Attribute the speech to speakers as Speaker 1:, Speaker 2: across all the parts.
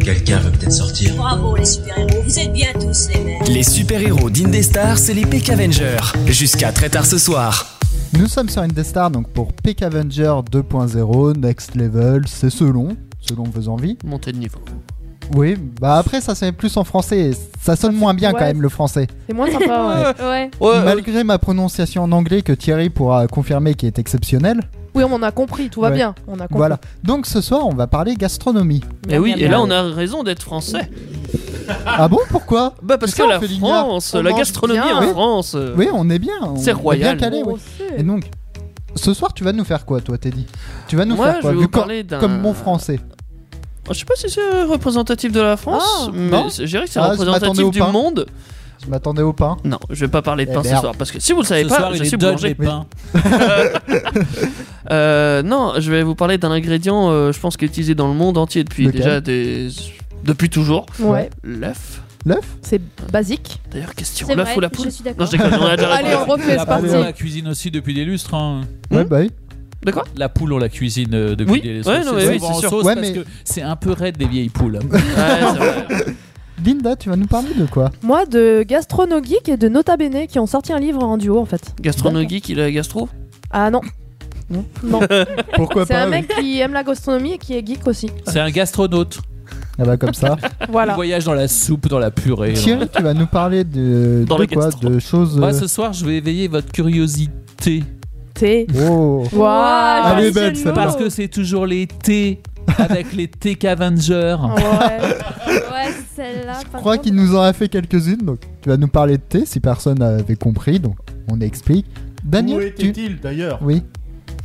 Speaker 1: Quelqu'un veut peut-être sortir.
Speaker 2: Bravo les super-héros, vous êtes bien tous les mêmes.
Speaker 3: Les super-héros d'Indestar, c'est les Peck Avengers. Jusqu'à très tard ce soir.
Speaker 4: Nous sommes sur Indestar donc pour Peak Avenger 2.0, Next Level, c'est selon, selon vos envies.
Speaker 5: Monter de niveau.
Speaker 4: Oui, bah après ça sonne plus en français, ça sonne moins bien
Speaker 6: ouais.
Speaker 4: quand même le français.
Speaker 6: C'est moins sympa. ouais. Ouais.
Speaker 5: euh,
Speaker 4: Malgré ma prononciation en anglais que Thierry pourra confirmer qui est exceptionnelle.
Speaker 6: Oui, on a compris, tout va
Speaker 4: Ouais.
Speaker 6: bien. On a compris.
Speaker 4: Voilà. Donc ce soir on va parler gastronomie.
Speaker 5: Et oui, et là on a raison d'être français.
Speaker 4: ah bon pourquoi
Speaker 5: Bah parce
Speaker 4: C'est
Speaker 5: que
Speaker 4: ça, on
Speaker 5: la
Speaker 4: fait l'ignore.
Speaker 5: France,
Speaker 6: On
Speaker 5: la
Speaker 6: mange
Speaker 5: gastronomie
Speaker 6: bien.
Speaker 5: en
Speaker 4: Oui.
Speaker 5: France. euh,
Speaker 4: Oui on est bien. on
Speaker 5: C'est
Speaker 4: est
Speaker 5: royal.
Speaker 4: bien calé, oui.
Speaker 6: Oh, c'est-
Speaker 4: Et donc ce soir tu vas nous faire quoi toi Teddy Tu vas nous
Speaker 5: Moi,
Speaker 4: faire quoi
Speaker 5: je vais
Speaker 4: vu
Speaker 5: vous
Speaker 4: qu'en-
Speaker 5: parler d'un- Oh,
Speaker 4: comme mon français.
Speaker 5: Je sais pas si c'est représentatif de la France,
Speaker 4: Ah, non.
Speaker 5: mais c'est- je dirais que c'est
Speaker 4: Ah, je m'attendais au
Speaker 5: représentatif du
Speaker 4: pain.
Speaker 5: monde.
Speaker 4: Je m'attendais au pain.
Speaker 5: Non, je vais pas parler de
Speaker 4: Eh
Speaker 5: pain ce
Speaker 4: merde.
Speaker 5: soir parce que si vous le savez
Speaker 7: Ce
Speaker 5: pas,
Speaker 7: soir,
Speaker 5: je
Speaker 7: il
Speaker 5: suis
Speaker 7: est dodge
Speaker 5: boulanger.
Speaker 7: les pains.
Speaker 5: Euh, non, je vais vous parler d'un ingrédient, euh, je pense, qui est utilisé dans le monde entier depuis
Speaker 4: Lequel
Speaker 5: déjà des... depuis toujours.
Speaker 6: Ouais,
Speaker 5: L'œuf.
Speaker 4: L'œuf
Speaker 6: c'est basique.
Speaker 5: D'ailleurs, question
Speaker 8: C'est
Speaker 5: l'œuf
Speaker 8: vrai,
Speaker 5: ou la
Speaker 8: je
Speaker 5: poule
Speaker 8: suis
Speaker 5: Non,
Speaker 8: d'accord.
Speaker 5: je déconne, on en a déjà
Speaker 6: Allez, on
Speaker 5: parlé.
Speaker 6: refait,
Speaker 7: La
Speaker 6: c'est
Speaker 7: poule,
Speaker 6: parti.
Speaker 7: on la cuisine aussi depuis des lustres. hein.
Speaker 4: Ouais
Speaker 5: Hmm
Speaker 4: bah oui.
Speaker 5: De quoi
Speaker 7: La poule, on la cuisine euh, depuis
Speaker 5: Oui.
Speaker 7: des
Speaker 5: Ouais,
Speaker 7: lustres.
Speaker 5: non, mais
Speaker 7: souvent
Speaker 5: oui, c'est
Speaker 7: en
Speaker 5: sûr.
Speaker 7: sauce
Speaker 4: Ouais,
Speaker 7: parce
Speaker 4: mais-
Speaker 7: que c'est un peu raide des vieilles poules.
Speaker 5: Ouais, c'est vrai.
Speaker 4: Linda tu vas nous parler de quoi
Speaker 6: Moi, de Gastrono Geek et de Nota Bene qui ont sorti un livre en duo en fait.
Speaker 5: Gastrono geek, il a gastro
Speaker 6: Ah non.
Speaker 5: Non.
Speaker 6: Non.
Speaker 4: Pourquoi
Speaker 6: C'est
Speaker 4: pas
Speaker 6: un
Speaker 4: oui.
Speaker 6: mec qui aime la gastronomie et qui est geek aussi.
Speaker 7: C'est un gastronaute.
Speaker 4: Ah bah comme ça.
Speaker 7: Il
Speaker 6: Voilà.
Speaker 7: voyage dans la soupe, dans la purée.
Speaker 4: Thierry, tu vas nous parler de,
Speaker 5: Dans
Speaker 4: de
Speaker 5: les
Speaker 4: quoi
Speaker 5: gastro.
Speaker 4: De choses. euh,
Speaker 7: Moi, ce soir, je vais éveiller votre curiosité.
Speaker 6: T'es.
Speaker 4: Oh.
Speaker 6: Wow. Ah,
Speaker 4: Elle est
Speaker 8: joli
Speaker 4: belle,
Speaker 8: jeu de
Speaker 4: celle-là.
Speaker 8: mots.
Speaker 7: Parce que c'est toujours les thés avec les thés Cavengers.
Speaker 4: Ah,
Speaker 6: Ouais.
Speaker 8: Ouais, celle-là.
Speaker 4: Je crois qu'il nous en a fait quelques-unes, donc tu vas nous parler de thé si personne avait compris, donc on explique.
Speaker 9: Où
Speaker 4: Daniel, tu...
Speaker 9: était-il d'ailleurs
Speaker 4: Oui.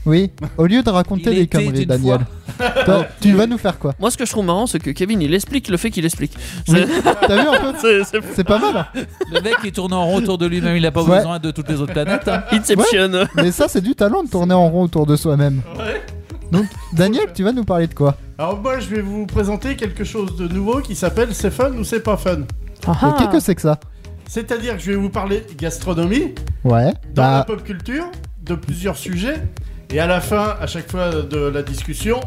Speaker 4: Oui, au lieu de
Speaker 7: Il
Speaker 4: raconter des
Speaker 7: était
Speaker 4: conneries,
Speaker 7: d'une
Speaker 4: Daniel,
Speaker 7: fois.
Speaker 4: toi, tu vas nous faire quoi
Speaker 5: Moi, ce que je trouve marrant, c'est que Kevin, il explique le fait qu'il explique.
Speaker 4: Oui.
Speaker 5: C'est-
Speaker 4: T'as vu un peu
Speaker 5: c'est- c'est
Speaker 4: C'est pas mal, hein
Speaker 7: Le mec qui tourne en rond autour de lui-même, il n'a pas
Speaker 4: Ouais.
Speaker 7: besoin de toutes les autres planètes. hein.
Speaker 5: Inception.
Speaker 4: mais ça c'est du talent de tourner en rond autour de soi-même. Donc, Daniel, tu vas nous parler de quoi
Speaker 9: Alors moi je vais vous présenter quelque chose de nouveau qui s'appelle C'est fun ou c'est pas fun.
Speaker 4: Mais
Speaker 6: Ah,
Speaker 4: qu'est-ce que c'est que ça
Speaker 9: C'est-à-dire que je vais vous parler gastronomie,
Speaker 4: Ouais,
Speaker 9: dans la
Speaker 4: bah,
Speaker 9: pop culture, de plusieurs sujets, et à la fin, à chaque fois de la discussion,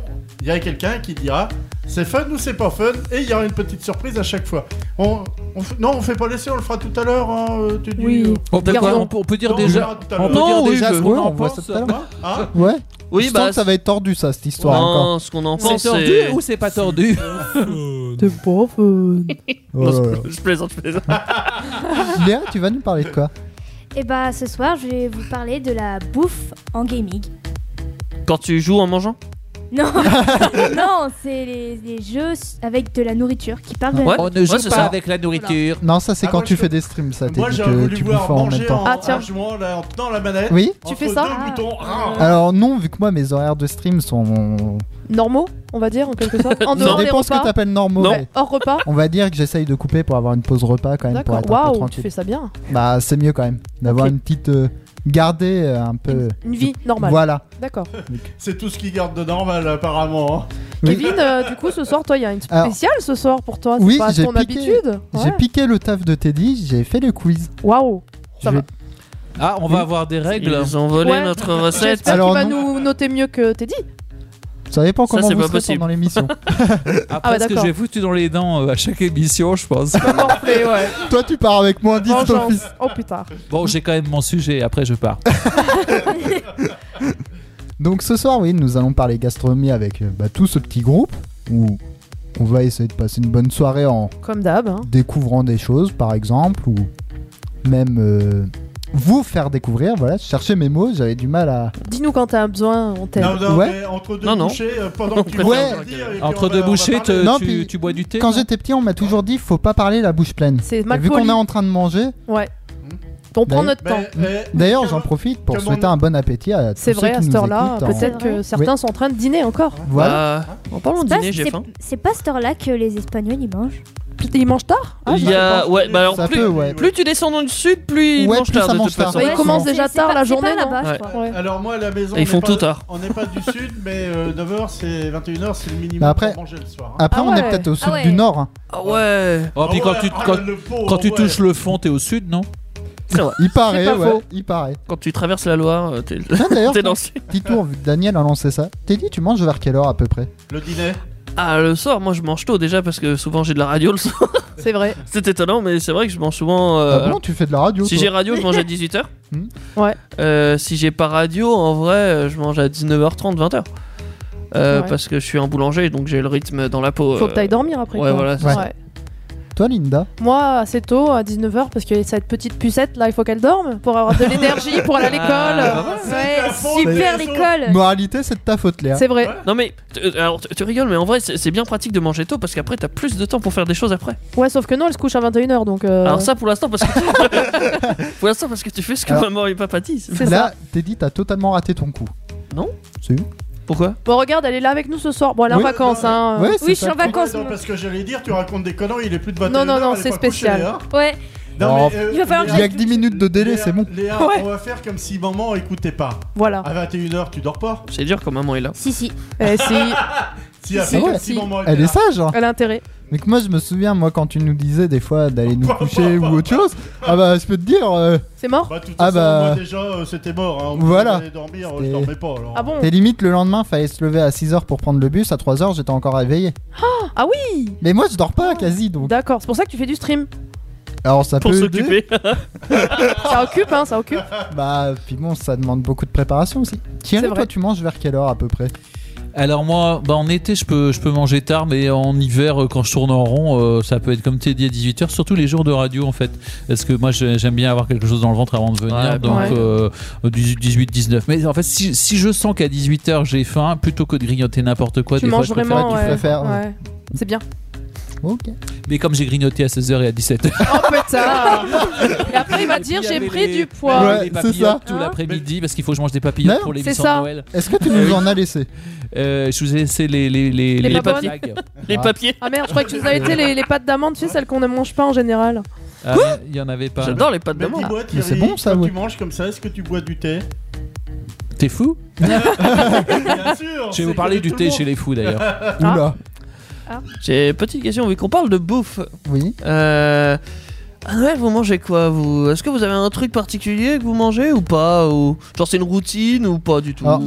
Speaker 9: il y a quelqu'un qui dira c'est fun ou c'est pas fun, et il y aura une petite surprise à chaque fois. On, on f- non, on fait pas l'essai, on le fera tout à l'heure. hein, euh, tu dis,
Speaker 6: Oui.
Speaker 9: euh,
Speaker 7: On peut,
Speaker 6: Gardons.
Speaker 7: quoi on peut- on peut dire
Speaker 9: non, on le
Speaker 7: déjà.
Speaker 9: verra tout à
Speaker 7: On peut
Speaker 9: l'heure.
Speaker 4: Non,
Speaker 7: dire
Speaker 4: oui,
Speaker 7: déjà
Speaker 4: je-
Speaker 7: ce qu'on
Speaker 4: ouais, on
Speaker 7: en
Speaker 4: voit
Speaker 7: pense.
Speaker 4: ça tout à l'heure.
Speaker 7: quoi.
Speaker 9: Hein
Speaker 4: ouais,
Speaker 5: Oui,
Speaker 4: je sens
Speaker 5: bah.
Speaker 4: que ça va être tordu ça, cette histoire encore.
Speaker 5: Non, ce qu'on en pense,
Speaker 7: C'est tordu
Speaker 5: c'est.
Speaker 7: ou c'est pas tordu
Speaker 6: t'es pas fun.
Speaker 4: Oh
Speaker 5: Non,
Speaker 4: là là.
Speaker 5: c'est- Je plaisante, je plaisante.
Speaker 4: Léa, tu vas nous parler de quoi
Speaker 8: Et bah, ce soir, je vais vous parler de la bouffe en gaming.
Speaker 5: Quand tu joues en mangeant
Speaker 8: Non, non, c'est les, les jeux s- avec de la nourriture qui parlent de la
Speaker 5: Ouais.
Speaker 7: On ne joue
Speaker 5: Ouais,
Speaker 7: pas
Speaker 5: c'est ça.
Speaker 7: avec la nourriture.
Speaker 4: Non, ça c'est
Speaker 9: Ah,
Speaker 4: quand
Speaker 9: moi,
Speaker 4: tu
Speaker 9: je-
Speaker 4: fais des streams, ça t'es
Speaker 9: Moi
Speaker 4: dit
Speaker 9: j'ai
Speaker 4: que
Speaker 9: voulu
Speaker 4: tu
Speaker 9: voir
Speaker 4: bouffes en même
Speaker 9: manger
Speaker 4: temps.
Speaker 9: en,
Speaker 6: Ah, tiens.
Speaker 9: en jouant là, en tenant la manette.
Speaker 4: Oui
Speaker 6: Tu
Speaker 9: entre
Speaker 6: fais ça
Speaker 9: deux
Speaker 8: Ah.
Speaker 9: boutons.
Speaker 4: Alors non, vu que moi mes horaires de stream sont...
Speaker 6: Normaux, on va dire en quelque sorte. En
Speaker 5: Non.
Speaker 4: Ça
Speaker 6: dehors des
Speaker 4: dépend ce que
Speaker 6: repas.
Speaker 4: t'appelles normaux.
Speaker 5: Non.
Speaker 4: Ouais.
Speaker 6: Hors repas.
Speaker 4: On va dire que j'essaye de couper pour avoir une pause repas quand même, pour
Speaker 6: D'accord.
Speaker 4: être un peu
Speaker 6: Waouh, tu
Speaker 4: tranquille.
Speaker 6: fais ça bien.
Speaker 4: Bah c'est mieux quand même, d'avoir
Speaker 6: Ok.
Speaker 4: une petite... euh, garder euh, un peu...
Speaker 6: Une vie normale.
Speaker 4: Voilà.
Speaker 6: D'accord.
Speaker 9: C'est tout ce qui garde de normal apparemment. hein.
Speaker 4: Oui.
Speaker 6: Kevin, euh, du coup, ce soir, toi, il y a une
Speaker 4: Alors-
Speaker 6: spéciale ce soir pour toi. C'est
Speaker 4: Oui,
Speaker 6: pas
Speaker 4: j'ai
Speaker 6: ton
Speaker 4: piqué-
Speaker 6: habitude.
Speaker 4: J'ai
Speaker 6: Ouais.
Speaker 4: piqué le taf de Teddy, j'ai fait le quiz.
Speaker 6: Waouh. Ça
Speaker 4: Je
Speaker 6: va.
Speaker 4: vais-
Speaker 7: Ah, on va avoir des règles.
Speaker 5: Ils ont volé
Speaker 6: Ouais.
Speaker 5: notre recette.
Speaker 6: J'espère
Speaker 4: Alors
Speaker 6: qu'il va
Speaker 4: non.
Speaker 6: nous noter mieux que Teddy.
Speaker 4: Ça dépend
Speaker 5: Ça,
Speaker 4: comment
Speaker 5: c'est
Speaker 4: vous
Speaker 5: pas
Speaker 4: serez
Speaker 5: possible.
Speaker 4: pendant l'émission.
Speaker 6: Ah
Speaker 9: bah,
Speaker 6: ouais,
Speaker 7: Après ce que
Speaker 6: d'accord.
Speaker 7: je vais foutre dans les dents euh, à chaque émission, je pense.
Speaker 6: Morflé, ouais.
Speaker 4: Toi tu pars avec moins 10
Speaker 6: Vengeance.
Speaker 4: d'office.
Speaker 6: Oh putain.
Speaker 7: Bon, j'ai quand même mon sujet, après je pars.
Speaker 4: Donc ce soir, oui, nous allons parler gastronomie avec euh, bah, tout ce petit groupe où on va essayer de passer une bonne soirée en
Speaker 6: Comme d'hab. hein.
Speaker 4: découvrant des choses, par exemple, ou même euh, vous faire découvrir. Voilà, je cherchais mes mots, j'avais du mal à.
Speaker 6: Dis-nous quand t'as besoin, on
Speaker 9: Non,
Speaker 6: t'aide.
Speaker 9: non,
Speaker 4: Ouais.
Speaker 9: mais entre deux
Speaker 5: Non, non.
Speaker 9: bouchées, euh, pendant que tu
Speaker 5: Ouais.
Speaker 9: vas le dire, et puis
Speaker 7: Entre
Speaker 9: on va-
Speaker 7: deux
Speaker 9: on va
Speaker 7: bouchées,
Speaker 9: parler.
Speaker 7: te-
Speaker 4: Non,
Speaker 7: tu,
Speaker 4: puis-
Speaker 7: tu bois du thé
Speaker 4: Quand
Speaker 7: non
Speaker 4: j'étais petit, on m'a toujours dit faut pas parler la bouche pleine.
Speaker 6: C'est
Speaker 4: Et
Speaker 6: mal
Speaker 4: vu qu'on
Speaker 6: poli.
Speaker 4: est en bah, train de manger,
Speaker 6: Ouais. On prend
Speaker 4: Mais-
Speaker 6: notre temps.
Speaker 9: Mais- eh, mais-
Speaker 4: d'ailleurs,
Speaker 9: mais
Speaker 4: j'en
Speaker 9: comment-
Speaker 4: profite pour
Speaker 9: Comme
Speaker 4: souhaiter
Speaker 9: on-
Speaker 4: un bon appétit à tous
Speaker 6: C'est vrai,
Speaker 4: ceux
Speaker 6: à
Speaker 4: qui
Speaker 6: cette
Speaker 4: nous
Speaker 6: heure-là,
Speaker 4: écoutent hein. en-
Speaker 6: peut-être que certains sont en train de dîner encore.
Speaker 4: Voilà.
Speaker 5: Bah, en parlant de
Speaker 8: C'est pas-
Speaker 5: dîner, j'ai
Speaker 8: c'est-
Speaker 5: faim.
Speaker 8: C'est pas à cette heure-là que les Espagnols y mangent.
Speaker 6: Putain, Ils mangent tard Ah,
Speaker 5: Il
Speaker 6: je
Speaker 5: y a.
Speaker 6: sais
Speaker 5: Ouais, bah alors
Speaker 4: Ça
Speaker 5: plus.
Speaker 4: peut, ouais.
Speaker 5: Plus tu descends dans le sud, plus ils
Speaker 4: Ouais,
Speaker 5: mangent
Speaker 4: plus
Speaker 5: tard
Speaker 4: ça
Speaker 5: de
Speaker 4: mange
Speaker 5: toute
Speaker 4: tard.
Speaker 5: façon.
Speaker 6: Ouais, ils commencent
Speaker 8: C'est-
Speaker 6: déjà
Speaker 8: c'est
Speaker 6: tard
Speaker 8: pas-
Speaker 6: la
Speaker 8: c'est
Speaker 6: journée,
Speaker 8: pas
Speaker 6: non
Speaker 8: là-bas,
Speaker 5: Ouais.
Speaker 8: je crois.
Speaker 6: pas. Ouais.
Speaker 9: Alors moi à la maison,
Speaker 5: Et ils
Speaker 9: on
Speaker 5: font
Speaker 9: est
Speaker 5: tout
Speaker 9: pas-
Speaker 5: tard.
Speaker 9: On n'est pas du sud, mais 9h c'est 21h, c'est le minimum
Speaker 4: Mais après-
Speaker 9: pour manger le soir. hein.
Speaker 4: Après,
Speaker 6: Ah
Speaker 4: on est
Speaker 6: ouais.
Speaker 4: peut-être au sud
Speaker 8: ouais.
Speaker 4: du nord. hein.
Speaker 5: Ah ouais.
Speaker 7: Oh, puis
Speaker 9: Ah
Speaker 7: quand
Speaker 9: ouais,
Speaker 7: tu,
Speaker 9: ah,
Speaker 7: quand,
Speaker 9: le pauvre,
Speaker 7: quand tu
Speaker 9: ouais.
Speaker 7: touches le fond, t'es au sud, non
Speaker 5: C'est vrai.
Speaker 4: Il paraît,
Speaker 6: pas
Speaker 4: ouais,
Speaker 6: faux.
Speaker 4: il paraît.
Speaker 5: Quand tu traverses la Loire, euh, t'es
Speaker 4: Tiens, d'ailleurs,
Speaker 5: t'es dans le sud.
Speaker 4: petit tour, vu que Daniel a lancé ça. T'es dit, tu manges vers quelle heure à peu près
Speaker 9: Le dîner.
Speaker 5: Ah, le soir, moi je mange tôt déjà parce que souvent j'ai de la radio le soir.
Speaker 6: C'est vrai.
Speaker 5: C'est étonnant, mais c'est vrai que je mange souvent. euh,
Speaker 4: Ah bon, tu fais de la radio.
Speaker 5: si
Speaker 4: toi.
Speaker 5: j'ai radio, je mange à 18h.
Speaker 4: Hmm.
Speaker 6: Ouais.
Speaker 5: Euh, si j'ai pas radio, en vrai, euh, je mange à 19h30, 20h. Euh,
Speaker 6: Ouais.
Speaker 5: Parce que je suis un boulanger, donc j'ai le rythme dans la peau.
Speaker 6: Faut
Speaker 5: euh,
Speaker 6: que t'ailles dormir après.
Speaker 5: ouais,
Speaker 6: quoi.
Speaker 5: voilà, c'est
Speaker 4: ça. Toi, Linda,
Speaker 6: Moi, assez tôt, à 19h, parce que cette petite pucette là, il faut qu'elle dorme pour avoir de l'énergie, pour aller à
Speaker 5: Ah,
Speaker 6: l'école.
Speaker 9: C'est ta faute,
Speaker 8: Super
Speaker 9: les
Speaker 8: l'école
Speaker 4: moralité, c'est de ta faute, Léa.
Speaker 6: Euh. C'est vrai.
Speaker 9: Ouais.
Speaker 5: Non mais, t- euh, alors t- tu rigoles, mais en vrai c'est c'est bien pratique de manger tôt parce qu'après t'as plus de temps pour faire des choses après.
Speaker 6: Ouais, sauf que non, elle se couche à 21h, donc. euh,
Speaker 5: Alors ça pour l'instant parce que tu... pour l'instant parce que tu fais ce que
Speaker 4: Alors-
Speaker 5: maman et papa disent.
Speaker 6: c'est
Speaker 4: Là, Teddy, t'as totalement raté ton coup.
Speaker 5: Non
Speaker 4: C'est
Speaker 5: Pourquoi
Speaker 6: Bon, regarde, elle est là avec nous ce soir. Bon, elle est en
Speaker 4: Oui.
Speaker 6: vacances,
Speaker 9: Non,
Speaker 6: hein.
Speaker 4: Ouais,
Speaker 8: Oui, je
Speaker 4: c'est
Speaker 8: suis en
Speaker 4: ça.
Speaker 8: vacances.
Speaker 9: Non,
Speaker 8: moi.
Speaker 9: parce que j'allais dire, tu racontes des conneries, il est plus de
Speaker 6: Non,
Speaker 9: 21
Speaker 6: non, non,
Speaker 9: elle est
Speaker 6: c'est
Speaker 9: pas couchée,
Speaker 6: spécial.
Speaker 9: Léa.
Speaker 8: Ouais,
Speaker 4: Oh,
Speaker 9: mais, euh,
Speaker 8: il va falloir que
Speaker 4: Il y a
Speaker 9: Léa-
Speaker 4: que 10 minutes de délai,
Speaker 9: Léa-
Speaker 4: c'est bon.
Speaker 9: Léa,
Speaker 6: Ouais.
Speaker 9: on va faire comme si maman écoutait pas.
Speaker 6: Voilà.
Speaker 4: Ah.
Speaker 9: À 21h, tu dors pas
Speaker 5: C'est dur quand maman est là.
Speaker 8: si, si.
Speaker 6: Eh, si,
Speaker 9: Si, elle
Speaker 6: Si,
Speaker 9: fait comme
Speaker 4: ouais.
Speaker 9: si
Speaker 6: Si.
Speaker 9: maman était
Speaker 4: Elle
Speaker 9: là.
Speaker 4: est sage, hein.
Speaker 6: elle a intérêt.
Speaker 4: Mais que moi, je me souviens, moi, quand tu nous disais des fois d'aller nous coucher ou autre chose, ah bah, je peux te dire, euh,
Speaker 6: C'est mort
Speaker 9: Bah, de toute
Speaker 4: Ah
Speaker 9: façon,
Speaker 4: bah.
Speaker 9: moi déjà, euh, c'était mort. Hein. On
Speaker 4: Voilà.
Speaker 9: allait dormir, euh, je
Speaker 4: C'était-
Speaker 9: dormais pas alors.
Speaker 6: Ah bon
Speaker 4: t'es limite le lendemain, fallait se lever à 6h pour prendre le bus, à 3h, j'étais encore réveillé.
Speaker 6: Ah oui
Speaker 4: Mais moi, je dors pas quasi, donc.
Speaker 6: D'accord, c'est pour ça que tu fais du stream.
Speaker 4: Alors, ça
Speaker 5: Pour
Speaker 4: peut aider.
Speaker 5: s'occuper.
Speaker 6: Ça occupe, hein, ça occupe.
Speaker 4: Bah, puis bon, ça demande beaucoup de préparation aussi. Thierry,
Speaker 6: C'est vrai.
Speaker 4: toi, tu manges vers quelle heure à peu près
Speaker 7: Alors moi, bah en été, je peux, je peux manger tard, mais en hiver, euh, quand je tourne en rond, euh, ça peut être comme Teddy à 18h, surtout les jours de radio en fait. Parce que moi, j'ai- j'aime bien avoir quelque chose dans le ventre avant de venir,
Speaker 5: Ouais,
Speaker 7: donc
Speaker 6: ouais.
Speaker 7: euh, 18, 18, 19. Mais en fait, si, si je sens qu'à 18h, j'ai faim, plutôt que de grignoter n'importe quoi,
Speaker 6: tu
Speaker 7: des
Speaker 6: manges
Speaker 7: fois, je préfère-
Speaker 6: vraiment.
Speaker 4: tu
Speaker 6: ouais.
Speaker 4: préfères, ouais.
Speaker 6: Ouais. C'est bien.
Speaker 4: Ok.
Speaker 7: Mais comme j'ai grignoté à 16h et à 17h,
Speaker 6: Oh putain Et après, il va dire j'ai pris du poids.
Speaker 4: Ouais, c'est ça.
Speaker 7: tout
Speaker 6: Hein
Speaker 7: l'après-midi, parce qu'il faut que je mange des papillotes
Speaker 4: Non,
Speaker 7: pour les
Speaker 6: c'est
Speaker 7: missions
Speaker 6: ça.
Speaker 7: de Noël.
Speaker 4: Est-ce que tu nous en as laissé
Speaker 7: Euh, je vous ai laissé les, les, les,
Speaker 6: Les
Speaker 5: pas bonnes.
Speaker 7: blagues.
Speaker 5: Les
Speaker 4: Ah.
Speaker 5: papiers.
Speaker 6: Ah merde, je croyais que tu nous avais été les, les pâtes d'amande, tu sais, celles qu'on ne mange pas en général.
Speaker 7: Ah, Il y en avait pas.
Speaker 5: J'adore les pâtes
Speaker 9: Mais
Speaker 5: maman.
Speaker 9: dis-moi,
Speaker 4: Mais c'est
Speaker 9: Thierry,
Speaker 4: bon, ça,
Speaker 9: quand
Speaker 4: ouais.
Speaker 9: tu manges comme ça, est-ce que tu bois du thé
Speaker 7: T'es fou
Speaker 9: Bien sûr
Speaker 7: Je vais vous parler du thé chez les fous d'ailleurs.
Speaker 6: Ah.
Speaker 4: Oula.
Speaker 5: J'ai petite question vu qu'on parle de bouffe.
Speaker 4: Oui.
Speaker 5: Euh... À Noël, vous mangez quoi vous Est-ce que vous avez un truc particulier que vous mangez ou pas ou... Genre c'est une routine ou pas du tout
Speaker 4: Alors,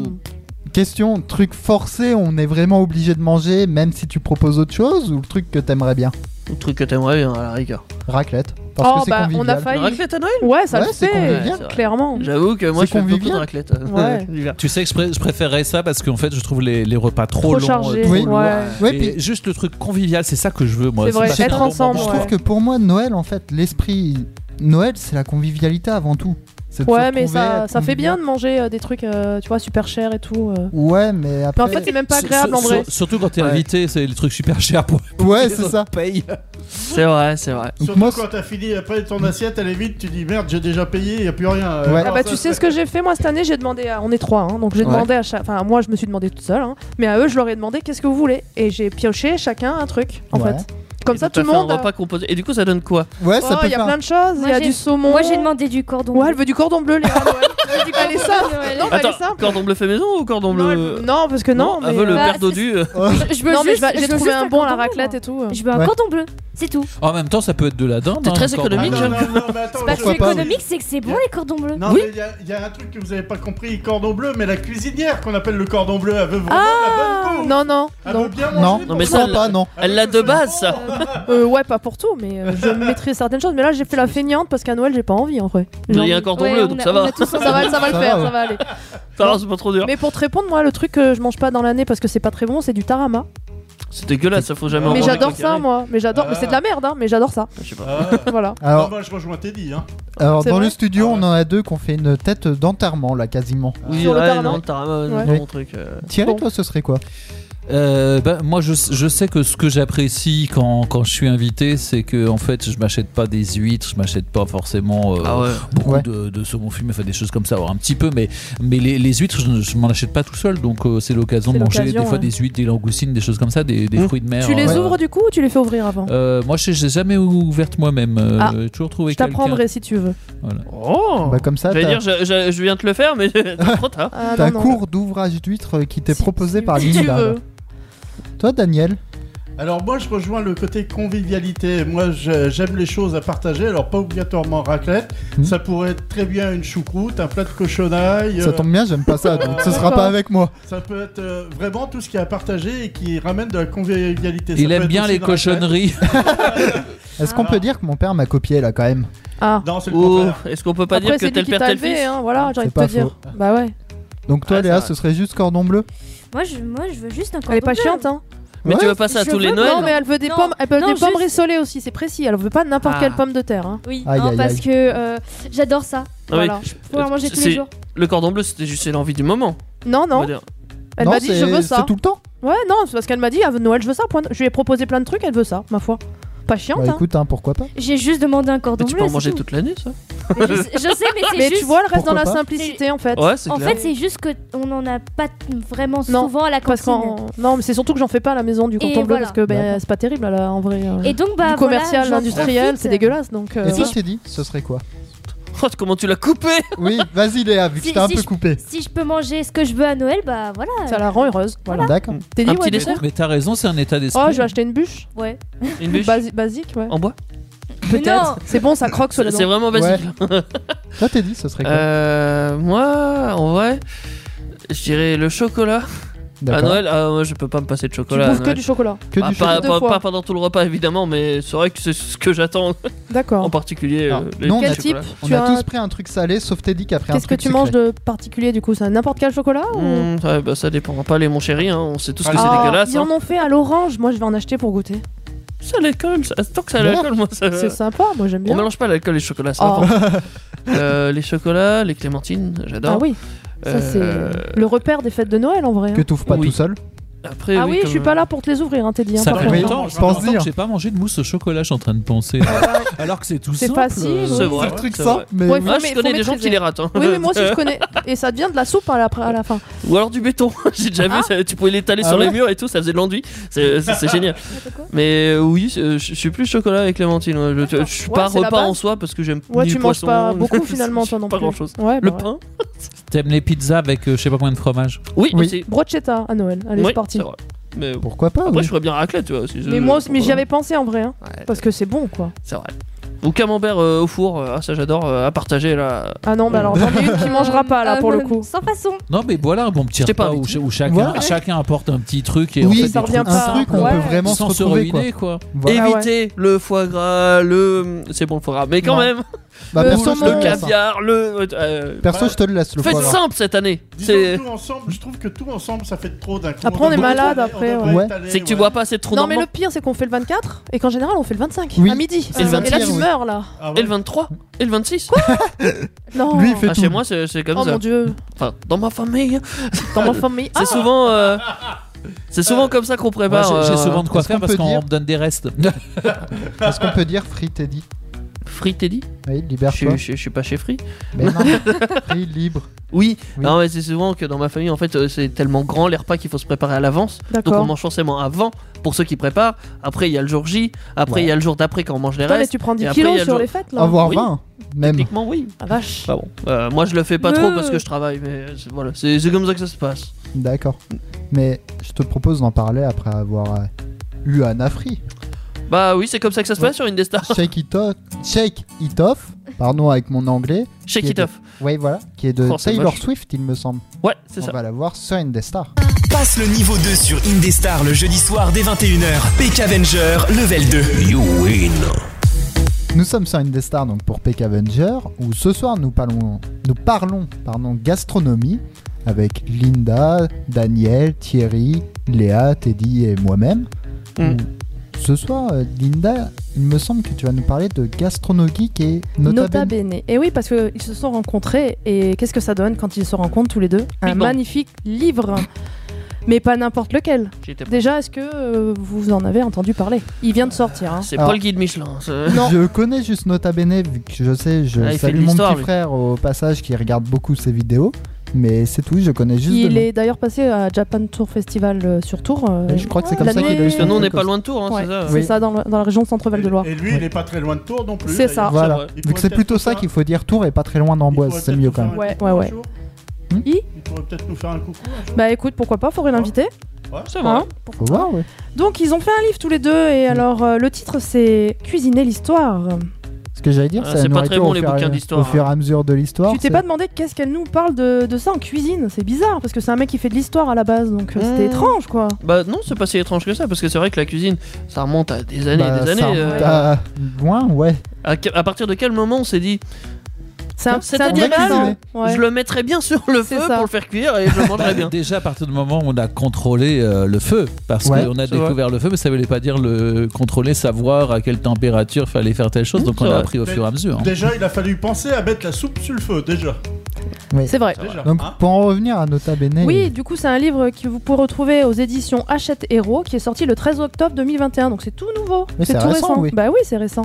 Speaker 4: Question, truc forcé, on est vraiment obligé de manger même si tu proposes autre chose ou le truc que t'aimerais bien
Speaker 5: Un truc que t'aimerais bien à la rigueur.
Speaker 4: Raclette. Parce que
Speaker 6: oh
Speaker 4: c'est
Speaker 6: bah, on a
Speaker 4: convivial.
Speaker 5: Une
Speaker 6: failli.
Speaker 5: raclette à Noël
Speaker 6: Ouais, ça
Speaker 4: Ouais,
Speaker 6: le
Speaker 4: c'est
Speaker 6: fait,
Speaker 4: convivial.
Speaker 5: Ouais,
Speaker 6: clairement.
Speaker 5: J'avoue que moi
Speaker 4: C'est
Speaker 5: je fais beaucoup de
Speaker 4: convivial.
Speaker 5: raclette. euh,
Speaker 6: Ouais.
Speaker 5: l'hiver.
Speaker 7: Tu sais que je, pré- je préférais ça parce qu'en fait je trouve les, les repas trop,
Speaker 6: Trop
Speaker 7: longs.
Speaker 6: chargé.
Speaker 7: euh, trop
Speaker 4: Oui.
Speaker 7: lourds.
Speaker 6: Ouais.
Speaker 4: Ouais,
Speaker 7: Et
Speaker 4: puis
Speaker 7: juste le truc convivial, c'est ça que je veux moi.
Speaker 6: C'est vrai,
Speaker 7: passer
Speaker 6: être
Speaker 7: un bon
Speaker 6: ensemble,
Speaker 4: Je
Speaker 7: moment.
Speaker 4: trouve
Speaker 6: ouais.
Speaker 4: que pour moi, Noël, en fait, l'esprit. Noël, c'est la convivialité avant tout. C'est de
Speaker 6: Ouais,
Speaker 4: se
Speaker 6: mais ça,
Speaker 4: retrouver,
Speaker 6: ça fait
Speaker 4: être
Speaker 6: bien de manger euh, des trucs, euh, tu vois, super chers et tout. euh.
Speaker 4: convivial. Ouais, mais
Speaker 6: Mais
Speaker 4: après.
Speaker 6: en fait, c'est même pas
Speaker 7: Sur-
Speaker 6: agréable en
Speaker 7: sur-
Speaker 6: vrai.
Speaker 7: Surtout quand t'es
Speaker 5: Ouais.
Speaker 7: invité, c'est les trucs super chers pour
Speaker 4: ouais, c'est ça.
Speaker 7: paye.
Speaker 5: C'est vrai, c'est vrai.
Speaker 4: Donc
Speaker 9: Surtout
Speaker 4: moi,
Speaker 9: quand t'as fini, après ton assiette, elle est vide, tu dis merde, j'ai déjà payé, y a plus rien. euh,
Speaker 4: Ouais.
Speaker 6: Ah
Speaker 9: alors
Speaker 6: bah
Speaker 9: ça,
Speaker 6: tu sais ce que j'ai fait moi cette année, j'ai demandé à... On est trois, hein, donc j'ai
Speaker 5: Ouais.
Speaker 6: demandé à chaque... Enfin moi je me suis demandé toute seule, hein, mais à eux je leur ai demandé qu'est-ce que vous voulez. Et j'ai pioché chacun un truc en
Speaker 4: Ouais.
Speaker 6: fait. Comme
Speaker 5: Et
Speaker 6: ça
Speaker 5: donc, t'as
Speaker 6: tout le
Speaker 5: fait
Speaker 6: monde... euh,
Speaker 5: Un repas composé. Et du coup ça donne quoi
Speaker 4: Ouais,
Speaker 6: Oh,
Speaker 4: ça peut
Speaker 6: il y a
Speaker 4: faire-
Speaker 6: plein de choses, il
Speaker 8: Moi,
Speaker 6: y a
Speaker 8: j'ai-
Speaker 6: du saumon.
Speaker 8: Moi, j'ai demandé du cordon.
Speaker 6: Ouais, elle
Speaker 8: bleu.
Speaker 6: veut du cordon bleu, Léa.
Speaker 8: Elle veut du
Speaker 6: elle
Speaker 8: cordon
Speaker 6: est simple.
Speaker 8: bleu, Noël.
Speaker 6: Non, mais elle est
Speaker 5: Attends,
Speaker 6: simple.
Speaker 5: cordon bleu fait maison ou cordon
Speaker 6: Non, elle
Speaker 5: bleu
Speaker 6: veut- non, parce que non,
Speaker 5: elle
Speaker 6: mais...
Speaker 5: veut le
Speaker 8: Bah,
Speaker 5: père dodu. euh.
Speaker 8: Je veux
Speaker 6: Non, mais
Speaker 8: juste-
Speaker 6: je vais-
Speaker 8: je
Speaker 6: j'ai
Speaker 8: veux
Speaker 6: trouvé
Speaker 8: juste
Speaker 6: un bon à
Speaker 8: cordon
Speaker 6: la
Speaker 8: bleu,
Speaker 6: raclette
Speaker 8: moi.
Speaker 6: et tout. euh.
Speaker 8: Je veux un
Speaker 4: Ouais.
Speaker 8: Bah, cordon bleu, c'est tout.
Speaker 7: En même temps, ça peut être de la dinde.
Speaker 5: C'est
Speaker 7: hein,
Speaker 5: très
Speaker 7: encore.
Speaker 5: économique,
Speaker 9: Ah,
Speaker 5: hein.
Speaker 9: non, non, non, mais attends,
Speaker 8: C'est pas que
Speaker 9: je-
Speaker 8: c'est
Speaker 4: Pourquoi pas
Speaker 8: économique, c'est que c'est bon les cordons bleus.
Speaker 9: Non,
Speaker 5: Oui.
Speaker 9: mais il y, a- y a un truc que vous avez pas compris, cordon bleu, mais la cuisinière qu'on appelle le cordon bleu, elle veut vraiment la
Speaker 6: Ah
Speaker 9: bonne bouffe.
Speaker 6: non, non,
Speaker 9: Elle veut
Speaker 6: non.
Speaker 9: bien manger
Speaker 4: Non,
Speaker 9: pour
Speaker 5: Non, mais
Speaker 4: je
Speaker 5: ça,
Speaker 4: crois
Speaker 9: elle-
Speaker 5: elle-
Speaker 4: pas, non.
Speaker 5: Elle l'a de
Speaker 9: veut
Speaker 5: base
Speaker 9: bon.
Speaker 5: ça.
Speaker 6: Euh, ouais, pas pour tout, mais euh, je maîtrise certaines choses. Mais là, j'ai fait la feignante parce qu'à Noël, j'ai pas envie en vrai.
Speaker 5: Il
Speaker 6: J'ai
Speaker 5: y a un
Speaker 6: envie-
Speaker 5: cordon
Speaker 8: Ouais,
Speaker 5: bleu
Speaker 8: on
Speaker 5: donc
Speaker 8: a-
Speaker 5: ça
Speaker 8: on
Speaker 5: va.
Speaker 8: a tous
Speaker 6: Ça va, ça va le
Speaker 4: Ça
Speaker 6: faire,
Speaker 4: va,
Speaker 6: ça va aller.
Speaker 5: Ça va, c'est pas trop dur.
Speaker 6: Mais pour te répondre, moi, le truc que je mange pas dans l'année parce que c'est pas très bon, c'est du tarama.
Speaker 5: C'est dégueulasse, ça faut jamais
Speaker 9: Non,
Speaker 6: mais
Speaker 9: on
Speaker 5: manger
Speaker 6: j'adore
Speaker 5: quand il
Speaker 6: ça,
Speaker 5: arrive.
Speaker 6: moi. Mais j'adore. Mais c'est de la merde, hein. Mais j'adore ça.
Speaker 5: Je sais pas.
Speaker 9: Ah,
Speaker 6: Voilà.
Speaker 9: non,
Speaker 4: Alors,
Speaker 9: moi, je rejoins Teddy. Hein.
Speaker 4: alors
Speaker 6: c'est
Speaker 4: dans le
Speaker 6: vrai
Speaker 4: studio,
Speaker 9: Ah ouais.
Speaker 4: on en a deux qui ont fait une tête d'enterrement, là, quasiment.
Speaker 5: Oui,
Speaker 6: Sur le
Speaker 5: ouais,
Speaker 6: tarama.
Speaker 5: non, le tarama, non,
Speaker 6: Ouais.
Speaker 5: non, mon truc. euh.
Speaker 4: Thierry,
Speaker 6: Bon.
Speaker 4: toi, ce serait quoi
Speaker 7: Euh, bah, moi, je, je sais que ce que j'apprécie quand, quand je suis invité, c'est que en fait, je m'achète pas des huîtres, je m'achète pas forcément euh,
Speaker 5: Ah ouais.
Speaker 7: beaucoup
Speaker 4: Ouais.
Speaker 7: de, de saumon fumé, enfin des choses comme ça, alors un petit peu, mais, mais les, les huîtres, je, je m'en achète pas tout seul, donc euh, c'est l'occasion
Speaker 6: C'est
Speaker 7: de manger des
Speaker 6: l'occasion,
Speaker 7: fois
Speaker 6: ouais.
Speaker 7: des huîtres, des langoustines, des choses comme ça, des, des
Speaker 5: Mmh.
Speaker 7: fruits de mer.
Speaker 6: Tu les
Speaker 7: euh,
Speaker 6: ouvres du coup ou tu les fais ouvrir avant
Speaker 7: euh, Moi, je n'ai jamais ouverte moi-même. euh,
Speaker 6: Ah.
Speaker 7: J'ai toujours trouvé
Speaker 6: Je
Speaker 7: quelqu'un.
Speaker 6: t'apprendrai si tu veux.
Speaker 5: Oh
Speaker 4: Bah, comme ça,
Speaker 5: J'allais
Speaker 4: t'as-
Speaker 5: dire, je, je- je viens de le faire, mais trop tard.
Speaker 6: Ah,
Speaker 4: T'as un
Speaker 6: non, non.
Speaker 4: cours d'ouvrage d'huîtres qui t'est
Speaker 6: Si-
Speaker 4: proposé
Speaker 6: si-
Speaker 4: par
Speaker 6: si tu
Speaker 4: Linda.
Speaker 6: veux.
Speaker 4: Toi, Daniel
Speaker 9: Alors moi je rejoins le côté convivialité. Moi je- j'aime les choses à partager. Alors pas obligatoirement raclette.
Speaker 7: Mhm.
Speaker 9: Ça pourrait être très bien une choucroute, un plat de cochonaille.
Speaker 4: Ça
Speaker 9: euh,
Speaker 4: tombe bien, j'aime pas ça, donc ce sera
Speaker 6: D'accord.
Speaker 4: pas avec moi.
Speaker 9: ça peut être euh, vraiment tout ce qui est à partager et qui ramène de la convivialité. Ça
Speaker 7: Il
Speaker 9: peut
Speaker 7: aime
Speaker 9: être
Speaker 7: bien
Speaker 9: aussi
Speaker 7: les
Speaker 9: une raclette.
Speaker 7: cochonneries.
Speaker 4: Est-ce qu'on
Speaker 9: Ah.
Speaker 4: peut dire que mon père m'a copié là quand même
Speaker 6: Ah.
Speaker 9: Non c'est le
Speaker 5: Oh,
Speaker 9: contraire.
Speaker 5: est-ce qu'on peut pas
Speaker 6: Après,
Speaker 5: dire
Speaker 6: c'est
Speaker 5: que
Speaker 6: lui
Speaker 5: tel
Speaker 6: qui
Speaker 5: père
Speaker 6: t'a
Speaker 5: tel
Speaker 6: élevé,
Speaker 5: fils
Speaker 6: hein, voilà, j'ai envie de
Speaker 4: pas
Speaker 6: te dire. Bah ouais,
Speaker 4: Donc toi
Speaker 5: Ah, c'est
Speaker 4: Léa,
Speaker 5: vrai.
Speaker 4: ce serait juste cordon bleu
Speaker 8: Moi je, moi, je veux juste un cordon
Speaker 6: elle est pas
Speaker 8: bleu.
Speaker 6: chiante, hein.
Speaker 5: Mais
Speaker 4: Ouais.
Speaker 5: tu veux pas ça à
Speaker 8: Je
Speaker 5: tous les
Speaker 8: veux
Speaker 6: Non,
Speaker 8: non.
Speaker 6: mais
Speaker 5: Noëls
Speaker 6: elle veut des
Speaker 8: Ah, Non.
Speaker 6: pommes, elle veut
Speaker 8: Non,
Speaker 6: des pommes
Speaker 8: juste-
Speaker 6: rissolées aussi, c'est précis. Elle veut pas n'importe
Speaker 5: Ah.
Speaker 6: quelle pomme de terre. hein.
Speaker 8: Oui,
Speaker 4: Aïe,
Speaker 8: non,
Speaker 4: aïe,
Speaker 8: parce
Speaker 4: aïe.
Speaker 8: que euh, j'adore ça.
Speaker 5: Ah oui.
Speaker 6: Voilà.
Speaker 8: Faut en manger tous
Speaker 5: C'est-
Speaker 8: les jours.
Speaker 5: Le cordon bleu, c'était juste l'envie du moment.
Speaker 6: Non,
Speaker 5: on
Speaker 6: non,
Speaker 5: va dire.
Speaker 6: elle
Speaker 4: Non,
Speaker 6: m'a dit
Speaker 4: c'est-
Speaker 6: je veux ça.
Speaker 4: C'est tout le temps
Speaker 6: Ouais, non, c'est parce qu'elle m'a dit à Noël je veux ça. point. Je lui ai proposé plein de trucs, elle veut ça, ma foi. Pas chiante,
Speaker 4: Bah
Speaker 6: hein.
Speaker 4: écoute, hein, pourquoi pas
Speaker 8: J'ai juste demandé un cordon
Speaker 5: Mais tu
Speaker 8: bleu.
Speaker 5: peux en
Speaker 8: c'est
Speaker 5: manger
Speaker 8: tout.
Speaker 5: toute l'année, ça
Speaker 8: Je sais, je sais, mais c'est
Speaker 6: Mais
Speaker 8: juste.
Speaker 6: tu vois, elle reste dans la
Speaker 4: Pourquoi pas
Speaker 6: simplicité Bah, en fait.
Speaker 5: Ouais, c'est
Speaker 8: en
Speaker 5: clair.
Speaker 8: fait, c'est juste qu'on n'en a pas t- vraiment
Speaker 6: Non,
Speaker 8: souvent à la
Speaker 6: Parce
Speaker 8: cantine.
Speaker 6: qu'en... Non, mais c'est surtout que j'en fais pas à la maison du
Speaker 8: Et
Speaker 6: canton bleu
Speaker 8: voilà.
Speaker 6: parce que bah,
Speaker 4: D'accord.
Speaker 6: c'est pas terrible là, en vrai. euh,
Speaker 8: Et donc, bah.
Speaker 6: du commercial,
Speaker 8: voilà, j'en
Speaker 6: l'industriel,
Speaker 8: profite.
Speaker 6: c'est dégueulasse donc.
Speaker 4: Et
Speaker 6: euh,
Speaker 4: toi
Speaker 6: voilà.
Speaker 4: je t'ai dit, ce serait quoi
Speaker 5: Oh, comment tu l'as coupé
Speaker 4: Oui, vas-y Léa, vu que
Speaker 8: Si-
Speaker 4: je t'ai un
Speaker 8: si
Speaker 4: peu
Speaker 8: je-
Speaker 4: coupé.
Speaker 8: Si je peux manger ce que je veux à Noël, bah voilà.
Speaker 6: Ça la rend heureuse. Voilà.
Speaker 4: D'accord.
Speaker 6: T'es
Speaker 5: Un
Speaker 6: dit,
Speaker 5: petit
Speaker 6: ouais,
Speaker 5: dessert
Speaker 6: dessert
Speaker 7: Mais t'as raison, c'est un état d'esprit.
Speaker 6: Oh, je vais acheter une bûche.
Speaker 8: Ouais.
Speaker 5: Une bûche
Speaker 6: Basi- basique,
Speaker 4: Oh.
Speaker 6: ouais.
Speaker 5: en bois
Speaker 8: Non.
Speaker 6: Peut-être. C'est bon, ça croque sur
Speaker 5: C'est
Speaker 6: la
Speaker 5: c'est
Speaker 6: dent.
Speaker 5: vraiment basique. là.
Speaker 4: Toi t'es dit, ce serait quoi
Speaker 5: Oh, Euh, moi, en vrai, je dirais le chocolat. À
Speaker 4: D'accord.
Speaker 5: Noël, ah, moi, je peux pas me passer de
Speaker 6: Tu
Speaker 5: chocolat. à
Speaker 6: bouffes que
Speaker 5: Noël.
Speaker 6: du chocolat.
Speaker 4: Que
Speaker 5: Ah,
Speaker 4: du
Speaker 5: pas,
Speaker 4: chocolat.
Speaker 6: deux
Speaker 5: pas-
Speaker 6: fois.
Speaker 5: pas pendant tout le repas évidemment, mais c'est vrai que c'est ce que j'attends en
Speaker 6: D'accord.
Speaker 5: particulier.
Speaker 4: Alors,
Speaker 5: euh,
Speaker 4: non, on a-
Speaker 5: petits
Speaker 6: Quel type
Speaker 5: chocolats.
Speaker 4: On
Speaker 6: Tu
Speaker 4: a
Speaker 6: as-
Speaker 4: tous pris un truc salé, sauf Teddy qui a pris un
Speaker 6: Qu'est-ce
Speaker 4: truc
Speaker 6: que tu
Speaker 4: sucré.
Speaker 6: manges de particulier du coup C'est n'importe quel chocolat ou-
Speaker 5: Mmh, ouais, bah, ça dépend pas les mon chéri, hein, on sait tous que c'est
Speaker 6: Oh. Ah,
Speaker 5: dégueulasse.
Speaker 6: Ils
Speaker 5: hein.
Speaker 6: en ont fait à l'orange, moi je vais en acheter pour goûter.
Speaker 5: Ça l'alcool, ça- tant que ça a
Speaker 4: Non.
Speaker 5: l'alcool, moi ça.
Speaker 6: C'est sympa, moi j'aime
Speaker 5: Euh. On
Speaker 6: bien.
Speaker 5: mélange pas l'alcool et le chocolat, c'est
Speaker 6: Ah.
Speaker 5: important. Euh, les chocolats, les clémentines, j'adore.
Speaker 6: Ah oui, ça c'est
Speaker 5: Euh,
Speaker 6: le repère des fêtes de Noël en vrai. hein.
Speaker 4: Que t'ouvres pas
Speaker 5: Oui.
Speaker 4: tout seul
Speaker 5: Après,
Speaker 6: Ah oui, je
Speaker 5: comme-
Speaker 6: suis pas là pour te les ouvrir, hein, Teddy. hein,
Speaker 7: Ça
Speaker 6: par
Speaker 7: fait
Speaker 6: contre.
Speaker 4: Oui,
Speaker 7: longtemps,
Speaker 9: je
Speaker 7: ça fait
Speaker 4: pense
Speaker 7: longtemps
Speaker 4: dire.
Speaker 7: que j'ai pas mangé de mousse au chocolat, je suis en train de penser. là. Alors que c'est tout
Speaker 6: C'est
Speaker 7: simple.
Speaker 6: facile,
Speaker 7: euh,
Speaker 5: C'est vrai.
Speaker 4: Un
Speaker 5: ouais,
Speaker 4: truc
Speaker 5: c'est
Speaker 4: ça,
Speaker 5: vrai.
Speaker 4: mais
Speaker 6: Ouais,
Speaker 4: oui.
Speaker 6: faut-
Speaker 5: Ah,
Speaker 6: mais
Speaker 5: je connais des gens
Speaker 6: maîtriser.
Speaker 5: qui les ratent. hein.
Speaker 6: Oui, mais moi aussi je connais. Et ça devient de la soupe à la, à la fin.
Speaker 5: Ou alors du béton. J'ai déjà vu, ça- tu pouvais l'étaler
Speaker 4: Ah
Speaker 5: sur les
Speaker 4: ouais
Speaker 5: murs et tout, ça faisait de l'enduit. C'est c'est- c'est génial. Mais euh, oui, euh, je je suis plus chocolat et clémentine. ouais. Je, je- je suis
Speaker 6: Ouais,
Speaker 5: pas
Speaker 6: c'est la
Speaker 5: repas
Speaker 6: base.
Speaker 5: en soi parce que j'aime
Speaker 6: Ouais,
Speaker 5: ni
Speaker 6: tu
Speaker 5: le
Speaker 6: manges
Speaker 5: poisson,
Speaker 6: pas
Speaker 5: ni-
Speaker 6: beaucoup finalement,
Speaker 5: je
Speaker 6: toi
Speaker 5: mange
Speaker 6: non
Speaker 5: Pas
Speaker 6: plus.
Speaker 5: grand chose.
Speaker 6: Ouais,
Speaker 5: Le
Speaker 6: bah ouais.
Speaker 5: pain
Speaker 7: T'aimes les pizzas avec euh, je sais pas combien de fromage.
Speaker 5: Oui,
Speaker 4: Oui.
Speaker 5: mais c'est.
Speaker 6: Brochetta à Noël. Allez,
Speaker 5: oui,
Speaker 6: c'est parti.
Speaker 5: c'est vrai. Mais bon.
Speaker 4: Pourquoi pas
Speaker 5: Après,
Speaker 4: oui.
Speaker 5: je ferais bien raclette, tu vois. si je-
Speaker 6: Ah, Mais moi, aussi- mais
Speaker 5: voilà.
Speaker 6: j'y avais pensé en vrai, hein,
Speaker 5: Ouais,
Speaker 6: parce que c'est bon quoi.
Speaker 5: c'est vrai. Ou camembert euh, au four, euh, ah, ça j'adore, euh, à partager là.
Speaker 6: Ah non, bah alors j'en ai une qui mangera pas là
Speaker 5: Ah
Speaker 6: pour le coup.
Speaker 8: Sans façon.
Speaker 7: Non mais voilà un bon petit
Speaker 5: Je t'ai
Speaker 7: repas
Speaker 5: pas
Speaker 7: où,
Speaker 5: invité.
Speaker 7: ch- où chacun,
Speaker 4: Voilà.
Speaker 7: chacun apporte un petit truc et
Speaker 4: Oui,
Speaker 7: on fait
Speaker 6: ça
Speaker 7: des
Speaker 6: revient
Speaker 7: trucs
Speaker 6: pas.
Speaker 4: Un truc
Speaker 7: simples,
Speaker 4: où on peut
Speaker 6: Ouais.
Speaker 4: vraiment se
Speaker 7: sans se
Speaker 4: retrouver quoi.
Speaker 7: ruiner quoi.
Speaker 4: Voilà.
Speaker 6: ouais.
Speaker 5: Éviter le foie gras, le. C'est bon le foie gras, mais quand
Speaker 4: Non.
Speaker 5: même,
Speaker 4: Bah
Speaker 6: Le-
Speaker 4: perso,
Speaker 6: le
Speaker 4: je te
Speaker 5: le
Speaker 4: le laisse. hein.
Speaker 5: caviar, le. euh,
Speaker 4: Perso, je te le laisse le
Speaker 5: Faites
Speaker 4: poids.
Speaker 5: simple cette année.
Speaker 9: Disons que
Speaker 5: C'est
Speaker 9: tout ensemble, je trouve que tout ensemble ça fait trop d'un coup.
Speaker 6: Après, on est
Speaker 9: devrait
Speaker 6: malade,
Speaker 9: étaler-
Speaker 6: après,
Speaker 9: on
Speaker 4: ouais.
Speaker 9: devrait étaler,
Speaker 5: c'est que tu
Speaker 9: ouais.
Speaker 5: bois pas assez trop
Speaker 6: Non, mais le
Speaker 5: normalement.
Speaker 6: pire, c'est qu'on fait le 24 et qu'en général, on fait le 25
Speaker 4: Oui.
Speaker 6: à midi.
Speaker 4: Et
Speaker 5: le
Speaker 6: et là,
Speaker 4: 21,
Speaker 6: tu
Speaker 4: oui.
Speaker 6: meurs là.
Speaker 9: Ah ouais.
Speaker 5: Et le 23 Et le 26
Speaker 6: Non.
Speaker 4: Lui, il fait
Speaker 5: Ah,
Speaker 4: tout.
Speaker 5: Chez moi, c'est c'est comme
Speaker 6: Oh
Speaker 5: ça.
Speaker 6: mon dieu,
Speaker 5: Enfin, dans ma famille.
Speaker 6: dans ma famille. Ah,
Speaker 5: C'est souvent. euh, C'est souvent comme ça qu'on
Speaker 7: Euh, Moi,
Speaker 5: prépare.
Speaker 7: j'ai- j'ai
Speaker 5: euh,
Speaker 7: souvent de quoi
Speaker 4: est-ce
Speaker 7: faire
Speaker 4: qu'on
Speaker 7: parce
Speaker 4: peut
Speaker 7: qu'on
Speaker 4: dire-
Speaker 7: me donne des restes.
Speaker 4: Est-ce qu'on peut dire free Teddy
Speaker 5: Free Teddy
Speaker 4: Oui,
Speaker 5: je, suis-
Speaker 4: libère-toi.
Speaker 5: je suis- je suis pas chez Free.
Speaker 4: Mais non, free, libre.
Speaker 5: Oui,
Speaker 4: Oui.
Speaker 5: non, mais c'est souvent que dans ma famille, en fait, euh, c'est tellement grand les repas qu'il faut se préparer à l'avance. Donc on
Speaker 6: D'accord.
Speaker 5: mange forcément avant pour ceux qui préparent. Après, il y a le jour J. Après, il y a le jour d'après quand on mange les
Speaker 6: Putain, mais
Speaker 5: restes.
Speaker 6: tu prends
Speaker 5: Et
Speaker 6: 10
Speaker 5: après, il y a
Speaker 6: kilos
Speaker 5: le
Speaker 6: sur
Speaker 5: jour-
Speaker 6: les fêtes là.
Speaker 4: Au revoir
Speaker 5: Oui.
Speaker 4: 20, même.
Speaker 5: Techniquement, oui.
Speaker 6: Ah, vache.
Speaker 5: Bah bon. Euh, moi, je le fais pas
Speaker 6: Euh.
Speaker 5: trop parce que je travaille, mais euh, c'est- voilà, c'est c'est comme ça que ça se passe.
Speaker 4: D'accord. Mais je te propose d'en parler après avoir euh, eu Anna Free.
Speaker 5: Bah oui, c'est comme ça que ça se passe sur une des stars.
Speaker 4: Shake It Off. Shake It Off. Pardon avec mon anglais.
Speaker 5: Shake
Speaker 4: Qui est
Speaker 5: it
Speaker 4: de-
Speaker 5: off.
Speaker 4: Ouais, voilà. Qui est de
Speaker 5: Oh, c'est
Speaker 4: Taylor
Speaker 5: moche.
Speaker 4: Swift, il me semble.
Speaker 5: Ouais, c'est
Speaker 4: On
Speaker 5: ça.
Speaker 4: va la voir sur Indestar.
Speaker 3: Passe le niveau 2 sur Indestar le jeudi soir dès 21h. PK Avenger, level 2.
Speaker 4: Nous sommes sur Indestar donc pour Peck Avenger où ce soir nous parlons, nous parlons pardon, gastronomie avec Linda, Daniel, Thierry, Léa, Teddy et moi-même.
Speaker 5: Mm.
Speaker 4: Ce soir, euh, Linda, il me semble que tu vas nous parler de gastronomie qui est
Speaker 6: Nota
Speaker 4: notable.
Speaker 6: bene. Et oui, parce qu'ils se sont rencontrés. Et qu'est-ce que ça donne quand ils se rencontrent tous les deux Un
Speaker 5: Bang.
Speaker 6: magnifique livre. Mais pas n'importe lequel.
Speaker 5: J'y étais pas.
Speaker 6: Déjà, est-ce que euh, vous en avez entendu parler Il vient de sortir. hein.
Speaker 5: C'est
Speaker 4: Alors-
Speaker 5: pas le guide Michelin. c'est-
Speaker 6: Non.
Speaker 4: Je connais juste Nota Bene vu que je sais, je
Speaker 5: Ah, il fait de
Speaker 4: salue mon
Speaker 5: l'histoire,
Speaker 4: petit
Speaker 5: lui.
Speaker 4: frère au passage qui regarde beaucoup ses vidéos, mais c'est tout, je connais juste. de
Speaker 6: Il
Speaker 4: nom.
Speaker 6: est d'ailleurs passé à Japan Tour Festival euh, sur Tour. euh,
Speaker 4: Je crois que c'est comme ça
Speaker 6: L'année-
Speaker 4: qu'il a eu
Speaker 5: Parce que
Speaker 4: son
Speaker 5: nous, on n'est
Speaker 4: truc
Speaker 5: pas
Speaker 4: aussi.
Speaker 5: loin de Tours, hein,
Speaker 6: Ouais,
Speaker 5: c'est ça.
Speaker 6: c'est ça, dans, le- dans la région Centre-Val de Loire.
Speaker 9: Et lui, il est pas très loin de Tours non plus.
Speaker 6: C'est
Speaker 9: d'ailleurs.
Speaker 6: ça.
Speaker 5: C'est
Speaker 4: Voilà.
Speaker 5: vrai.
Speaker 9: Il
Speaker 4: Vu que
Speaker 9: pourrait
Speaker 4: c'est
Speaker 9: peut-être
Speaker 4: plutôt
Speaker 9: nous
Speaker 4: ça
Speaker 9: faire-
Speaker 4: qu'il faut dire, Tour et pas très loin
Speaker 9: il
Speaker 4: d'Amboise,
Speaker 9: pourrait
Speaker 4: c'est
Speaker 9: peut-être
Speaker 4: mieux
Speaker 9: nous
Speaker 4: quand
Speaker 9: faire
Speaker 4: même.
Speaker 9: un
Speaker 6: Ouais,
Speaker 9: coucou
Speaker 6: ouais,
Speaker 9: un
Speaker 6: ouais.
Speaker 9: jour.
Speaker 4: Hmm
Speaker 6: I
Speaker 9: Il pourrait peut-être nous faire un coucou. un jour.
Speaker 6: Bah écoute, Bah, pourquoi pas, faudrait l'inviter.
Speaker 5: C'est vrai.
Speaker 6: Hein
Speaker 4: Faut voir, ouais.
Speaker 6: Donc ils ont fait un livre tous les deux et alors euh, le titre c'est Cuisiner l'histoire.
Speaker 4: Ce que j'allais dire,
Speaker 5: Ah,
Speaker 4: la
Speaker 5: c'est pas
Speaker 4: nourriture
Speaker 5: très bon,
Speaker 4: au
Speaker 5: les
Speaker 4: fur et-
Speaker 5: bouquins d'histoire, hein.
Speaker 4: Au fur et à mesure de l'histoire.
Speaker 6: Tu t'es
Speaker 4: c'est-
Speaker 6: pas demandé qu'est-ce qu'elle nous parle de, de ça en cuisine C'est bizarre parce que c'est un mec qui fait de l'histoire à la base donc euh, c'était
Speaker 5: Mmh.
Speaker 6: étrange quoi.
Speaker 5: Bah non, c'est pas si étrange que ça, parce que c'est vrai que la cuisine, ça remonte à des années,
Speaker 4: Bah,
Speaker 5: des
Speaker 4: ça
Speaker 5: années.
Speaker 4: remonte
Speaker 5: euh,
Speaker 4: à loin, ouais.
Speaker 5: à, que- à partir de quel moment on s'est dit,
Speaker 6: C'est un,
Speaker 5: C'est
Speaker 6: c'est un
Speaker 5: un
Speaker 6: débat,
Speaker 5: mec
Speaker 6: hein.
Speaker 4: cuisiné.
Speaker 6: Ouais.
Speaker 5: je le mettrais bien sur le
Speaker 6: C'est
Speaker 5: feu
Speaker 6: ça.
Speaker 5: pour le faire cuire et je le mangerais bien.
Speaker 7: Bah, Déjà, à partir du moment où on a contrôlé euh, le feu, parce
Speaker 4: Ouais.
Speaker 7: qu'on a
Speaker 5: C'est vrai.
Speaker 7: découvert le feu, mais ça voulait pas dire le contrôler, savoir à quelle température fallait faire telle chose, donc on
Speaker 5: c'est
Speaker 7: a
Speaker 5: vrai.
Speaker 7: appris au
Speaker 9: Mais-
Speaker 7: fur et à mesure. hein.
Speaker 9: Déjà, il a fallu penser à mettre la soupe sur le feu, déjà.
Speaker 6: C'est vrai.
Speaker 9: Déjà,
Speaker 4: Donc
Speaker 9: hein.
Speaker 4: pour en revenir à Nota Bene,
Speaker 6: Ah. Oui, du coup, c'est un livre que vous pouvez retrouver aux éditions Hachette Héros qui est sorti le 13 octobre 2021, donc c'est tout nouveau.
Speaker 4: Mais
Speaker 6: c'est
Speaker 4: c'est
Speaker 6: tout
Speaker 4: récent, oui.
Speaker 6: Bah oui, c'est récent.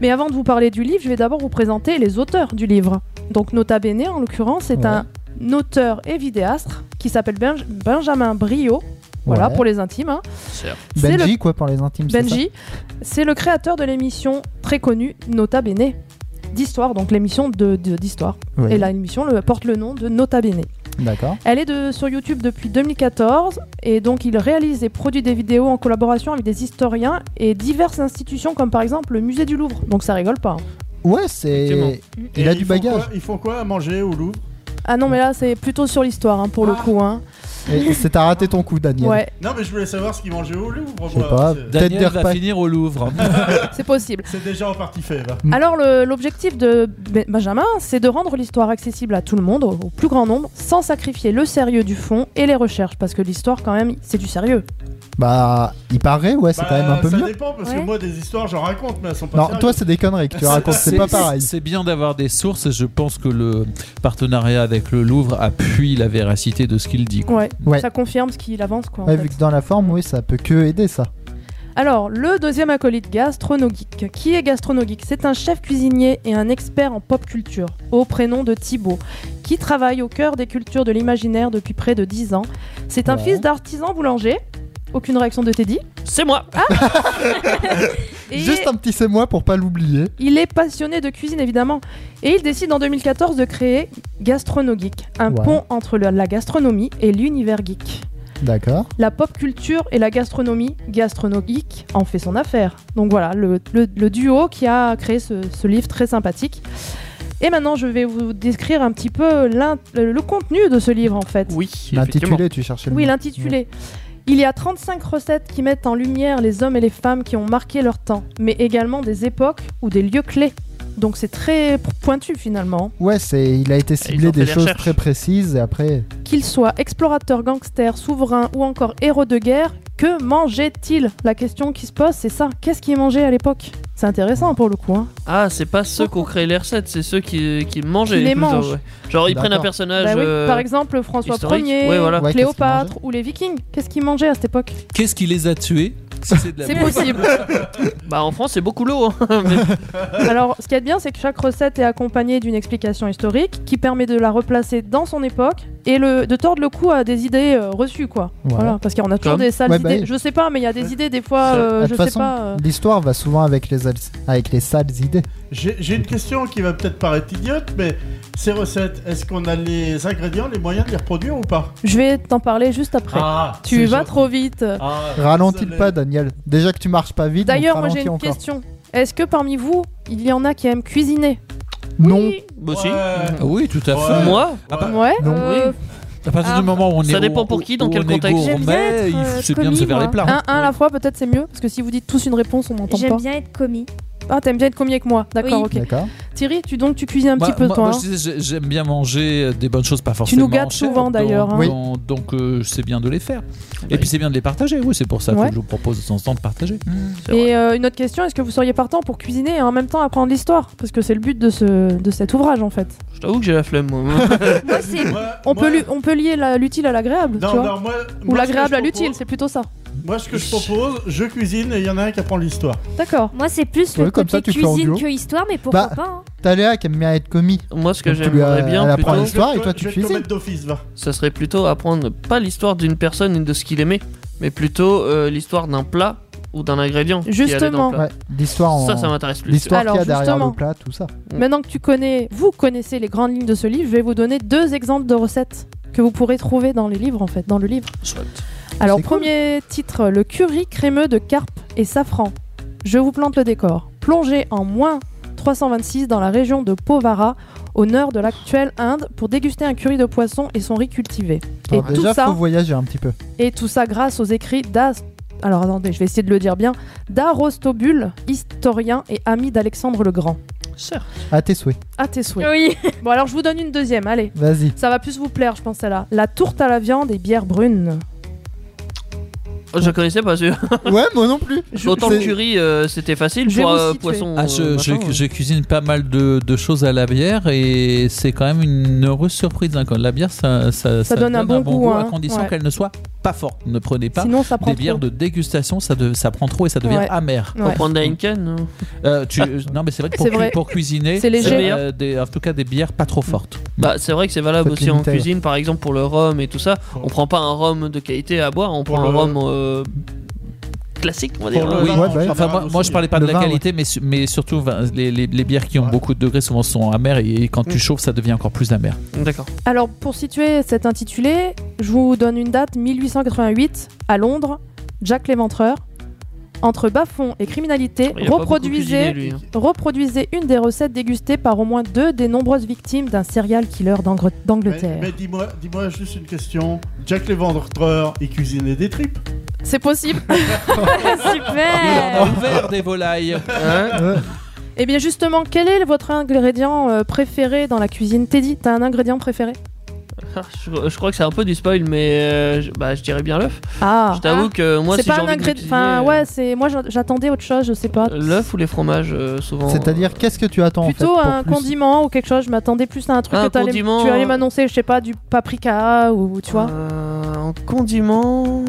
Speaker 6: Mais avant de vous parler du livre, je vais d'abord vous présenter les auteurs du livre. Donc Nota Bene, en l'occurrence, c'est
Speaker 4: Ouais.
Speaker 6: un auteur et vidéaste qui s'appelle Benj- Benjamin Brio. Voilà,
Speaker 4: Ouais.
Speaker 6: pour les intimes. hein. C'est
Speaker 4: Benji, quoi, pour les intimes. c'est
Speaker 6: Benji, c'est le créateur de l'émission très connue Nota Bene d'histoire, donc l'émission de de- d'histoire.
Speaker 4: ça Ouais,
Speaker 6: Et là, l'émission le- porte le nom de Nota Bene.
Speaker 4: D'accord.
Speaker 6: Elle est de, sur YouTube depuis 2014 et donc il réalise et produit des vidéos en collaboration avec des historiens et diverses institutions comme par exemple le musée du Louvre. Donc ça rigole pas. hein.
Speaker 4: Ouais, c'est.
Speaker 9: Et
Speaker 4: Il a
Speaker 9: ils
Speaker 4: du
Speaker 9: font
Speaker 4: bagage.
Speaker 9: quoi- Ils font quoi à manger au Louvre
Speaker 6: Ah non mais là c'est plutôt sur l'histoire hein, pour le
Speaker 9: Ah.
Speaker 6: coup. Hein.
Speaker 4: Et C'est t'as raté ton coup, Daniel.
Speaker 6: Ouais,
Speaker 9: Non, mais je voulais savoir ce qu'ils mangeaient au Louvre.
Speaker 4: Je sais
Speaker 9: moi.
Speaker 4: pas.
Speaker 9: C'est-
Speaker 4: Peut-être des
Speaker 7: Daniel va
Speaker 4: repas.
Speaker 7: finir au Louvre.
Speaker 6: c'est possible.
Speaker 9: C'est déjà en partie fait,
Speaker 4: Mm.
Speaker 9: va.
Speaker 6: Alors le- l'objectif de Be- Benjamin, c'est de rendre l'histoire accessible à tout le monde, au au plus grand nombre, sans sacrifier le sérieux du fond et les recherches, parce que l'histoire quand même c'est du sérieux.
Speaker 4: Bah, il paraît, ouais, c'est
Speaker 9: Bah,
Speaker 4: quand même un peu
Speaker 9: ça
Speaker 4: mieux.
Speaker 9: dépend, parce que
Speaker 8: Ouais.
Speaker 9: moi, des histoires, j'en raconte, mais elles sont pas
Speaker 4: Non,
Speaker 9: sérieuses.
Speaker 4: toi, c'est des conneries que tu racontes, c'est pas pareil.
Speaker 7: C'est bien d'avoir des sources et je pense que le partenariat avec le Louvre appuie la véracité de ce qu'il dit.
Speaker 6: Ouais.
Speaker 4: Ouais.
Speaker 6: Ça confirme ce qu'il avance quoi. en
Speaker 4: Ouais,
Speaker 6: fait.
Speaker 4: vu que dans la forme, oui, ça peut que aider ça.
Speaker 6: Alors, le deuxième acolyte gastronogeek. Qui est gastronogeek C'est un chef cuisinier et un expert en pop culture, au prénom de Thibaut, qui travaille au cœur des cultures de l'imaginaire depuis près de 10 ans. C'est un
Speaker 4: Ouais.
Speaker 6: fils d'artisan boulanger. Aucune réaction de Teddy.
Speaker 5: C'est moi
Speaker 6: Et
Speaker 4: Juste un petit c'est moi pour pas l'oublier.
Speaker 6: il est passionné de cuisine, évidemment. Et il décide en 2014 de créer Gastronogeek, un
Speaker 4: Ouais.
Speaker 6: pont entre le- la gastronomie et l'univers geek.
Speaker 4: D'accord.
Speaker 6: La pop culture et la gastronomie gastronomique en fait son affaire. Donc voilà, le, le- le duo qui a créé ce, ce livre très sympathique. Et maintenant, je vais vous décrire un petit peu l'in- le le contenu de ce livre en fait.
Speaker 5: Oui,
Speaker 4: Bah,
Speaker 5: effectivement.
Speaker 4: L'intitulé, tu cherchais le
Speaker 6: Oui,
Speaker 4: mot.
Speaker 6: l'intitulé. Il y a 35 recettes qui mettent en lumière les hommes et les femmes qui ont marqué leur temps, mais également des époques ou des lieux clés. Donc c'est très pointu finalement.
Speaker 4: Ouais, c'est, il a été ciblé
Speaker 5: ont fait
Speaker 4: des
Speaker 5: des
Speaker 4: choses
Speaker 5: recherches.
Speaker 4: très précises et après.
Speaker 6: Qu'ils soient explorateurs, gangsters, souverains ou encore héros de guerre, que mangeaient-ils La question qui se pose, c'est ça. Qu'est-ce qu'ils mangeaient à l'époque C'est intéressant pour le coup. hein.
Speaker 5: Ah, c'est pas ceux qui ont créé les recettes, c'est ceux qui, qui mangeaient.
Speaker 6: Oh. Qui les
Speaker 5: tout le temps,
Speaker 6: mangent.
Speaker 5: ouais. Genre, ils prennent un
Speaker 4: D'accord.
Speaker 5: personnage.
Speaker 6: Bah oui,
Speaker 5: euh,
Speaker 6: Par exemple, François
Speaker 5: historique.
Speaker 6: Ier,
Speaker 5: Ouais, voilà.
Speaker 4: Ouais, qu'est-ce
Speaker 6: Cléopâtre ou les Vikings. Qu'est-ce qu'ils mangeaient à cette époque
Speaker 7: Qu'est-ce qui les a tués Si c'est de la
Speaker 6: C'est
Speaker 7: bouffe.
Speaker 6: possible.
Speaker 5: Bah, en France, c'est beaucoup l'eau. hein, mais-
Speaker 6: Alors, ce qui est bien, c'est que chaque recette est accompagnée d'une explication historique qui permet de la replacer dans son époque et le, de tordre le cou à des idées euh, reçues, quoi.
Speaker 4: Ouais.
Speaker 6: Voilà, parce qu'on a toujours
Speaker 5: Comme
Speaker 6: des sales
Speaker 4: Ouais, bah
Speaker 6: idées.
Speaker 4: oui.
Speaker 6: Je sais pas, mais il y a des idées des fois,
Speaker 5: Ça-
Speaker 6: euh,
Speaker 4: Ah, de
Speaker 6: je
Speaker 4: toute
Speaker 6: sais
Speaker 4: façon,
Speaker 6: pas. euh,
Speaker 4: l'histoire va souvent avec les, al- avec les sales idées.
Speaker 9: J'ai j'ai une question qui va peut-être paraître idiote, mais ces recettes, est-ce qu'on a les ingrédients, les moyens de les reproduire ou pas
Speaker 6: Je vais t'en parler juste après.
Speaker 9: Ah,
Speaker 6: tu vas trop vite.
Speaker 4: Ralentis
Speaker 9: désolé.
Speaker 4: pas, Daniel. Déjà que tu marches pas vite.
Speaker 6: D'ailleurs,
Speaker 4: donc
Speaker 6: moi j'ai
Speaker 4: ralentis
Speaker 6: une
Speaker 4: encore.
Speaker 6: question. Est-ce que parmi vous, il y en a qui aiment cuisiner
Speaker 4: Non.
Speaker 5: Bah, si.
Speaker 9: Ouais.
Speaker 7: Ah Oui, tout à
Speaker 9: Ouais.
Speaker 7: fait.
Speaker 5: Moi
Speaker 9: Ah bah,
Speaker 6: Ouais.
Speaker 4: Non.
Speaker 6: euh,
Speaker 7: À partir
Speaker 6: Ah.
Speaker 7: du moment où on est.
Speaker 5: Ça dépend pour qui, dans
Speaker 7: où
Speaker 5: quel
Speaker 7: on est
Speaker 5: contexte.
Speaker 8: J'aime bien
Speaker 7: gourmet,
Speaker 8: être,
Speaker 7: il
Speaker 8: euh,
Speaker 7: faut- c'est bien de se
Speaker 8: commis,
Speaker 7: faire les
Speaker 8: moi.
Speaker 7: plats.
Speaker 6: Un, un à la fois, peut-être c'est mieux, parce que si vous dites tous une réponse, on n'entend
Speaker 8: J'aime
Speaker 6: pas.
Speaker 8: bien être commis.
Speaker 6: Ah, t'aimes bien être commis avec moi, d'accord,
Speaker 8: Oui.
Speaker 6: ok.
Speaker 4: D'accord.
Speaker 6: Thierry, tu donc tu cuisines un
Speaker 7: Moi-
Speaker 6: petit peu
Speaker 7: Bah,
Speaker 6: toi.
Speaker 7: moi- moi,
Speaker 6: hein.
Speaker 7: je disais, j'ai- j'aime bien manger euh, des bonnes choses, pas forcément.
Speaker 6: nous gâtes
Speaker 7: chères,
Speaker 6: souvent,
Speaker 7: donc-
Speaker 6: d'ailleurs, hein.
Speaker 7: donc- Donc euh, c'est bien de les faire. Et
Speaker 5: oui.
Speaker 7: puis c'est bien de les partager. Oui, c'est pour ça
Speaker 6: Ouais.
Speaker 7: que je vous propose de temps en temps de partager.
Speaker 5: C'est
Speaker 6: Et euh, une autre question, est-ce que vous seriez partant pour cuisiner et en même temps apprendre l'histoire Parce que c'est le but de, ce, de cet ouvrage en fait.
Speaker 5: Je t'avoue que j'ai la flemme, moi.
Speaker 8: Moi, c'est
Speaker 9: Moi-
Speaker 6: On,
Speaker 9: moi-
Speaker 6: peut, lu- on peut lier la- l'utile à l'agréable, tu
Speaker 9: Non,
Speaker 6: vois Ou
Speaker 9: non, moi, moi, ce que
Speaker 6: l'agréable
Speaker 9: je
Speaker 6: à l'utile,
Speaker 9: propose-
Speaker 6: c'est plutôt ça.
Speaker 9: Moi, ce que je propose, je cuisine et il y en a un qui apprend l'histoire.
Speaker 6: D'accord.
Speaker 8: moi c'est plus
Speaker 4: Ouais,
Speaker 8: le
Speaker 4: comme
Speaker 8: côté
Speaker 4: ça, tu fais en
Speaker 8: cuisine
Speaker 4: duo.
Speaker 8: que histoire, mais pourquoi
Speaker 4: Bah.
Speaker 8: pas hein.
Speaker 4: T'as Léa qui aime bien être commis.
Speaker 5: Moi, ce que
Speaker 4: Donc, tu lui
Speaker 5: j'aimerais
Speaker 4: as-
Speaker 5: bien,
Speaker 4: elle apprend
Speaker 5: plutôt,
Speaker 4: l'histoire et
Speaker 9: Je vais
Speaker 4: toi,
Speaker 9: te-
Speaker 4: tu
Speaker 9: je vais te
Speaker 4: cuisines.
Speaker 9: commettre d'office, va.
Speaker 5: ça serait plutôt apprendre pas l'histoire d'une personne et de ce qu'il aimait, mais plutôt euh, l'histoire d'un plat ou d'un ingrédient. qui allait
Speaker 6: Justement.
Speaker 5: dans le plat.
Speaker 4: Ouais. L'histoire en.
Speaker 5: Ça, ça m'intéresse plus.
Speaker 4: L'histoire qu'il y a
Speaker 6: Alors,
Speaker 4: derrière
Speaker 6: justement.
Speaker 4: le plat, tout ça.
Speaker 6: Maintenant que tu connais, vous connaissez les grandes lignes de ce livre, je vais vous donner deux exemples de recettes que vous pourrez trouver dans les livres en fait, dans le livre.
Speaker 5: Chouette.
Speaker 6: Alors,
Speaker 4: C'est cool.
Speaker 6: premier titre, le curry crémeux de carpe et safran. Je vous plante le décor. Plongez en moins 326 dans la région de Povara, au nord de l'actuelle Inde, pour déguster un curry de poisson et son riz cultivé. Et
Speaker 4: Alors,
Speaker 6: tout
Speaker 4: déjà,
Speaker 6: ça-
Speaker 4: faut voyager un petit peu.
Speaker 6: Et tout ça grâce aux écrits d'As. Alors attendez, je vais essayer de le dire bien. D'Arostobule, historien et ami d'Alexandre le Grand.
Speaker 4: À tes souhaits.
Speaker 6: À tes souhaits.
Speaker 8: Oui.
Speaker 6: Bon, alors je vous donne une deuxième, allez.
Speaker 4: Vas-y.
Speaker 6: Ça va plus vous plaire, je pense, celle-là. La tourte à la viande et bière brune.
Speaker 5: Oh, Je connaissais pas celui
Speaker 4: ouais, moi non plus.
Speaker 5: Autant le
Speaker 4: C'est-
Speaker 5: curry, euh, c'était facile.
Speaker 6: Je vais
Speaker 5: Pour,
Speaker 6: vous
Speaker 5: euh,
Speaker 6: situer.
Speaker 5: poisson.
Speaker 7: Ah, je,
Speaker 5: euh,
Speaker 7: je-
Speaker 5: machin,
Speaker 7: je cuisine pas mal de, de choses à la bière et c'est quand même une heureuse surprise. hein, quand la bière, ça, ça,
Speaker 6: Ça donne un bon goût,
Speaker 7: à
Speaker 6: hein,
Speaker 7: condition
Speaker 6: ouais.
Speaker 7: qu'elle ne soit pas forte. Ne prenez pas
Speaker 6: Sinon, ça prend
Speaker 7: des bières
Speaker 6: trop.
Speaker 7: de dégustation, ça, de- ça prend trop et ça devient
Speaker 6: Ouais.
Speaker 7: amer.
Speaker 5: Faut
Speaker 6: Ouais. Ah.
Speaker 5: prendre la Heineken. hein.
Speaker 7: Euh, tu- euh, non, mais c'est vrai que pour,
Speaker 6: C'est
Speaker 7: cu-
Speaker 6: vrai.
Speaker 7: pour cuisiner,
Speaker 6: C'est léger.
Speaker 7: euh, des- en tout cas des bières pas trop fortes.
Speaker 5: Bah, c'est vrai que c'est valable
Speaker 4: Faut être
Speaker 5: aussi en
Speaker 4: limité, ouais.
Speaker 5: cuisine, par exemple pour le rhum et tout ça. On prend pas un rhum de qualité à boire, on
Speaker 9: Pour
Speaker 5: prend un
Speaker 9: le-
Speaker 5: rhum euh, classique, on va dire.
Speaker 9: Pour le
Speaker 7: Oui,
Speaker 9: vin,
Speaker 4: ouais,
Speaker 9: en
Speaker 4: bah,
Speaker 9: général
Speaker 7: Enfin, moi,
Speaker 9: aussi.
Speaker 7: moi, je parlais pas
Speaker 4: Le
Speaker 7: de la
Speaker 4: vin,
Speaker 7: qualité, mais, su- mais surtout vin- les, les- les bières qui ont
Speaker 9: Ouais.
Speaker 7: beaucoup de degrés souvent sont amères et, et quand tu
Speaker 5: Mm.
Speaker 7: chauffes, ça devient encore plus amer.
Speaker 5: D'accord.
Speaker 6: Alors, pour situer cet intitulé, je vous donne une date 1888, à Londres, Jacques Léventreur. Entre bas-fond et criminalité,
Speaker 5: Il a pas beaucoup cuisiné,
Speaker 6: reproduisez,
Speaker 5: lui, hein.
Speaker 6: reproduisez une des recettes dégustées par au moins deux des nombreuses victimes d'un serial killer d'Angre-
Speaker 9: Mais,
Speaker 6: d'Angleterre.
Speaker 9: mais dis-moi, dis-moi juste une question. Jack les vendeurs, il cuisinait des tripes.
Speaker 6: C'est possible.
Speaker 8: Super.
Speaker 7: Ouvert des volailles.
Speaker 5: Hein
Speaker 4: Ouais.
Speaker 6: Eh bien, justement, quel est votre ingrédient euh, préféré dans la cuisine Teddy, t'as un ingrédient préféré
Speaker 5: Ah, je, je crois que c'est un peu du spoil, mais euh, je, bah, je dirais bien l'œuf.
Speaker 6: Ah
Speaker 5: Je t'avoue que moi,
Speaker 6: C'est
Speaker 5: si
Speaker 6: pas
Speaker 5: j'ai
Speaker 6: un
Speaker 5: envie de
Speaker 6: ingrédient.
Speaker 5: cuisiner,
Speaker 6: Enfin,
Speaker 5: euh,
Speaker 6: ouais, c'est. Moi, j'a- j'attendais autre chose, je sais pas.
Speaker 5: L'œuf ou les fromages, euh, souvent.
Speaker 4: C'est-à-dire, qu'est-ce que tu attends
Speaker 6: Plutôt
Speaker 4: en fait, pour
Speaker 6: un
Speaker 4: plus-
Speaker 6: condiment ou quelque chose, je m'attendais plus à un truc
Speaker 5: Un
Speaker 6: que t'allais-
Speaker 5: condiment,
Speaker 6: tu allais
Speaker 5: euh,
Speaker 6: m'annoncer, je sais pas, du paprika ou tu vois.
Speaker 5: Euh, En condiment.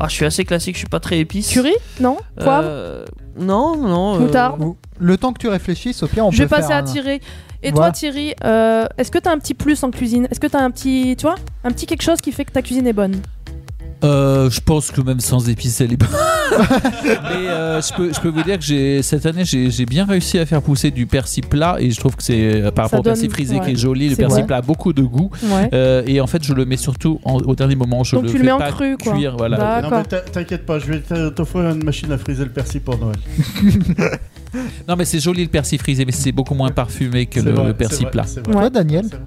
Speaker 5: Ah, je suis assez classique, je suis pas très épice.
Speaker 6: Curry Non Poivre
Speaker 5: Euh, Non, non. euh,
Speaker 6: Moutarde
Speaker 4: Ou- Le temps que tu réfléchisses, au pire, on
Speaker 6: Je vais
Speaker 4: peut faire
Speaker 6: passer à
Speaker 4: un-
Speaker 6: Thierry. Et
Speaker 4: Voilà.
Speaker 6: toi, Thierry, euh, est-ce que t'as un petit plus en cuisine Est-ce que t'as un petit. Tu vois Un petit quelque chose qui fait que ta cuisine est bonne
Speaker 7: Euh, je pense que même sans épices, elle est bonne. Mais euh, je, peux, je peux vous dire que j'ai, cette année, j'ai, j'ai bien réussi à faire pousser du persil plat et je trouve que c'est, euh, par
Speaker 6: Ça
Speaker 7: rapport au persil
Speaker 6: donne-
Speaker 7: frisé
Speaker 6: ouais.
Speaker 7: qui est joli, le
Speaker 6: C'est
Speaker 7: persil
Speaker 4: vrai.
Speaker 7: plat a beaucoup de goût.
Speaker 6: Ouais.
Speaker 7: Euh, et en fait, je le mets surtout en- au dernier moment. Je
Speaker 6: Donc
Speaker 7: le
Speaker 6: tu le
Speaker 7: fais
Speaker 6: mets en
Speaker 7: pas
Speaker 6: cru, quoi.
Speaker 7: cuire, voilà.
Speaker 6: Bah,
Speaker 9: Non,
Speaker 6: D'accord.
Speaker 9: mais t'in- t'inquiète pas, je vais te- t'offrir une machine à friser le persil pour Noël.
Speaker 7: Non, mais c'est joli le persil frisé, mais c'est beaucoup moins parfumé que
Speaker 9: C'est
Speaker 7: le,
Speaker 9: vrai,
Speaker 7: le
Speaker 9: c'est
Speaker 7: persil
Speaker 9: vrai,
Speaker 7: plat.
Speaker 9: c'est vrai,
Speaker 4: Toi,
Speaker 6: Ouais.
Speaker 4: Daniel
Speaker 9: c'est vrai.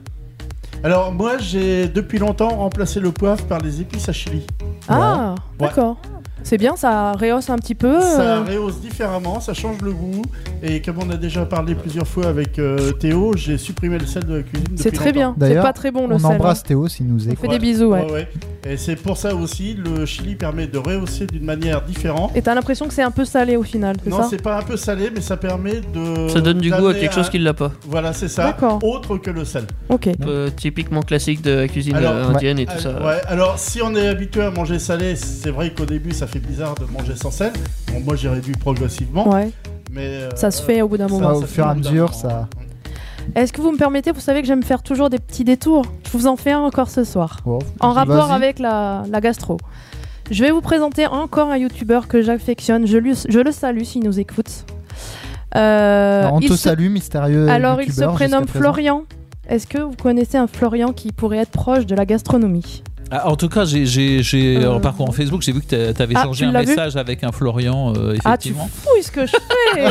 Speaker 9: Alors, moi, j'ai depuis longtemps remplacé le poivre par les épices à chili.
Speaker 6: Ah,
Speaker 9: Ouais.
Speaker 6: d'accord. C'est bien, ça rehausse un petit peu.
Speaker 9: Ça
Speaker 6: euh,
Speaker 9: rehausse différemment, ça change le goût. Et comme on a déjà parlé plusieurs fois avec euh, Théo, j'ai supprimé le sel de la cuisine. depuis
Speaker 6: C'est très
Speaker 9: longtemps.
Speaker 6: bien. C'est
Speaker 4: D'ailleurs,
Speaker 6: pas très bon le hein.
Speaker 4: On
Speaker 6: sel.
Speaker 4: embrasse Théo s'il nous
Speaker 6: On
Speaker 4: écoute.
Speaker 6: fait des bisous, ouais.
Speaker 9: Ouais, ouais. Et c'est pour ça aussi, le chili permet de rehausser d'une manière différente.
Speaker 6: Et t'as l'impression que c'est un peu salé au final, c'est
Speaker 9: Non,
Speaker 6: ça
Speaker 9: c'est pas un peu salé, mais ça permet de.
Speaker 5: Ça donne du goût à
Speaker 9: d'amener
Speaker 5: quelque chose qui l'a pas.
Speaker 9: Voilà, c'est ça.
Speaker 6: D'accord.
Speaker 9: Autre que le sel.
Speaker 6: Ok.
Speaker 5: Euh, typiquement classique de la cuisine
Speaker 9: Alors,
Speaker 5: euh, indienne et tout
Speaker 9: Ah,
Speaker 5: ça.
Speaker 9: Ouais, alors si on est habitué à manger salé, c'est vrai qu'au début ça fait bizarre de manger sans sel. Bon, moi j'ai réduit progressivement.
Speaker 6: Ouais,
Speaker 9: Mais, euh,
Speaker 6: ça se fait au bout d'un
Speaker 9: ça-
Speaker 6: moment.
Speaker 4: au
Speaker 9: ça
Speaker 4: fur et
Speaker 9: fait
Speaker 4: à
Speaker 9: au bout d'un
Speaker 4: mesure,
Speaker 9: moment.
Speaker 4: ça-
Speaker 6: Est-ce que vous me permettez Vous savez que j'aime faire toujours des petits détours. Je vous en fais un encore ce soir.
Speaker 4: Bon,
Speaker 6: En
Speaker 4: vas-y.
Speaker 6: rapport avec la, la gastro. Je vais vous présenter encore un youtubeur que j'affectionne. Je, lui- je le salue s'il nous écoute. Euh,
Speaker 4: Alors, on
Speaker 6: il
Speaker 4: te
Speaker 6: se-
Speaker 4: salue, mystérieux.
Speaker 6: Alors, il se
Speaker 4: youtubeur,
Speaker 6: prénomme
Speaker 4: jusqu'à présent.
Speaker 6: Florian. Est-ce que vous connaissez un Florian qui pourrait être proche de la gastronomie
Speaker 7: Ah, en tout cas, j'ai, j'ai, j'ai-
Speaker 6: Euh.
Speaker 7: en parcours en Facebook, j'ai vu que t'a- t'avais
Speaker 6: Ah,
Speaker 7: changé
Speaker 6: tu
Speaker 7: un
Speaker 6: l'as vu
Speaker 7: message avec un Florian, euh,
Speaker 6: Ah, tu
Speaker 7: effectivement.
Speaker 6: fouilles ce que je fais
Speaker 7: Euh,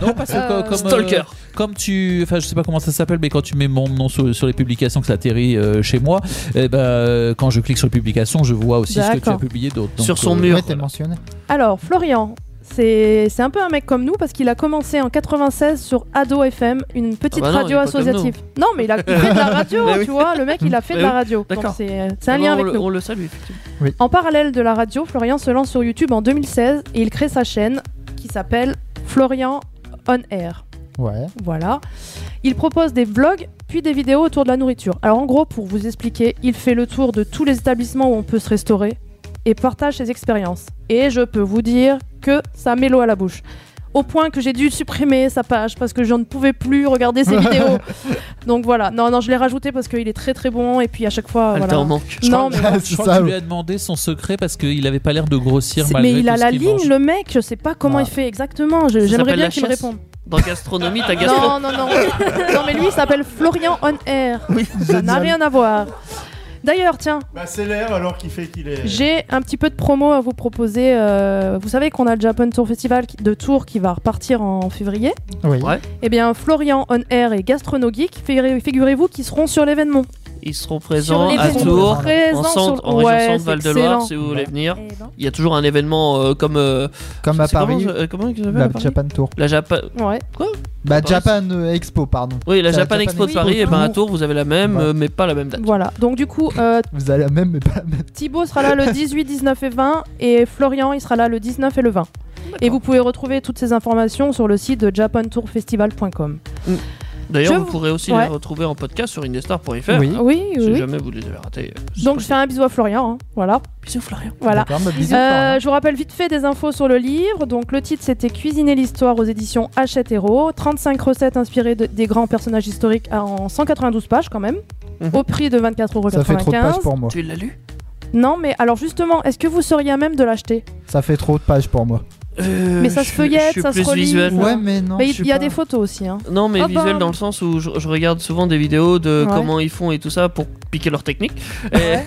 Speaker 7: non, parce que
Speaker 6: Euh,
Speaker 7: co- comme,
Speaker 5: Stalker.
Speaker 7: euh, comme tu. Enfin, je sais pas comment ça s'appelle, mais quand tu mets mon nom sur, sur les publications, que ça atterrit euh, chez moi, eh ben, euh, quand je clique sur les publications, je vois aussi ce que tu
Speaker 6: D'accord.
Speaker 7: as publié d'autre. Donc,
Speaker 5: Sur son
Speaker 7: euh,
Speaker 5: mur.
Speaker 4: Ouais, t'es mentionné.
Speaker 6: Alors, Florian, c'est c'est un peu un mec comme nous parce qu'il a commencé en 96 sur Ado FM, une petite
Speaker 5: Ah bah non, il
Speaker 6: radio
Speaker 5: est pas comme
Speaker 6: associative. Non, mais il a il fait de la radio,
Speaker 5: Bah oui.
Speaker 6: tu vois. Le mec, il a fait de
Speaker 5: Bah
Speaker 6: la
Speaker 5: oui.
Speaker 6: radio. Donc,
Speaker 5: D'accord.
Speaker 6: C'est c'est un
Speaker 5: Ah
Speaker 6: lien
Speaker 5: bon, on
Speaker 6: avec
Speaker 5: le-
Speaker 6: nous.
Speaker 5: On le salue, effectivement.
Speaker 6: En parallèle de la radio, Florian se lance sur YouTube en 2016 et il crée sa chaîne qui s'appelle Florian On Air.
Speaker 4: Ouais.
Speaker 6: Voilà. Il propose des vlogs puis des vidéos autour de la nourriture. Alors en gros, pour vous expliquer, il fait le tour de tous les établissements où on peut se restaurer et partage ses expériences. Et je peux vous dire que ça met l'eau à la bouche. Au point que j'ai dû supprimer sa page parce que je ne pouvais plus regarder ses vidéos. Donc voilà. Non, non, je l'ai rajouté parce qu'il est très très bon et puis à chaque fois.
Speaker 5: Elle
Speaker 6: Ah, voilà.
Speaker 5: t'en manque.
Speaker 7: Je
Speaker 6: Non,
Speaker 7: crois-
Speaker 4: mais-
Speaker 7: je crois
Speaker 4: C'est ça,
Speaker 7: que tu
Speaker 4: oui.
Speaker 7: lui as demandé son secret parce qu'il avait pas l'air de grossir
Speaker 6: C'est-
Speaker 7: malgré
Speaker 6: Mais il
Speaker 7: tout
Speaker 6: a
Speaker 7: ce
Speaker 6: la
Speaker 7: qu'il
Speaker 6: ligne,
Speaker 7: mange.
Speaker 6: le mec, je sais pas comment
Speaker 7: Ouais.
Speaker 6: il fait exactement. Je-
Speaker 5: Ah. Ça
Speaker 6: J'aimerais
Speaker 5: s'appelle
Speaker 6: bien
Speaker 5: la
Speaker 6: qu'il me
Speaker 5: chasse.
Speaker 6: réponde.
Speaker 5: Dans gastronomie, t'as gastro.
Speaker 6: Non, non, non. non, mais lui, il s'appelle Florian On Air. Ça n'a rien à voir. D'ailleurs, tiens,
Speaker 9: Bah, c'est l'air alors qui fait qu'il est.
Speaker 6: j'ai un petit peu de promo à vous proposer. euh, vous savez qu'on a le Japan Tour Festival qui- de Tours qui va repartir en février.
Speaker 4: Oui.
Speaker 5: Ouais.
Speaker 6: Eh bien, Florian On Air et Gastrono Geek, figurez- figurez-vous qu'ils seront sur l'événement.
Speaker 5: Ils seront présents
Speaker 6: Sur
Speaker 5: à
Speaker 6: l'événement.
Speaker 5: Tours,
Speaker 6: Présents
Speaker 5: en,
Speaker 6: sur-
Speaker 5: centre, en
Speaker 6: Ouais,
Speaker 5: région
Speaker 6: c'est
Speaker 5: Centre-Val-de-Loire,
Speaker 6: excellent.
Speaker 5: si vous voulez venir.
Speaker 8: Eh ben,
Speaker 5: Il y a toujours un événement euh, comme. euh,
Speaker 4: Comme à
Speaker 5: c'est comment,
Speaker 4: Paris,
Speaker 5: je- euh, Comment, ils appellent à
Speaker 4: la
Speaker 5: Paris
Speaker 4: Japan Tour.
Speaker 5: la Japan.
Speaker 6: Ouais.
Speaker 4: Bah,
Speaker 5: Paris.
Speaker 4: Japan euh, Expo, pardon.
Speaker 5: Oui, la
Speaker 4: C'est la
Speaker 5: Japan
Speaker 4: Japan
Speaker 5: Expo de
Speaker 6: Expo.
Speaker 5: Paris, et ben à
Speaker 4: Oui.
Speaker 5: Tours, vous avez la même,
Speaker 4: Ouais.
Speaker 5: euh, mais pas la même date.
Speaker 6: Voilà. Donc du coup, euh,
Speaker 4: Vous allez la même, mais pas la même.
Speaker 6: Thibaut sera là le 18, 19 et 20 et Florian il sera là le 19 et le 20. Et vous pouvez retrouver toutes ces informations sur le site de japantourfestival.com.
Speaker 5: D'ailleurs,
Speaker 6: Je
Speaker 5: vous
Speaker 6: vous-
Speaker 5: pourrez aussi
Speaker 6: Ouais.
Speaker 5: les retrouver en podcast sur indestar.fr.
Speaker 4: Oui.
Speaker 6: Oui, oui.
Speaker 5: Si
Speaker 6: oui.
Speaker 5: jamais vous les avez ratés. c'est
Speaker 6: Donc je
Speaker 5: possible.
Speaker 6: fais un bisou à Florian, hein. voilà.
Speaker 5: Bisous, Florian.
Speaker 6: Voilà.
Speaker 4: D'accord, bah, bisous,
Speaker 6: Euh,
Speaker 4: Florian.
Speaker 6: je vous rappelle vite fait des infos sur le livre. Donc le titre c'était Cuisiner l'histoire aux éditions Hachette Héros. 35 recettes inspirées de- des grands personnages historiques à- en 192 pages quand même.
Speaker 5: Mhm.
Speaker 6: Au prix de 24,95€.
Speaker 4: Ça fait trop de pages pour moi.
Speaker 5: Tu l'as lu
Speaker 6: Non mais alors justement, est-ce que vous seriez à même de l'acheter
Speaker 4: Ça fait trop de pages pour moi.
Speaker 5: Euh,
Speaker 6: Mais ça se feuillette, ça se relit.
Speaker 5: Visuel.
Speaker 6: Ouais,
Speaker 4: Ouais, mais non. je
Speaker 6: Mais Bah, Il
Speaker 4: suis
Speaker 6: il y a
Speaker 4: pas-
Speaker 6: des photos aussi. hein.
Speaker 5: Non, mais
Speaker 6: Ah
Speaker 5: visuel
Speaker 6: ben.
Speaker 5: dans le sens où je, je regarde souvent des vidéos de
Speaker 6: Ouais.
Speaker 5: comment ils font et tout ça pour piquer leur technique. Et-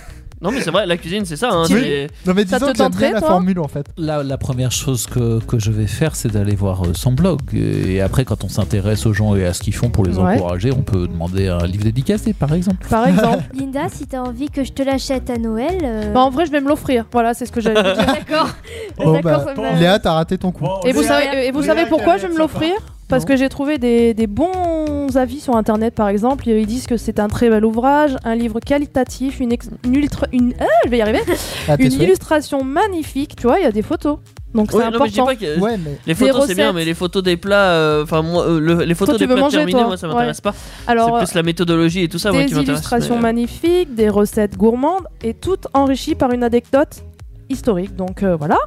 Speaker 5: Non, mais c'est vrai, la cuisine, c'est ça. Hein,
Speaker 4: Oui.
Speaker 5: c'est-
Speaker 4: Non, mais
Speaker 6: Ça
Speaker 4: disons
Speaker 6: te
Speaker 4: que j'aime bien
Speaker 6: tenterait,
Speaker 4: la
Speaker 6: toi
Speaker 4: formule en fait.
Speaker 7: La, la première chose que, que je vais faire, c'est d'aller voir euh, son blog. Et après, quand on s'intéresse aux gens et à ce qu'ils font pour les
Speaker 6: Ouais.
Speaker 7: encourager, on peut demander un livre dédicacé, par exemple.
Speaker 6: Par exemple.
Speaker 8: Linda, si t'as envie que je te l'achète à Noël. euh,
Speaker 6: Bah, en vrai, je vais me l'offrir. Voilà, c'est ce que j'allais dire.
Speaker 8: D'accord.
Speaker 4: Bon,
Speaker 8: D'accord,
Speaker 4: bah,
Speaker 8: ça me-
Speaker 4: Léa, t'as raté ton coup.
Speaker 9: Bon,
Speaker 6: Et vous
Speaker 9: Léa-
Speaker 6: savez, et vous
Speaker 9: Léa
Speaker 6: savez
Speaker 9: qui
Speaker 6: pourquoi
Speaker 9: a
Speaker 6: je vais me
Speaker 9: l'air sympa.
Speaker 6: l'offrir Parce que j'ai trouvé des, des bons avis sur internet, par exemple. Ils disent que c'est un très bel ouvrage, un livre qualitatif, une, ex- une, ultra- une- ah, je vais y arriver.
Speaker 4: Ah, t'es
Speaker 6: une
Speaker 4: sûr
Speaker 6: illustration magnifique. Tu vois, il y a des photos. Donc c'est
Speaker 5: Ouais, non, mais je dis
Speaker 6: important.
Speaker 5: pas que-
Speaker 4: Ouais, mais
Speaker 5: Les
Speaker 6: Des
Speaker 5: photos, c'est bien,
Speaker 6: recettes.
Speaker 5: mais les photos des plats, euh, enfin, moi, euh, le- les photos
Speaker 6: Toi, tu
Speaker 5: des
Speaker 6: veux
Speaker 5: plats
Speaker 6: manger,
Speaker 5: terminés,
Speaker 6: toi.
Speaker 5: moi, ça m'intéresse pas.
Speaker 6: Alors,
Speaker 5: c'est plus la méthodologie et tout ça, moi,
Speaker 6: des
Speaker 5: qui m'intéresse.
Speaker 6: illustrations
Speaker 5: mais- euh,
Speaker 6: magnifiques, des recettes gourmandes et toutes enrichies par une anecdote historique. Donc euh, voilà.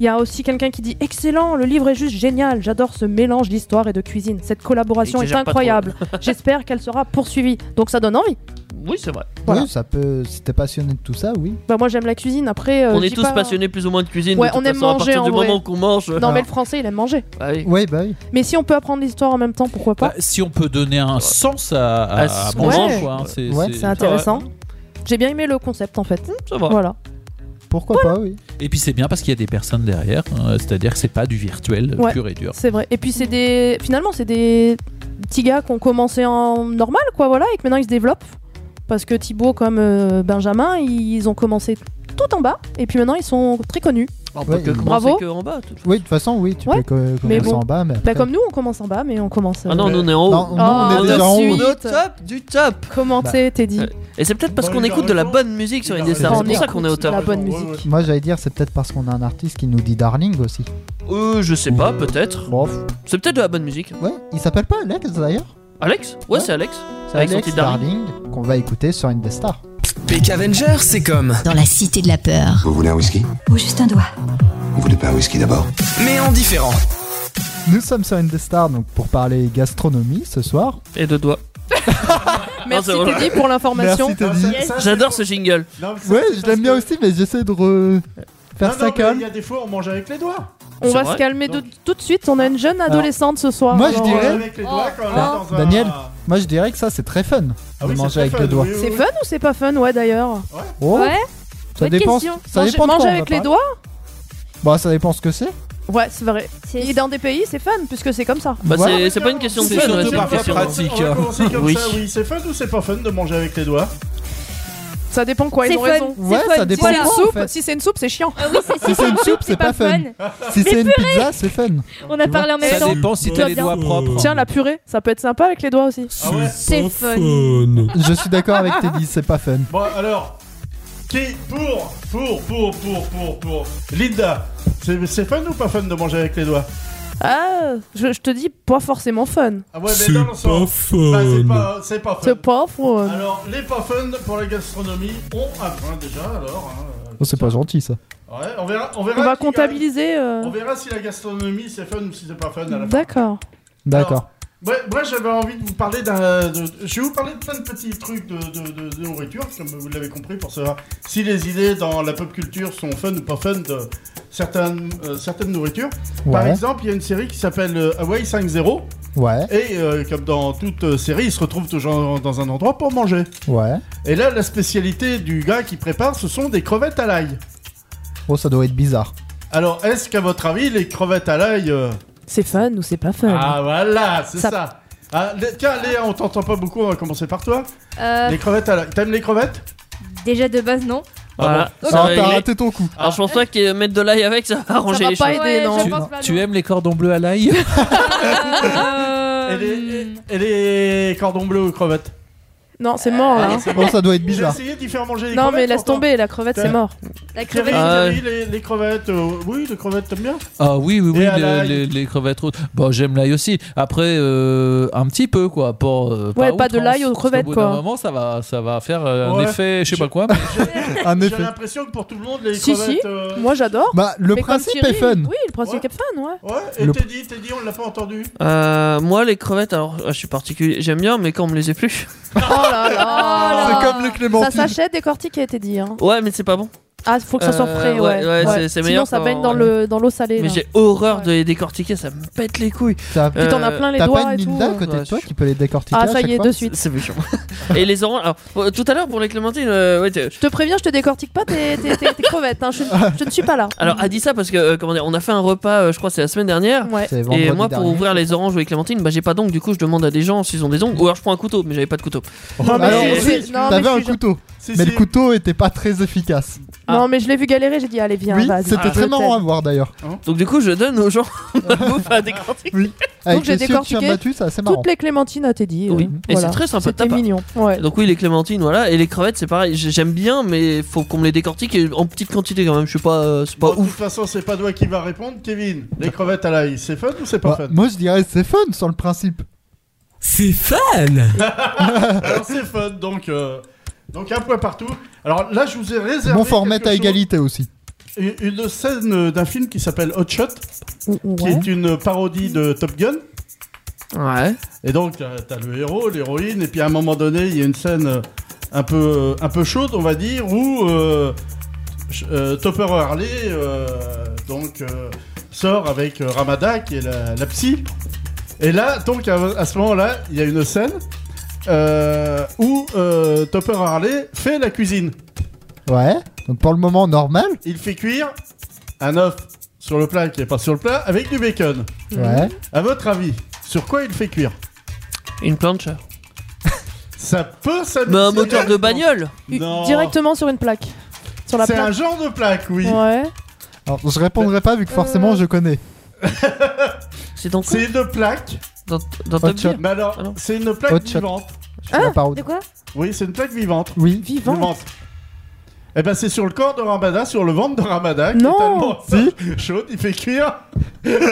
Speaker 6: Il y a aussi quelqu'un qui dit excellent, le livre est juste génial. J'adore ce mélange d'histoire et de cuisine. Cette collaboration est
Speaker 5: Exagère pas trop.
Speaker 6: incroyable. J'espère qu'elle sera poursuivie. Donc ça donne envie.
Speaker 5: euh, Oui, c'est vrai.
Speaker 6: Voilà.
Speaker 4: oui, ça peut. Si t'es passionné de tout ça, oui.
Speaker 6: Bah moi j'aime la cuisine. Après, euh,
Speaker 5: on
Speaker 6: je
Speaker 5: est
Speaker 6: dis
Speaker 5: tous
Speaker 6: pas-
Speaker 5: passionnés plus ou moins de cuisine.
Speaker 6: Ouais,
Speaker 5: de toute
Speaker 6: on aime
Speaker 5: façon, à
Speaker 6: manger,
Speaker 5: partir
Speaker 6: en
Speaker 5: du
Speaker 6: vrai.
Speaker 5: moment qu'on mange. euh,
Speaker 6: Non mais
Speaker 4: Alors.
Speaker 6: le français il aime manger.
Speaker 5: bah oui.
Speaker 4: Ouais, bah oui.
Speaker 6: Mais si on peut apprendre l'histoire en même temps, pourquoi pas
Speaker 7: Bah, si on peut donner un sens à, à,
Speaker 5: À ce
Speaker 7: à
Speaker 5: qu'on
Speaker 7: manger,
Speaker 6: mange.
Speaker 7: quoi, hein, c'est-
Speaker 4: Ouais.
Speaker 7: c'est-
Speaker 6: C'est intéressant. J'ai bien aimé le concept en fait.
Speaker 5: Ça va.
Speaker 6: Voilà.
Speaker 4: Pourquoi pas, oui.
Speaker 7: Et puis c'est bien parce qu'il y a des personnes derrière, euh, c'est-à-dire que c'est pas du virtuel euh,
Speaker 6: Ouais.
Speaker 7: pur et dur.
Speaker 6: C'est vrai. Et puis c'est des. Finalement, c'est des petits gars qui ont commencé en normal, quoi, voilà, et que maintenant ils se développent. Parce que Thibaut comme euh, Benjamin, ils ont commencé tout en bas, et puis maintenant ils sont très connus.
Speaker 5: On peut
Speaker 4: Ouais,
Speaker 5: que
Speaker 4: et-
Speaker 5: commencer
Speaker 6: Bravo.
Speaker 5: que en bas. tout de suite.
Speaker 4: Oui, de toute façon, oui, tu
Speaker 6: Ouais.
Speaker 4: peux co- commencer
Speaker 6: bon.
Speaker 4: en bas, mais.
Speaker 6: Bah
Speaker 4: après-
Speaker 6: comme nous, on commence en bas, mais on commence. euh,
Speaker 5: Ah non, nous on est en haut.
Speaker 4: Non, nous, on
Speaker 6: Ah,
Speaker 4: est
Speaker 6: de
Speaker 4: déjà en haut.
Speaker 6: suite.
Speaker 5: Au top du top.
Speaker 6: Commenter, euh, Teddy.
Speaker 5: Ouais. Et c'est peut-être parce
Speaker 9: Bon,
Speaker 5: qu'on
Speaker 9: il a
Speaker 5: écoute de la
Speaker 9: raison.
Speaker 5: bonne musique sur
Speaker 9: Il a
Speaker 5: Indestar.
Speaker 9: raison.
Speaker 5: C'est pour ça qu'on est au top.
Speaker 6: la bonne
Speaker 9: Ouais, ouais,
Speaker 6: musique.
Speaker 9: ouais.
Speaker 4: Moi, j'allais dire, c'est peut-être parce qu'on a un artiste qui nous dit Darling aussi.
Speaker 5: Euh, je sais pas, peut-être.
Speaker 4: Bon,
Speaker 5: C'est peut-être de la bonne musique.
Speaker 4: ouais, il s'appelle pas Alex d'ailleurs
Speaker 5: Alex Ouais,
Speaker 4: Ouais.
Speaker 5: c'est Alex.
Speaker 4: C'est
Speaker 5: Avec son
Speaker 4: Alex
Speaker 5: titre Darling.
Speaker 4: Darling qu'on va écouter sur Indestar.
Speaker 3: Peck Avenger, c'est comme,
Speaker 1: Dans la cité de la peur.
Speaker 10: Vous voulez un whisky
Speaker 1: Ou juste un doigt.
Speaker 10: Vous voulez pas un whisky d'abord
Speaker 3: mais en différent.
Speaker 4: Nous sommes sur Indestar donc pour parler gastronomie ce soir.
Speaker 5: Et deux doigts.
Speaker 6: Merci
Speaker 5: Ah, c'est
Speaker 6: Teddy pour l'information.
Speaker 4: Merci Teddy.
Speaker 9: Ah, ça- ça,
Speaker 5: J'adore ce
Speaker 9: c'est-
Speaker 5: jingle.
Speaker 9: Non, mais ça,
Speaker 4: Ouais,
Speaker 9: c'est
Speaker 4: je
Speaker 9: parce
Speaker 4: l'aime bien
Speaker 9: que-
Speaker 4: aussi, mais j'essaie de re- faire
Speaker 9: Non, non,
Speaker 4: ça
Speaker 9: mais
Speaker 4: calme.
Speaker 9: Il y a des fois, on mange avec les doigts.
Speaker 6: On
Speaker 5: C'est
Speaker 6: va
Speaker 5: vrai.
Speaker 6: se calmer de- tout de suite. On a une jeune adolescente ce soir.
Speaker 4: moi, je
Speaker 6: Alors,
Speaker 9: On mange
Speaker 4: dirais-
Speaker 6: euh,
Speaker 9: avec les doigts quand on est
Speaker 4: Ah.
Speaker 9: dans un-
Speaker 4: Daniel.
Speaker 9: Ah
Speaker 4: Moi, je dirais que ça, c'est très fun.
Speaker 9: oui, c'est
Speaker 4: manger
Speaker 9: très
Speaker 4: avec
Speaker 9: fun,
Speaker 4: les doigts.
Speaker 9: oui, oui,
Speaker 6: euh, C'est
Speaker 9: oui.
Speaker 6: fun ou c'est pas fun Ouais, d'ailleurs.
Speaker 4: Oh,
Speaker 8: Ouais,
Speaker 4: ça
Speaker 8: bonne
Speaker 4: dépend.
Speaker 8: question.
Speaker 4: Ça
Speaker 6: manger
Speaker 4: dépend de
Speaker 6: manger
Speaker 4: quoi on
Speaker 6: avec
Speaker 4: va
Speaker 6: les
Speaker 4: parler.
Speaker 6: doigts
Speaker 4: Bah, ça dépend ce que c'est.
Speaker 6: Ouais, c'est vrai.
Speaker 8: c'est-
Speaker 6: Et dans des pays, c'est fun puisque c'est comme ça.
Speaker 5: Bah,
Speaker 4: Voilà.
Speaker 5: c'est- c'est pas une question de
Speaker 7: C'est
Speaker 5: fun,
Speaker 7: surtout
Speaker 5: ouais, c'est une
Speaker 7: parfois
Speaker 5: question.
Speaker 7: pratique.
Speaker 9: On va commencer comme
Speaker 5: Oui.
Speaker 9: ça, oui. C'est fun ou c'est pas fun de manger avec les doigts
Speaker 6: Ça dépend quoi,
Speaker 8: C'est
Speaker 6: ils ont
Speaker 8: fun.
Speaker 6: raison.
Speaker 4: Ouais,
Speaker 8: fun,
Speaker 4: ça dépend
Speaker 6: Si c'est
Speaker 4: de
Speaker 8: voilà.
Speaker 6: une
Speaker 4: quoi, en
Speaker 6: soupe,
Speaker 4: fait.
Speaker 6: si c'est une soupe, c'est chiant.
Speaker 8: Ah oui, c'est-
Speaker 4: Si c'est une soupe, c'est pas fun. Si c'est une pizza, c'est fun.
Speaker 8: On a
Speaker 4: Tu
Speaker 8: parlé en même
Speaker 7: Ça
Speaker 8: temps.
Speaker 7: dépend si t'as les doigts propres.
Speaker 6: Tiens, la purée, ça peut être sympa avec les doigts aussi.
Speaker 9: Ah ouais
Speaker 8: C'est fun.
Speaker 4: Je suis d'accord avec Teddy, c'est pas fun.
Speaker 9: Bon, alors. Qui Pour, pour, pour, pour, pour, pour. Linda, c'est c'est fun ou pas fun de manger avec les doigts
Speaker 6: Ah, je, je te dis, pas forcément fun.
Speaker 9: Ah ouais, mais non, non, ça- bah, c'est pas C'est pas fun.
Speaker 6: C'est pas fun.
Speaker 9: Alors, les pas fun pour la gastronomie ont un point déjà, alors. hein.
Speaker 4: Oh, c'est pas gentil ça.
Speaker 9: Ouais, on verra. On, verra
Speaker 6: On va
Speaker 9: qui gagne.
Speaker 6: comptabiliser. euh,
Speaker 9: On verra si la gastronomie c'est fun ou si c'est pas fun à la fin.
Speaker 6: D'accord.
Speaker 4: D'accord.
Speaker 9: Moi, moi, j'avais envie de vous parler d'un. de- de- Je vais vous parler de plein de petits trucs de, de- de- de nourriture, comme vous l'avez compris, pour savoir si les idées dans la pop culture sont fun ou pas fun de certaines, euh, certaines nourritures. Par
Speaker 4: Ouais.
Speaker 9: exemple, il y a une série qui s'appelle euh, Hawaii 5-0,
Speaker 4: Ouais,
Speaker 9: et euh, comme dans toute euh, série, ils se retrouvent toujours dans un endroit pour manger.
Speaker 4: ouais.
Speaker 9: Et là, la spécialité du gars qui prépare, ce sont des crevettes à l'ail.
Speaker 4: Oh, ça doit être bizarre.
Speaker 9: Alors, est-ce qu'à votre avis, les crevettes à l'ail. euh,
Speaker 6: C'est fun ou c'est pas fun
Speaker 9: Ah voilà, c'est ça.
Speaker 6: Ça-
Speaker 9: Ah, Lé- Tiens, Léa, on t'entend pas beaucoup, on va commencer par toi.
Speaker 8: Euh,
Speaker 9: Les crevettes à la... T'aimes les crevettes
Speaker 8: déjà de base, non.
Speaker 5: Voilà.
Speaker 4: Ah,
Speaker 5: ça va
Speaker 4: t'as
Speaker 5: régler.
Speaker 4: raté ton coup.
Speaker 5: Alors je pense pas que mettre de l'ail avec ça va arranger
Speaker 6: va
Speaker 5: les
Speaker 6: pas
Speaker 5: choses.
Speaker 6: être- Aidez, non.
Speaker 8: je
Speaker 7: Tu,
Speaker 8: pense pas,
Speaker 7: tu
Speaker 8: non.
Speaker 7: aimes les cordons bleus à l'ail
Speaker 8: Euh,
Speaker 9: et les... et les cordons bleus aux crevettes
Speaker 6: Non, c'est mort
Speaker 5: Ah,
Speaker 6: là. hein.
Speaker 4: Oh, ça doit être
Speaker 9: J'ai
Speaker 4: bizarre.
Speaker 9: essayé d'y faire manger les
Speaker 6: Non,
Speaker 9: crevettes.
Speaker 6: mais laisse
Speaker 9: pourtant.
Speaker 6: tomber, Euh. la crevette, c'est mort.
Speaker 8: La
Speaker 9: Thierry,
Speaker 8: crevette.
Speaker 5: Ah,
Speaker 9: Thierry, les, les crevettes, euh, oui, les crevettes, t'aimes bien
Speaker 7: Ah oui, oui, oui,
Speaker 9: Et à
Speaker 7: le-
Speaker 9: l'ail.
Speaker 7: les, les crevettes rôties. Bon, j'aime l'ail aussi. Après, euh, un petit peu, quoi. Pour, euh,
Speaker 6: Ouais,
Speaker 7: à
Speaker 6: pas de
Speaker 7: outrance,
Speaker 6: l'ail aux
Speaker 7: parce qu'au
Speaker 6: crevettes,
Speaker 7: bout d'un
Speaker 6: quoi.
Speaker 7: moment, ça va, ça va faire euh,
Speaker 9: Ouais.
Speaker 7: un effet, je sais pas quoi. mais-
Speaker 4: En
Speaker 9: J'ai
Speaker 4: effet.
Speaker 9: l'impression que pour tout le monde, les
Speaker 6: Si, si.
Speaker 9: crevettes... euh,
Speaker 6: Moi j'adore.
Speaker 4: Bah, le
Speaker 6: mais comme
Speaker 4: principe
Speaker 6: Thierry,
Speaker 4: est fun.
Speaker 6: Oui, le principe est fun, ouais.
Speaker 9: Ouais, et
Speaker 4: Le-
Speaker 9: Teddy, Teddy, on l'a pas entendu.
Speaker 5: Euh, moi les crevettes, alors je suis particulier, j'aime bien mais quand on me les ai plus.
Speaker 6: Oh là là
Speaker 4: C'est comme les
Speaker 6: Ça
Speaker 4: clémentines.
Speaker 6: s'achète décortiqué, t'es dit. Hein.
Speaker 5: Ouais mais c'est pas bon.
Speaker 6: Ah, faut que ça soit
Speaker 5: Euh,
Speaker 6: frais,
Speaker 5: ouais,
Speaker 6: ouais.
Speaker 5: ouais, c'est- c'est meilleur
Speaker 6: Sinon, ça
Speaker 5: quand-
Speaker 6: baigne dans le dans l'eau salée.
Speaker 5: Mais
Speaker 6: là.
Speaker 5: j'ai horreur
Speaker 6: Ouais.
Speaker 5: de les décortiquer, ça me pète les couilles.
Speaker 4: T'as
Speaker 6: Puis t'en as
Speaker 5: Euh,
Speaker 6: plein les
Speaker 4: t'as
Speaker 6: doigts
Speaker 4: pas
Speaker 6: et
Speaker 4: une
Speaker 6: tout.
Speaker 4: Linda à côté
Speaker 9: Bah,
Speaker 5: Ouais,
Speaker 4: de toi
Speaker 5: je-
Speaker 4: qui peut les décortiquer
Speaker 6: Ah,
Speaker 4: à
Speaker 6: ça
Speaker 4: chaque
Speaker 6: y est,
Speaker 4: fois
Speaker 6: de
Speaker 5: C'est
Speaker 6: suite.
Speaker 5: c'est méchant. Et les oranges, alors euh, tout à l'heure pour les clémentines, euh, ouais, t'es-
Speaker 6: Je te préviens, je te décortique pas tes, tes- tes- tes crevettes. hein. Je, je ne suis pas là.
Speaker 5: alors a dit ça parce que euh, comment dire, on a fait un repas, euh, je crois c'est la semaine dernière.
Speaker 6: Ouais.
Speaker 4: C'est vendredi
Speaker 5: Et moi, pour
Speaker 4: dernier.
Speaker 5: ouvrir les oranges ou les clémentines, bah j'ai pas d'ongles, du coup je demande à des gens s'ils ont des ongles, ou alors je prends un couteau, mais j'avais pas de couteau.
Speaker 9: Non, mais
Speaker 4: Alors,
Speaker 9: si,
Speaker 5: euh,
Speaker 9: si,
Speaker 6: si,
Speaker 9: tu-
Speaker 6: non,
Speaker 4: Ah, T'avais
Speaker 6: Ah, mais je
Speaker 4: un
Speaker 6: suis-
Speaker 4: couteau,
Speaker 9: si,
Speaker 4: mais
Speaker 9: si.
Speaker 4: le couteau était pas très efficace.
Speaker 5: Ah.
Speaker 6: Non, mais je l'ai vu galérer, j'ai dit allez viens,
Speaker 4: Oui,
Speaker 6: vas-y.
Speaker 9: Ah,
Speaker 4: c'était très
Speaker 6: peut-être.
Speaker 4: marrant à voir d'ailleurs.
Speaker 5: Donc du coup je donne aux gens ma bouffe à décortiquer.
Speaker 4: Avec les cieux de
Speaker 6: j'ai
Speaker 4: chien
Speaker 6: décortiqué
Speaker 4: battu, c'est assez marrant.
Speaker 6: Toutes les clémentines à Teddy.
Speaker 5: Oui.
Speaker 6: euh,
Speaker 5: Et
Speaker 6: voilà.
Speaker 5: c'est très sympa de ta
Speaker 6: C'était
Speaker 5: part.
Speaker 6: mignon. Ouais.
Speaker 5: Donc oui, les clémentines, voilà, et les crevettes, c'est pareil. J'ai- J'aime bien, mais faut qu'on me les décortique et en petite quantité quand même. Je suis pas, euh, c'est pas
Speaker 9: Bon, De toute
Speaker 5: ouf.
Speaker 9: façon, c'est pas toi qui va répondre. Kevin, les crevettes à l'ail, c'est fun ou c'est pas
Speaker 4: Bah,
Speaker 9: fun
Speaker 4: moi je dirais c'est fun sur le principe.
Speaker 3: C'est fun
Speaker 9: Alors c'est fun, donc euh, donc un point partout. Alors là, je vous ai réservé.
Speaker 4: Bon format
Speaker 9: quelque
Speaker 4: à
Speaker 9: chose-
Speaker 4: égalité aussi.
Speaker 9: Une, une scène euh, d'un film qui s'appelle Hot Shot, qui
Speaker 6: Mm, Ouais.
Speaker 9: est une parodie de Top Gun.
Speaker 5: Ouais.
Speaker 9: Et donc euh, t'as le héros, l'héroïne, et puis à un moment donné, il y a une scène euh, un peu un peu chaude, on va dire, où euh, ch- euh, Topper Harley euh, donc euh, sort avec euh, Ramada qui est la, la psy. Et là, donc à, à ce moment-là, il y a une scène. euh, où euh, Topper Harley fait la cuisine.
Speaker 4: Ouais. Donc pour le moment normal.
Speaker 9: Il fait cuire un œuf sur le plat qui est pas sur le plat avec du bacon.
Speaker 6: Mmh.
Speaker 4: Ouais.
Speaker 9: À votre avis, sur quoi il fait cuire
Speaker 5: Une planche.
Speaker 9: Ça peut s'amuser.
Speaker 5: Mais un moteur de bagnole.
Speaker 9: Non.
Speaker 6: Directement sur une plaque. Sur la
Speaker 9: C'est un
Speaker 6: plaque.
Speaker 9: genre de plaque, oui.
Speaker 6: Ouais.
Speaker 4: Alors je répondrai pas vu que
Speaker 6: Euh,
Speaker 4: forcément je connais.
Speaker 5: C'est donc
Speaker 9: C'est une plaque.
Speaker 5: dans, dans ta
Speaker 4: Hot shot.
Speaker 5: bière.
Speaker 9: Mais alors,
Speaker 5: Ah non.
Speaker 9: c'est une plaque
Speaker 4: Hot shot.
Speaker 9: vivante.
Speaker 4: Je
Speaker 6: ah,
Speaker 4: la parodie.
Speaker 8: De quoi
Speaker 9: Oui, c'est une plaque vivante.
Speaker 4: Oui.
Speaker 6: Vivant.
Speaker 9: Et ben c'est sur le corps de Ramada, sur le ventre de Ramada, qui
Speaker 6: Non.
Speaker 9: est tellement chaude, il fait cuire,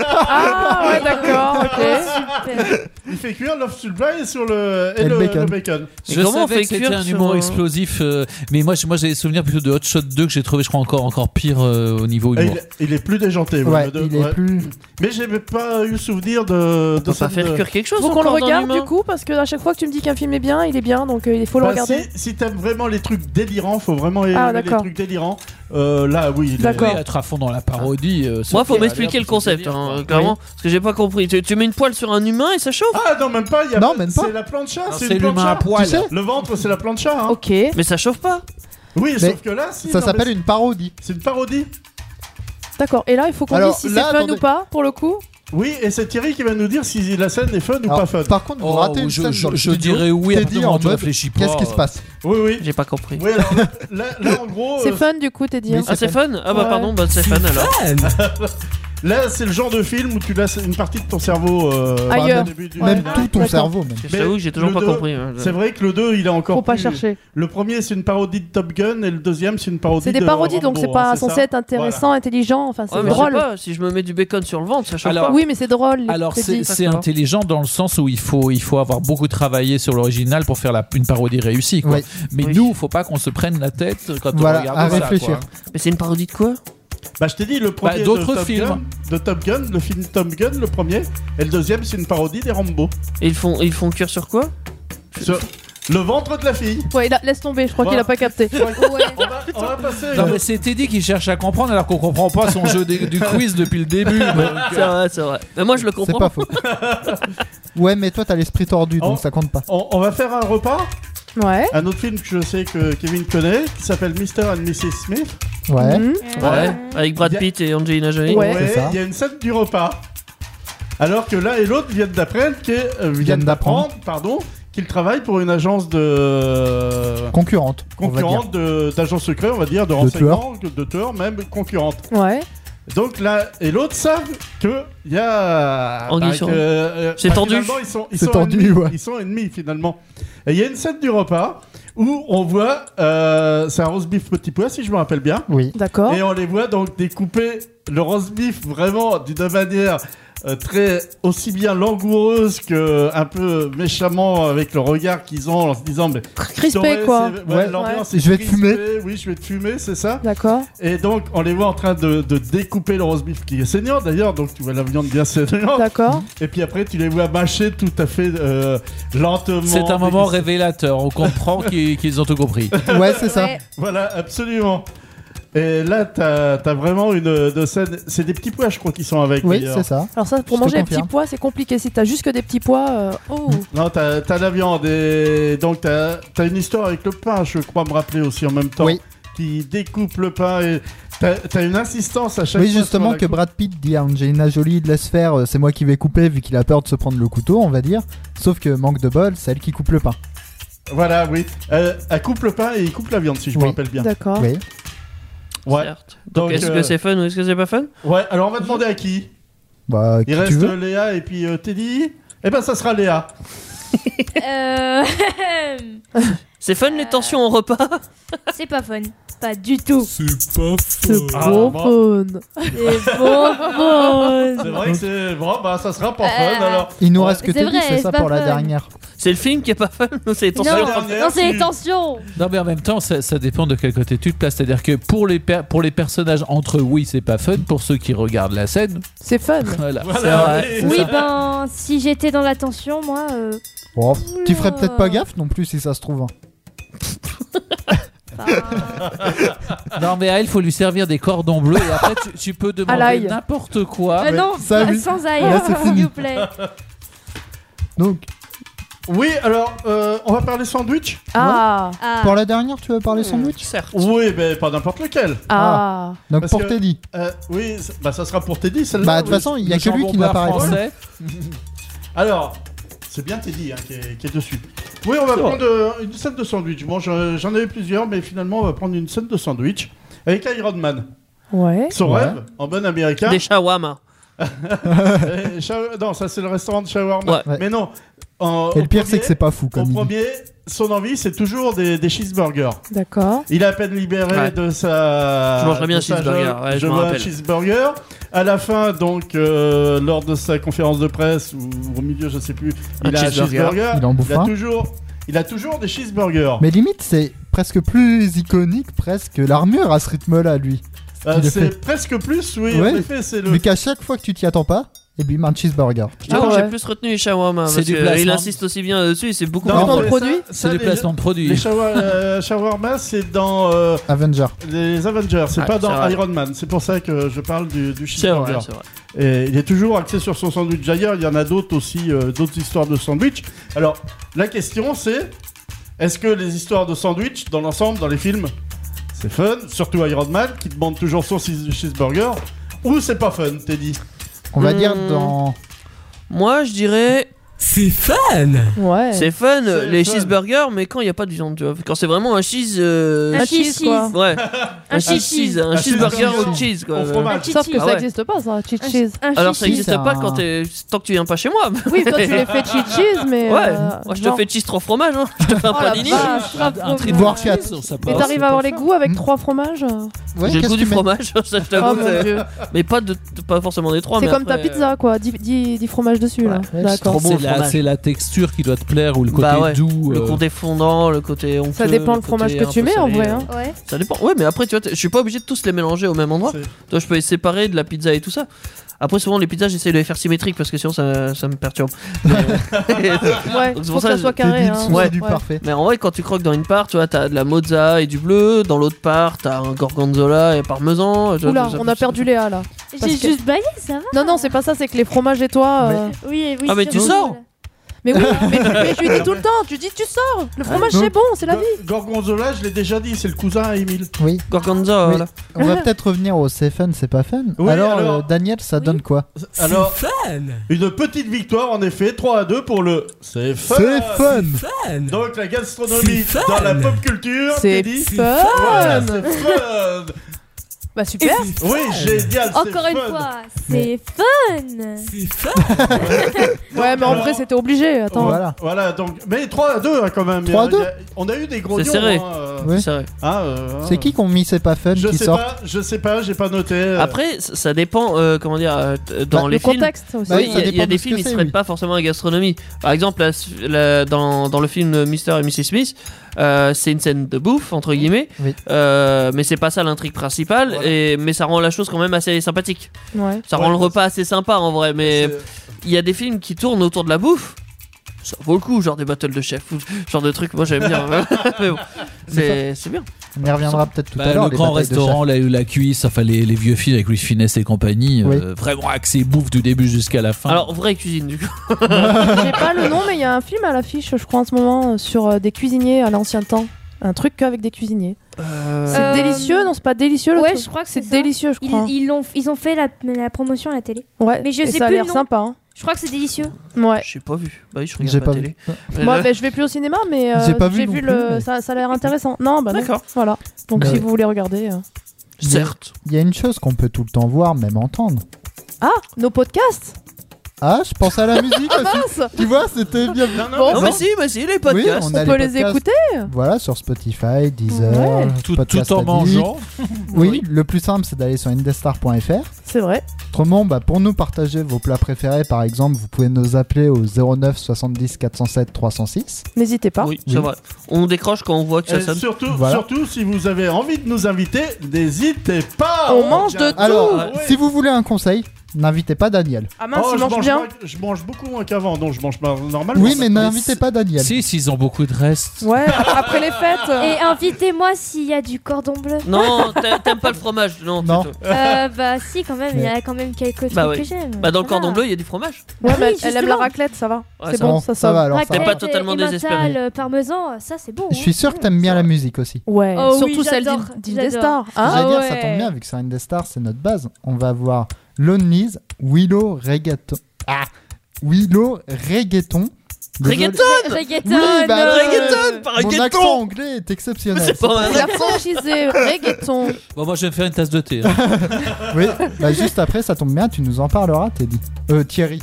Speaker 6: Ah ouais, d'accord, ok.
Speaker 8: Super.
Speaker 9: il fait cuire l'œuf sur le plat et sur le et
Speaker 4: Et le
Speaker 9: le,
Speaker 4: bacon.
Speaker 9: le bacon.
Speaker 5: Et
Speaker 7: Je
Speaker 5: comment on
Speaker 7: savais
Speaker 5: fait
Speaker 7: que c'était
Speaker 5: cuire
Speaker 7: un
Speaker 5: sur
Speaker 7: humour
Speaker 5: un-
Speaker 7: explosif, euh, mais moi, j'ai- moi j'ai des souvenirs plutôt de Hot Shot 2 que j'ai trouvé, je crois, encore, encore pire euh, au niveau
Speaker 9: Et
Speaker 7: humour.
Speaker 9: il, il est plus déjanté.
Speaker 4: Ouais,
Speaker 9: le deux,
Speaker 4: il est
Speaker 9: ouais.
Speaker 4: plus.
Speaker 9: Mais j'avais pas eu souvenir de.
Speaker 5: On
Speaker 9: de
Speaker 5: va
Speaker 9: cette- euh,
Speaker 5: faire
Speaker 7: Euh,
Speaker 9: de-
Speaker 5: cuire quelque chose.
Speaker 6: Faut qu'on le
Speaker 5: encore dans
Speaker 6: regarde
Speaker 5: l'humain.
Speaker 6: du coup, parce que à chaque fois que tu me dis qu'un film est bien, il est bien, donc euh, il faut le
Speaker 9: Bah,
Speaker 6: regarder. Ah,
Speaker 9: si si t'aimes vraiment les trucs délirants, faut vraiment aimer les
Speaker 6: d'accord.
Speaker 9: trucs délirants. Euh, là, oui. il est-
Speaker 6: D'accord.
Speaker 7: Oui, être à fond dans la parodie. euh, c'est-
Speaker 5: Moi, faut
Speaker 7: ça a
Speaker 5: m'expliquer
Speaker 7: l'air
Speaker 5: le
Speaker 7: de
Speaker 5: concept,
Speaker 7: plaisir,
Speaker 5: hein,
Speaker 7: quoi.
Speaker 5: clairement, parce que j'ai pas compris. Tu, tu mets une poêle sur un humain et ça chauffe.
Speaker 9: Ah non, même pas. il Y a
Speaker 4: Non, même pas.
Speaker 9: C'est la plancha,
Speaker 7: Alors,
Speaker 9: c'est
Speaker 7: C'est
Speaker 9: une
Speaker 7: l'humain à
Speaker 9: plancha.
Speaker 7: poil.
Speaker 4: Tu sais,
Speaker 9: Le ventre, c'est la plancha. Hein.
Speaker 6: Ok.
Speaker 5: Mais ça chauffe pas.
Speaker 9: Oui,
Speaker 4: Mais
Speaker 9: sauf que là, si,
Speaker 4: Ça
Speaker 9: non, mais
Speaker 4: s'appelle une parodie.
Speaker 9: C'est une parodie
Speaker 6: D'accord. Et là, il faut qu'on
Speaker 4: Alors,
Speaker 6: dise si c'est
Speaker 4: là,
Speaker 6: fun
Speaker 4: attendez.
Speaker 6: ou pas, pour le coup.
Speaker 9: Oui, et c'est Thierry qui va nous dire si la scène est fun ou pas
Speaker 4: Alors,
Speaker 9: fun.
Speaker 4: Par contre, vous
Speaker 7: Oh,
Speaker 4: ratez une
Speaker 7: je,
Speaker 4: scène
Speaker 7: je-
Speaker 4: dans le
Speaker 7: je
Speaker 4: studio.
Speaker 7: dirais oui, à
Speaker 4: T'es
Speaker 7: partir
Speaker 4: dit
Speaker 7: du moment
Speaker 4: en
Speaker 7: où tu
Speaker 4: mode,
Speaker 7: réfléchis pas.
Speaker 4: Qu'est-ce qui se
Speaker 7: euh,
Speaker 4: passe
Speaker 9: Oui, oui.
Speaker 5: J'ai pas compris.
Speaker 9: Oui, alors là, là, là, en gros,
Speaker 6: C'est
Speaker 9: euh,
Speaker 6: fun du coup, hein. t'es dit.
Speaker 4: Oui,
Speaker 5: Ah, c'est fun. Ah bah
Speaker 6: Ouais.
Speaker 5: pardon, bah c'est fun alors.
Speaker 9: là, c'est le genre de film où tu laisses une partie de ton cerveau euh,
Speaker 6: Ailleurs.
Speaker 9: au début du-
Speaker 4: Même
Speaker 6: Ouais.
Speaker 4: tout ton
Speaker 6: D'accord.
Speaker 4: cerveau, même.
Speaker 5: Je
Speaker 9: Mais
Speaker 5: t'avoue que j'ai toujours
Speaker 9: le
Speaker 5: pas
Speaker 9: deux,
Speaker 5: compris. hein.
Speaker 9: C'est vrai que le 2, il est encore.
Speaker 6: Faut pas
Speaker 9: plus-
Speaker 6: chercher.
Speaker 9: Le premier, c'est une parodie de Top Gun et le deuxième, c'est une parodie
Speaker 6: C'est des
Speaker 9: de
Speaker 6: parodies, donc
Speaker 9: Rambo,
Speaker 6: c'est
Speaker 9: hein,
Speaker 6: pas
Speaker 9: ça
Speaker 6: censé être intéressant, intelligent, enfin c'est
Speaker 5: Ouais, mais je sais
Speaker 6: drôle.
Speaker 5: pas, si je me mets du bacon sur le ventre, ça chauffe
Speaker 7: Alors,
Speaker 5: pas.
Speaker 6: Oui, mais c'est drôle.
Speaker 7: Alors
Speaker 6: t'es
Speaker 7: c'est
Speaker 6: dit.
Speaker 7: c'est
Speaker 5: D'accord.
Speaker 7: intelligent dans le sens où il faut, il faut avoir beaucoup travaillé sur l'original pour faire la, une parodie réussie. Quoi.
Speaker 4: Oui.
Speaker 7: Mais
Speaker 5: Oui.
Speaker 7: nous, faut pas qu'on se prenne la tête quand on
Speaker 4: Voilà,
Speaker 7: regarde
Speaker 4: à
Speaker 7: ça.
Speaker 4: réfléchir.
Speaker 7: quoi.
Speaker 5: Mais c'est une parodie de quoi
Speaker 9: Bah, je t'ai dit, le premier
Speaker 7: d'autres
Speaker 9: de, Top
Speaker 7: films.
Speaker 9: Gun, de Top Gun, le film Top Gun, le premier, et le deuxième, c'est une parodie des Rambo.
Speaker 5: Et ils font, ils font cuire sur quoi
Speaker 9: Sur le ventre de la fille.
Speaker 6: Ouais, il a- laisse tomber, je crois
Speaker 9: Ouais.
Speaker 6: qu'il a pas capté.
Speaker 9: On va, on va passer.
Speaker 7: Non, mais c'est Teddy qui cherche à comprendre alors qu'on comprend pas son jeu des- du quiz depuis le début.
Speaker 5: Ah, C'est vrai, c'est vrai. Mais moi je le
Speaker 4: C'est
Speaker 5: comprends.
Speaker 4: pas faux. ouais, mais toi, t'as l'esprit tordu, donc
Speaker 9: Oh.
Speaker 4: ça compte pas.
Speaker 9: On, on va faire un repas.
Speaker 6: Ouais.
Speaker 9: Un autre film que je sais que Kevin connaît, qui s'appelle Mr. and Mrs. Smith.
Speaker 4: Ouais.
Speaker 9: Mm.
Speaker 6: Mhm.
Speaker 8: Euh,
Speaker 5: Ouais, avec Brad Pitt et Angelina Jolie.
Speaker 6: Ouais.
Speaker 4: C'est ça.
Speaker 9: il y a une scène du repas. Alors que l'un et l'autre viennent d'apprendre qu'ils
Speaker 4: Viennent d'apprendre.
Speaker 9: pardon, qu'ils travaillent pour une agence de
Speaker 4: Concurrente. on va dire.
Speaker 9: concurrente de- d'agence secret, on va dire, de, renseignements, de tueurs, même concurrente.
Speaker 6: Ouais.
Speaker 9: Donc là, et l'autre savent que il y a.
Speaker 5: Anguille
Speaker 9: bah,
Speaker 5: sur-
Speaker 9: que, euh,
Speaker 5: C'est
Speaker 9: bah,
Speaker 5: tendu.
Speaker 9: finalement, Ils sont, ils
Speaker 4: C'est
Speaker 9: sont
Speaker 4: tendu,
Speaker 9: ennemis,
Speaker 4: ouais.
Speaker 9: Ils sont ennemis finalement. Et il y a une scène du repas où on voit, euh, c'est un roast beef petit pois si je me rappelle bien,
Speaker 4: Oui.
Speaker 6: D'accord.
Speaker 9: et on les voit donc découper le roast beef vraiment d'une manière euh, très aussi bien langoureuse que un peu méchamment avec le regard qu'ils ont en se disant mais
Speaker 6: Crispé
Speaker 9: Ouais,
Speaker 6: quoi.
Speaker 9: c'est-
Speaker 4: Ouais.
Speaker 9: ouais, l'ambiance
Speaker 4: Ouais.
Speaker 9: est
Speaker 4: Je vais te fumer.
Speaker 9: crispée, oui je vais te fumer c'est ça
Speaker 6: D'accord.
Speaker 9: et donc, on les voit en train de, de découper le roast beef qui est saignant d'ailleurs, donc tu vois la viande bien saignante.
Speaker 6: D'accord.
Speaker 9: Et puis après, tu les vois mâcher tout à fait euh, lentement.
Speaker 7: C'est un moment
Speaker 9: délici-
Speaker 7: révélateur. On comprend qu'ils qu'ils ont tout compris.
Speaker 4: Ouais, c'est ça.
Speaker 8: Ouais.
Speaker 9: Voilà, absolument. Et là, t'as as vraiment une de scène. C'est des petits pois, je crois, qui sont avec.
Speaker 4: Oui,
Speaker 9: d'ailleurs.
Speaker 4: c'est ça.
Speaker 6: Alors ça, pour
Speaker 4: Je te
Speaker 6: manger des
Speaker 4: confirme.
Speaker 6: petits pois, c'est compliqué. Si t'as juste que des petits pois, euh, oh.
Speaker 9: Non, t'as t'as la viande et donc t'as as une histoire avec le pain, je crois me rappeler aussi en même temps.
Speaker 4: Oui.
Speaker 9: Qui découpe le pain et t'as t'as une insistance à chaque
Speaker 4: Oui,
Speaker 9: fois sur
Speaker 4: justement,
Speaker 9: la
Speaker 4: que
Speaker 9: coupe.
Speaker 4: Brad Pitt dit à Angelina Jolie de laisse faire, euh, c'est moi qui vais couper vu qu'il a peur de se prendre le couteau, on va dire. Sauf que manque de bol, c'est elle qui coupe le pain.
Speaker 9: Voilà, oui. Euh, elle coupe le pain et il coupe la viande, si je me
Speaker 4: Oui.
Speaker 9: rappelle bien.
Speaker 6: D'accord.
Speaker 4: Oui.
Speaker 9: Ouais.
Speaker 5: Certes.
Speaker 9: Donc,
Speaker 5: Est-ce
Speaker 9: euh,
Speaker 5: que c'est fun ou est-ce que c'est pas fun
Speaker 9: Ouais, alors on va demander à qui
Speaker 4: Bah, qui
Speaker 9: Il
Speaker 4: tu
Speaker 9: reste
Speaker 4: veux
Speaker 9: euh, Léa et puis euh, Teddy Eh ben, ça sera Léa.
Speaker 8: Euh,
Speaker 5: C'est fun les tensions au repas
Speaker 8: c'est pas fun. Pas du tout.
Speaker 6: C'est
Speaker 9: Ah,
Speaker 6: bon
Speaker 9: moi-
Speaker 6: fun.
Speaker 8: C'est bon,
Speaker 9: C'est
Speaker 8: bon.
Speaker 9: vrai que c'est. Bon, bah, ça sera pas fun
Speaker 8: Euh,
Speaker 9: alors.
Speaker 4: Il nous reste que
Speaker 8: C'est
Speaker 4: Teddy,
Speaker 8: vrai,
Speaker 4: c'est ça
Speaker 8: c'est pas
Speaker 4: pour la
Speaker 8: fun.
Speaker 4: dernière.
Speaker 5: C'est le film qui est pas fun ou c'est les tensions au
Speaker 8: Non,
Speaker 5: repas
Speaker 8: non c'est les tensions.
Speaker 7: Non, mais en même temps, ça, ça dépend de quel côté tu te places. C'est-à-dire que pour les, per- pour les personnages entre eux, oui, c'est pas fun. Pour ceux qui regardent la scène,
Speaker 6: C'est fun.
Speaker 7: voilà.
Speaker 9: Voilà,
Speaker 5: c'est
Speaker 9: allez.
Speaker 8: Oui, ben, si j'étais dans la tension, moi. euh,
Speaker 4: Oh, tu ferais
Speaker 8: Oula.
Speaker 4: peut-être pas gaffe non plus si ça se trouve. hein.
Speaker 8: enfin,
Speaker 7: Non, mais à elle, faut lui servir des cordons bleus et après, tu, tu peux demander
Speaker 6: l'ail.
Speaker 7: n'importe quoi.
Speaker 8: euh, non,
Speaker 4: ça, oui.
Speaker 8: sans aïe,
Speaker 4: Là, c'est
Speaker 8: s'il
Speaker 4: fini.
Speaker 8: vous plaît.
Speaker 4: Donc,
Speaker 9: Oui, alors, euh, on va parler sandwich
Speaker 6: Ah.
Speaker 8: Ah,
Speaker 4: pour la dernière, tu veux parler sandwich
Speaker 5: Hmm, Certes.
Speaker 9: Oui, mais pas n'importe lequel.
Speaker 6: Ah.
Speaker 4: Donc
Speaker 9: Parce
Speaker 4: pour
Speaker 9: que-
Speaker 4: Teddy.
Speaker 9: Euh, oui, c'est- bah, ça sera pour Teddy celle-là.
Speaker 4: Bah, de toute
Speaker 9: oui.
Speaker 4: façon, il y a
Speaker 7: Le
Speaker 4: que lui qui
Speaker 7: jambon beurre
Speaker 4: n'apparaît pas.
Speaker 7: français.
Speaker 9: Alors, c'est bien Teddy hein, qui, est, qui est dessus. Oui, on va prendre euh, une scène de sandwich. Bon, je- j'en avais plusieurs, mais finalement, on va prendre une scène de sandwich avec Iron Man.
Speaker 6: Ouais.
Speaker 9: Son
Speaker 4: Ouais.
Speaker 9: rêve, en bon américain.
Speaker 5: Des shawarma.
Speaker 9: Euh, shaw- Non, ça, c'est le restaurant de shawarma.
Speaker 5: Ouais.
Speaker 4: Ouais.
Speaker 9: Mais non. en-
Speaker 4: Et
Speaker 9: au
Speaker 4: le pire, c'est que
Speaker 9: premier-
Speaker 4: c'est pas fou comme
Speaker 9: Au
Speaker 4: idée.
Speaker 9: premier, son envie, c'est toujours des, des cheeseburgers.
Speaker 6: D'accord.
Speaker 9: Il est à peine libéré
Speaker 5: Ouais.
Speaker 9: de sa.
Speaker 5: Je mangerais bien
Speaker 9: de
Speaker 5: un
Speaker 9: sa
Speaker 5: cheeseburger,
Speaker 9: jaune.
Speaker 5: ouais, je
Speaker 9: je
Speaker 5: m'en
Speaker 9: veux un
Speaker 5: rappelle.
Speaker 9: cheeseburger. À la fin, donc, euh, lors de sa conférence de presse, ou au milieu, je sais plus,
Speaker 5: Un
Speaker 9: il a
Speaker 5: cheeseburger.
Speaker 9: un cheeseburger.
Speaker 4: Il en bouffe
Speaker 9: il a
Speaker 4: un.
Speaker 9: toujours, il a toujours des cheeseburgers.
Speaker 4: Mais limite, c'est presque plus iconique, presque l'armure à ce rythme-là, lui.
Speaker 9: Euh,
Speaker 4: il le fait.
Speaker 9: c'est presque plus, oui.
Speaker 4: Ouais.
Speaker 9: En effet, c'est le.
Speaker 4: Vu qu'à chaque fois que tu t'y attends pas, eh ben, et bim, un cheeseburger.
Speaker 5: Je t'avoue
Speaker 6: Ah
Speaker 5: que
Speaker 6: ouais.
Speaker 5: j'ai plus retenu les shawarma
Speaker 7: C'est
Speaker 5: parce
Speaker 7: du
Speaker 5: que
Speaker 7: placement.
Speaker 5: il insiste aussi bien dessus et c'est beaucoup
Speaker 9: Non,
Speaker 5: plus
Speaker 9: mais
Speaker 6: dans le
Speaker 5: drôle.
Speaker 9: ça-
Speaker 6: produit
Speaker 9: ça,
Speaker 7: C'est des
Speaker 9: les-
Speaker 7: placements de
Speaker 9: Les
Speaker 7: produits.
Speaker 9: shawa- euh, shawarma, c'est dans euh,
Speaker 4: Avenger.
Speaker 9: les Avengers, c'est
Speaker 5: Ouais,
Speaker 9: pas
Speaker 5: c'est
Speaker 9: dans
Speaker 5: vrai.
Speaker 9: Iron Man. C'est pour ça que je parle du, du
Speaker 5: C'est vrai,
Speaker 9: cheeseburger.
Speaker 5: c'est vrai.
Speaker 9: Et il est toujours axé sur son sandwich d'ailleurs. Il y en a d'autres aussi, euh, d'autres histoires de sandwich. Alors, la question c'est est-ce que les histoires de sandwich, dans l'ensemble, dans les films, c'est fun Surtout Iron Man qui demande toujours son cheese- cheeseburger. Ou c'est pas fun, Teddy
Speaker 4: On va
Speaker 5: Hmm.
Speaker 4: dire dans.
Speaker 5: Moi, je dirais
Speaker 3: C'est fun
Speaker 6: Ouais.
Speaker 5: c'est fun
Speaker 9: C'est
Speaker 5: les
Speaker 9: fun.
Speaker 5: cheeseburgers, mais quand il y a pas de viande, tu vois. Quand c'est vraiment un cheese, euh,
Speaker 8: Un
Speaker 6: cheese,
Speaker 8: cheese,
Speaker 6: quoi.
Speaker 5: ouais, un cheese,
Speaker 8: cheese.
Speaker 5: un
Speaker 9: Un
Speaker 5: cheeseburger
Speaker 9: cheeseburger
Speaker 5: au cheese quoi.
Speaker 9: au fromage.
Speaker 8: un cheese.
Speaker 6: Sauf que
Speaker 5: Ah
Speaker 6: ça
Speaker 5: ouais.
Speaker 6: existe pas, ça. Cheat
Speaker 4: Ah,
Speaker 8: Un
Speaker 6: cheese.
Speaker 8: cheese. Un
Speaker 5: Alors ça
Speaker 8: cheese.
Speaker 5: n'existe
Speaker 4: c'est
Speaker 5: pas
Speaker 4: un-
Speaker 5: quand t'es tant que tu viens pas chez moi.
Speaker 6: Oui, toi tu les fais cheat cheese, mais.
Speaker 5: Ouais,
Speaker 6: euh,
Speaker 5: moi je
Speaker 6: genre-
Speaker 5: te fais cheese trois fromages, hein. je te fais un
Speaker 6: Oh la
Speaker 5: panini.
Speaker 6: vache.
Speaker 7: Un tri de
Speaker 4: Voir
Speaker 7: quatre,
Speaker 4: quatre.
Speaker 7: ça
Speaker 6: Mais
Speaker 7: passe.
Speaker 6: t'arrives à avoir les
Speaker 4: pas
Speaker 6: goûts avec
Speaker 4: Mm.
Speaker 6: trois fromages euh,
Speaker 4: Ouais,
Speaker 5: J'ai le
Speaker 4: qu'est-ce
Speaker 5: goût
Speaker 4: que
Speaker 5: du
Speaker 4: tu mets
Speaker 5: fromage, ça je
Speaker 6: Oh
Speaker 5: t'avoue,
Speaker 6: mon
Speaker 5: c'est-
Speaker 6: dieu.
Speaker 5: mais pas, de, pas forcément des trois.
Speaker 6: C'est
Speaker 5: mais
Speaker 6: comme ta
Speaker 5: après, euh,
Speaker 6: pizza quoi, 10 10 10 fromages dessus là.
Speaker 4: Ouais, c'est
Speaker 6: D'accord.
Speaker 7: Trop bon,
Speaker 5: C'est
Speaker 7: le
Speaker 5: la
Speaker 7: la,
Speaker 5: fromage.
Speaker 7: c'est la texture qui doit te plaire ou le côté
Speaker 5: Bah ouais.
Speaker 7: doux.
Speaker 5: Le
Speaker 7: euh,
Speaker 5: côté fondant, le côté onctueux,
Speaker 6: Ça dépend le
Speaker 5: côté
Speaker 6: fromage
Speaker 5: un
Speaker 6: que
Speaker 5: peu
Speaker 6: tu mets en
Speaker 5: salé,
Speaker 6: vrai.
Speaker 5: euh.
Speaker 6: hein.
Speaker 8: Ouais.
Speaker 5: Ça dépend. Ouais, mais après, tu vois, t- je suis pas obligé de tous les mélanger au même endroit.
Speaker 9: C'est-
Speaker 5: Toi, je peux les séparer de la pizza et tout ça. Après, souvent, les pizzas, j'essaie de les faire symétriques parce que sinon, ça, ça me perturbe. Mais,
Speaker 6: Ouais,
Speaker 5: Donc, c'est
Speaker 6: faut
Speaker 5: pour
Speaker 6: que
Speaker 5: ça,
Speaker 6: ça soit
Speaker 4: T'es
Speaker 6: carré.
Speaker 4: dit
Speaker 6: hein.
Speaker 4: dessous,
Speaker 5: Ouais.
Speaker 4: c'est du parfait.
Speaker 5: mais en vrai, quand tu croques dans une part, tu vois, t'as de la mozza et du bleu. Dans l'autre part, t'as un gorgonzola et parmesan. tu vois,
Speaker 6: Oula,
Speaker 5: ça-
Speaker 6: on a perdu Léa là. Parce
Speaker 8: J'ai
Speaker 6: que-
Speaker 8: juste baillé, ça va.
Speaker 6: Non, non, c'est pas ça, c'est que les fromages et toi. euh,
Speaker 8: Oui, oui.
Speaker 5: Ah, mais
Speaker 8: c'est
Speaker 5: tu
Speaker 8: bon,
Speaker 5: sors
Speaker 8: voilà.
Speaker 6: Mais oui, mais, mais je lui dis tout le temps, tu dis tu sors, le fromage
Speaker 4: Donc-
Speaker 6: c'est bon, c'est la vie.
Speaker 9: Go- Gorgonzola, je l'ai déjà dit, c'est le cousin à Emile.
Speaker 4: Oui.
Speaker 5: Gorgonzola.
Speaker 4: On va peut-être revenir au c'est fun, c'est pas fun.
Speaker 9: Oui,
Speaker 4: alors,
Speaker 9: alors-
Speaker 4: euh, Daniel, ça
Speaker 8: Oui.
Speaker 4: donne quoi
Speaker 9: Alors, une petite victoire en effet, 3 à 2 pour le. C'est fun.
Speaker 4: C'est fun
Speaker 9: Donc la gastronomie dans la pop culture, t'es dit
Speaker 6: fun.
Speaker 9: Voilà, c'est fun.
Speaker 6: Bah super.
Speaker 9: Oui,
Speaker 4: Ah,
Speaker 9: génial. c'est
Speaker 8: Encore une
Speaker 9: fun.
Speaker 8: fois, c'est fun.
Speaker 6: Ouais, mais en vrai c'était obligé. Attends.
Speaker 4: Voilà.
Speaker 9: Voilà, donc, mais 3 à 2 hein, quand même.
Speaker 4: 3 à
Speaker 9: Il y a- il y a- On a eu des gros
Speaker 5: C'est
Speaker 9: lions,
Speaker 5: serré.
Speaker 9: hein, euh,
Speaker 4: Ouais.
Speaker 5: C'est vrai.
Speaker 9: hein, euh,
Speaker 4: C'est
Speaker 9: hein.
Speaker 4: qui qu'on mis c'est pas fun
Speaker 9: Je
Speaker 4: qui
Speaker 9: sais
Speaker 4: sort
Speaker 9: pas, je sais pas, j'ai pas noté. euh,
Speaker 5: Après, c- ça dépend, euh, comment dire, euh, t- dans
Speaker 4: Bah,
Speaker 5: les
Speaker 6: Le
Speaker 5: films.
Speaker 6: contexte aussi.
Speaker 4: Bah
Speaker 5: oui,
Speaker 4: ça
Speaker 5: il y a- il y,
Speaker 4: dépend
Speaker 5: a
Speaker 4: de
Speaker 5: des
Speaker 4: ce
Speaker 5: films
Speaker 4: que
Speaker 5: qui
Speaker 4: c'est,
Speaker 5: se prêtent
Speaker 4: oui.
Speaker 5: pas forcément à la gastronomie. Par exemple, la- la- dans, dans le film Mister et Mrs. Smith, euh, c'est une scène de bouffe, entre guillemets,
Speaker 4: Oui.
Speaker 5: Euh, mais c'est pas ça l'intrigue principale, et, mais ça rend la chose quand même assez sympathique.
Speaker 6: Ouais.
Speaker 5: Ça
Speaker 9: Ouais,
Speaker 5: rend le
Speaker 9: parce-
Speaker 5: repas assez sympa en vrai, mais il y a des films qui tournent autour de la bouffe. Ça vaut le coup, genre des battles de chefs, ou genre de trucs, moi j'aime bien. mais bon, c'est c'est bien.
Speaker 4: On y reviendra peut-être tout
Speaker 7: bah,
Speaker 4: à l'heure.
Speaker 7: le
Speaker 4: les
Speaker 7: grand
Speaker 4: batailles de
Speaker 7: restaurant, la, la cuisse, enfin les, les vieux films avec Louis Finesse et compagnie,
Speaker 4: Oui.
Speaker 7: euh, vraiment axé bouffe du début jusqu'à la fin.
Speaker 5: Alors, vraie cuisine du coup.
Speaker 6: J'ai pas le nom, mais il y a un film à l'affiche, je crois en ce moment, euh, sur euh, des cuisiniers à l'ancien temps. Un truc qu'avec des cuisiniers. C'est
Speaker 8: Euh,
Speaker 6: délicieux, non c'est pas délicieux le
Speaker 8: Ouais,
Speaker 6: truc.
Speaker 8: je crois que
Speaker 6: C'est
Speaker 8: c'est ça.
Speaker 6: délicieux, je
Speaker 8: Ils,
Speaker 6: crois.
Speaker 8: ils, l'ont- ils ont fait la, la promotion à la télé.
Speaker 6: Ouais.
Speaker 8: Mais je
Speaker 6: et
Speaker 8: sais
Speaker 6: ça a
Speaker 8: plus
Speaker 6: l'air
Speaker 8: le nom.
Speaker 6: sympa. hein.
Speaker 8: Je crois que c'est délicieux.
Speaker 6: Ouais.
Speaker 5: J'ai pas vu. Bah oui, je
Speaker 4: J'ai
Speaker 5: regarde pas,
Speaker 4: pas vu.
Speaker 5: la télé. Euh,
Speaker 6: Moi, ben, je vais plus au cinéma, mais euh,
Speaker 4: J'ai pas vu
Speaker 6: j'ai
Speaker 4: non
Speaker 6: vu
Speaker 4: plus,
Speaker 6: le.
Speaker 4: mais-
Speaker 6: Ça, ça a l'air intéressant. Non, bah non.
Speaker 5: D'accord.
Speaker 6: Voilà. Donc
Speaker 4: Bah
Speaker 6: si
Speaker 4: ouais.
Speaker 6: vous voulez regarder. euh.
Speaker 5: Certes.
Speaker 4: Il y a une chose qu'on peut tout le temps voir, même entendre.
Speaker 6: Ah, nos podcasts.
Speaker 4: Ah, je pense à la musique aussi.
Speaker 6: Mince.
Speaker 4: Tu vois, c'était bien.
Speaker 9: Non, non,
Speaker 6: Bon,
Speaker 5: Non,
Speaker 4: Non.
Speaker 5: mais si, mais si, les podcasts.
Speaker 4: Oui, on a
Speaker 6: On peut les
Speaker 4: podcasts,
Speaker 6: écouter.
Speaker 4: Voilà, sur Spotify, Deezer,
Speaker 7: tout,
Speaker 4: Podcast
Speaker 7: tout en
Speaker 4: Addict.
Speaker 7: mangeant.
Speaker 4: Oui,
Speaker 5: Oui.
Speaker 4: le plus simple, c'est d'aller sur indestar.fr.
Speaker 6: C'est vrai.
Speaker 4: Autrement, bah, pour nous partager vos plats préférés, par exemple, vous pouvez nous appeler au 09 70 407 306.
Speaker 6: N'hésitez pas.
Speaker 5: Oui, c'est vrai. On décroche quand on voit que
Speaker 4: Euh,
Speaker 5: ça
Speaker 9: et
Speaker 5: sonne.
Speaker 9: euh, surtout,
Speaker 4: Voilà.
Speaker 9: surtout, si vous avez envie de nous inviter, n'hésitez pas.
Speaker 6: On mange de Ah,
Speaker 9: vient-
Speaker 6: tout.
Speaker 4: Alors,
Speaker 9: Ouais.
Speaker 4: si vous voulez un conseil, n'invitez pas Daniel.
Speaker 6: Ah mince,
Speaker 9: Oh,
Speaker 6: il
Speaker 9: je
Speaker 6: mange
Speaker 9: mange
Speaker 6: bien.
Speaker 9: moins- je mange beaucoup moins qu'avant, donc je mange pas normalement.
Speaker 4: Oui, mais
Speaker 7: c'est-
Speaker 4: n'invitez pas Daniel.
Speaker 7: Si, s'ils ont beaucoup de restes.
Speaker 6: Ouais, après les fêtes.
Speaker 4: Ah.
Speaker 8: Et invitez-moi s'il y a du cordon bleu.
Speaker 5: Non, t'a- t'aimes pas le fromage Non.
Speaker 4: Non.
Speaker 5: c'est tout.
Speaker 8: Euh, bah si, quand même, il y a quand même quelques trucs
Speaker 5: Bah ouais.
Speaker 8: que j'aime.
Speaker 5: Bah dans le
Speaker 8: Ça
Speaker 5: cordon
Speaker 4: Ah.
Speaker 8: va.
Speaker 5: bleu, il y a du fromage.
Speaker 6: Ouais,
Speaker 8: Oui,
Speaker 6: mais elle- elle
Speaker 8: justement.
Speaker 6: aime la raclette, ça va.
Speaker 5: Ouais,
Speaker 6: c'est
Speaker 5: ça
Speaker 6: bon,
Speaker 4: va.
Speaker 6: ça,
Speaker 4: Ça
Speaker 6: ça
Speaker 4: va, alors ça
Speaker 8: Raclette
Speaker 4: va.
Speaker 5: pas totalement
Speaker 8: et mental,
Speaker 5: désespéré.
Speaker 8: euh, parmesan, ça c'est bon. hein.
Speaker 4: Je suis sûr que t'aimes bien la musique aussi.
Speaker 6: Ouais,
Speaker 8: Oh oui,
Speaker 6: surtout celle
Speaker 8: j'adore,
Speaker 6: d'In-
Speaker 8: j'adore.
Speaker 6: d'Indestar. Hein
Speaker 4: J'allais dire, ça
Speaker 8: ouais.
Speaker 4: tombe bien, vu que sur Indestar, c'est notre base. On va voir Lonely's, Willow Reggaeton. Ah Willow Reggaeton. Désolé.
Speaker 5: Reggaeton
Speaker 8: Reggaeton.
Speaker 4: Oui, bah,
Speaker 8: euh,
Speaker 5: Reggaeton Par
Speaker 4: Mon
Speaker 5: reggaeton
Speaker 4: accent anglais est exceptionnel.
Speaker 5: C'est pas
Speaker 6: Il
Speaker 5: vrai.
Speaker 6: a franchisé reggaeton.
Speaker 7: Bon, moi je vais me faire une tasse de thé. hein.
Speaker 4: Oui, bah, juste après, ça tombe bien, tu nous en parleras, Teddy. Euh, Thierry.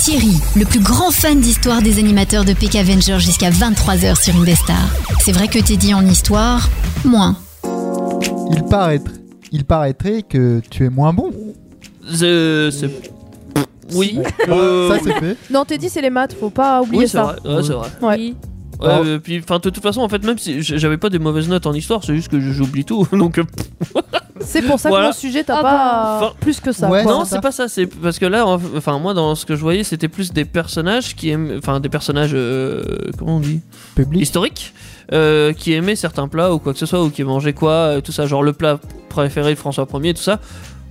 Speaker 1: Thierry, le plus grand fan d'histoire des animateurs de PK Avenger jusqu'à 23h sur Indestar. C'est vrai que t'es dit en histoire, moins.
Speaker 4: Il paraîtrait, il paraîtrait que tu es moins bon.
Speaker 5: The- c'est- Oui. euh,
Speaker 4: ça, c'est fait.
Speaker 6: Non, t'es dit, c'est les maths, faut pas oublier
Speaker 5: Oui, c'est
Speaker 6: ça.
Speaker 5: vrai. Ouais, c'est vrai.
Speaker 6: Ouais.
Speaker 5: Ouais, euh, puis, enfin, de toute façon, en fait, même si j- j'avais pas des mauvaises notes en histoire, c'est juste que j- j'oublie tout. Donc, euh,
Speaker 6: C'est pour ça que
Speaker 5: Voilà.
Speaker 6: mon sujet, t'as
Speaker 8: Ah
Speaker 6: pas
Speaker 5: bah.
Speaker 6: plus que ça.
Speaker 4: Ouais,
Speaker 6: quoi.
Speaker 5: non,
Speaker 4: c'est ça.
Speaker 5: c'est pas ça. C'est parce que là, en- enfin, moi, dans ce que je voyais, c'était plus des personnages qui aiment, enfin, des personnages, euh, comment on dit,
Speaker 4: Public.
Speaker 5: historiques, euh, qui aimaient certains plats ou quoi que ce soit, ou qui mangeaient quoi, euh, tout ça, genre le plat préféré de François Ier, tout ça.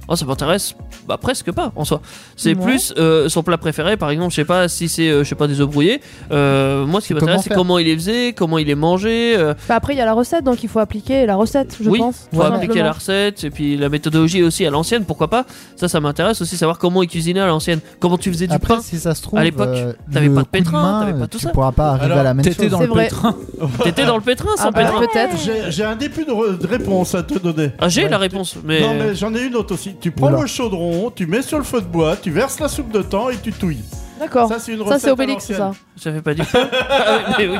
Speaker 5: Oh, ça m'intéresse bah, presque pas en soi. C'est
Speaker 6: Ouais.
Speaker 5: plus euh, son plat préféré, par exemple, je sais pas si c'est euh, je sais pas des œufs brouillés. Euh, moi, ce qui
Speaker 4: C'est
Speaker 5: m'intéresse,
Speaker 4: comment
Speaker 5: c'est
Speaker 4: faire.
Speaker 5: comment il les faisait, comment il les mangeait. euh,
Speaker 6: Bah, après, il y a la recette, donc il faut appliquer la recette, je
Speaker 5: oui,
Speaker 6: pense.
Speaker 5: faut
Speaker 6: tout
Speaker 5: appliquer la
Speaker 6: simplement.
Speaker 5: recette et puis la méthodologie aussi à l'ancienne, pourquoi pas. Ça, ça m'intéresse aussi savoir comment ils cuisinaient à l'ancienne, comment tu faisais du
Speaker 4: Après,
Speaker 5: pain.
Speaker 4: si ça se trouve,
Speaker 5: à l'époque,
Speaker 4: euh,
Speaker 5: t'avais
Speaker 4: le
Speaker 5: pas de
Speaker 4: coup
Speaker 5: pétrin,
Speaker 4: main, euh,
Speaker 5: t'avais pas tout
Speaker 4: tu
Speaker 5: ça.
Speaker 4: pourras pas arriver
Speaker 9: Alors,
Speaker 4: à la même
Speaker 7: T'étais
Speaker 4: chose.
Speaker 7: dans
Speaker 6: C'est
Speaker 7: le
Speaker 6: vrai.
Speaker 7: pétrin.
Speaker 5: T'étais dans le pétrin sans
Speaker 6: Ah, bah,
Speaker 5: pétrin.
Speaker 6: peut-être.
Speaker 9: J'ai j'ai un début de, re- de réponse à te donner.
Speaker 5: Ah, j'ai la réponse, mais.
Speaker 9: Non, mais j'en ai une autre aussi. Tu prends
Speaker 4: Oula.
Speaker 9: le chaudron, tu mets sur le feu de bois, tu verses la soupe de temps et tu touilles.
Speaker 6: D'accord.
Speaker 9: Ça, c'est une
Speaker 6: Ça,
Speaker 9: recette.
Speaker 6: c'est Obélix,
Speaker 9: à
Speaker 6: ça.
Speaker 9: l'ancienne.
Speaker 5: J'avais pas dit. Ah oui, mais oui.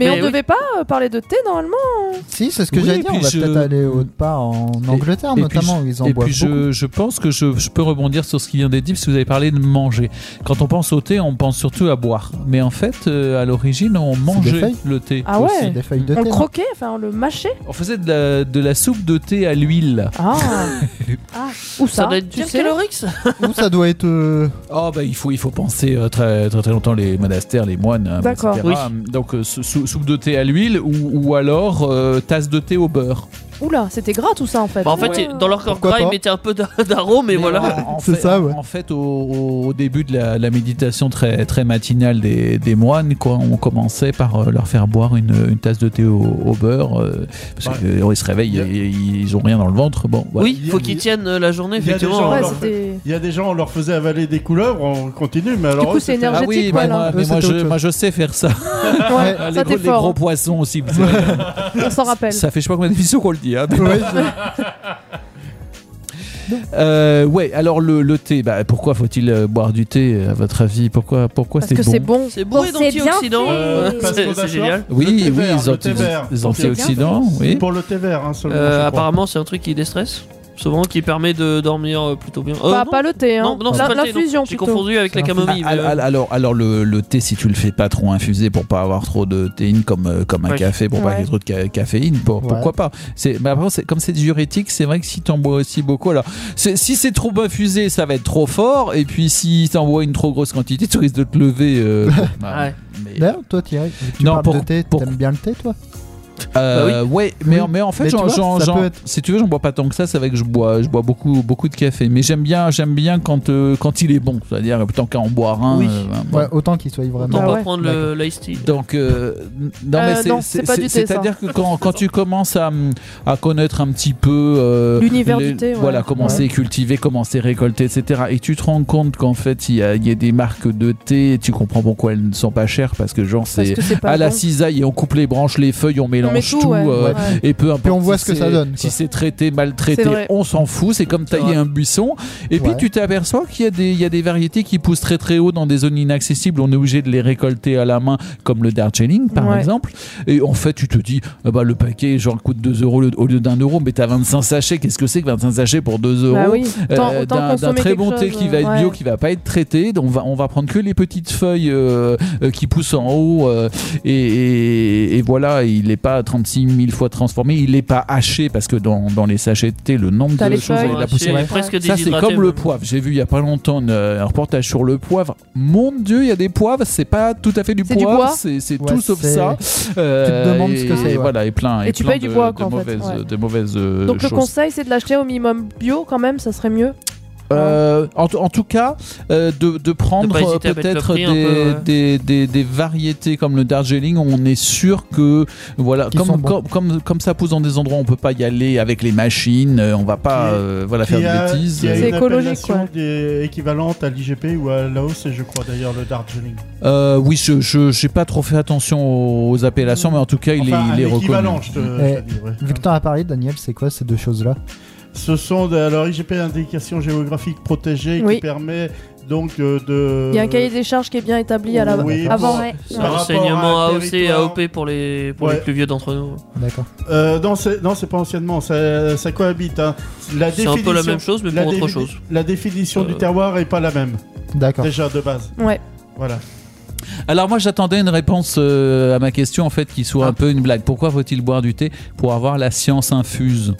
Speaker 6: Mais,
Speaker 5: Mais
Speaker 6: on
Speaker 5: oui.
Speaker 6: devait pas euh, parler de thé normalement.
Speaker 4: Si, c'est ce que
Speaker 7: Oui,
Speaker 4: j'allais
Speaker 7: et
Speaker 4: dire.
Speaker 7: puis
Speaker 4: On va
Speaker 7: je-
Speaker 4: peut-être aller autre part en Angleterre,
Speaker 7: et puis
Speaker 4: notamment, où ils en
Speaker 7: Et
Speaker 4: boivent
Speaker 7: puis je, je pense que je, je peux rebondir sur ce qui vient d'être dit, parce que vous avez parlé de manger. Quand on pense au thé, on pense surtout à boire. Mais en fait, euh, à l'origine, on mangeait
Speaker 4: feuilles
Speaker 7: le thé.
Speaker 6: Ah
Speaker 7: aussi.
Speaker 6: ouais
Speaker 4: beaucoup. Des feuilles de
Speaker 6: On le
Speaker 4: thé. non
Speaker 6: croquait, enfin on le mâchait.
Speaker 7: On faisait de la, de la soupe de thé à l'huile.
Speaker 6: Ah, Ah. Où ça,
Speaker 5: Ça doit être
Speaker 6: tu
Speaker 5: James
Speaker 6: sais
Speaker 5: Calorix.
Speaker 4: Ou ça doit être. euh,
Speaker 7: Oh bah il faut il faut penser euh, très très très longtemps les monastères, les moines, euh,
Speaker 6: D'accord.
Speaker 7: etc. Donc euh, sou- sou- soupe de thé à l'huile ou, ou alors euh, tasse de thé au beurre.
Speaker 6: Oula, c'était gras tout ça en fait.
Speaker 5: Bah, en fait, il- dans leur corps
Speaker 4: Pourquoi
Speaker 5: gras, ils
Speaker 4: pas
Speaker 5: mettaient un peu d'a- d'arôme et
Speaker 7: Mais
Speaker 5: voilà.
Speaker 7: en- en
Speaker 4: C'est
Speaker 7: fait-
Speaker 4: ça, ouais.
Speaker 7: En fait, au, au début de la, la méditation très très matinale des, des moines, quoi, on commençait par euh, leur faire boire une, une tasse de thé au, au beurre euh, parce
Speaker 9: Ouais.
Speaker 7: qu'ils se réveillent,
Speaker 9: Yeah.
Speaker 7: ils, ils ont rien dans le ventre. Bon, voilà.
Speaker 5: Oui, faut qu'ils tiennent euh, la journée,
Speaker 9: Il y a des
Speaker 5: effectivement.
Speaker 9: gens-
Speaker 6: Ouais,
Speaker 9: leur-
Speaker 6: c'était.
Speaker 9: Il y a des gens, on leur faisait avaler des couleuvres, on continue, mais alors.
Speaker 6: coup,
Speaker 9: eux,
Speaker 6: c'est
Speaker 9: c'était-
Speaker 7: Ah oui,
Speaker 6: énergétique,
Speaker 7: bah,
Speaker 6: voilà.
Speaker 7: moi,
Speaker 4: Eux,
Speaker 7: mais moi,
Speaker 4: c'était autre
Speaker 7: je,
Speaker 4: chose.
Speaker 7: moi je sais faire ça.
Speaker 6: Ouais,
Speaker 7: les,
Speaker 6: ça
Speaker 7: gros,
Speaker 6: t'es
Speaker 7: les gros
Speaker 6: fort. hein.
Speaker 7: poissons aussi. vous savez.
Speaker 6: On s'en rappelle.
Speaker 7: ça fait je sais pas combien d'émissions qu'on le dit. hein, mais-
Speaker 4: ouais, je-
Speaker 7: Euh, ouais, alors le, le thé, bah, pourquoi faut-il euh, boire du thé euh, à votre avis Pourquoi, pourquoi
Speaker 6: Parce
Speaker 7: c'est
Speaker 6: que
Speaker 7: bon,
Speaker 6: c'est bon.
Speaker 5: C'est bourré
Speaker 8: Oh, c'est bien
Speaker 5: d'antioxydants.
Speaker 8: fait.
Speaker 9: Euh,
Speaker 5: Ouais,
Speaker 9: parce qu'on
Speaker 5: Oh, c'est-
Speaker 9: a
Speaker 5: C'est
Speaker 9: choix.
Speaker 5: génial.
Speaker 7: Oui,
Speaker 9: Le thé
Speaker 7: oui,
Speaker 9: vert,
Speaker 7: les,
Speaker 9: le
Speaker 7: anti-
Speaker 9: thé vert.
Speaker 7: les antioxydants, oui.
Speaker 9: Pour le thé vert, hein, seulement.
Speaker 5: Euh,
Speaker 9: je crois.
Speaker 5: apparemment, c'est un truc qui déstresse. Souvent, qui permet de dormir euh, plutôt bien. Euh,
Speaker 6: Bah,
Speaker 5: non,
Speaker 6: pas le thé, hein.
Speaker 5: non, non, c'est
Speaker 6: La-
Speaker 5: pas le thé, non.
Speaker 6: L'infusion
Speaker 5: J'ai
Speaker 6: plutôt.
Speaker 5: confondu avec la camomille.
Speaker 7: Ah,
Speaker 5: mais, euh,
Speaker 7: ah, alors, alors le, le thé, si tu le fais pas trop infusé pour pas avoir trop de théine comme, euh, comme un
Speaker 5: Ouais.
Speaker 7: café, pour pas
Speaker 6: Ouais.
Speaker 7: qu'il y ait trop de ca- caféine, pour-
Speaker 4: Ouais.
Speaker 7: pourquoi pas C'est, mais après, c'est- comme c'est diurétique, c'est vrai que si t'en bois aussi beaucoup, alors c'est- si c'est trop infusé, ça va être trop fort, et puis si t'en bois une trop grosse quantité, tu risques de te lever. euh, bon, bah,
Speaker 5: Ouais.
Speaker 7: mais-
Speaker 4: D'ailleurs, toi, Thierry, vu que tu
Speaker 7: Non,
Speaker 4: parles
Speaker 7: pour-
Speaker 4: de thé,
Speaker 7: pour-
Speaker 4: t'aimes bien le thé, toi
Speaker 5: Bah
Speaker 7: Euh, Ouais, mais,
Speaker 4: Oui.
Speaker 7: mais en fait,
Speaker 4: Mais tu
Speaker 7: j'en-
Speaker 4: vois,
Speaker 7: j'en-
Speaker 4: ça
Speaker 7: j'en-
Speaker 4: peut être-
Speaker 7: si tu veux, j'en bois pas tant que ça. C'est vrai que je bois, je bois beaucoup, beaucoup de café. Mais j'aime bien, j'aime bien quand, euh, quand il est bon. C'est-à-dire tant qu'à en boire un.
Speaker 5: Oui.
Speaker 7: euh,
Speaker 4: Ouais,
Speaker 7: bon.
Speaker 4: autant qu'il soit
Speaker 5: on
Speaker 4: vraiment.
Speaker 5: va
Speaker 6: Bah ouais.
Speaker 5: prendre le l'ice tea.
Speaker 7: Donc euh, non
Speaker 6: Euh,
Speaker 7: mais
Speaker 6: non,
Speaker 7: c'est-
Speaker 6: c'est pas
Speaker 7: c'est
Speaker 6: du thé, ça.
Speaker 7: c'est-à-dire que quand, quand tu commences à, hum, à connaître un petit peu euh,
Speaker 6: L'univers du thé, ouais.
Speaker 7: voilà comment
Speaker 4: Ouais.
Speaker 7: c'est cultivé, comment c'est récolté, etc. Et que tu te rends compte qu'en fait il y, a- il y a des marques de thé, et tu comprends pourquoi elles ne sont pas chères parce que genre
Speaker 6: Parce
Speaker 7: c'est
Speaker 6: que c'est pas
Speaker 7: à la
Speaker 6: bon.
Speaker 7: cisaille et on coupe les branches, les feuilles, on
Speaker 6: On
Speaker 7: mélange
Speaker 6: met
Speaker 7: tout.
Speaker 6: tout, ouais.
Speaker 7: euh,
Speaker 6: Ouais.
Speaker 7: et peu importe.
Speaker 4: Puis on voit
Speaker 7: si
Speaker 4: ce que ça
Speaker 7: c'est-
Speaker 4: donne,
Speaker 7: Si
Speaker 4: quoi.
Speaker 7: c'est traité, maltraité,
Speaker 6: C'est vrai.
Speaker 7: on s'en fout. C'est comme tailler
Speaker 5: vrai.
Speaker 7: un buisson. Et puis
Speaker 4: Ouais.
Speaker 7: tu t'aperçois qu'il y, a des- il y a des variétés qui poussent très très haut dans des zones inaccessibles. On est obligé de les récolter à la main, comme le Darjeeling par
Speaker 6: Ouais.
Speaker 7: exemple. Et en fait, tu te dis, ah bah, le paquet genre coûte 2 euros le- au lieu d'un euro, mais t'as 25 sachets. Qu'est-ce que c'est que 25 sachets pour 2 euros
Speaker 6: Bah oui.
Speaker 7: euh,
Speaker 6: Tant- autant
Speaker 7: d'un d'un
Speaker 6: consommer
Speaker 7: très
Speaker 6: quelque
Speaker 7: bon thé
Speaker 6: chose,
Speaker 7: qui va être
Speaker 6: ouais.
Speaker 7: bio, qui va pas être traité. Donc on va, on va prendre que les petites feuilles euh, euh, qui poussent en haut. euh, et, et- et voilà, il n'est pas 36 000 fois transformé. Il n'est pas haché parce que dans, dans les sachets de thé, le nombre
Speaker 6: T'as
Speaker 7: de
Speaker 6: les
Speaker 7: choses
Speaker 6: feuilles.
Speaker 7: avec de la poussière.
Speaker 5: C'est presque
Speaker 7: Ça, c'est
Speaker 5: déshydraté,
Speaker 7: comme le
Speaker 5: même.
Speaker 7: poivre. J'ai vu il y a pas longtemps une- euh, un reportage sur le poivre. Mon Dieu, il y a des poivres, c'est pas tout à fait du
Speaker 6: C'est du
Speaker 7: poivre,
Speaker 6: bois
Speaker 7: c'est c'est
Speaker 4: Ouais,
Speaker 7: tout sauf
Speaker 4: c'est-
Speaker 7: ça. Euh,
Speaker 4: te demandes
Speaker 7: et,
Speaker 4: ce que c'est,
Speaker 7: et
Speaker 4: ouais.
Speaker 7: voilà, et plein.
Speaker 6: Et tu
Speaker 7: plein
Speaker 6: payes du
Speaker 7: de-
Speaker 6: bois,
Speaker 7: de
Speaker 6: quoi, en fait,
Speaker 7: mauvaises-
Speaker 6: ouais.
Speaker 7: De mauvaises euh,
Speaker 6: Donc le
Speaker 7: choses.
Speaker 6: conseil, c'est de l'acheter au minimum bio quand même, ça serait mieux.
Speaker 7: Euh, en, tout- en tout cas, euh, de, de
Speaker 5: De
Speaker 7: prendre
Speaker 5: pas
Speaker 7: euh,
Speaker 5: hésiter à mettre le
Speaker 7: peut-être
Speaker 5: prix
Speaker 7: des,
Speaker 5: un peu, ouais.
Speaker 7: des, des- des variétés comme le Darjeeling, où on est sûr que voilà,
Speaker 4: Qui
Speaker 7: comme,
Speaker 4: sont bons.
Speaker 7: comme, comme, comme ça pousse dans des endroits où on peut pas y aller avec les machines, euh, on va pas
Speaker 9: Qui est-
Speaker 7: euh, voilà,
Speaker 9: Qui
Speaker 7: faire
Speaker 9: a-
Speaker 7: des bêtises.
Speaker 9: qui a
Speaker 6: C'est
Speaker 9: une
Speaker 6: écologique,
Speaker 9: appellation
Speaker 6: ouais.
Speaker 9: des- équivalente à l'IGP ou à l'AOC, je crois d'ailleurs, le Darjeeling.
Speaker 7: Euh, oui, je je- j'ai pas trop fait attention aux appellations, mais en tout cas, il
Speaker 9: Enfin,
Speaker 7: est, il est
Speaker 9: un équivalent,
Speaker 7: reconnu.
Speaker 9: je te, je te
Speaker 4: Eh,
Speaker 9: dis, ouais.
Speaker 4: Vu que t'en as parlé, Daniel, c'est quoi ces deux choses-là
Speaker 9: Ce sont de- alors IGP indication géographique protégée
Speaker 6: Oui.
Speaker 9: qui permet donc euh, de.
Speaker 6: Il y a un cahier des charges qui est bien établi à la...
Speaker 9: Oui,
Speaker 6: avant.
Speaker 9: pour-
Speaker 8: Ouais.
Speaker 5: C'est
Speaker 9: Par
Speaker 5: un
Speaker 9: rapport
Speaker 5: renseignement
Speaker 9: à un
Speaker 5: AOC et
Speaker 9: territoire.
Speaker 5: AOP pour les, pour les
Speaker 9: Ouais.
Speaker 5: plus vieux d'entre nous.
Speaker 4: D'accord.
Speaker 9: Euh, non, c'est non, c'est pas anciennement, ça, ça cohabite. hein. La
Speaker 5: C'est un peu la
Speaker 9: définition-
Speaker 5: même chose, mais
Speaker 9: la
Speaker 5: pour autre
Speaker 9: défi-
Speaker 5: chose.
Speaker 9: La définition
Speaker 5: Euh.
Speaker 9: du terroir est pas la même
Speaker 4: D'accord.
Speaker 9: déjà de base.
Speaker 6: Ouais.
Speaker 9: Voilà.
Speaker 7: Alors moi, j'attendais une réponse euh, à ma question en fait qui soit
Speaker 9: Ah.
Speaker 7: un peu une blague. Pourquoi faut-il boire du thé pour avoir la science infuse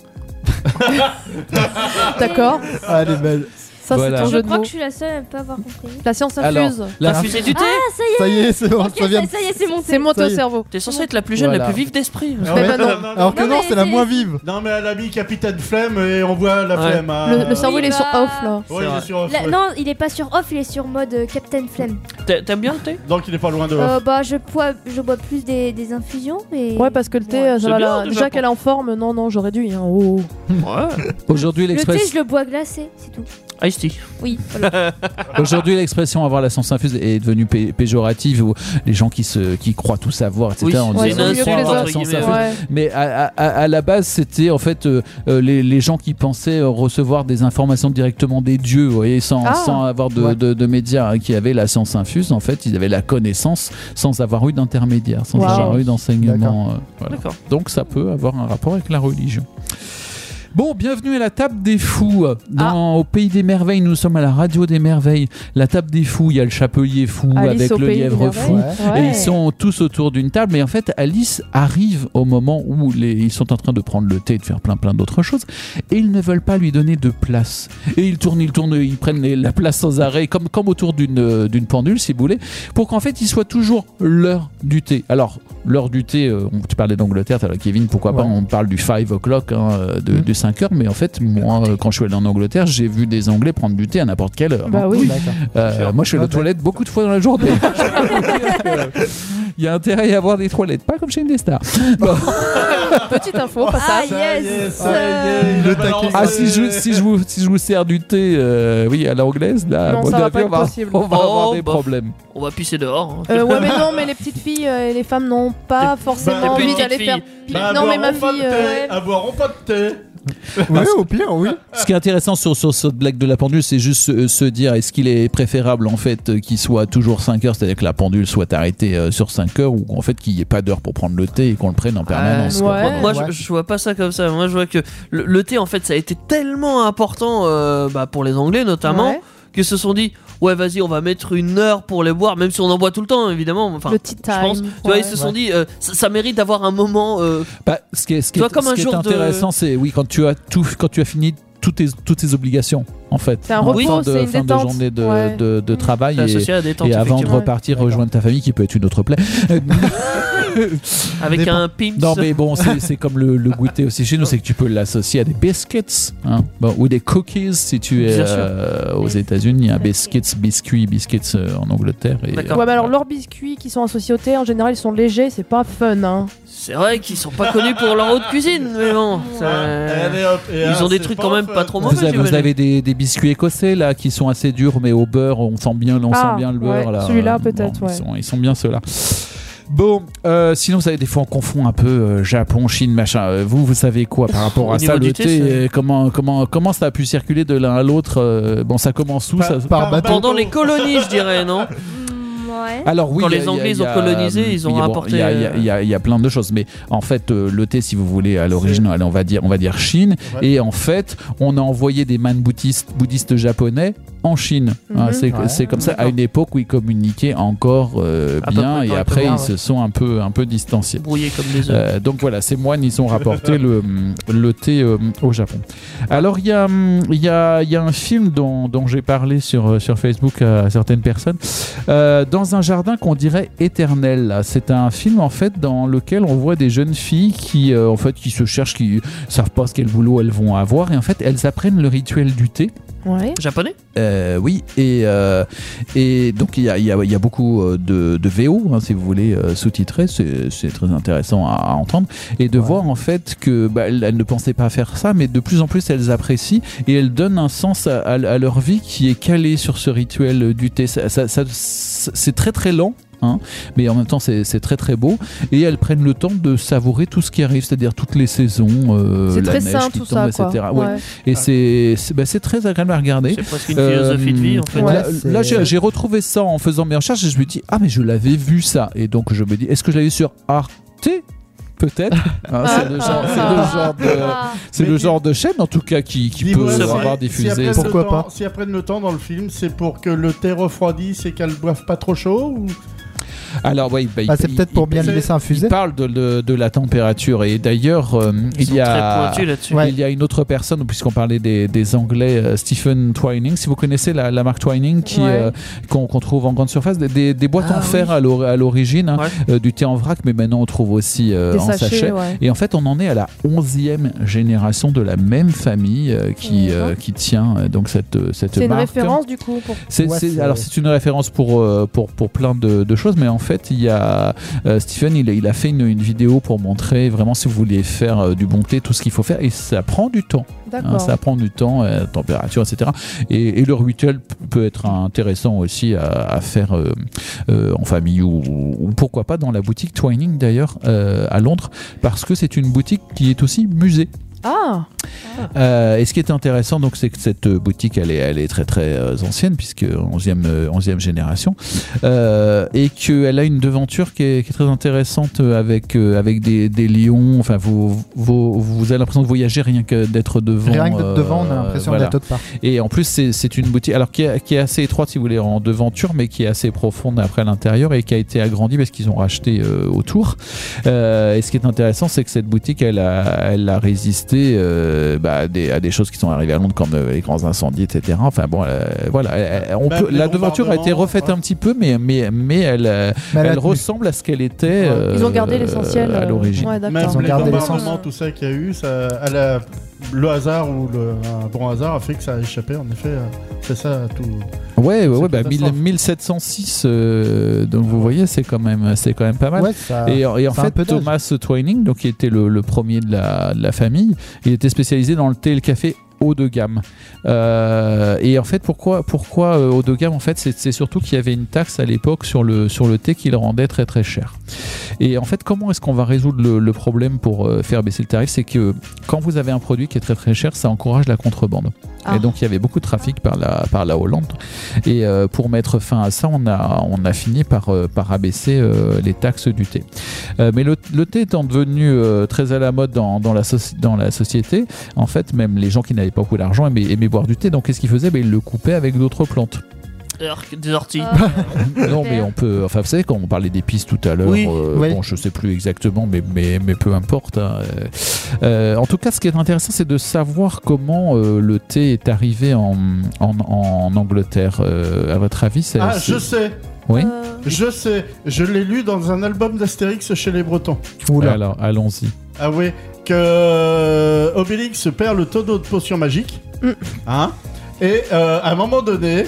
Speaker 6: D'accord.
Speaker 4: Ah, elle est belle.
Speaker 6: Ça,
Speaker 7: Voilà.
Speaker 6: c'est ton
Speaker 8: Je
Speaker 6: jeu de
Speaker 8: crois
Speaker 6: mots.
Speaker 8: que je suis la seule à ne pas avoir compris.
Speaker 6: La science
Speaker 7: Alors,
Speaker 6: infuse.
Speaker 7: la-
Speaker 5: T'as fusé du
Speaker 8: Ah,
Speaker 5: thé
Speaker 8: ça y
Speaker 4: Ça y est, c'est bon,
Speaker 8: est,
Speaker 4: ça
Speaker 8: ça,
Speaker 4: vient.
Speaker 8: ça y est, c'est monté.
Speaker 6: C'est monté au
Speaker 4: Ça y est.
Speaker 6: cerveau.
Speaker 5: T'es censé être la plus jeune,
Speaker 7: Voilà.
Speaker 5: la plus vive d'esprit.
Speaker 6: mais bah non.
Speaker 4: Alors que
Speaker 8: Non,
Speaker 4: non,
Speaker 8: mais
Speaker 4: c'est la
Speaker 8: c'est-
Speaker 4: moins vive.
Speaker 9: Non, mais elle a mis Capitaine Flemme et on voit la
Speaker 5: Ouais.
Speaker 9: flemme. hein.
Speaker 6: Le, le cerveau, il est sur
Speaker 8: bah.
Speaker 6: off là.
Speaker 9: Ouais, il est sur off,
Speaker 8: La-
Speaker 9: ouais.
Speaker 8: Non, il est pas sur off, il est sur mode euh, Captain Flemme.
Speaker 5: T'a- T'aimes bien le thé
Speaker 9: Donc il est pas loin Ah, de off.
Speaker 8: Euh, bah, je, bois, je bois plus des, des infusions, mais.
Speaker 6: Ouais, parce que le thé,
Speaker 8: Ouais.
Speaker 6: euh, ça
Speaker 5: C'est
Speaker 6: va
Speaker 5: bien,
Speaker 6: la-
Speaker 5: déjà,
Speaker 6: déjà
Speaker 5: pour-
Speaker 6: qu'elle est en forme, non, non, j'aurais dû. hein. Oh, oh.
Speaker 5: Ouais.
Speaker 7: Aujourd'hui,
Speaker 8: Le
Speaker 7: l'express.
Speaker 8: thé, je le bois glacé, c'est tout.
Speaker 5: Ice-T.
Speaker 8: Oui, voilà.
Speaker 7: Aujourd'hui, l'expression avoir la science infuse est devenue pé- péjorative ou les gens qui, se, qui croient tout savoir, etc.
Speaker 5: Oui,
Speaker 7: on
Speaker 6: Ouais,
Speaker 7: dit,
Speaker 6: c'est
Speaker 7: "Ah,
Speaker 6: mieux
Speaker 7: ils
Speaker 6: que
Speaker 7: croient
Speaker 6: les
Speaker 7: avoir la
Speaker 6: autres,
Speaker 7: science
Speaker 5: guillemets.
Speaker 7: infuse."
Speaker 6: Ouais.
Speaker 7: Mais à, à- à- à la base, c'était en fait euh, euh, les, les gens qui pensaient euh, recevoir des informations directement des dieux, vous voyez, sans,
Speaker 6: Ah.
Speaker 7: sans avoir de,
Speaker 4: Ouais.
Speaker 7: de- de médias, hein, qui avaient la science infuse. En fait, ils avaient la connaissance sans avoir eu d'intermédiaire, sans
Speaker 6: Wow.
Speaker 7: avoir eu d'enseignement. euh, voilà.
Speaker 5: D'accord.
Speaker 7: Donc, ça peut avoir un rapport avec la religion. Bon, bienvenue à la table des fous. Dans,
Speaker 6: Ah.
Speaker 7: Au pays des merveilles, nous sommes à la radio des merveilles. La table des fous, il y a le chapelier fou
Speaker 6: Alice
Speaker 7: avec
Speaker 6: au
Speaker 7: le
Speaker 6: pays des
Speaker 7: lièvre
Speaker 6: merveilles.
Speaker 7: fou.
Speaker 4: Ouais.
Speaker 6: Ouais.
Speaker 7: Et ils sont tous autour d'une table. Mais en fait, Alice arrive au moment où les, ils sont en train de prendre le thé et de faire plein plein d'autres choses. Et ils ne veulent pas lui donner de place. Et ils tournent, ils tournent, ils prennent les- la place sans arrêt, comme, comme autour d'une euh, d'une pendule, si vous voulez, pour qu'en fait, il soit toujours l'heure du thé. Alors, l'heure du thé, euh, on- tu parlais d'Angleterre, t'as- Kevin, pourquoi pas,
Speaker 4: Ouais.
Speaker 7: on parle du 5 o'clock, hein, euh, de,
Speaker 6: Mm.
Speaker 4: Mhm.
Speaker 7: 5 heures. Mais en fait, moi, euh, quand je suis allé en Angleterre, j'ai vu des Anglais prendre du thé à n'importe quelle heure. hein.
Speaker 6: Bah oui.
Speaker 4: D'accord.
Speaker 7: Euh, moi, je fais
Speaker 4: Ah
Speaker 7: la
Speaker 4: ben.
Speaker 7: toilette beaucoup de fois dans la journée. Il y a intérêt à y avoir des toilettes, pas comme chez Indestar.
Speaker 6: Petite info, au
Speaker 8: Ah
Speaker 6: passage.
Speaker 8: yes Euh,
Speaker 9: ça y
Speaker 6: Euh,
Speaker 9: est, il
Speaker 4: Le
Speaker 9: a balancé.
Speaker 7: Ah, si je, si, je vous, si je vous sers du thé euh, oui, à l'anglaise, là, à
Speaker 6: Non,
Speaker 7: mon
Speaker 6: ça va
Speaker 7: avis,
Speaker 6: pas
Speaker 7: on
Speaker 6: être
Speaker 7: va,
Speaker 6: possible.
Speaker 7: on va avoir
Speaker 5: Oh,
Speaker 7: des
Speaker 5: bah.
Speaker 7: problèmes.
Speaker 5: On va pisser dehors. hein.
Speaker 6: Euh, ouais, mais non, mais les petites filles euh, et les femmes n'ont pas forcément
Speaker 9: les
Speaker 6: envie
Speaker 9: petites
Speaker 6: d'aller
Speaker 5: filles.
Speaker 6: faire. pipi.
Speaker 9: Bah,
Speaker 6: non, mais ma
Speaker 9: boirons pas
Speaker 6: fille.
Speaker 9: de
Speaker 6: euh,
Speaker 9: thé, À boirons pas de thé.
Speaker 4: Oui, au pire, oui.
Speaker 7: Ce qui est intéressant sur, sur cette blague de la pendule, c'est juste se, se dire est-ce qu'il est préférable en fait euh, qu'il soit toujours 5 heures, c'est-à-dire que la pendule soit arrêtée euh, sur 5 heures ou en fait qu'il n'y ait pas d'heure pour prendre le thé et qu'on le prenne en permanence. quoi.
Speaker 6: euh, Ouais.
Speaker 5: Moi,
Speaker 4: Ouais.
Speaker 5: je, je vois pas ça comme ça. Moi, je vois que le, le thé, en fait, ça a été tellement important euh, bah, pour les Anglais, notamment,
Speaker 6: ouais,
Speaker 5: qu'ils se sont dit Ouais, vas-y, on va mettre une heure pour les boire, même si on en boit tout le temps, évidemment. Enfin,
Speaker 6: le tea time.
Speaker 5: je pense. Tu vois,
Speaker 6: ouais.
Speaker 5: ils se sont dit euh, ça, ça mérite d'avoir un moment. euh,
Speaker 7: Bah, ce qui est, ce qui
Speaker 5: Tu vois,
Speaker 7: est-
Speaker 5: comme
Speaker 7: ce
Speaker 5: un
Speaker 7: qui est
Speaker 5: jour de-
Speaker 7: intéressant, c'est oui, quand tu as tout, quand tu as fini toutes tes, toutes tes obligations, en fait.
Speaker 6: C'est un
Speaker 7: En
Speaker 6: repos,
Speaker 7: fin de-
Speaker 6: c'est une
Speaker 7: fin de
Speaker 6: détente.
Speaker 7: journée de,
Speaker 6: Ouais.
Speaker 7: de- de
Speaker 6: Mm.
Speaker 7: travail
Speaker 5: c'est
Speaker 7: et,
Speaker 5: associé à la détente,
Speaker 7: et avant de
Speaker 5: effectivement.
Speaker 7: repartir rejoindre ta famille qui peut être une autre plaie.
Speaker 5: Avec
Speaker 4: Dépend-
Speaker 5: un pimps.
Speaker 7: non mais bon, c'est c'est comme le, le goûter aussi chez nous, c'est que tu peux l'associer à des biscuits hein, bon, ou des cookies si tu es
Speaker 5: Bien sûr.
Speaker 7: euh, aux États-Unis, un biscuits, biscuits, biscuits euh, en Angleterre. et,
Speaker 5: D'accord.
Speaker 6: Ouais, bah- mais alors leurs biscuits qui sont associés au thé, en général, ils sont légers, c'est pas fun. Hein.
Speaker 5: C'est vrai qu'ils sont pas connus pour leur haute cuisine, mais bon. ça-
Speaker 9: Bah, Allez, hop, et
Speaker 5: Ils
Speaker 9: un,
Speaker 5: ont des
Speaker 9: c'est
Speaker 5: trucs quand même
Speaker 9: fun.
Speaker 5: pas trop
Speaker 7: Vous
Speaker 5: mauvais.
Speaker 7: avez, vous
Speaker 5: j'imagine.
Speaker 7: avez des, des biscuits écossais là qui sont assez durs mais au beurre, on sent bien, on
Speaker 6: Ah,
Speaker 7: sent bien le beurre
Speaker 6: ouais,
Speaker 7: là.
Speaker 6: celui-là,
Speaker 7: Euh,
Speaker 6: peut-être,
Speaker 7: bon,
Speaker 6: ouais.
Speaker 7: Ils sont, ils sont bien ceux-là. Bon, euh, sinon vous savez des fois on confond un peu euh, Japon, Chine, machin. Euh, Vous, vous savez quoi par rapport
Speaker 5: Au
Speaker 7: à
Speaker 5: niveau
Speaker 7: ça Le
Speaker 5: du
Speaker 7: thé,
Speaker 5: thé, c'est-
Speaker 7: euh, comment, comment, comment ça a pu circuler de l'un à l'autre euh, Bon, ça commence où ça...
Speaker 4: Par bateau.
Speaker 5: Pendant les colonies, je dirais, non
Speaker 8: Mm, ouais.
Speaker 7: Alors oui,
Speaker 5: Quand
Speaker 7: il y a-
Speaker 5: les
Speaker 7: il y a-
Speaker 5: Anglais, ils ont
Speaker 7: il y a- euh,
Speaker 5: colonisé, ils ont euh, apporté,
Speaker 7: Il y, a- il y a- il y a- il y a plein de choses, mais en fait, euh, le thé, si vous voulez, à l'origine, allez, on va dire, on va dire Chine,
Speaker 9: Ouais.
Speaker 7: et en fait, on a envoyé des man bouddhistes, bouddhistes japonais en Chine.
Speaker 6: Mhm.
Speaker 7: Hein, c'est,
Speaker 4: Ouais.
Speaker 7: c'est comme ça. À
Speaker 5: D'accord.
Speaker 7: une époque où ils communiquaient encore euh,
Speaker 5: À peu
Speaker 7: bien,
Speaker 5: près
Speaker 7: et
Speaker 5: correctement,
Speaker 7: après, ils
Speaker 5: ouais.
Speaker 7: se sont un peu, un peu distanciés.
Speaker 5: Brouillé comme des œufs.
Speaker 7: Euh, donc voilà, ces moines, ils ont rapporté le, le thé euh, au Japon. Alors, il y a, hum, il y, a, il y a un film dont, dont j'ai parlé sur, euh, sur Facebook à certaines personnes, euh, dans un jardin qu'on dirait éternel. là. C'est un film, en fait, dans lequel on voit des jeunes filles qui, euh, en fait, qui se cherchent, qui savent pas ce quel boulot elles vont avoir, et en fait, elles apprennent le rituel du thé.
Speaker 6: Ouais.
Speaker 5: Japonais
Speaker 7: Euh, oui, et, euh, et donc il y a, il y a- il y a beaucoup euh, de, de VO, hein, si vous voulez, euh, sous-titré, c'est c'est très intéressant à, à entendre, et de voir en fait que bah, elles, elles ne pensaient pas faire ça, mais de plus en plus elles apprécient et elles donnent un sens à, à- à leur vie qui est calé sur ce rituel euh, du thé. Ça- ça- ça- c'est très très lent. hein, mais en même temps, c'est c'est très très beau et elles prennent le temps de savourer tout ce qui arrive, c'est-à-dire toutes les saisons, euh,
Speaker 6: c'est
Speaker 7: la
Speaker 6: très
Speaker 7: neige
Speaker 6: sain
Speaker 7: qui
Speaker 6: tout ça,
Speaker 7: tombe,
Speaker 6: quoi.
Speaker 7: etc. Ouais.
Speaker 6: Ouais.
Speaker 7: Et c'est c'est- bah, c'est très agréable à regarder.
Speaker 5: C'est presque une
Speaker 7: Euh,
Speaker 5: philosophie de vie, en fait.
Speaker 6: ouais.
Speaker 7: Là,
Speaker 4: c'est-
Speaker 7: là, j'ai j'ai retrouvé ça en faisant mes recherches et je me dis ah mais je l'avais vu ça et donc je me dis est-ce que je l'avais sur Arte peut-être Hein, c'est le genre, c'est le genre de
Speaker 8: Ah.
Speaker 7: c'est le
Speaker 9: Mais
Speaker 7: genre de chaîne en tout cas qui, qui
Speaker 9: Dis-moi
Speaker 7: peut
Speaker 9: si-
Speaker 7: avoir
Speaker 9: si
Speaker 7: diffusé
Speaker 9: après
Speaker 7: ça.
Speaker 9: le
Speaker 4: Pourquoi
Speaker 9: temps-
Speaker 4: pas
Speaker 9: Si après le temps dans le film, c'est pour que le thé refroidisse et qu'elle boive pas trop chaud ou...
Speaker 7: alors oui
Speaker 4: Bah, c'est peut-être pour bien le laisser
Speaker 7: il
Speaker 4: infuser.
Speaker 7: parle de, de- de la température et d'ailleurs euh,
Speaker 5: Ils
Speaker 7: il
Speaker 5: sont
Speaker 7: y
Speaker 5: très
Speaker 7: a
Speaker 5: pointus là-dessus.
Speaker 4: Ouais.
Speaker 7: Il y a une autre personne, puisqu'on parlait des, des Anglais, euh, Stephen Twining. Si vous connaissez la, la marque Twining, qui,
Speaker 6: Ouais.
Speaker 7: euh, qu'on qu'on trouve en grande surface, des, des- des boîtes
Speaker 5: Ah
Speaker 7: en fer à l'or- à l'origine, hein,
Speaker 5: Ouais.
Speaker 7: euh, du thé en vrac, mais maintenant on trouve aussi euh,
Speaker 6: Des
Speaker 7: en
Speaker 6: sachets,
Speaker 7: sachet.
Speaker 6: ouais.
Speaker 7: Et en fait, on en est à la onzième génération de la même famille euh, qui,
Speaker 6: Mhm.
Speaker 7: euh, qui tient euh, donc cette, euh, cette
Speaker 6: C'est une
Speaker 7: marque.
Speaker 6: référence du coup. Pour...
Speaker 7: C'est-
Speaker 4: Ouais,
Speaker 7: c'est-
Speaker 4: c'est-
Speaker 7: alors c'est une référence pour, euh, pour, pour plein de, de choses, mais en en fait, il y a euh, Stephen, il, a- il a fait une, une vidéo pour montrer vraiment si vous voulez faire euh, du bon thé, tout ce qu'il faut faire. Et ça prend du temps. hein,
Speaker 6: D'accord.
Speaker 7: ça prend du temps, euh, température, etc. Et, et le rituel p- peut être intéressant aussi à, à faire euh, euh, en famille ou, ou pourquoi pas dans la boutique Twining d'ailleurs euh, à Londres, parce que c'est une boutique qui est aussi musée.
Speaker 6: Ah,
Speaker 7: Euh, et ce qui est intéressant, donc, c'est que cette euh, boutique, elle est, elle est très très euh, ancienne, puisque 11e, euh, 11e génération, euh, et qu'elle a une devanture qui est, qui est très intéressante euh, avec, euh, avec des, des lions. Enfin, vous, vous, vous avez l'impression de voyager rien que d'être devant.
Speaker 4: Rien que d'être
Speaker 7: euh,
Speaker 4: devant, on a l'impression
Speaker 7: voilà.
Speaker 4: d'être autre part.
Speaker 7: Et en plus, c'est c'est une boutique alors qui est, qui est assez étroite, si vous voulez, en devanture, mais qui est assez profonde après à l'intérieur et qui a été agrandie parce qu'ils ont racheté euh, autour. Euh, et ce qui est intéressant, c'est que cette boutique, elle a, elle a résisté euh, bah, à, des, à des choses qui sont arrivées à Londres, comme euh, les grands incendies, etc. Enfin bon, euh, voilà. euh, on
Speaker 9: Même
Speaker 7: peut-
Speaker 9: les
Speaker 7: la devanture a été
Speaker 9: bombardements,
Speaker 7: refaite
Speaker 9: ouais.
Speaker 7: un petit peu, mais, mais, mais elle, euh,
Speaker 4: Mais elle a
Speaker 7: elle
Speaker 4: tenu.
Speaker 7: ressemble à ce qu'elle était.
Speaker 6: ils ont
Speaker 7: euh,
Speaker 6: gardé l'essentiel
Speaker 7: à
Speaker 6: euh,
Speaker 7: l'origine.
Speaker 6: ouais,
Speaker 9: Même
Speaker 6: d'accord.
Speaker 4: Ils ont
Speaker 9: les
Speaker 4: gardé
Speaker 9: bombardements,
Speaker 6: l'essence.
Speaker 9: tout ça qu'il y a eu, ça, à la- le hasard ou le, un bon hasard a fait que ça a échappé. En effet, euh, c'est ça tout.
Speaker 4: Euh,
Speaker 7: Ouais, ouais, ouais,
Speaker 9: C'est
Speaker 7: bah, mille-
Speaker 9: catastrophe.
Speaker 7: 1706. euh, donc vous voyez, c'est quand même, c'est quand même pas mal.
Speaker 4: Ouais, ça-
Speaker 7: Et, et en
Speaker 4: c'est un
Speaker 7: fait,
Speaker 4: peu d'âge.
Speaker 7: Thomas Twining, donc, qui était le, le premier de la, de la famille, il était spécialisé dans le thé et le café haut de gamme. Euh, et en fait, pourquoi, pourquoi euh, haut de gamme En fait, c'est c'est surtout qu'il y avait une taxe à l'époque sur le, sur le thé qui le rendait très très cher. Et en fait, comment est-ce qu'on va résoudre le, le problème pour euh, faire baisser le tarif C'est que quand vous avez un produit qui est très très cher, ça encourage la contrebande.
Speaker 6: Ah.
Speaker 7: Et donc, il y avait beaucoup de trafic par la, par la Hollande. Et euh, pour mettre fin à ça, on a, on a fini par, euh, par abaisser euh, les taxes du thé. Euh, mais le, le thé étant devenu euh, très à la mode dans, dans la soci- dans la société, en fait, même les gens qui n'avaient pas beaucoup d'argent aimaient, aimaient boire du thé. Donc, qu'est-ce qu'ils faisaient ben, Ils le coupaient avec d'autres plantes.
Speaker 5: Urk, Des orties.
Speaker 7: non, mais on peut. Enfin, vous savez, quand on parlait d'épices tout à l'heure,
Speaker 5: Oui,
Speaker 7: euh,
Speaker 4: oui.
Speaker 7: bon, je sais plus exactement, mais, mais, mais peu importe. hein. Euh, en tout cas, ce qui est intéressant, c'est de savoir comment euh, le thé est arrivé en, en, en Angleterre. Euh, à votre avis, c'est.
Speaker 9: Ah,
Speaker 7: c'est-
Speaker 9: je sais,
Speaker 7: Oui.
Speaker 8: Euh,
Speaker 9: je sais. Je l'ai lu dans un album d'Astérix chez les Bretons.
Speaker 4: Oula.
Speaker 7: Alors, allons-y.
Speaker 9: Ah oui, que euh, Obélix perd le tonneau de potion magique.
Speaker 6: Mm.
Speaker 9: Hein Et euh, à un moment donné,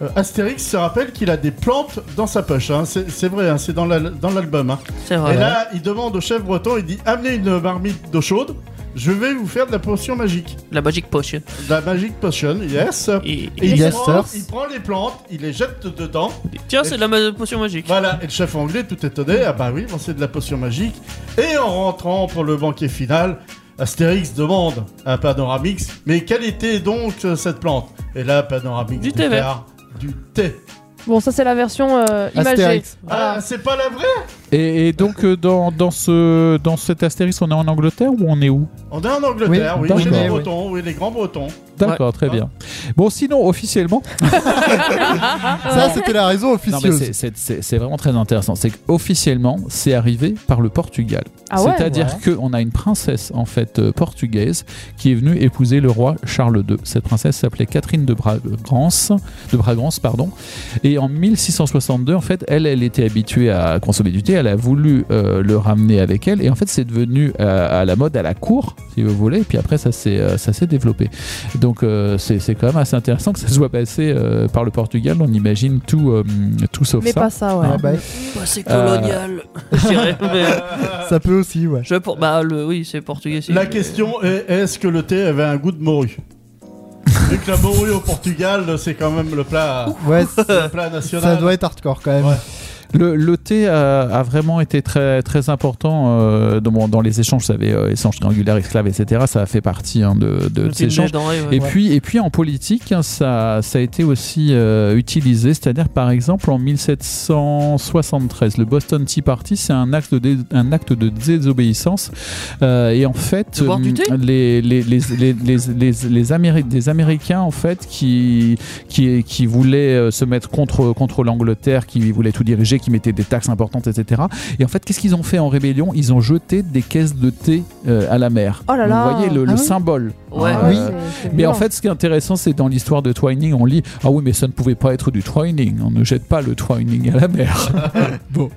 Speaker 9: euh, Astérix se rappelle qu'il a des plantes dans sa poche. hein. C'est c'est vrai, hein, c'est dans la- dans l'album. hein.
Speaker 5: C'est
Speaker 9: Et
Speaker 5: vrai.
Speaker 9: là, il demande au chef breton, il dit amenez une marmite d'eau chaude. Je vais vous faire de la potion magique.
Speaker 5: La magic potion.
Speaker 9: De la magic potion, yes.
Speaker 5: Et-
Speaker 9: Et il,
Speaker 4: Yes,
Speaker 9: prend,
Speaker 4: sir.
Speaker 9: il prend les plantes, il les jette dedans.
Speaker 5: Tiens, c'est de la ma- potion magique.
Speaker 9: Voilà, et le chef anglais, tout étonné, ah bah oui, bon, c'est de la potion magique. Et en rentrant pour le banquet final, Astérix demande à Panoramix, mais quelle était donc euh, cette plante Et là, Panoramix
Speaker 5: Du thé
Speaker 9: déclare, Du thé.
Speaker 6: Bon, ça c'est la version euh, imagée.
Speaker 4: Astérix.
Speaker 6: Voilà.
Speaker 9: Ah, c'est pas la vraie
Speaker 7: Et, et donc, euh, dans, dans, ce, dans cet Astérix, on est en Angleterre ou on est où
Speaker 9: On est en Angleterre,
Speaker 4: Oui,
Speaker 9: oui, chez les
Speaker 4: d'accord.
Speaker 9: Bretons, oui, les grands Bretons.
Speaker 7: D'accord, très
Speaker 9: Hein?
Speaker 7: bien. Bon, sinon, officiellement,
Speaker 4: Ça, c'était la raison
Speaker 7: Non, mais
Speaker 4: officieuse.
Speaker 7: c'est- c'est- c'est c'est vraiment très intéressant. C'est qu'officiellement, c'est arrivé par le Portugal.
Speaker 6: Ah ouais.
Speaker 7: C'est-à-dire qu'on a une princesse, en fait, euh, portugaise, qui est venue épouser le roi Charles II. Cette princesse s'appelait Catherine de Bragance, de Bragance, pardon. Et en 1662, en fait, elle, elle était habituée à consommer du thé. Elle a voulu euh, le ramener avec elle. Et en fait, c'est devenu euh, à la mode, à la cour, si vous voulez. Et puis après, ça s'est euh, ça s'est développé. Donc euh, c'est c'est quand même assez intéressant que ça soit passé euh, par le Portugal. On imagine tout, euh, tout sauf
Speaker 6: Mais
Speaker 7: ça.
Speaker 6: pas ça, ouais.
Speaker 4: Ah bah,
Speaker 5: Bah, c'est
Speaker 7: Euh.
Speaker 5: colonial. Je dirais, mais-
Speaker 4: ça peut aussi, ouais.
Speaker 5: Je pour... Bah, le... oui, c'est portugais. c'est-
Speaker 9: La question est, est-ce que le thé avait un goût de morue Vu que la morue au Portugal, c'est quand même le plat,
Speaker 4: Ouais,
Speaker 9: le plat
Speaker 4: ça
Speaker 9: national.
Speaker 4: doit être hardcore quand même.
Speaker 9: Ouais.
Speaker 7: Le, le thé a, a vraiment été très, très important euh, dans, bon, dans les échanges, vous savez, euh, échanges triangulaires, esclaves, etc. Ça a fait partie hein, de, de,
Speaker 5: Le
Speaker 7: ces
Speaker 5: film
Speaker 7: échanges.
Speaker 5: des denrées, ouais.
Speaker 7: Et puis, et puis en politique, hein, ça, ça a été aussi euh, utilisé. C'est-à-dire, par exemple, en 1773, le Boston Tea Party, c'est un acte de, dé- un acte de désobéissance. Euh, et en fait,
Speaker 5: De boire du
Speaker 7: hum,
Speaker 5: thé
Speaker 7: les, les, les, les, les, les, les Améri- des Américains, en fait, qui, qui, qui voulaient euh, se mettre contre, contre l'Angleterre, qui voulaient tout diriger, qui mettaient des taxes importantes, etc. Et en fait, qu'est-ce qu'ils ont fait en rébellion Ils ont jeté des caisses de thé euh, à la mer.
Speaker 6: Oh là là.
Speaker 7: Vous voyez le, le
Speaker 4: Ah oui.
Speaker 7: symbole.
Speaker 5: Ouais.
Speaker 7: hein,
Speaker 6: Ah oui,
Speaker 7: euh,
Speaker 6: c'est- c'est
Speaker 7: mais en
Speaker 6: violent.
Speaker 7: fait, ce qui est intéressant, c'est dans l'histoire de Twining, on lit Ah oui, mais ça ne pouvait pas être du Twining, on ne jette pas le Twining à la mer. bon.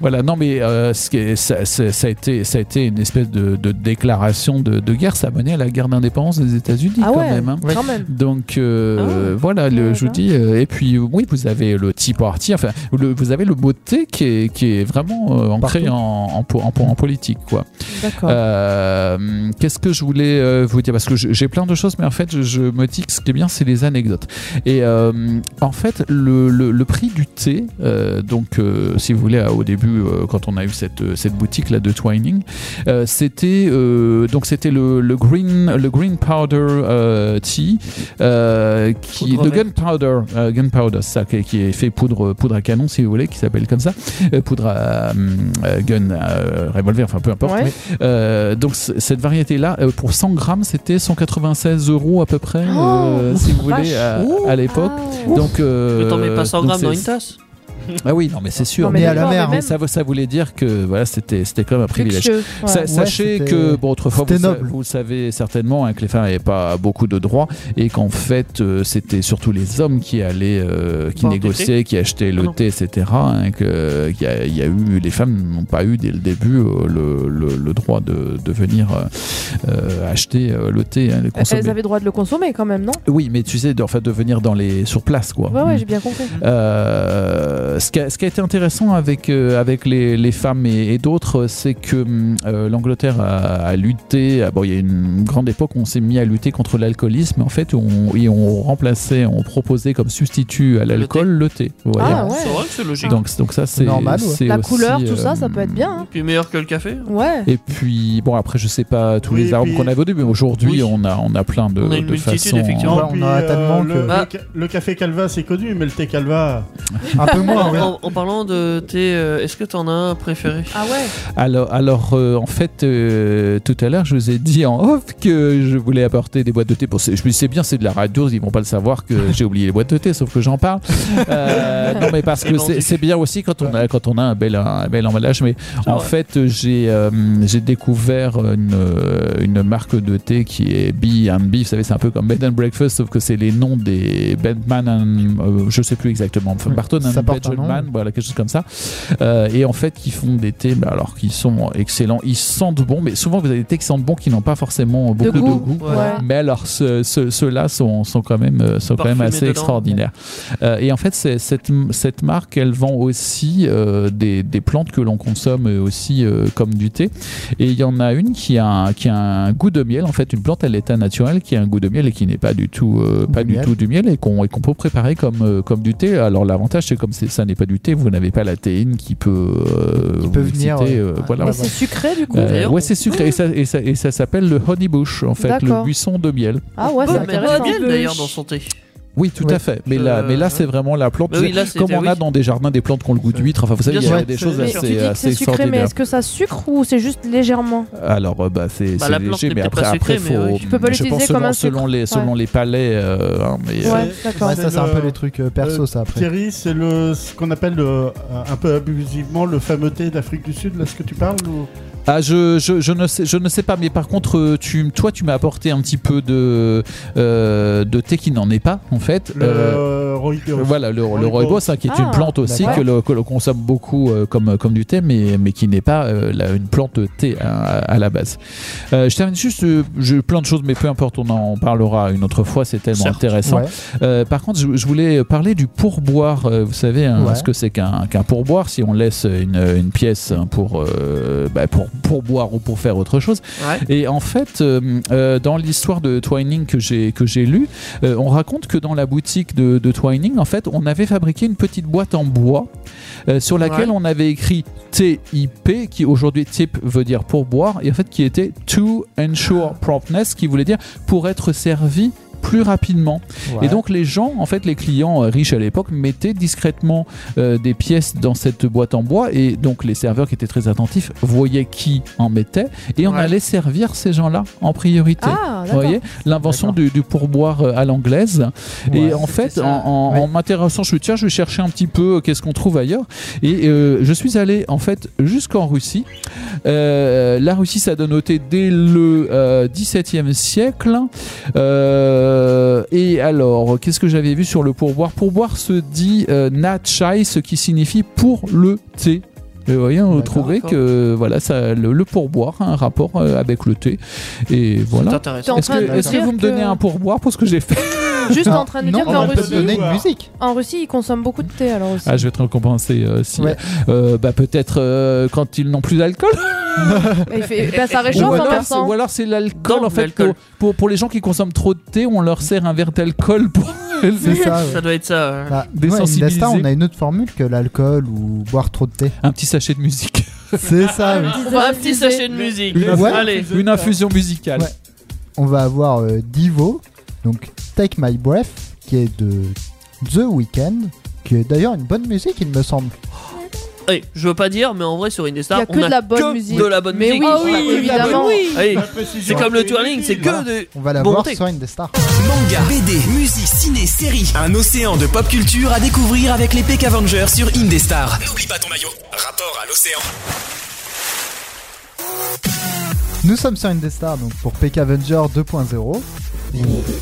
Speaker 7: Voilà, non, mais euh, ce qui est- ça, ça- ça a été, ça a été une espèce de, de déclaration de, de guerre. Ça a mené à la guerre d'indépendance des États-Unis,
Speaker 6: Ah
Speaker 7: quand
Speaker 6: ouais,
Speaker 7: même. hein.
Speaker 6: quand même.
Speaker 7: Donc euh,
Speaker 6: Ah.
Speaker 7: voilà, le,
Speaker 6: Ouais,
Speaker 7: je vous
Speaker 6: d'accord.
Speaker 7: dis. euh, et puis oui, vous avez le Tea Party, enfin, le- vous avez le mot thé qui est, qui est vraiment euh, ancré
Speaker 4: Partout.
Speaker 7: en, en, po- en po- en politique. quoi.
Speaker 6: D'accord.
Speaker 7: Euh, Qu'est-ce que je voulais euh, vous dire Parce que je- j'ai plein de choses, mais en fait, je, je me dis que ce qui est bien, c'est les anecdotes. Et euh, en fait, le, le- le prix du thé, euh, donc euh, si vous voulez, euh, au début, euh, quand on a eu cette, cette boutique là de Twining, euh, c'était euh, donc c'était le, le green le green powder euh, tea, euh, qui
Speaker 5: Poudre
Speaker 7: le
Speaker 5: verte.
Speaker 7: gunpowder euh, gunpowder, c'est ça qui, qui est fait poudre poudre à canon si vous voulez, qui s'appelle comme ça, Euh, poudre à hum, euh, gun à revolver, enfin peu importe.
Speaker 6: Ouais.
Speaker 7: Euh, donc c- cette variété là pour 100 grammes c'était 196 euros à peu près euh,
Speaker 6: Oh,
Speaker 7: si vous
Speaker 6: vache.
Speaker 7: voulez à, à
Speaker 8: ah,
Speaker 7: l'époque donc euh,
Speaker 5: Mais t'en mets pas 100
Speaker 7: donc
Speaker 5: grammes dans
Speaker 7: c'est-
Speaker 5: une tasse
Speaker 7: ah oui non mais c'est sûr
Speaker 6: Non,
Speaker 4: mais à la
Speaker 6: d'accord,
Speaker 4: mer,
Speaker 6: mais
Speaker 7: mais hein, ça, vou- ça voulait dire que voilà c'était c'était quand même un
Speaker 6: même
Speaker 7: privilège
Speaker 6: luxueux, ouais.
Speaker 7: Sa- sachez
Speaker 4: c'était-
Speaker 7: que bon, autrefois, vous,
Speaker 4: c'était
Speaker 7: sa-
Speaker 4: noble.
Speaker 7: vous le savez certainement hein, que les femmes n'avaient pas beaucoup de droits et qu'en fait, euh, c'était surtout les hommes qui allaient, euh, qui
Speaker 5: Boire du
Speaker 7: négociaient, qui achetaient le
Speaker 5: Ah non.
Speaker 7: thé, etc. hein, que, qu'il y a- il y a eu, les femmes n'ont pas eu dès le début euh, le, le- le droit de, de venir euh, euh, acheter euh, le thé, hein, le consommer.
Speaker 6: Elles avaient le droit de le consommer quand même, non
Speaker 7: Oui, mais tu sais, de, enfin, de venir dans les, sur place, quoi.
Speaker 6: Ouais,
Speaker 7: Mm.
Speaker 6: ouais, j'ai bien compris.
Speaker 7: Euh, ce, qui a, ce qui a été intéressant avec, euh, avec les, les femmes et, et d'autres, c'est que hum, euh, l'Angleterre a, a lutté. ah Bon, il y a une grande époque où on s'est mis à lutter contre l'alcoolisme. En fait, on, et on remplaçait, on proposait comme substitut à l'alcool le thé. vous voyez.
Speaker 6: Ah ouais.
Speaker 5: C'est vrai que c'est logique.
Speaker 7: donc, donc ça, c'est
Speaker 4: Normal, ouais.
Speaker 7: c'est
Speaker 6: La
Speaker 7: aussi,
Speaker 6: couleur, tout
Speaker 7: euh,
Speaker 6: ça, ça peut être bien. hein.
Speaker 5: Puis meilleur que le café
Speaker 6: Ouais.
Speaker 7: Et puis, bon, après, je sais pas tous
Speaker 9: Oui,
Speaker 7: les
Speaker 9: et
Speaker 7: arômes
Speaker 9: puis-
Speaker 7: qu'on avait au début, mais
Speaker 5: Oui.
Speaker 7: aujourd'hui, on, a, on a plein de,
Speaker 5: On a une
Speaker 7: de
Speaker 5: multitude,
Speaker 7: façons. hein.
Speaker 5: effectivement.
Speaker 4: Ouais, on
Speaker 9: Puis, euh,
Speaker 4: en a tellement
Speaker 9: le,
Speaker 4: que-
Speaker 5: Bah.
Speaker 9: le ca- le café Calva, c'est connu, mais le thé Calva.
Speaker 4: Un peu moins,
Speaker 5: en,
Speaker 4: Ah, ouais.
Speaker 5: en- en parlant de thé, euh, est-ce que t'en as un préféré
Speaker 6: Ah ouais.
Speaker 7: Alors, alors euh, en fait, euh, tout à l'heure, je vous ai dit en off que je voulais apporter des boîtes de thé. Pour... Je me suis dit, c'est bien, c'est de la radio, ils vont pas le savoir que j'ai oublié les boîtes de thé, sauf que j'en parle. Euh, non, mais parce
Speaker 5: Et
Speaker 7: que
Speaker 5: vendu.
Speaker 7: c'est c'est bien aussi quand on a, quand on a un, bel, un bel emballage. Mais
Speaker 5: Ah
Speaker 7: en
Speaker 5: ouais.
Speaker 7: fait, j'ai euh, j'ai découvert une, euh, une marque de thé qui est Bee and Bee. Vous savez, c'est un peu comme Bed and Breakfast, sauf que c'est les noms des Bedman and. euh, je sais plus exactement. Enfin,
Speaker 4: Oui,
Speaker 7: Barton and
Speaker 4: ça porte un nom.
Speaker 7: Bedman, voilà, quelque chose comme ça. Euh, et en fait qui font des thés bah, alors qu'ils sont excellents ils sentent bon mais souvent vous avez des thés qui sentent bon qui n'ont pas forcément beaucoup de goût,
Speaker 6: goût,
Speaker 5: Ouais.
Speaker 6: Ouais.
Speaker 7: mais alors ce- ce- ceux-là sont, sont quand même, euh, sont quand même
Speaker 5: Parfumés
Speaker 7: assez
Speaker 5: dedans.
Speaker 7: extraordinaires Euh, et en fait c'est- cette, cette marque elle vend aussi euh, des, des plantes que l'on consomme aussi euh, comme du thé et il y en a une qui a, un, qui a un goût de miel en fait une plante à l'état naturel qui a un goût de miel et qui n'est pas du tout euh, pas
Speaker 4: Du
Speaker 7: du
Speaker 4: miel.
Speaker 7: tout du miel et qu'on et qu'on peut préparer comme, euh, comme du thé alors l'avantage c'est comme c'est- ça n'est pas du thé vous n'avez pas la théine qui peut euh,
Speaker 4: Qui peut
Speaker 7: vous
Speaker 4: venir,
Speaker 7: exciter,
Speaker 4: ouais.
Speaker 7: euh, voilà
Speaker 6: Mais c'est sucré du coup.
Speaker 7: Euh,
Speaker 5: D'ailleurs,
Speaker 7: ouais c'est sucré et ça, et ça, et ça s'appelle le honey bush en fait le
Speaker 6: D'accord.
Speaker 7: buisson de miel
Speaker 6: Ah ouais, c'est
Speaker 5: Bonne, mais
Speaker 6: intéressant.
Speaker 5: bien d'ailleurs dans son thé.
Speaker 7: oui, tout
Speaker 4: Ouais.
Speaker 7: à fait. Mais là,
Speaker 5: Euh,
Speaker 7: mais là c'est vraiment la plante.
Speaker 5: Bah oui, là, c'était-
Speaker 7: comme on a
Speaker 5: oui.
Speaker 7: dans des jardins des plantes qu'on le goût d'huître. Enfin, vous savez,
Speaker 5: Bien
Speaker 7: il y a
Speaker 5: sûr.
Speaker 7: des choses
Speaker 5: Bien
Speaker 6: Mais
Speaker 5: sûr.
Speaker 6: tu
Speaker 7: assez,
Speaker 6: dis que
Speaker 7: assez
Speaker 6: c'est sucré, mais
Speaker 7: extraordinaires.
Speaker 6: est-ce que ça sucre ou c'est juste légèrement
Speaker 7: Alors, euh, bah, c'est
Speaker 5: Bah,
Speaker 7: c'est
Speaker 5: la plante
Speaker 7: léger,
Speaker 5: n'est
Speaker 7: mais
Speaker 5: peut-être
Speaker 7: après,
Speaker 5: pas
Speaker 7: après,
Speaker 5: sucrée, mais
Speaker 7: faut.
Speaker 5: ouais.
Speaker 6: Tu peux pas
Speaker 7: je pense
Speaker 6: l'utiliser comme
Speaker 7: selon,
Speaker 6: un
Speaker 7: selon les, selon
Speaker 6: Ouais.
Speaker 7: les palais. euh, hein, mais, euh,
Speaker 6: Ouais,
Speaker 9: c'est-
Speaker 6: d'accord.
Speaker 4: Ouais, ça, c'est un
Speaker 9: le-
Speaker 4: peu les trucs euh, perso,
Speaker 9: euh,
Speaker 4: ça, après.
Speaker 9: Thierry, c'est le ce qu'on appelle le- un peu abusivement le fameux thé d'Afrique du Sud, là, ce que tu parles ou-
Speaker 7: Ah, je, je, je ne sais, je ne sais pas, mais par contre, euh, tu, toi, tu m'as apporté un petit peu de, euh, de thé qui n'en est pas, en fait.
Speaker 9: Le
Speaker 7: Euh,
Speaker 9: euh, rooibos.
Speaker 7: Voilà, le, le
Speaker 9: Rooibos.
Speaker 7: rooibos, hein, qui est
Speaker 6: Ah,
Speaker 7: une plante aussi
Speaker 6: d'accord.
Speaker 7: que l'on que l'on consomme beaucoup euh, comme, comme du thé, mais, mais qui n'est pas euh, la- une plante thé hein, à, à la base. Euh, je termine juste, euh, j'ai plein de choses, mais peu importe, on en parlera une autre fois, c'est tellement
Speaker 5: Certes.
Speaker 7: intéressant.
Speaker 4: Ouais.
Speaker 7: Euh, par contre, je, je voulais parler du pourboire. Euh, Vous savez hein,
Speaker 4: Ouais.
Speaker 7: ce que c'est qu'un qu'un pourboire Si on laisse une, une pièce hein, pour, euh, bah, pour, pour boire ou pour faire autre chose.
Speaker 5: Ouais.
Speaker 7: Et en fait, euh, euh, dans l'histoire de Twining que j'ai que j'ai lu, euh, on raconte que dans la boutique de, de Twining, en fait, on avait fabriqué une petite boîte en bois euh, sur laquelle on avait écrit TIP, qui aujourd'hui tip veut dire pourboire, et en fait qui était to ensure promptness, qui voulait dire pour être servi plus rapidement.
Speaker 4: Ouais.
Speaker 7: Et donc les gens, en fait, les clients euh, riches à l'époque mettaient discrètement euh, des pièces dans cette boîte en bois et donc les serveurs qui étaient très attentifs voyaient qui en mettait et on
Speaker 5: Ouais.
Speaker 7: allait servir ces gens-là en priorité.
Speaker 6: Ah,
Speaker 7: Vous
Speaker 6: d'accord.
Speaker 7: voyez l'invention
Speaker 4: D'accord.
Speaker 7: du, du pourboire euh, à l'anglaise.
Speaker 4: Ouais.
Speaker 7: Et en fait,
Speaker 5: C'était
Speaker 7: en,
Speaker 5: ça.
Speaker 7: en- en m'intéressant, je me suis dit, tiens, je vais chercher un petit peu euh, qu'est-ce qu'on trouve ailleurs. Et euh, je suis allé en fait jusqu'en Russie. Euh, la Russie, ça donne noté dès le euh, 17e siècle. Euh, et alors, qu'est-ce que j'avais vu sur le pourboire Pourboire se dit euh, na chai, ce qui signifie pour le thé. Et voyez, on
Speaker 4: D'accord.
Speaker 7: trouvait que voilà, ça, le, le pourboire a un rapport euh, avec le thé. Et
Speaker 5: C'est
Speaker 7: voilà.
Speaker 5: intéressant.
Speaker 6: en
Speaker 7: Est-ce
Speaker 6: train
Speaker 7: que,
Speaker 6: de
Speaker 7: est-ce que
Speaker 6: dire
Speaker 7: vous me
Speaker 6: que-
Speaker 7: donnez un pourboire pour ce que j'ai fait
Speaker 6: Juste en train de nous
Speaker 4: non,
Speaker 6: dire
Speaker 9: on
Speaker 6: qu'en
Speaker 9: va pas
Speaker 6: Russie,
Speaker 9: donner-
Speaker 4: donner une musique.
Speaker 6: en Russie, ils consomment beaucoup de thé alors aussi.
Speaker 7: Ah, je vais te récompenser euh, si.
Speaker 4: Ouais.
Speaker 7: euh, bah, peut-être euh, quand ils n'ont plus d'alcool.
Speaker 6: Et il fait- bah, ça
Speaker 7: Ou
Speaker 6: réchauffe en
Speaker 7: alors, c'est-
Speaker 6: passant.
Speaker 7: ou alors c'est l'alcool
Speaker 5: Non,
Speaker 7: en fait.
Speaker 5: l'alcool.
Speaker 7: Pour, pour, pour les gens qui consomment trop de thé, on leur sert un verre d'alcool pour.
Speaker 4: C'est ça. Ah, ouais.
Speaker 5: Ça doit être ça. euh.
Speaker 4: Bah,
Speaker 7: Des
Speaker 4: ouais,
Speaker 7: sensibilisés.
Speaker 4: Indestar, on a une autre formule que l'alcool ou boire trop de thé.
Speaker 7: un petit sachet de musique.
Speaker 4: C'est ça. oui.
Speaker 5: On va un petit sachet de musique.
Speaker 4: Ouais.
Speaker 5: Allez.
Speaker 7: Une infusion musicale.
Speaker 4: Ouais. On va avoir euh, Divo, donc Take My Breath, qui est de The Weeknd, qui est d'ailleurs une bonne musique, il me semble.
Speaker 5: Allez, je veux pas dire, mais en vrai, sur
Speaker 6: Il
Speaker 5: Indestar,
Speaker 6: y a que
Speaker 5: on
Speaker 6: de la bonne
Speaker 5: que
Speaker 6: musique.
Speaker 5: de la bonne
Speaker 6: Mais
Speaker 5: musique.
Speaker 6: oui,
Speaker 5: Ah
Speaker 6: bah, évidemment.
Speaker 5: Allez,
Speaker 9: La précision
Speaker 5: C'est comme le
Speaker 9: est hein.
Speaker 5: twirling,
Speaker 9: utile.
Speaker 5: c'est que de.
Speaker 4: On va la
Speaker 5: Bon,
Speaker 4: voir
Speaker 5: t'es-
Speaker 4: sur Indestar.
Speaker 3: Manga, BD, musique, ciné, série. Un océan de pop culture à découvrir avec les Peck Avengers sur Indestar. N'oublie pas ton maillot. Rapport à l'océan.
Speaker 4: Nous sommes sur Indestar donc pour PK Avenger 2.0.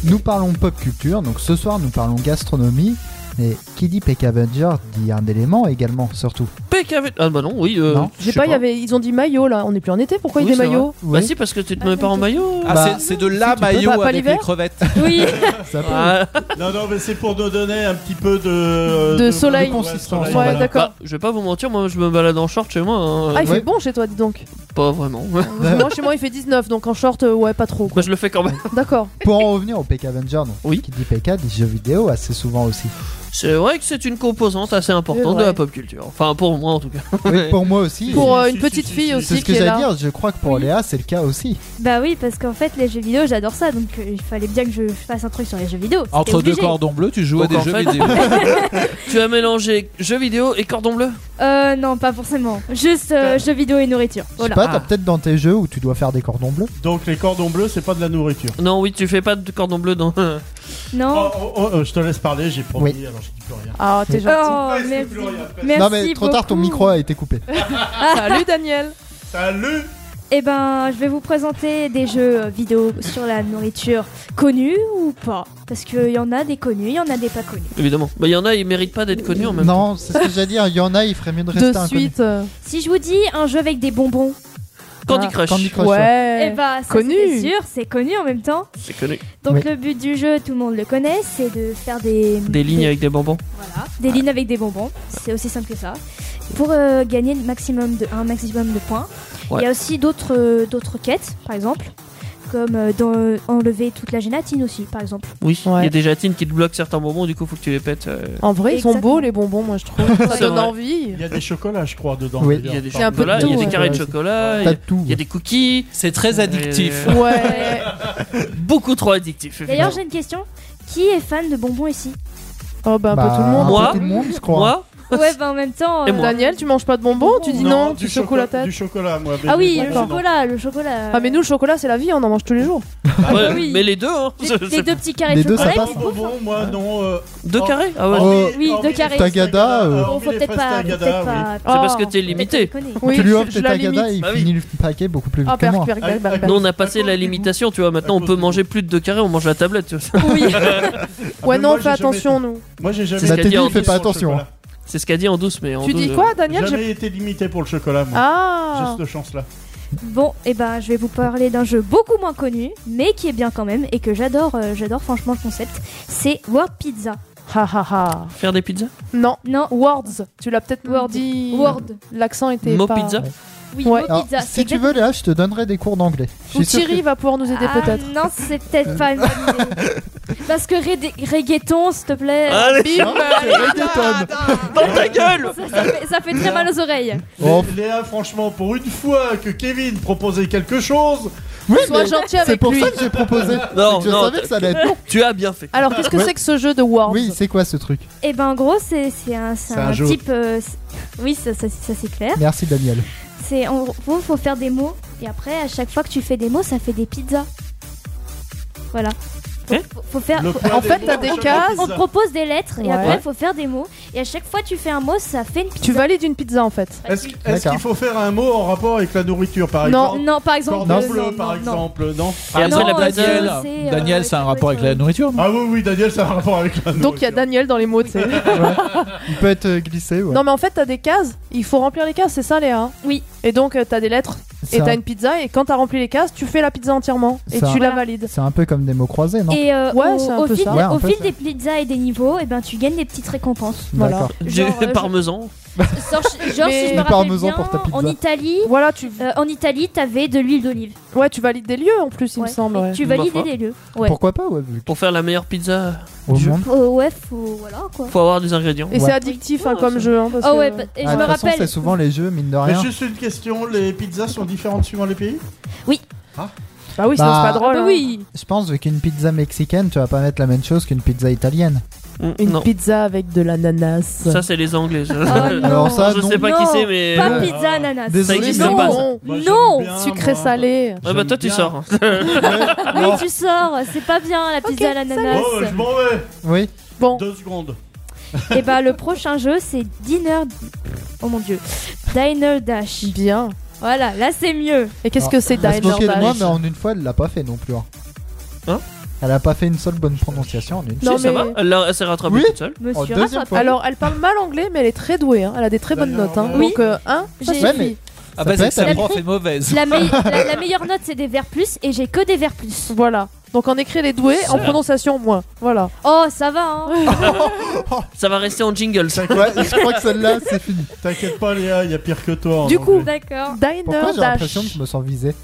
Speaker 4: Nous parlons pop culture, donc ce soir nous parlons gastronomie. Et qui dit PK Avenger dit un élément également, surtout.
Speaker 5: PKV. Ah bah non, oui. Euh,
Speaker 4: Non.
Speaker 5: je
Speaker 6: J'ai
Speaker 5: sais
Speaker 6: pas, il y avait, ils ont dit maillot là. On est plus en été, pourquoi il y
Speaker 5: Oui,
Speaker 6: a des
Speaker 5: c'est
Speaker 6: maillots
Speaker 5: Bah si, parce que tu te mets pas en maillot.
Speaker 7: Ah,
Speaker 4: Bah,
Speaker 7: c'est- c'est de la
Speaker 4: si tu peux,
Speaker 7: maillot
Speaker 6: pas- pas
Speaker 7: avec les
Speaker 6: l'hiver
Speaker 7: crevettes.
Speaker 8: Oui.
Speaker 4: Ça peut-
Speaker 5: Ah,
Speaker 9: Non, non, mais c'est pour nous donner un petit peu euh, de.
Speaker 6: De soleil.
Speaker 9: ouais,
Speaker 4: Consistance,
Speaker 9: soleil.
Speaker 4: on va
Speaker 6: Ouais,
Speaker 4: là.
Speaker 6: d'accord.
Speaker 5: bah, je vais pas vous mentir, moi je me balade en short chez moi. hein.
Speaker 6: Ah, il
Speaker 4: Ouais.
Speaker 6: fait bon chez toi, dis donc.
Speaker 5: Pas vraiment.
Speaker 6: moi, chez moi, il fait 19, donc en short, euh, ouais, pas trop. quoi.
Speaker 5: Moi je le fais quand même.
Speaker 6: D'accord.
Speaker 4: Pour en revenir au PK Avenger, donc,
Speaker 5: Oui.
Speaker 4: qui dit PK dit jeux vidéo assez souvent aussi.
Speaker 5: C'est vrai que c'est une composante assez
Speaker 6: C'est
Speaker 5: importante
Speaker 6: vrai.
Speaker 5: de la pop culture. Enfin, pour moi en tout cas.
Speaker 4: Oui, pour moi aussi.
Speaker 6: Pour euh,
Speaker 9: si,
Speaker 6: une
Speaker 9: si,
Speaker 6: petite
Speaker 9: si,
Speaker 6: fille
Speaker 9: si,
Speaker 4: C'est
Speaker 6: aussi
Speaker 4: ce que
Speaker 6: qui est
Speaker 4: j'allais
Speaker 6: là.
Speaker 4: dire, je crois que pour Léa c'est le cas aussi.
Speaker 8: Bah oui, parce qu'en fait, les jeux vidéo, j'adore ça, donc euh, il fallait bien que je fasse un truc sur les jeux vidéo. c'était
Speaker 7: Entre deux
Speaker 8: obligé.
Speaker 7: cordons bleus, tu joues à
Speaker 5: Donc, en
Speaker 7: des jeux
Speaker 5: fait-
Speaker 7: vidéo.
Speaker 5: tu as mélangé jeux vidéo et cordon bleu
Speaker 8: Euh, non, pas forcément. Juste euh, jeux vidéo et nourriture. Voilà.
Speaker 4: Je sais pas, t'as peut-être dans tes jeux où tu dois faire des cordons bleus.
Speaker 9: Donc les cordons bleus, c'est pas de la nourriture.
Speaker 5: Non, oui, tu fais pas de cordon bleu dans.
Speaker 8: Non.
Speaker 9: Oh, oh, oh, oh, je te laisse parler, j'ai promis,
Speaker 4: Oui.
Speaker 9: alors je dis plus rien.
Speaker 6: Ah, t'es gentil.
Speaker 8: Oh,
Speaker 9: Ouais, c'est
Speaker 8: merci.
Speaker 9: plus rien, après.
Speaker 8: Merci
Speaker 4: non mais trop tard, ton
Speaker 8: beaucoup.
Speaker 4: micro a été coupé.
Speaker 8: Oh.
Speaker 6: Salut Daniel.
Speaker 9: Salut
Speaker 8: Eh ben, je vais vous présenter des jeux euh, vidéo sur la nourriture connus ou pas. Parce qu'il y en a des connus, il y en a des pas connus.
Speaker 5: Évidemment. Bah, il y en a, ils méritent pas d'être connus en même temps.
Speaker 4: Non, c'est ce que j'allais dire, il y en a, il ferait mieux de rester
Speaker 6: De
Speaker 4: inconnu.
Speaker 6: suite. euh,
Speaker 8: Si je vous dis un jeu avec des bonbons,
Speaker 5: Candy
Speaker 6: Ah,
Speaker 5: Crush.
Speaker 4: Candy Crush, ouais.
Speaker 8: eh
Speaker 5: Euh,
Speaker 6: Ouais.
Speaker 8: ben, ça,
Speaker 6: Connu.
Speaker 8: c'est sûr, c'est connu en même temps.
Speaker 5: C'est connu.
Speaker 8: Donc
Speaker 4: Oui.
Speaker 8: le but du jeu, tout le monde le connaît, c'est de faire des...
Speaker 5: Des lignes avec des bonbons.
Speaker 8: Voilà, des lignes avec des bonbons, c'est aussi simple que ça. Pour euh, gagner le maximum de, un maximum de points.
Speaker 5: Ouais.
Speaker 8: Il y a aussi d'autres euh, d'autres quêtes, par exemple, comme euh, d'en- enlever toute la gélatine aussi, par exemple.
Speaker 5: Oui. Il y
Speaker 6: Ouais.
Speaker 5: a des gélatines qui te bloquent certains bonbons, du coup, faut que tu les pètes. euh.
Speaker 6: En vrai, ils sont
Speaker 8: Exactement.
Speaker 6: beaux les bonbons, moi je trouve. Ça
Speaker 5: C'est
Speaker 6: donne
Speaker 5: vrai.
Speaker 6: envie.
Speaker 9: Il y a des chocolats, je crois, dedans.
Speaker 4: Oui.
Speaker 9: d'ailleurs.
Speaker 5: Il y a des
Speaker 6: Il y a un peu de
Speaker 5: chocolats, il y a
Speaker 6: tout,
Speaker 5: des
Speaker 6: ouais.
Speaker 5: carrés de chocolat, il y
Speaker 4: T'as
Speaker 5: a-
Speaker 4: tout.
Speaker 5: il y a des cookies.
Speaker 7: C'est très addictif.
Speaker 5: Euh,
Speaker 6: Ouais.
Speaker 5: Beaucoup trop addictif.
Speaker 8: D'ailleurs, j'ai une question. Qui est fan de bonbons ici
Speaker 6: Oh, bah, un peu tout le
Speaker 4: un
Speaker 6: monde.
Speaker 4: peu
Speaker 5: Moi.
Speaker 4: tout le monde, je crois.
Speaker 5: Moi,
Speaker 8: Ouais, bah en même temps.
Speaker 5: Et moi.
Speaker 6: Daniel, tu manges pas de bonbons Tu dis non,
Speaker 9: du
Speaker 6: tu
Speaker 9: choco-
Speaker 6: chocolates.
Speaker 9: Du chocolat, moi. mais
Speaker 8: Ah oui, le
Speaker 9: des bonbons, non.
Speaker 8: chocolat, le chocolat.
Speaker 6: Ah, mais nous, le chocolat, c'est la vie, on en mange tous les jours.
Speaker 5: Ouais,
Speaker 8: Ah oui.
Speaker 5: mais les deux, hein.
Speaker 8: Les,
Speaker 5: C'est-
Speaker 8: les
Speaker 5: c'est-
Speaker 8: deux petits carrés
Speaker 4: Les
Speaker 8: de
Speaker 4: deux, ça
Speaker 8: chocolat
Speaker 4: passe.
Speaker 8: qui
Speaker 9: Bon,
Speaker 8: bouffent, hein.
Speaker 9: bon, moi, non. euh,
Speaker 5: deux
Speaker 9: Oh.
Speaker 5: carrés Ah ouais.
Speaker 4: Oh.
Speaker 9: Henri-
Speaker 8: Oui,
Speaker 9: Henri
Speaker 8: deux carrés.
Speaker 4: Tagada, euh,
Speaker 8: Bon,
Speaker 9: Henri
Speaker 8: faut
Speaker 9: les
Speaker 8: peut-être pas. Peut
Speaker 9: Tagada, oui.
Speaker 8: pas
Speaker 5: C'est
Speaker 6: Ah,
Speaker 5: parce que t'es limité.
Speaker 8: déconner.
Speaker 6: Oui,
Speaker 4: tu lui
Speaker 6: je-
Speaker 4: offres
Speaker 6: je
Speaker 4: tes
Speaker 6: la
Speaker 4: tagadas,
Speaker 6: limite.
Speaker 4: il
Speaker 5: Bah oui.
Speaker 4: finit le paquet beaucoup plus vite
Speaker 6: Ah,
Speaker 4: que moi.
Speaker 6: perk, perk, perk, perk, perk.
Speaker 5: Nous, on a
Speaker 9: À
Speaker 5: passé
Speaker 9: cause
Speaker 5: la
Speaker 9: du goût.
Speaker 5: limitation, tu vois.
Speaker 9: À
Speaker 5: Maintenant, on
Speaker 9: cause
Speaker 5: peut
Speaker 9: du
Speaker 5: manger plus de deux carrés, on mange la tablette. tu vois.
Speaker 9: Ah, mais
Speaker 6: Ouais, non,
Speaker 9: moi,
Speaker 6: fais
Speaker 9: j'ai jamais
Speaker 6: attention, nous.
Speaker 9: été- Moi, j'ai jamais
Speaker 5: ce
Speaker 4: Bah
Speaker 5: qu'elle
Speaker 4: t'es
Speaker 5: dit
Speaker 4: dit,
Speaker 5: en
Speaker 4: fais pas
Speaker 9: sur le
Speaker 4: attention.
Speaker 9: chocolat.
Speaker 4: hein.
Speaker 5: C'est ce qu'a dit en douce, mais en
Speaker 6: Tu
Speaker 5: douce,
Speaker 6: dis
Speaker 5: euh,
Speaker 6: quoi, Daniel J'ai-
Speaker 9: Jamais été limité pour le chocolat, moi. J'ai
Speaker 6: Ah
Speaker 9: cette chance-là.
Speaker 8: Bon, et ben, je vais vous parler d'un jeu beaucoup moins connu, mais qui est bien quand même et que j'adore. euh, j'adore franchement le concept. C'est World Pizza.
Speaker 6: Ha ha ha.
Speaker 5: Faire des pizzas
Speaker 6: Non.
Speaker 8: Non,
Speaker 6: Words. Tu l'as peut-être
Speaker 8: Words.
Speaker 6: dit.
Speaker 8: World.
Speaker 6: L'accent était.
Speaker 5: Mo
Speaker 6: pas...
Speaker 5: pizza
Speaker 8: Oui,
Speaker 6: Ouais.
Speaker 8: World
Speaker 4: Alors,
Speaker 8: Pizza.
Speaker 4: si tu veux, Léa, je te donnerai des cours d'anglais. Je
Speaker 6: Ou
Speaker 4: suis sûr que-
Speaker 6: Thierry va pouvoir nous aider
Speaker 8: Ah,
Speaker 6: peut-être.
Speaker 8: Non, c'est peut-être pas une bonne idée. Parce que reggae- reggaeton, s'il te plaît.
Speaker 5: Allez,
Speaker 4: Non,
Speaker 8: bah,
Speaker 4: c'est reggaeton.
Speaker 5: dans ta gueule
Speaker 8: Ça, ça fait, ça fait très mal aux oreilles.
Speaker 4: Oh,
Speaker 9: Lé- Léa, franchement, pour une fois que Kevin proposait quelque chose,
Speaker 4: Oui,
Speaker 6: Sois
Speaker 4: mais
Speaker 6: gentil
Speaker 4: c'est
Speaker 6: avec
Speaker 4: pour
Speaker 6: lui.
Speaker 4: ça que j'ai proposé.
Speaker 5: Non,
Speaker 4: je
Speaker 5: non,
Speaker 4: savais que ça allait être long.
Speaker 5: Tu as bien
Speaker 8: Ah,
Speaker 5: fait.
Speaker 6: Alors, qu'est-ce que
Speaker 4: Ouais.
Speaker 6: c'est que ce jeu de Words
Speaker 4: Oui, c'est quoi ce truc
Speaker 8: Et ben, en gros, c'est c'est un, c'est
Speaker 9: C'est un
Speaker 8: un
Speaker 9: jeu.
Speaker 8: type. euh, c'est- oui, ça, ça- ça, c'est clair.
Speaker 4: Merci Daniel.
Speaker 8: C'est en gros, faut faire des mots. Et après, à chaque fois que tu fais des mots, ça fait des pizzas. Voilà. Faut,
Speaker 5: Hein
Speaker 8: faut- faut faire.
Speaker 9: le
Speaker 8: faut-
Speaker 9: poids
Speaker 6: en fait,
Speaker 8: Ah.
Speaker 9: mots
Speaker 6: t'as des
Speaker 9: pour chaque
Speaker 6: cases.
Speaker 9: pizza.
Speaker 8: on te propose des lettres et
Speaker 6: Ouais.
Speaker 8: après, faut faire des mots. Et à chaque fois, tu fais un mot, ça fait une pizza.
Speaker 6: Tu valides une pizza en fait.
Speaker 9: Est-ce est-ce
Speaker 4: D'accord.
Speaker 9: qu'il faut faire un mot en rapport avec la nourriture, par
Speaker 6: Non,
Speaker 9: exemple
Speaker 8: Non, par exemple.
Speaker 9: Cordon
Speaker 8: euh,
Speaker 9: bleu,
Speaker 8: non,
Speaker 9: par
Speaker 8: non, non.
Speaker 9: exemple, non
Speaker 5: Et après,
Speaker 8: non,
Speaker 5: la
Speaker 8: euh,
Speaker 5: Daniel,
Speaker 8: c'est, euh,
Speaker 7: Daniel,
Speaker 8: ouais,
Speaker 7: c'est un
Speaker 8: ouais,
Speaker 7: rapport avec
Speaker 8: ouais.
Speaker 7: la nourriture non
Speaker 9: Ah oui, oui, Daniel, ça a un rapport avec la nourriture.
Speaker 6: Donc il y a Daniel dans les mots, tu sais.
Speaker 4: Il peut être euh, glissé, ouais.
Speaker 6: Non, mais en fait, t'as des cases, il faut remplir les cases, c'est ça, Léa hein
Speaker 8: Oui.
Speaker 6: Et donc, euh, t'as des lettres et
Speaker 4: C'est
Speaker 6: t'as
Speaker 4: un-
Speaker 6: une pizza, et quand t'as rempli les cases, tu fais la pizza entièrement et
Speaker 4: Ça.
Speaker 6: tu la
Speaker 8: Voilà.
Speaker 6: valides.
Speaker 4: C'est un peu comme des mots croisés, non
Speaker 8: Et euh,
Speaker 6: Ouais,
Speaker 8: au,
Speaker 6: c'est un
Speaker 8: au
Speaker 6: peu
Speaker 8: fil,
Speaker 6: ça.
Speaker 4: Ouais, un
Speaker 8: au
Speaker 4: peu
Speaker 8: fil
Speaker 4: ça.
Speaker 8: des pizzas et des niveaux, et ben, tu gagnes des petites récompenses.
Speaker 4: D'accord.
Speaker 5: Du
Speaker 8: Genre, euh,
Speaker 5: parmesan.
Speaker 8: Genre, genre, si
Speaker 6: Mais-
Speaker 8: je
Speaker 6: Du
Speaker 8: me rappelle
Speaker 4: parmesan
Speaker 8: bien,
Speaker 4: pour ta pizza.
Speaker 8: en Italie,
Speaker 6: Voilà, tu,
Speaker 8: euh, en Italie, t'avais de l'huile d'olive.
Speaker 6: ouais, tu valides des lieux en plus, il
Speaker 8: Ouais.
Speaker 6: me semble.
Speaker 8: Et
Speaker 6: ouais.
Speaker 8: Tu
Speaker 5: Ma
Speaker 8: valides
Speaker 5: foi.
Speaker 8: des lieux. Ouais.
Speaker 4: Pourquoi pas, ouais, vu que-
Speaker 5: Pour faire la meilleure pizza,
Speaker 4: au
Speaker 5: Je-
Speaker 4: monde.
Speaker 8: Faut- Euh, ouais, faut. Voilà quoi.
Speaker 5: faut avoir des ingrédients.
Speaker 6: Et c'est addictif hein,
Speaker 5: Ouais,
Speaker 6: comme
Speaker 5: ça-
Speaker 6: jeu. hein, parce
Speaker 8: Oh
Speaker 6: que-
Speaker 8: ouais, bah, et je
Speaker 4: Ah, de
Speaker 8: me
Speaker 4: toute façon,
Speaker 8: rappelle.
Speaker 4: c'est souvent les jeux, mine de
Speaker 9: Mais
Speaker 4: rien.
Speaker 9: juste une question, les pizzas sont différentes suivant les pays
Speaker 6: Bah oui, sinon
Speaker 4: Bah-
Speaker 6: c'est pas drôle.
Speaker 8: Ah bah
Speaker 6: hein.
Speaker 8: oui.
Speaker 4: Je pense, vu qu'une pizza mexicaine, tu vas pas mettre la même chose qu'une pizza italienne.
Speaker 5: Mm,
Speaker 6: Une
Speaker 5: non,
Speaker 6: pizza avec de l'ananas.
Speaker 5: ça c'est les Anglais. ça.
Speaker 8: Ah, non.
Speaker 4: Alors ça,
Speaker 5: je
Speaker 4: non.
Speaker 5: sais pas qui
Speaker 8: Non,
Speaker 5: c'est, mais.
Speaker 8: Pas
Speaker 9: euh,
Speaker 8: pizza ananas.
Speaker 4: Désolé,
Speaker 5: existe
Speaker 4: mais-
Speaker 5: pas, ça.
Speaker 6: non,
Speaker 9: Moi, j'aime
Speaker 8: Non,
Speaker 9: bien,
Speaker 6: sucré
Speaker 9: moi.
Speaker 6: salé.
Speaker 5: Ouais, bah toi tu
Speaker 9: J'aime
Speaker 5: sors. hein.
Speaker 6: Ah,
Speaker 8: Mais tu sors, c'est pas bien la pizza à l'ananas.
Speaker 9: Oh, je m'en vais
Speaker 4: Oui,
Speaker 6: Bon,
Speaker 9: Deux secondes.
Speaker 8: Et bah le prochain jeu c'est Dinner. Oh mon dieu. Diner Dash.
Speaker 6: bien.
Speaker 8: Voilà, là c'est mieux.
Speaker 6: Et qu'est-ce que c'est
Speaker 4: elle Ah, se
Speaker 6: Diner
Speaker 4: moquait de moi,
Speaker 6: Dash
Speaker 4: mais en une fois, elle l'a pas fait non plus. hein.
Speaker 5: Hein
Speaker 4: Elle a pas fait une seule bonne prononciation en une.
Speaker 6: Non,
Speaker 5: Si, ça
Speaker 6: mais-
Speaker 5: va, elle, l'a- elle s'est rattrapée
Speaker 4: Oui.
Speaker 5: toute seule.
Speaker 4: En
Speaker 8: Monsieur
Speaker 4: deuxième
Speaker 8: rattrape.
Speaker 4: fois.
Speaker 6: Alors, elle parle mal anglais, mais elle est très douée. hein. Elle a des très bonnes
Speaker 9: Diner
Speaker 6: notes. hein.
Speaker 9: Dash.
Speaker 6: Donc, euh, un, ça
Speaker 8: J'ai-
Speaker 6: suffit.
Speaker 4: Ouais, mais-
Speaker 7: Ah
Speaker 4: peut
Speaker 7: bah c'est
Speaker 4: être
Speaker 7: que sa
Speaker 8: la-
Speaker 7: prof est mauvaise.
Speaker 8: La, me- la- la meilleure note c'est des vers plus et j'ai que des vers plus.
Speaker 6: Voilà. Donc, en écrit, elle est douée. En prononciation, moins. Voilà.
Speaker 8: Oh ça va hein.
Speaker 5: Ça va rester en jingle. ça.
Speaker 4: Ouais, je crois que celle-là, c'est fini.
Speaker 9: T'inquiète pas, Léa, il y a pire que toi. hein, en
Speaker 6: Du coup, bah,
Speaker 9: anglais.
Speaker 8: D'accord.
Speaker 6: Diner
Speaker 4: Pourquoi j'ai
Speaker 6: Dash.
Speaker 4: l'impression que je me sens visé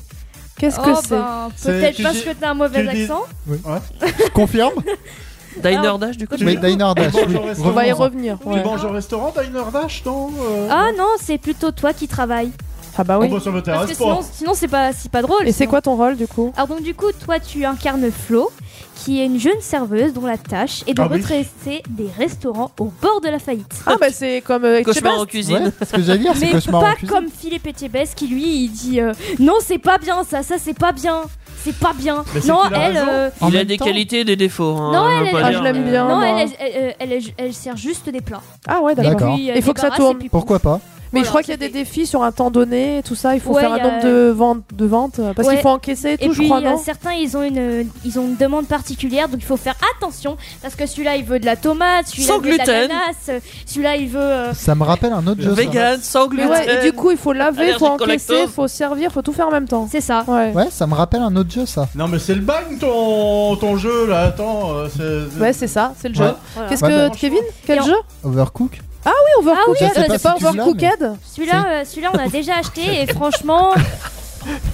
Speaker 6: Qu'est-ce
Speaker 8: Oh,
Speaker 6: que c'est
Speaker 8: ben,
Speaker 9: C'est-
Speaker 8: Peut-être
Speaker 9: tu
Speaker 8: parce
Speaker 9: dis-
Speaker 8: que t'as un mauvais
Speaker 9: tu dis-
Speaker 8: accent.
Speaker 4: Je confirme
Speaker 5: Diner Dash du coup.
Speaker 4: Mais
Speaker 9: Tu-
Speaker 4: Diner Dash,
Speaker 9: Bonjour,
Speaker 4: oui.
Speaker 9: restaurant.
Speaker 6: On va y
Speaker 4: Revenons-en.
Speaker 6: revenir.
Speaker 9: Tu
Speaker 6: ouais.
Speaker 9: manges au restaurant, Diner Dash, non euh,
Speaker 8: Ah non, c'est plutôt toi qui travailles.
Speaker 6: Ah bah
Speaker 9: Oh,
Speaker 6: oui.
Speaker 9: bah,
Speaker 8: Parce
Speaker 9: ça
Speaker 8: que
Speaker 9: m'intéresse
Speaker 8: sinon,
Speaker 9: pas.
Speaker 8: sinon c'est pas, c'est pas drôle.
Speaker 6: Et c'est
Speaker 8: sinon.
Speaker 6: quoi ton rôle du coup
Speaker 8: Alors donc du coup, toi tu incarnes Flo, qui est une jeune serveuse dont la tâche est de
Speaker 9: Ah oui.
Speaker 8: redresser des restaurants au bord de la faillite.
Speaker 6: Ah bah c'est comme euh,
Speaker 5: Cauchemar en
Speaker 4: Ouais,
Speaker 5: cuisine.
Speaker 4: ce que
Speaker 9: Ah,
Speaker 4: j'allais dire, c'est
Speaker 8: Mais
Speaker 4: cauchemar en
Speaker 8: pas
Speaker 4: cuisine.
Speaker 8: comme Philippe Etchebest qui lui il dit euh, non c'est pas bien ça ça c'est pas bien c'est pas bien
Speaker 9: Mais c'est
Speaker 8: non
Speaker 9: qu'il a
Speaker 8: elle
Speaker 9: raison.
Speaker 8: euh,
Speaker 4: En
Speaker 5: Il a
Speaker 4: même
Speaker 5: des
Speaker 4: temps-
Speaker 5: qualités et des défauts. hein,
Speaker 8: Non,
Speaker 5: on
Speaker 8: elle,
Speaker 5: va pas
Speaker 8: elle-
Speaker 6: Ah, je
Speaker 5: dire,
Speaker 6: l'aime
Speaker 5: mais-
Speaker 6: bien.
Speaker 8: non
Speaker 6: moi.
Speaker 8: elle, elle- elle- elle- elle sert juste des plats
Speaker 6: Ah ouais
Speaker 8: Et
Speaker 6: d'accord.
Speaker 4: D'accord.
Speaker 8: puis, euh,
Speaker 6: Il faut
Speaker 8: des
Speaker 6: que ça
Speaker 8: barras,
Speaker 6: tourne.
Speaker 8: et puis-
Speaker 4: Pourquoi pas
Speaker 6: Mais je
Speaker 8: Voilà,
Speaker 6: crois qu'il y a des
Speaker 8: c'était-
Speaker 6: défis sur un temps donné, et tout ça. Il faut
Speaker 8: Ouais,
Speaker 6: faire un
Speaker 8: y a-
Speaker 6: nombre de ventes, de ventes euh, parce
Speaker 8: Ouais.
Speaker 6: qu'il faut encaisser et
Speaker 8: et
Speaker 6: tout,
Speaker 8: puis
Speaker 6: je crois,
Speaker 8: euh,
Speaker 6: non
Speaker 8: certains ils ont une euh, ils ont une demande particulière donc il faut faire attention parce que celui-là il veut de la tomate celui-là
Speaker 5: Sans
Speaker 8: il veut de
Speaker 5: gluten.
Speaker 8: l'ananas euh, celui-là il veut euh,
Speaker 4: Ça me rappelle un autre jeu. ça.
Speaker 5: Euh, Vegan, sans
Speaker 6: Mais
Speaker 5: gluten.
Speaker 6: ouais, et du coup, il faut laver, il
Speaker 5: Allergique
Speaker 6: faut
Speaker 5: au
Speaker 6: encaisser, il
Speaker 5: lactose.
Speaker 6: faut servir, il faut tout faire en même temps.
Speaker 8: c'est ça
Speaker 6: Ouais.
Speaker 4: Ouais, ça me rappelle un autre jeu, ça.
Speaker 9: Non, mais c'est le bang ton, ton jeu là, attends. euh, c'est-
Speaker 6: Ouais, c'est ça, c'est le jeu.
Speaker 4: Ouais.
Speaker 8: Voilà. bah,
Speaker 6: Qu'est-ce
Speaker 4: Ouais,
Speaker 6: que
Speaker 9: mais franchement-
Speaker 6: Kevin Quel
Speaker 8: Et en-
Speaker 6: jeu
Speaker 4: Overcook
Speaker 6: Oui, Overcooked, Bah,
Speaker 8: Ah oui,
Speaker 6: c'est
Speaker 8: je sais
Speaker 6: pas
Speaker 4: pas si tu l'as,
Speaker 6: Overcooked
Speaker 8: celui-là euh, celui-là on a déjà acheté et franchement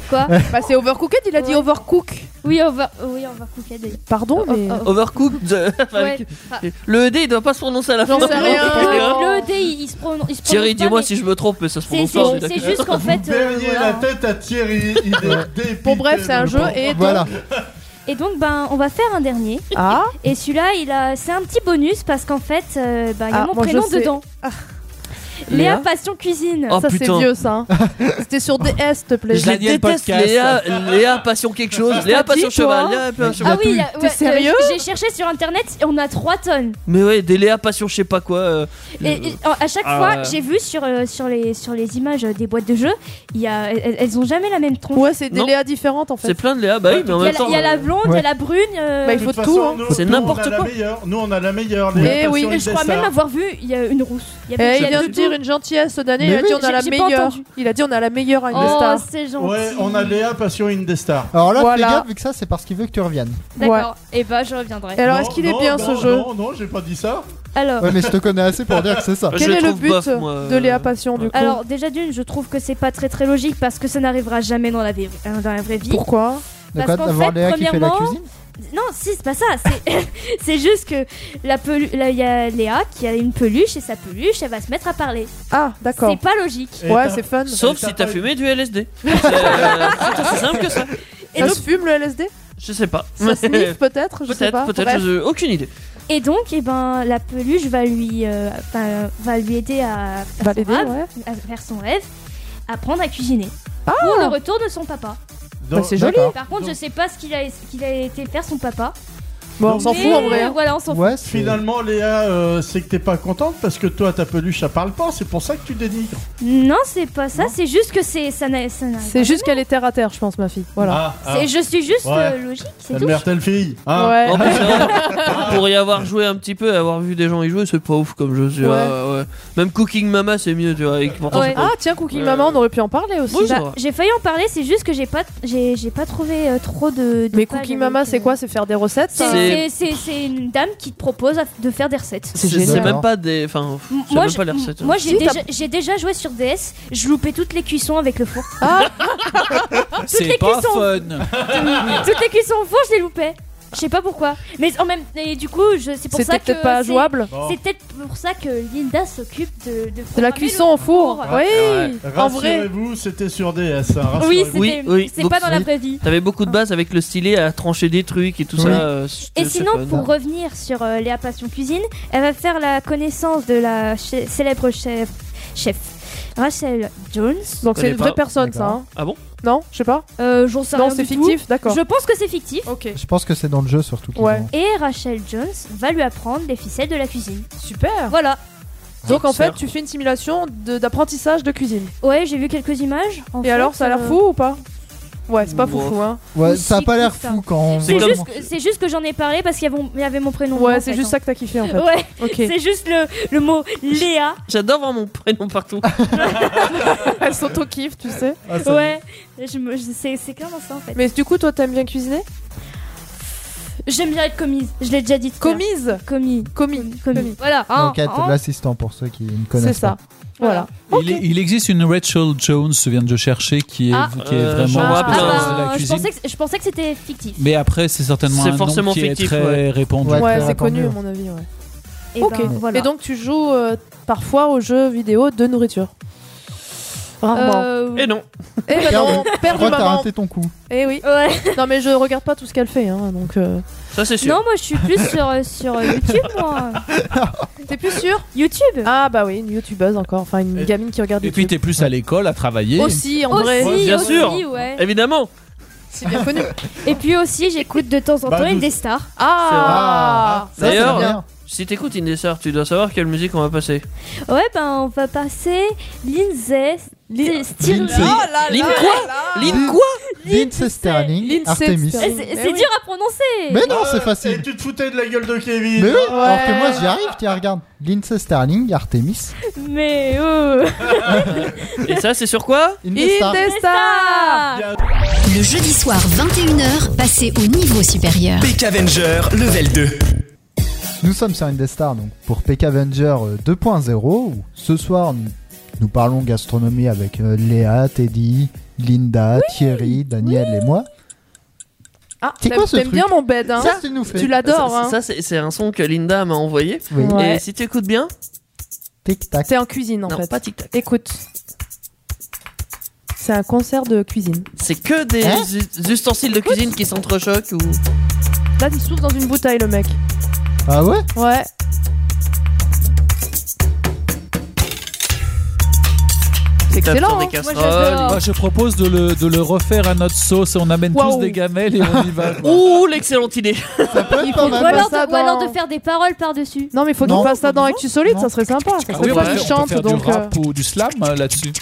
Speaker 8: quoi
Speaker 6: Bah c'est Overcooked, il a dit
Speaker 8: Ouais.
Speaker 6: Overcook.
Speaker 8: oui on va oui on va couper des
Speaker 6: Pardon, mais
Speaker 8: Oh, oh,
Speaker 5: Overcooked. euh, avec-
Speaker 8: Ouais.
Speaker 5: Le ED il doit pas se prononcer à la fin.
Speaker 6: J'en sais rien.
Speaker 8: Le D, il, il se prononce. il se
Speaker 5: Thierry,
Speaker 8: prononce pas,
Speaker 5: dis-moi
Speaker 8: mais
Speaker 5: si je me trompe, mais ça se
Speaker 8: c'est-
Speaker 5: prononce pas. on est
Speaker 8: C'est
Speaker 5: d'accord.
Speaker 8: c'est juste qu'en fait.
Speaker 9: Vous
Speaker 8: euh,
Speaker 9: verriez
Speaker 8: voilà.
Speaker 9: la tête à Thierry, il est dépité.
Speaker 6: bon bref, c'est un
Speaker 9: le
Speaker 6: jeu
Speaker 9: pauvre.
Speaker 6: et
Speaker 4: Voilà.
Speaker 8: Et donc, ben, on va faire un dernier.
Speaker 6: ah
Speaker 8: Et celui-là, il a, c'est un petit bonus parce qu'en fait, euh, ben, il y a
Speaker 6: Ah,
Speaker 8: mon
Speaker 6: moi, je
Speaker 8: prénom
Speaker 6: sais.
Speaker 8: dedans. Léa
Speaker 5: Léa
Speaker 8: Passion Cuisine.
Speaker 5: Oh,
Speaker 6: ça c'est
Speaker 5: putain.
Speaker 6: vieux ça. hein. C'était sur DS, s'il te plaît.
Speaker 5: Je la
Speaker 7: Daniel
Speaker 5: déteste,
Speaker 7: Podcast.
Speaker 5: Léa, hein. Léa Passion quelque chose, Léa Passion
Speaker 6: dit, toi
Speaker 5: Cheval, Léa Passion...
Speaker 8: ah oui, il y a-
Speaker 6: T'es sérieux
Speaker 8: euh, J'ai cherché sur internet et on a 3 tonnes.
Speaker 5: Mais ouais, des Léa Passion je sais pas quoi. euh,
Speaker 8: Et,
Speaker 5: euh,
Speaker 8: et, euh, à chaque
Speaker 5: Ah
Speaker 8: fois,
Speaker 5: ouais.
Speaker 8: j'ai vu sur, euh, sur, les, sur les images euh, des boîtes de jeux, il y a, elles, elles ont jamais la même tronche.
Speaker 6: Ouais, c'est des
Speaker 5: Non.
Speaker 6: Léa différentes en fait.
Speaker 5: C'est plein de Léa, bah oui, mais en
Speaker 8: Il y a
Speaker 5: même
Speaker 8: la-
Speaker 5: temps...
Speaker 8: il y, a la
Speaker 5: euh,
Speaker 8: blonde, il y a
Speaker 4: Ouais.
Speaker 8: la brune. euh,
Speaker 6: Bah,
Speaker 9: De
Speaker 6: il faut
Speaker 9: toute
Speaker 6: tout,
Speaker 9: façon,
Speaker 6: hein.
Speaker 9: nous-
Speaker 5: C'est
Speaker 9: nous, on a
Speaker 5: n'importe
Speaker 9: la
Speaker 5: quoi.
Speaker 9: meilleure- Nous, on a la meilleure.
Speaker 6: Mais
Speaker 9: Léa
Speaker 6: oui,
Speaker 9: Passion
Speaker 8: et je crois
Speaker 9: Indessa.
Speaker 8: même avoir vu, il y a une rousse. Il y avait-
Speaker 6: Eh,
Speaker 8: il y
Speaker 6: il
Speaker 8: a
Speaker 6: vient
Speaker 8: de
Speaker 6: de dire
Speaker 8: tout.
Speaker 6: une gentillesse ce dernier, il a
Speaker 8: Mais
Speaker 6: dit
Speaker 8: oui,
Speaker 6: on a la
Speaker 8: j'ai- j'ai pas
Speaker 6: meilleure.
Speaker 8: entendu.
Speaker 6: Il a dit on a la meilleure à une
Speaker 8: Oh,
Speaker 6: star.
Speaker 8: c'est gentil.
Speaker 9: Ouais, on a Léa Passion Indestar.
Speaker 4: Alors là,
Speaker 6: Voilà.
Speaker 4: fais gaffe, vu que ça, c'est parce qu'il veut que tu reviennes.
Speaker 8: D'accord. Et bah, je reviendrai.
Speaker 6: Et alors
Speaker 9: Non,
Speaker 6: est-ce qu'il est
Speaker 9: non,
Speaker 6: bien
Speaker 9: non,
Speaker 6: ce jeu
Speaker 9: Non, non, j'ai pas dit ça.
Speaker 8: Alors,
Speaker 4: Ouais, mais je te connais assez pour dire que c'est ça.
Speaker 5: Je
Speaker 6: Quel est le
Speaker 5: trouve
Speaker 6: but
Speaker 5: bof, moi,
Speaker 6: de
Speaker 5: euh,
Speaker 6: Léa Passion du coup
Speaker 8: alors déjà d'une, je trouve que c'est pas très très logique parce que ça n'arrivera jamais dans la, vie- euh, dans la vraie vie.
Speaker 6: Pourquoi
Speaker 4: De
Speaker 8: Parce
Speaker 4: quoi
Speaker 8: qu'en
Speaker 4: D'avoir
Speaker 8: fait,
Speaker 4: Léa qui fait la
Speaker 8: premièrement,
Speaker 4: cuisine
Speaker 8: Non, si, c'est pas ça. c'est- C'est juste que la pelu- là, il y a Léa qui a une peluche et sa peluche, elle va se mettre à parler.
Speaker 6: Ah d'accord.
Speaker 8: C'est pas logique.
Speaker 9: Et
Speaker 6: Ouais,
Speaker 9: t'as-
Speaker 6: c'est fun.
Speaker 5: Sauf
Speaker 9: Et t'as
Speaker 5: si t'as
Speaker 9: pas-
Speaker 5: fumé du LSD. C'est euh, c'est aussi simple que ça.
Speaker 8: Et
Speaker 6: ça
Speaker 8: donc,
Speaker 6: se fume le LSD
Speaker 5: Je sais pas.
Speaker 6: Ça sniff peut-être Je sais pas.
Speaker 5: Peut-être, peut-être,
Speaker 6: Bref.
Speaker 5: je- aucune idée.
Speaker 8: et donc, eh ben, la peluche va lui, euh, enfin, va lui aider à faire,
Speaker 6: Va
Speaker 8: son
Speaker 6: l'aider,
Speaker 8: rêve,
Speaker 6: ouais.
Speaker 8: à faire son rêve, apprendre à cuisiner.
Speaker 6: Ah
Speaker 8: Pour le retour de son papa.
Speaker 9: Dans-
Speaker 6: Bah, c'est joli.
Speaker 4: D'accord.
Speaker 8: Par contre, je sais pas ce qu'il a, ce qu'il a été faire son papa.
Speaker 6: Bon, on s'en
Speaker 8: Mais
Speaker 6: fout en vrai. hein.
Speaker 8: Voilà, on s'en fout.
Speaker 4: Ouais, c'est-
Speaker 9: Finalement, Léa, euh, c'est que t'es pas contente parce que toi, ta peluche, ça parle pas. C'est pour ça que tu dénigres.
Speaker 8: Non, c'est pas ça, c'est juste que c'est ça n'a ça n'a-
Speaker 6: C'est juste qu'elle est terre à terre, je pense, ma fille. Voilà.
Speaker 9: Ah, ah,
Speaker 8: C'est- Je suis juste
Speaker 9: Ouais.
Speaker 8: euh, logique, c'est
Speaker 9: la
Speaker 8: tout.
Speaker 9: mère, telle fille. hein.
Speaker 6: ouais.
Speaker 5: En plus, c'est vrai, pour y avoir joué un petit peu et avoir vu des gens y jouer, c'est pas ouf comme jeu. tu vois, ouais, ouais. Même Cooking Mama, c'est mieux, tu vois. et pourtant,
Speaker 8: Ouais.
Speaker 5: c'est pas
Speaker 6: Ah tiens, Cookie Maman, on aurait pu en parler aussi.
Speaker 5: Oui,
Speaker 8: Bah,
Speaker 5: ça va.
Speaker 8: j'ai failli en parler, c'est juste que j'ai pas, j'ai, j'ai pas trouvé euh, trop de. de
Speaker 6: Mais
Speaker 8: pages
Speaker 6: Cookie
Speaker 8: avec,
Speaker 6: Mama,
Speaker 8: euh,
Speaker 6: c'est quoi C'est faire des recettes
Speaker 8: c'est,
Speaker 6: ça
Speaker 5: C'est-
Speaker 8: c'est, c'est- c'est une dame qui te propose à- de faire des recettes.
Speaker 6: C'est
Speaker 5: C'est
Speaker 6: génial.
Speaker 5: c'est même pas des. Enfin, pff,
Speaker 8: M-
Speaker 5: c'est
Speaker 8: Moi,
Speaker 5: même
Speaker 8: je-
Speaker 5: pas les recettes.
Speaker 8: moi j'ai,
Speaker 6: Si,
Speaker 8: déjà, j'ai déjà joué sur DS, je loupais toutes les cuissons avec le four.
Speaker 7: C'est
Speaker 8: les
Speaker 7: pas
Speaker 8: cuissons.
Speaker 7: fun.
Speaker 8: toutes les cuissons au four, je les loupais. Je sais pas pourquoi. Mais en même et du coup, je, c'est pour
Speaker 6: C'était
Speaker 8: ça que.
Speaker 6: peut-être pas
Speaker 8: c'est-
Speaker 6: jouable.
Speaker 9: Bon.
Speaker 8: C'est peut-être pour ça que Linda s'occupe de. De,
Speaker 6: De
Speaker 8: programmer
Speaker 6: la cuisson au four.
Speaker 8: four.
Speaker 6: Oui, en vrai.
Speaker 9: Rassurez-vous, c'était sur DS. hein,
Speaker 8: le- Oui,
Speaker 9: rassurez-vous.
Speaker 8: c'était,
Speaker 5: Ah, Oui, oui.
Speaker 8: c'est
Speaker 5: Donc,
Speaker 8: pas dans la
Speaker 5: oui.
Speaker 8: vraie vie.
Speaker 5: T'avais beaucoup de bases avec le stylet à trancher des trucs et tout
Speaker 4: Oui.
Speaker 5: ça. euh, c'était-
Speaker 8: Et
Speaker 5: c'est
Speaker 8: sinon,
Speaker 5: fun.
Speaker 8: pour revenir sur euh, Léa Passion Cuisine, elle va faire la connaissance de la che- célèbre chef, chef Rachel Jones.
Speaker 6: Donc c'est
Speaker 5: connais
Speaker 6: une vraie
Speaker 5: pas.
Speaker 6: personne ça.
Speaker 4: D'accord.
Speaker 6: hein.
Speaker 5: Ah bon
Speaker 6: Non, je sais pas.
Speaker 8: Euh, j'en sais
Speaker 6: Non,
Speaker 8: rien
Speaker 6: c'est
Speaker 8: du
Speaker 6: fictif,
Speaker 8: tout.
Speaker 6: d'accord.
Speaker 8: Je pense que c'est fictif.
Speaker 6: Ok.
Speaker 4: Je pense que c'est dans le jeu surtout. qu'ils
Speaker 6: Ouais.
Speaker 4: ont-
Speaker 8: Et Rachel Jones va lui apprendre les ficelles de la cuisine.
Speaker 6: Super.
Speaker 8: Voilà.
Speaker 6: Donc en fait,
Speaker 5: Certes.
Speaker 6: tu fais une simulation de- d'apprentissage de cuisine.
Speaker 8: Ouais, j'ai vu quelques images. En
Speaker 6: Et
Speaker 8: fait,
Speaker 6: alors, ça a l'air
Speaker 8: euh,
Speaker 6: fou ou pas Ouais, c'est pas
Speaker 5: Wow.
Speaker 6: foufou, hein.
Speaker 4: Ouais,
Speaker 8: Oui,
Speaker 4: ça a
Speaker 8: c'est
Speaker 4: pas l'air
Speaker 8: cool, ça.
Speaker 4: fou quand on.
Speaker 8: C'est
Speaker 5: comme-
Speaker 8: juste, que- c'est juste que j'en ai parlé parce qu'il y avait- il y avait mon prénom.
Speaker 6: Ouais,
Speaker 8: en
Speaker 6: c'est
Speaker 8: fait,
Speaker 6: juste
Speaker 8: hein.
Speaker 6: ça que t'as kiffé en fait.
Speaker 8: Ouais,
Speaker 6: Ok.
Speaker 8: c'est juste le, le mot Léa.
Speaker 5: J'adore voir mon prénom partout.
Speaker 6: Elle s'auto-kiffe, tu sais.
Speaker 4: Ah, ça-
Speaker 8: Ouais, je me- je- c'est c'est clairement ça en fait.
Speaker 6: Mais du coup, toi, t'aimes bien cuisiner
Speaker 8: J'aime bien être commise, je l'ai déjà dit. tout à l'heure.
Speaker 6: Commise
Speaker 8: Commis.
Speaker 6: Commis. Commis.
Speaker 8: Voilà. hein,
Speaker 4: L'enquête,
Speaker 8: hein.
Speaker 4: l'assistant pour ceux qui ne
Speaker 6: C'est
Speaker 4: connaissent
Speaker 6: ça.
Speaker 4: pas.
Speaker 6: Voilà.
Speaker 7: Il, est- il existe une Rachel Jones, je viens de chercher, qui est,
Speaker 8: Ah.
Speaker 7: qui est
Speaker 5: Euh,
Speaker 7: vraiment
Speaker 5: j'en vois
Speaker 7: spécialiste
Speaker 5: plein.
Speaker 7: de
Speaker 8: Ah
Speaker 7: la
Speaker 8: ben, je,
Speaker 7: cuisine.
Speaker 8: pensais que, je pensais que c'était fictif.
Speaker 7: Mais après, c'est certainement
Speaker 5: C'est
Speaker 7: un nom
Speaker 5: forcément
Speaker 7: qui est
Speaker 5: fictif,
Speaker 7: très
Speaker 5: ouais.
Speaker 7: répandu.
Speaker 4: Ouais,
Speaker 6: Ouais,
Speaker 4: très
Speaker 6: c'est connu
Speaker 4: répandu.
Speaker 6: à mon avis. Ouais.
Speaker 8: Et
Speaker 6: ok.
Speaker 8: ben, voilà.
Speaker 6: Et donc, tu joues euh, parfois aux jeux vidéo de nourriture. Rarement.
Speaker 8: Euh,
Speaker 5: Et non.
Speaker 6: Eh ben non, père de
Speaker 4: Pourquoi t'as
Speaker 6: maman.
Speaker 4: raté ton coup
Speaker 6: Eh oui.
Speaker 8: ouais.
Speaker 6: Non, mais je regarde pas tout ce qu'elle fait, hein. Donc, euh,
Speaker 5: Ça, c'est sûr.
Speaker 8: Non, moi je suis plus sur, euh, sur euh, YouTube, moi.
Speaker 6: Ah. t'es plus sûr
Speaker 8: YouTube
Speaker 6: Ah bah oui, une youtubeuse encore. Enfin, une
Speaker 9: Et-
Speaker 6: gamine qui regarde.
Speaker 7: Et puis,
Speaker 6: YouTube.
Speaker 7: t'es plus à l'école, à travailler.
Speaker 6: aussi en vrai.
Speaker 8: Aussi,
Speaker 5: bien
Speaker 8: aussi,
Speaker 5: sûr.
Speaker 8: ouais.
Speaker 5: Évidemment.
Speaker 6: C'est bien connu.
Speaker 8: Et puis aussi, j'écoute de temps en temps
Speaker 9: Bah,
Speaker 8: une
Speaker 9: nous-
Speaker 8: des stars.
Speaker 6: Ah.
Speaker 4: Ça, c'est
Speaker 5: D'ailleurs,
Speaker 4: bien.
Speaker 5: Si t'écoutes Indessar, tu dois savoir quelle musique on va passer.
Speaker 8: Ouais, ben on va passer Lindsay Sti- Stirling.
Speaker 4: Lindsay.
Speaker 8: Oh,
Speaker 5: Lynn
Speaker 8: Ah.
Speaker 5: quoi Lynn quoi
Speaker 4: Lindsay Sterling,
Speaker 6: Lindsay
Speaker 4: Artemis.
Speaker 8: C'est
Speaker 6: Sterling.
Speaker 8: c'est
Speaker 6: Eh oui.
Speaker 8: dur à prononcer.
Speaker 4: Mais non, c'est
Speaker 9: Ah, Et
Speaker 4: facile.
Speaker 9: tu te foutais de la gueule de
Speaker 4: Mais
Speaker 9: Kevin.
Speaker 4: oui,
Speaker 9: Ah,
Speaker 4: alors que moi j'y arrive, tiens, regarde. Lindsay Sterling, Artemis.
Speaker 8: Mais euh,
Speaker 5: Et ça, c'est sur quoi
Speaker 4: Indestar.
Speaker 6: Indestar.
Speaker 9: bien
Speaker 1: Le jeudi soir 21h, passez au niveau supérieur.
Speaker 3: PK Avenger Level 2.
Speaker 4: Nous sommes sur Indestar, donc pour PK Avenger euh, 2.0, où ce soir nous, nous parlons gastronomie avec euh, Léa, Teddy, Linda, Thierry, Daniel et moi.
Speaker 6: Ah,
Speaker 4: C'est quoi
Speaker 6: t'aimes-
Speaker 4: ce
Speaker 6: t'aimes
Speaker 4: truc
Speaker 6: bien mon bed, hein
Speaker 4: Ça, tu nous fais.
Speaker 6: Tu
Speaker 5: Ça,
Speaker 6: l'adores, hein
Speaker 5: Ça, c'est c'est un son que Linda m'a envoyé.
Speaker 4: Oui,
Speaker 6: Ouais.
Speaker 5: Et si tu écoutes bien,
Speaker 4: tic-tac.
Speaker 6: C'est en cuisine en
Speaker 5: non,
Speaker 6: fait.
Speaker 5: pas tic tac.
Speaker 6: Écoute. C'est un concert de cuisine.
Speaker 5: C'est que des
Speaker 4: Hein
Speaker 5: us- ustensiles de cuisine qui s'entrechoquent ou.
Speaker 6: Là, il souffle dans une bouteille, le mec.
Speaker 4: Ah ouais
Speaker 6: Ouais. C'est
Speaker 5: tapent
Speaker 6: excellent.
Speaker 5: sur des
Speaker 6: hein.
Speaker 5: casseroles.
Speaker 8: Moi, j'adore.
Speaker 7: Moi, je propose de le, de le refaire à notre sauce. On amène
Speaker 6: Waouh.
Speaker 7: tous des gamelles et on y va. quoi.
Speaker 5: Ouh, l'excellente idée.
Speaker 4: Ça peut être pas
Speaker 8: ou,
Speaker 4: mal.
Speaker 8: alors
Speaker 6: ça
Speaker 8: de, ou alors
Speaker 6: dans-
Speaker 8: de faire des paroles par-dessus.
Speaker 6: Non, mais il faut
Speaker 4: Non.
Speaker 6: qu'il fasse ça dans Actu Solide,
Speaker 4: Non.
Speaker 6: ça serait sympa. Ça
Speaker 7: Ah
Speaker 6: serait
Speaker 7: oui, on
Speaker 6: toi
Speaker 7: peut
Speaker 6: qui
Speaker 7: faire- on peut
Speaker 6: chantes,
Speaker 7: faire du
Speaker 6: donc. euh,
Speaker 7: rap ou du slam euh, là-dessus.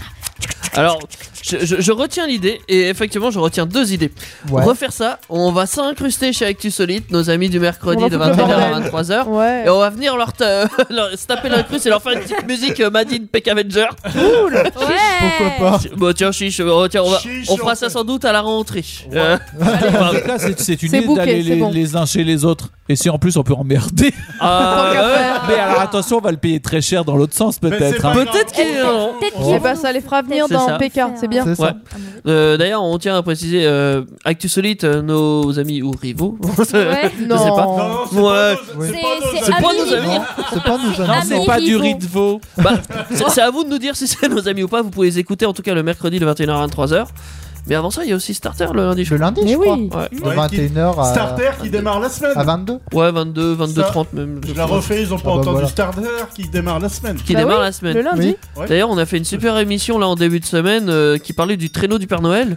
Speaker 5: Alors, je, je- je retiens l'idée et effectivement, je retiens deux idées.
Speaker 4: Ouais.
Speaker 5: Refaire ça, on va s'incruster chez Actu Solide, nos amis du
Speaker 6: On
Speaker 5: mercredi
Speaker 6: va
Speaker 5: de
Speaker 6: foutre le
Speaker 5: 21h à
Speaker 6: bordel.
Speaker 5: 23h.
Speaker 6: Ouais.
Speaker 5: Et on va venir leur, te- leur- se taper l'incruste et leur faire une petite musique euh, Madine Peck Avenger.
Speaker 8: Ouais.
Speaker 4: Pourquoi pas
Speaker 5: Bon, tiens, chiche, euh, tiens, on, va-
Speaker 9: Chiche,
Speaker 5: on fera
Speaker 9: on
Speaker 5: ça
Speaker 9: fait.
Speaker 5: sans doute à la rentrée.
Speaker 9: Ouais.
Speaker 5: Euh,
Speaker 7: En tout cas, c'est- c'est une
Speaker 6: C'est
Speaker 7: idée
Speaker 6: bouquet,
Speaker 7: d'aller
Speaker 6: c'est
Speaker 7: les,
Speaker 6: bon.
Speaker 7: les uns chez les autres. Et si en plus on peut emmerder.
Speaker 5: ah,
Speaker 6: qu'à
Speaker 5: ouais.
Speaker 6: faire.
Speaker 7: Mais alors attention, on va le payer très cher dans l'autre sens
Speaker 9: Mais c'est
Speaker 7: peut-être.
Speaker 9: pas
Speaker 7: hein.
Speaker 9: grave.
Speaker 5: Peut-être qu'il. non.
Speaker 8: Peut-être
Speaker 4: Oh.
Speaker 8: qu'il
Speaker 6: Eh ben, ça les fera venir
Speaker 5: C'est
Speaker 6: dans
Speaker 5: ça.
Speaker 6: PK, c'est bien.
Speaker 4: C'est ça.
Speaker 5: Ouais. Euh, D'ailleurs, on tient à préciser euh, Actu Solite, euh, nos amis ou rivaux.
Speaker 8: Ouais.
Speaker 6: Non.
Speaker 9: Non, non, c'est
Speaker 5: Ouais.
Speaker 9: pas nos-
Speaker 4: C'est-
Speaker 9: c'est pas nos
Speaker 8: c'est
Speaker 9: amis.
Speaker 5: C'est pas
Speaker 8: Ami,
Speaker 5: nos amis.
Speaker 4: Non, c'est pas nous
Speaker 7: Non,
Speaker 8: Ah,
Speaker 7: c'est
Speaker 8: mais
Speaker 7: pas du
Speaker 8: ils vont.
Speaker 7: riz de veau.
Speaker 5: Bah, c'est c'est à vous de nous dire si c'est nos amis ou pas. Vous pouvez les écouter en tout cas le mercredi de 21h à 23h. Mais avant ça, il y a aussi Starter le lundi. je
Speaker 4: Le lundi,
Speaker 6: Mais
Speaker 4: je crois.
Speaker 6: oui.
Speaker 5: crois. Ouais.
Speaker 4: De
Speaker 9: Ouais,
Speaker 4: 21h à,
Speaker 9: Starter qui démarre la
Speaker 4: à
Speaker 9: semaine.
Speaker 4: 22.
Speaker 5: ouais, 22, 22,
Speaker 9: Ça,
Speaker 5: 30 même.
Speaker 9: Je la refais, ils ont pas
Speaker 4: Ah bah
Speaker 9: entendu
Speaker 4: voilà.
Speaker 9: Starter qui démarre la semaine.
Speaker 5: Qui
Speaker 6: Bah
Speaker 5: démarre
Speaker 6: oui,
Speaker 5: la semaine.
Speaker 6: Le lundi.
Speaker 4: Oui.
Speaker 5: D'ailleurs, on a fait une super émission là en début de semaine euh, qui parlait du traîneau du Père Noël.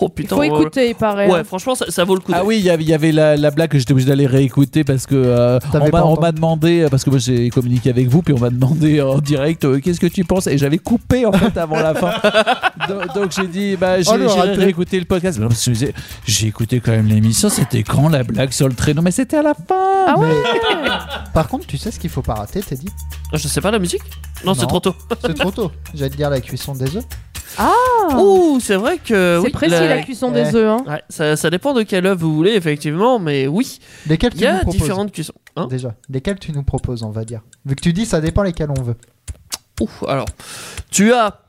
Speaker 5: Oh putain.
Speaker 6: Faut
Speaker 5: ouais.
Speaker 6: écouter, il paraît. hein.
Speaker 5: Ouais, franchement, ça, ça vaut le coup.
Speaker 7: Ah oui, il y avait- il y avait la, la blague que j'étais obligé d'aller réécouter parce que euh,
Speaker 4: T'avais
Speaker 7: on
Speaker 4: pas
Speaker 7: m'a- on
Speaker 4: entendu.
Speaker 7: m'a demandé, euh, parce que moi j'ai communiqué avec vous, puis on m'a demandé en direct euh, qu'est-ce que tu penses, et j'avais coupé en fait avant la fin. Do- donc j'ai dit, bah, j'ai
Speaker 4: Oh, le
Speaker 7: j'ai
Speaker 4: raté.
Speaker 7: réécouté le podcast. Mais non, parce que je me disais, J'ai écouté quand même l'émission, c'était quand la blague sur le traîneau, mais c'était à la fin.
Speaker 6: Ah ouais
Speaker 4: Par contre, tu sais ce qu'il faut pas rater, Teddy
Speaker 5: Ah, Je sais pas la musique Non, c'est
Speaker 4: Non.
Speaker 5: trop tôt.
Speaker 4: C'est trop tôt. J'allais te dire la cuisson des œufs.
Speaker 6: Ah.
Speaker 5: Ouh, c'est vrai que.
Speaker 6: C'est
Speaker 5: oui,
Speaker 6: précis
Speaker 5: la-
Speaker 6: la cuisson
Speaker 4: Ouais.
Speaker 6: des œufs. Hein.
Speaker 5: Ouais, ça, ça dépend de quelle œuvre vous voulez, effectivement, mais oui,
Speaker 4: Lesquels
Speaker 5: il
Speaker 4: tu
Speaker 5: y
Speaker 4: nous
Speaker 5: a
Speaker 4: proposes
Speaker 5: différentes cuissons. Hein
Speaker 4: Déjà, lesquels tu nous proposes, on va dire. Vu que tu dis, ça dépend lesquels on veut.
Speaker 5: Ouf, alors, tu as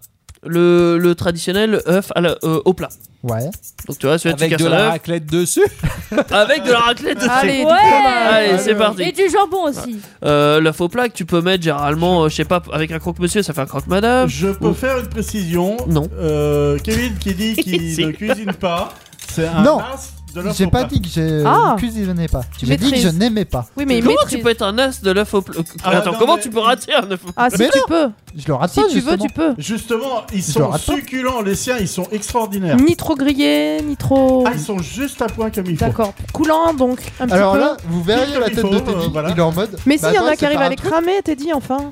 Speaker 5: le, le traditionnel œuf à la- euh, au plat.
Speaker 4: Ouais.
Speaker 5: Donc tu vois, celui-là, tu
Speaker 7: Avec
Speaker 5: casses
Speaker 7: de
Speaker 5: un
Speaker 7: la
Speaker 5: œuf.
Speaker 7: raclette dessus.
Speaker 5: Avec de la raclette dessus.
Speaker 6: Allez,
Speaker 8: Ouais.
Speaker 5: Allez, c'est
Speaker 8: Et
Speaker 5: parti.
Speaker 8: du jambon aussi.
Speaker 5: Euh, L'œuf au plat que tu peux mettre généralement, euh, je sais pas, avec un croque-monsieur, ça fait un
Speaker 6: Euh,
Speaker 5: croque-madame.
Speaker 9: Je peux
Speaker 6: oh.
Speaker 5: Ouh.
Speaker 9: faire une précision.
Speaker 5: Non.
Speaker 9: Euh, Kevin qui dit qu'il
Speaker 5: Si.
Speaker 9: ne cuisine pas, c'est un
Speaker 4: Non.
Speaker 9: as de l'offre
Speaker 4: J'ai
Speaker 9: au
Speaker 4: pas
Speaker 9: plat.
Speaker 4: dit que je
Speaker 6: Ah.
Speaker 4: cuisinais pas. Tu m'as dit que
Speaker 6: Maîtrise.
Speaker 4: je n'aimais pas.
Speaker 6: Oui, mais il
Speaker 5: comment
Speaker 6: maîtrise.
Speaker 5: tu peux être un as de l'œuf au plat
Speaker 9: Ah,
Speaker 5: Attends,
Speaker 9: non,
Speaker 5: comment
Speaker 9: mais-
Speaker 5: tu peux rater un œuf au plat
Speaker 6: Ah, si
Speaker 4: Mais
Speaker 6: tu
Speaker 4: non.
Speaker 6: peux.
Speaker 4: Je le rate
Speaker 6: Si
Speaker 4: pas,
Speaker 6: tu veux,
Speaker 4: justement.
Speaker 6: tu peux.
Speaker 9: Justement, ils
Speaker 4: Je le
Speaker 9: sont
Speaker 4: rate pas.
Speaker 9: succulents, les siens, ils sont extraordinaires.
Speaker 6: Ni trop grillé, ni trop.
Speaker 9: Ah, ils sont juste à point comme il faut.
Speaker 6: D'accord. Coulant donc. Un petit
Speaker 4: Alors
Speaker 6: peu.
Speaker 4: là, vous verriez la
Speaker 9: Il
Speaker 4: tête
Speaker 9: faut,
Speaker 4: de
Speaker 9: euh,
Speaker 4: Teddy.
Speaker 9: voilà.
Speaker 4: Il est en mode.
Speaker 6: Mais si,
Speaker 4: bah
Speaker 6: il y en
Speaker 4: attends,
Speaker 6: a
Speaker 4: c'est
Speaker 6: qui arrivent
Speaker 4: pas
Speaker 6: à
Speaker 4: un
Speaker 6: les
Speaker 4: truc.
Speaker 6: cramer, t'es dit, enfin.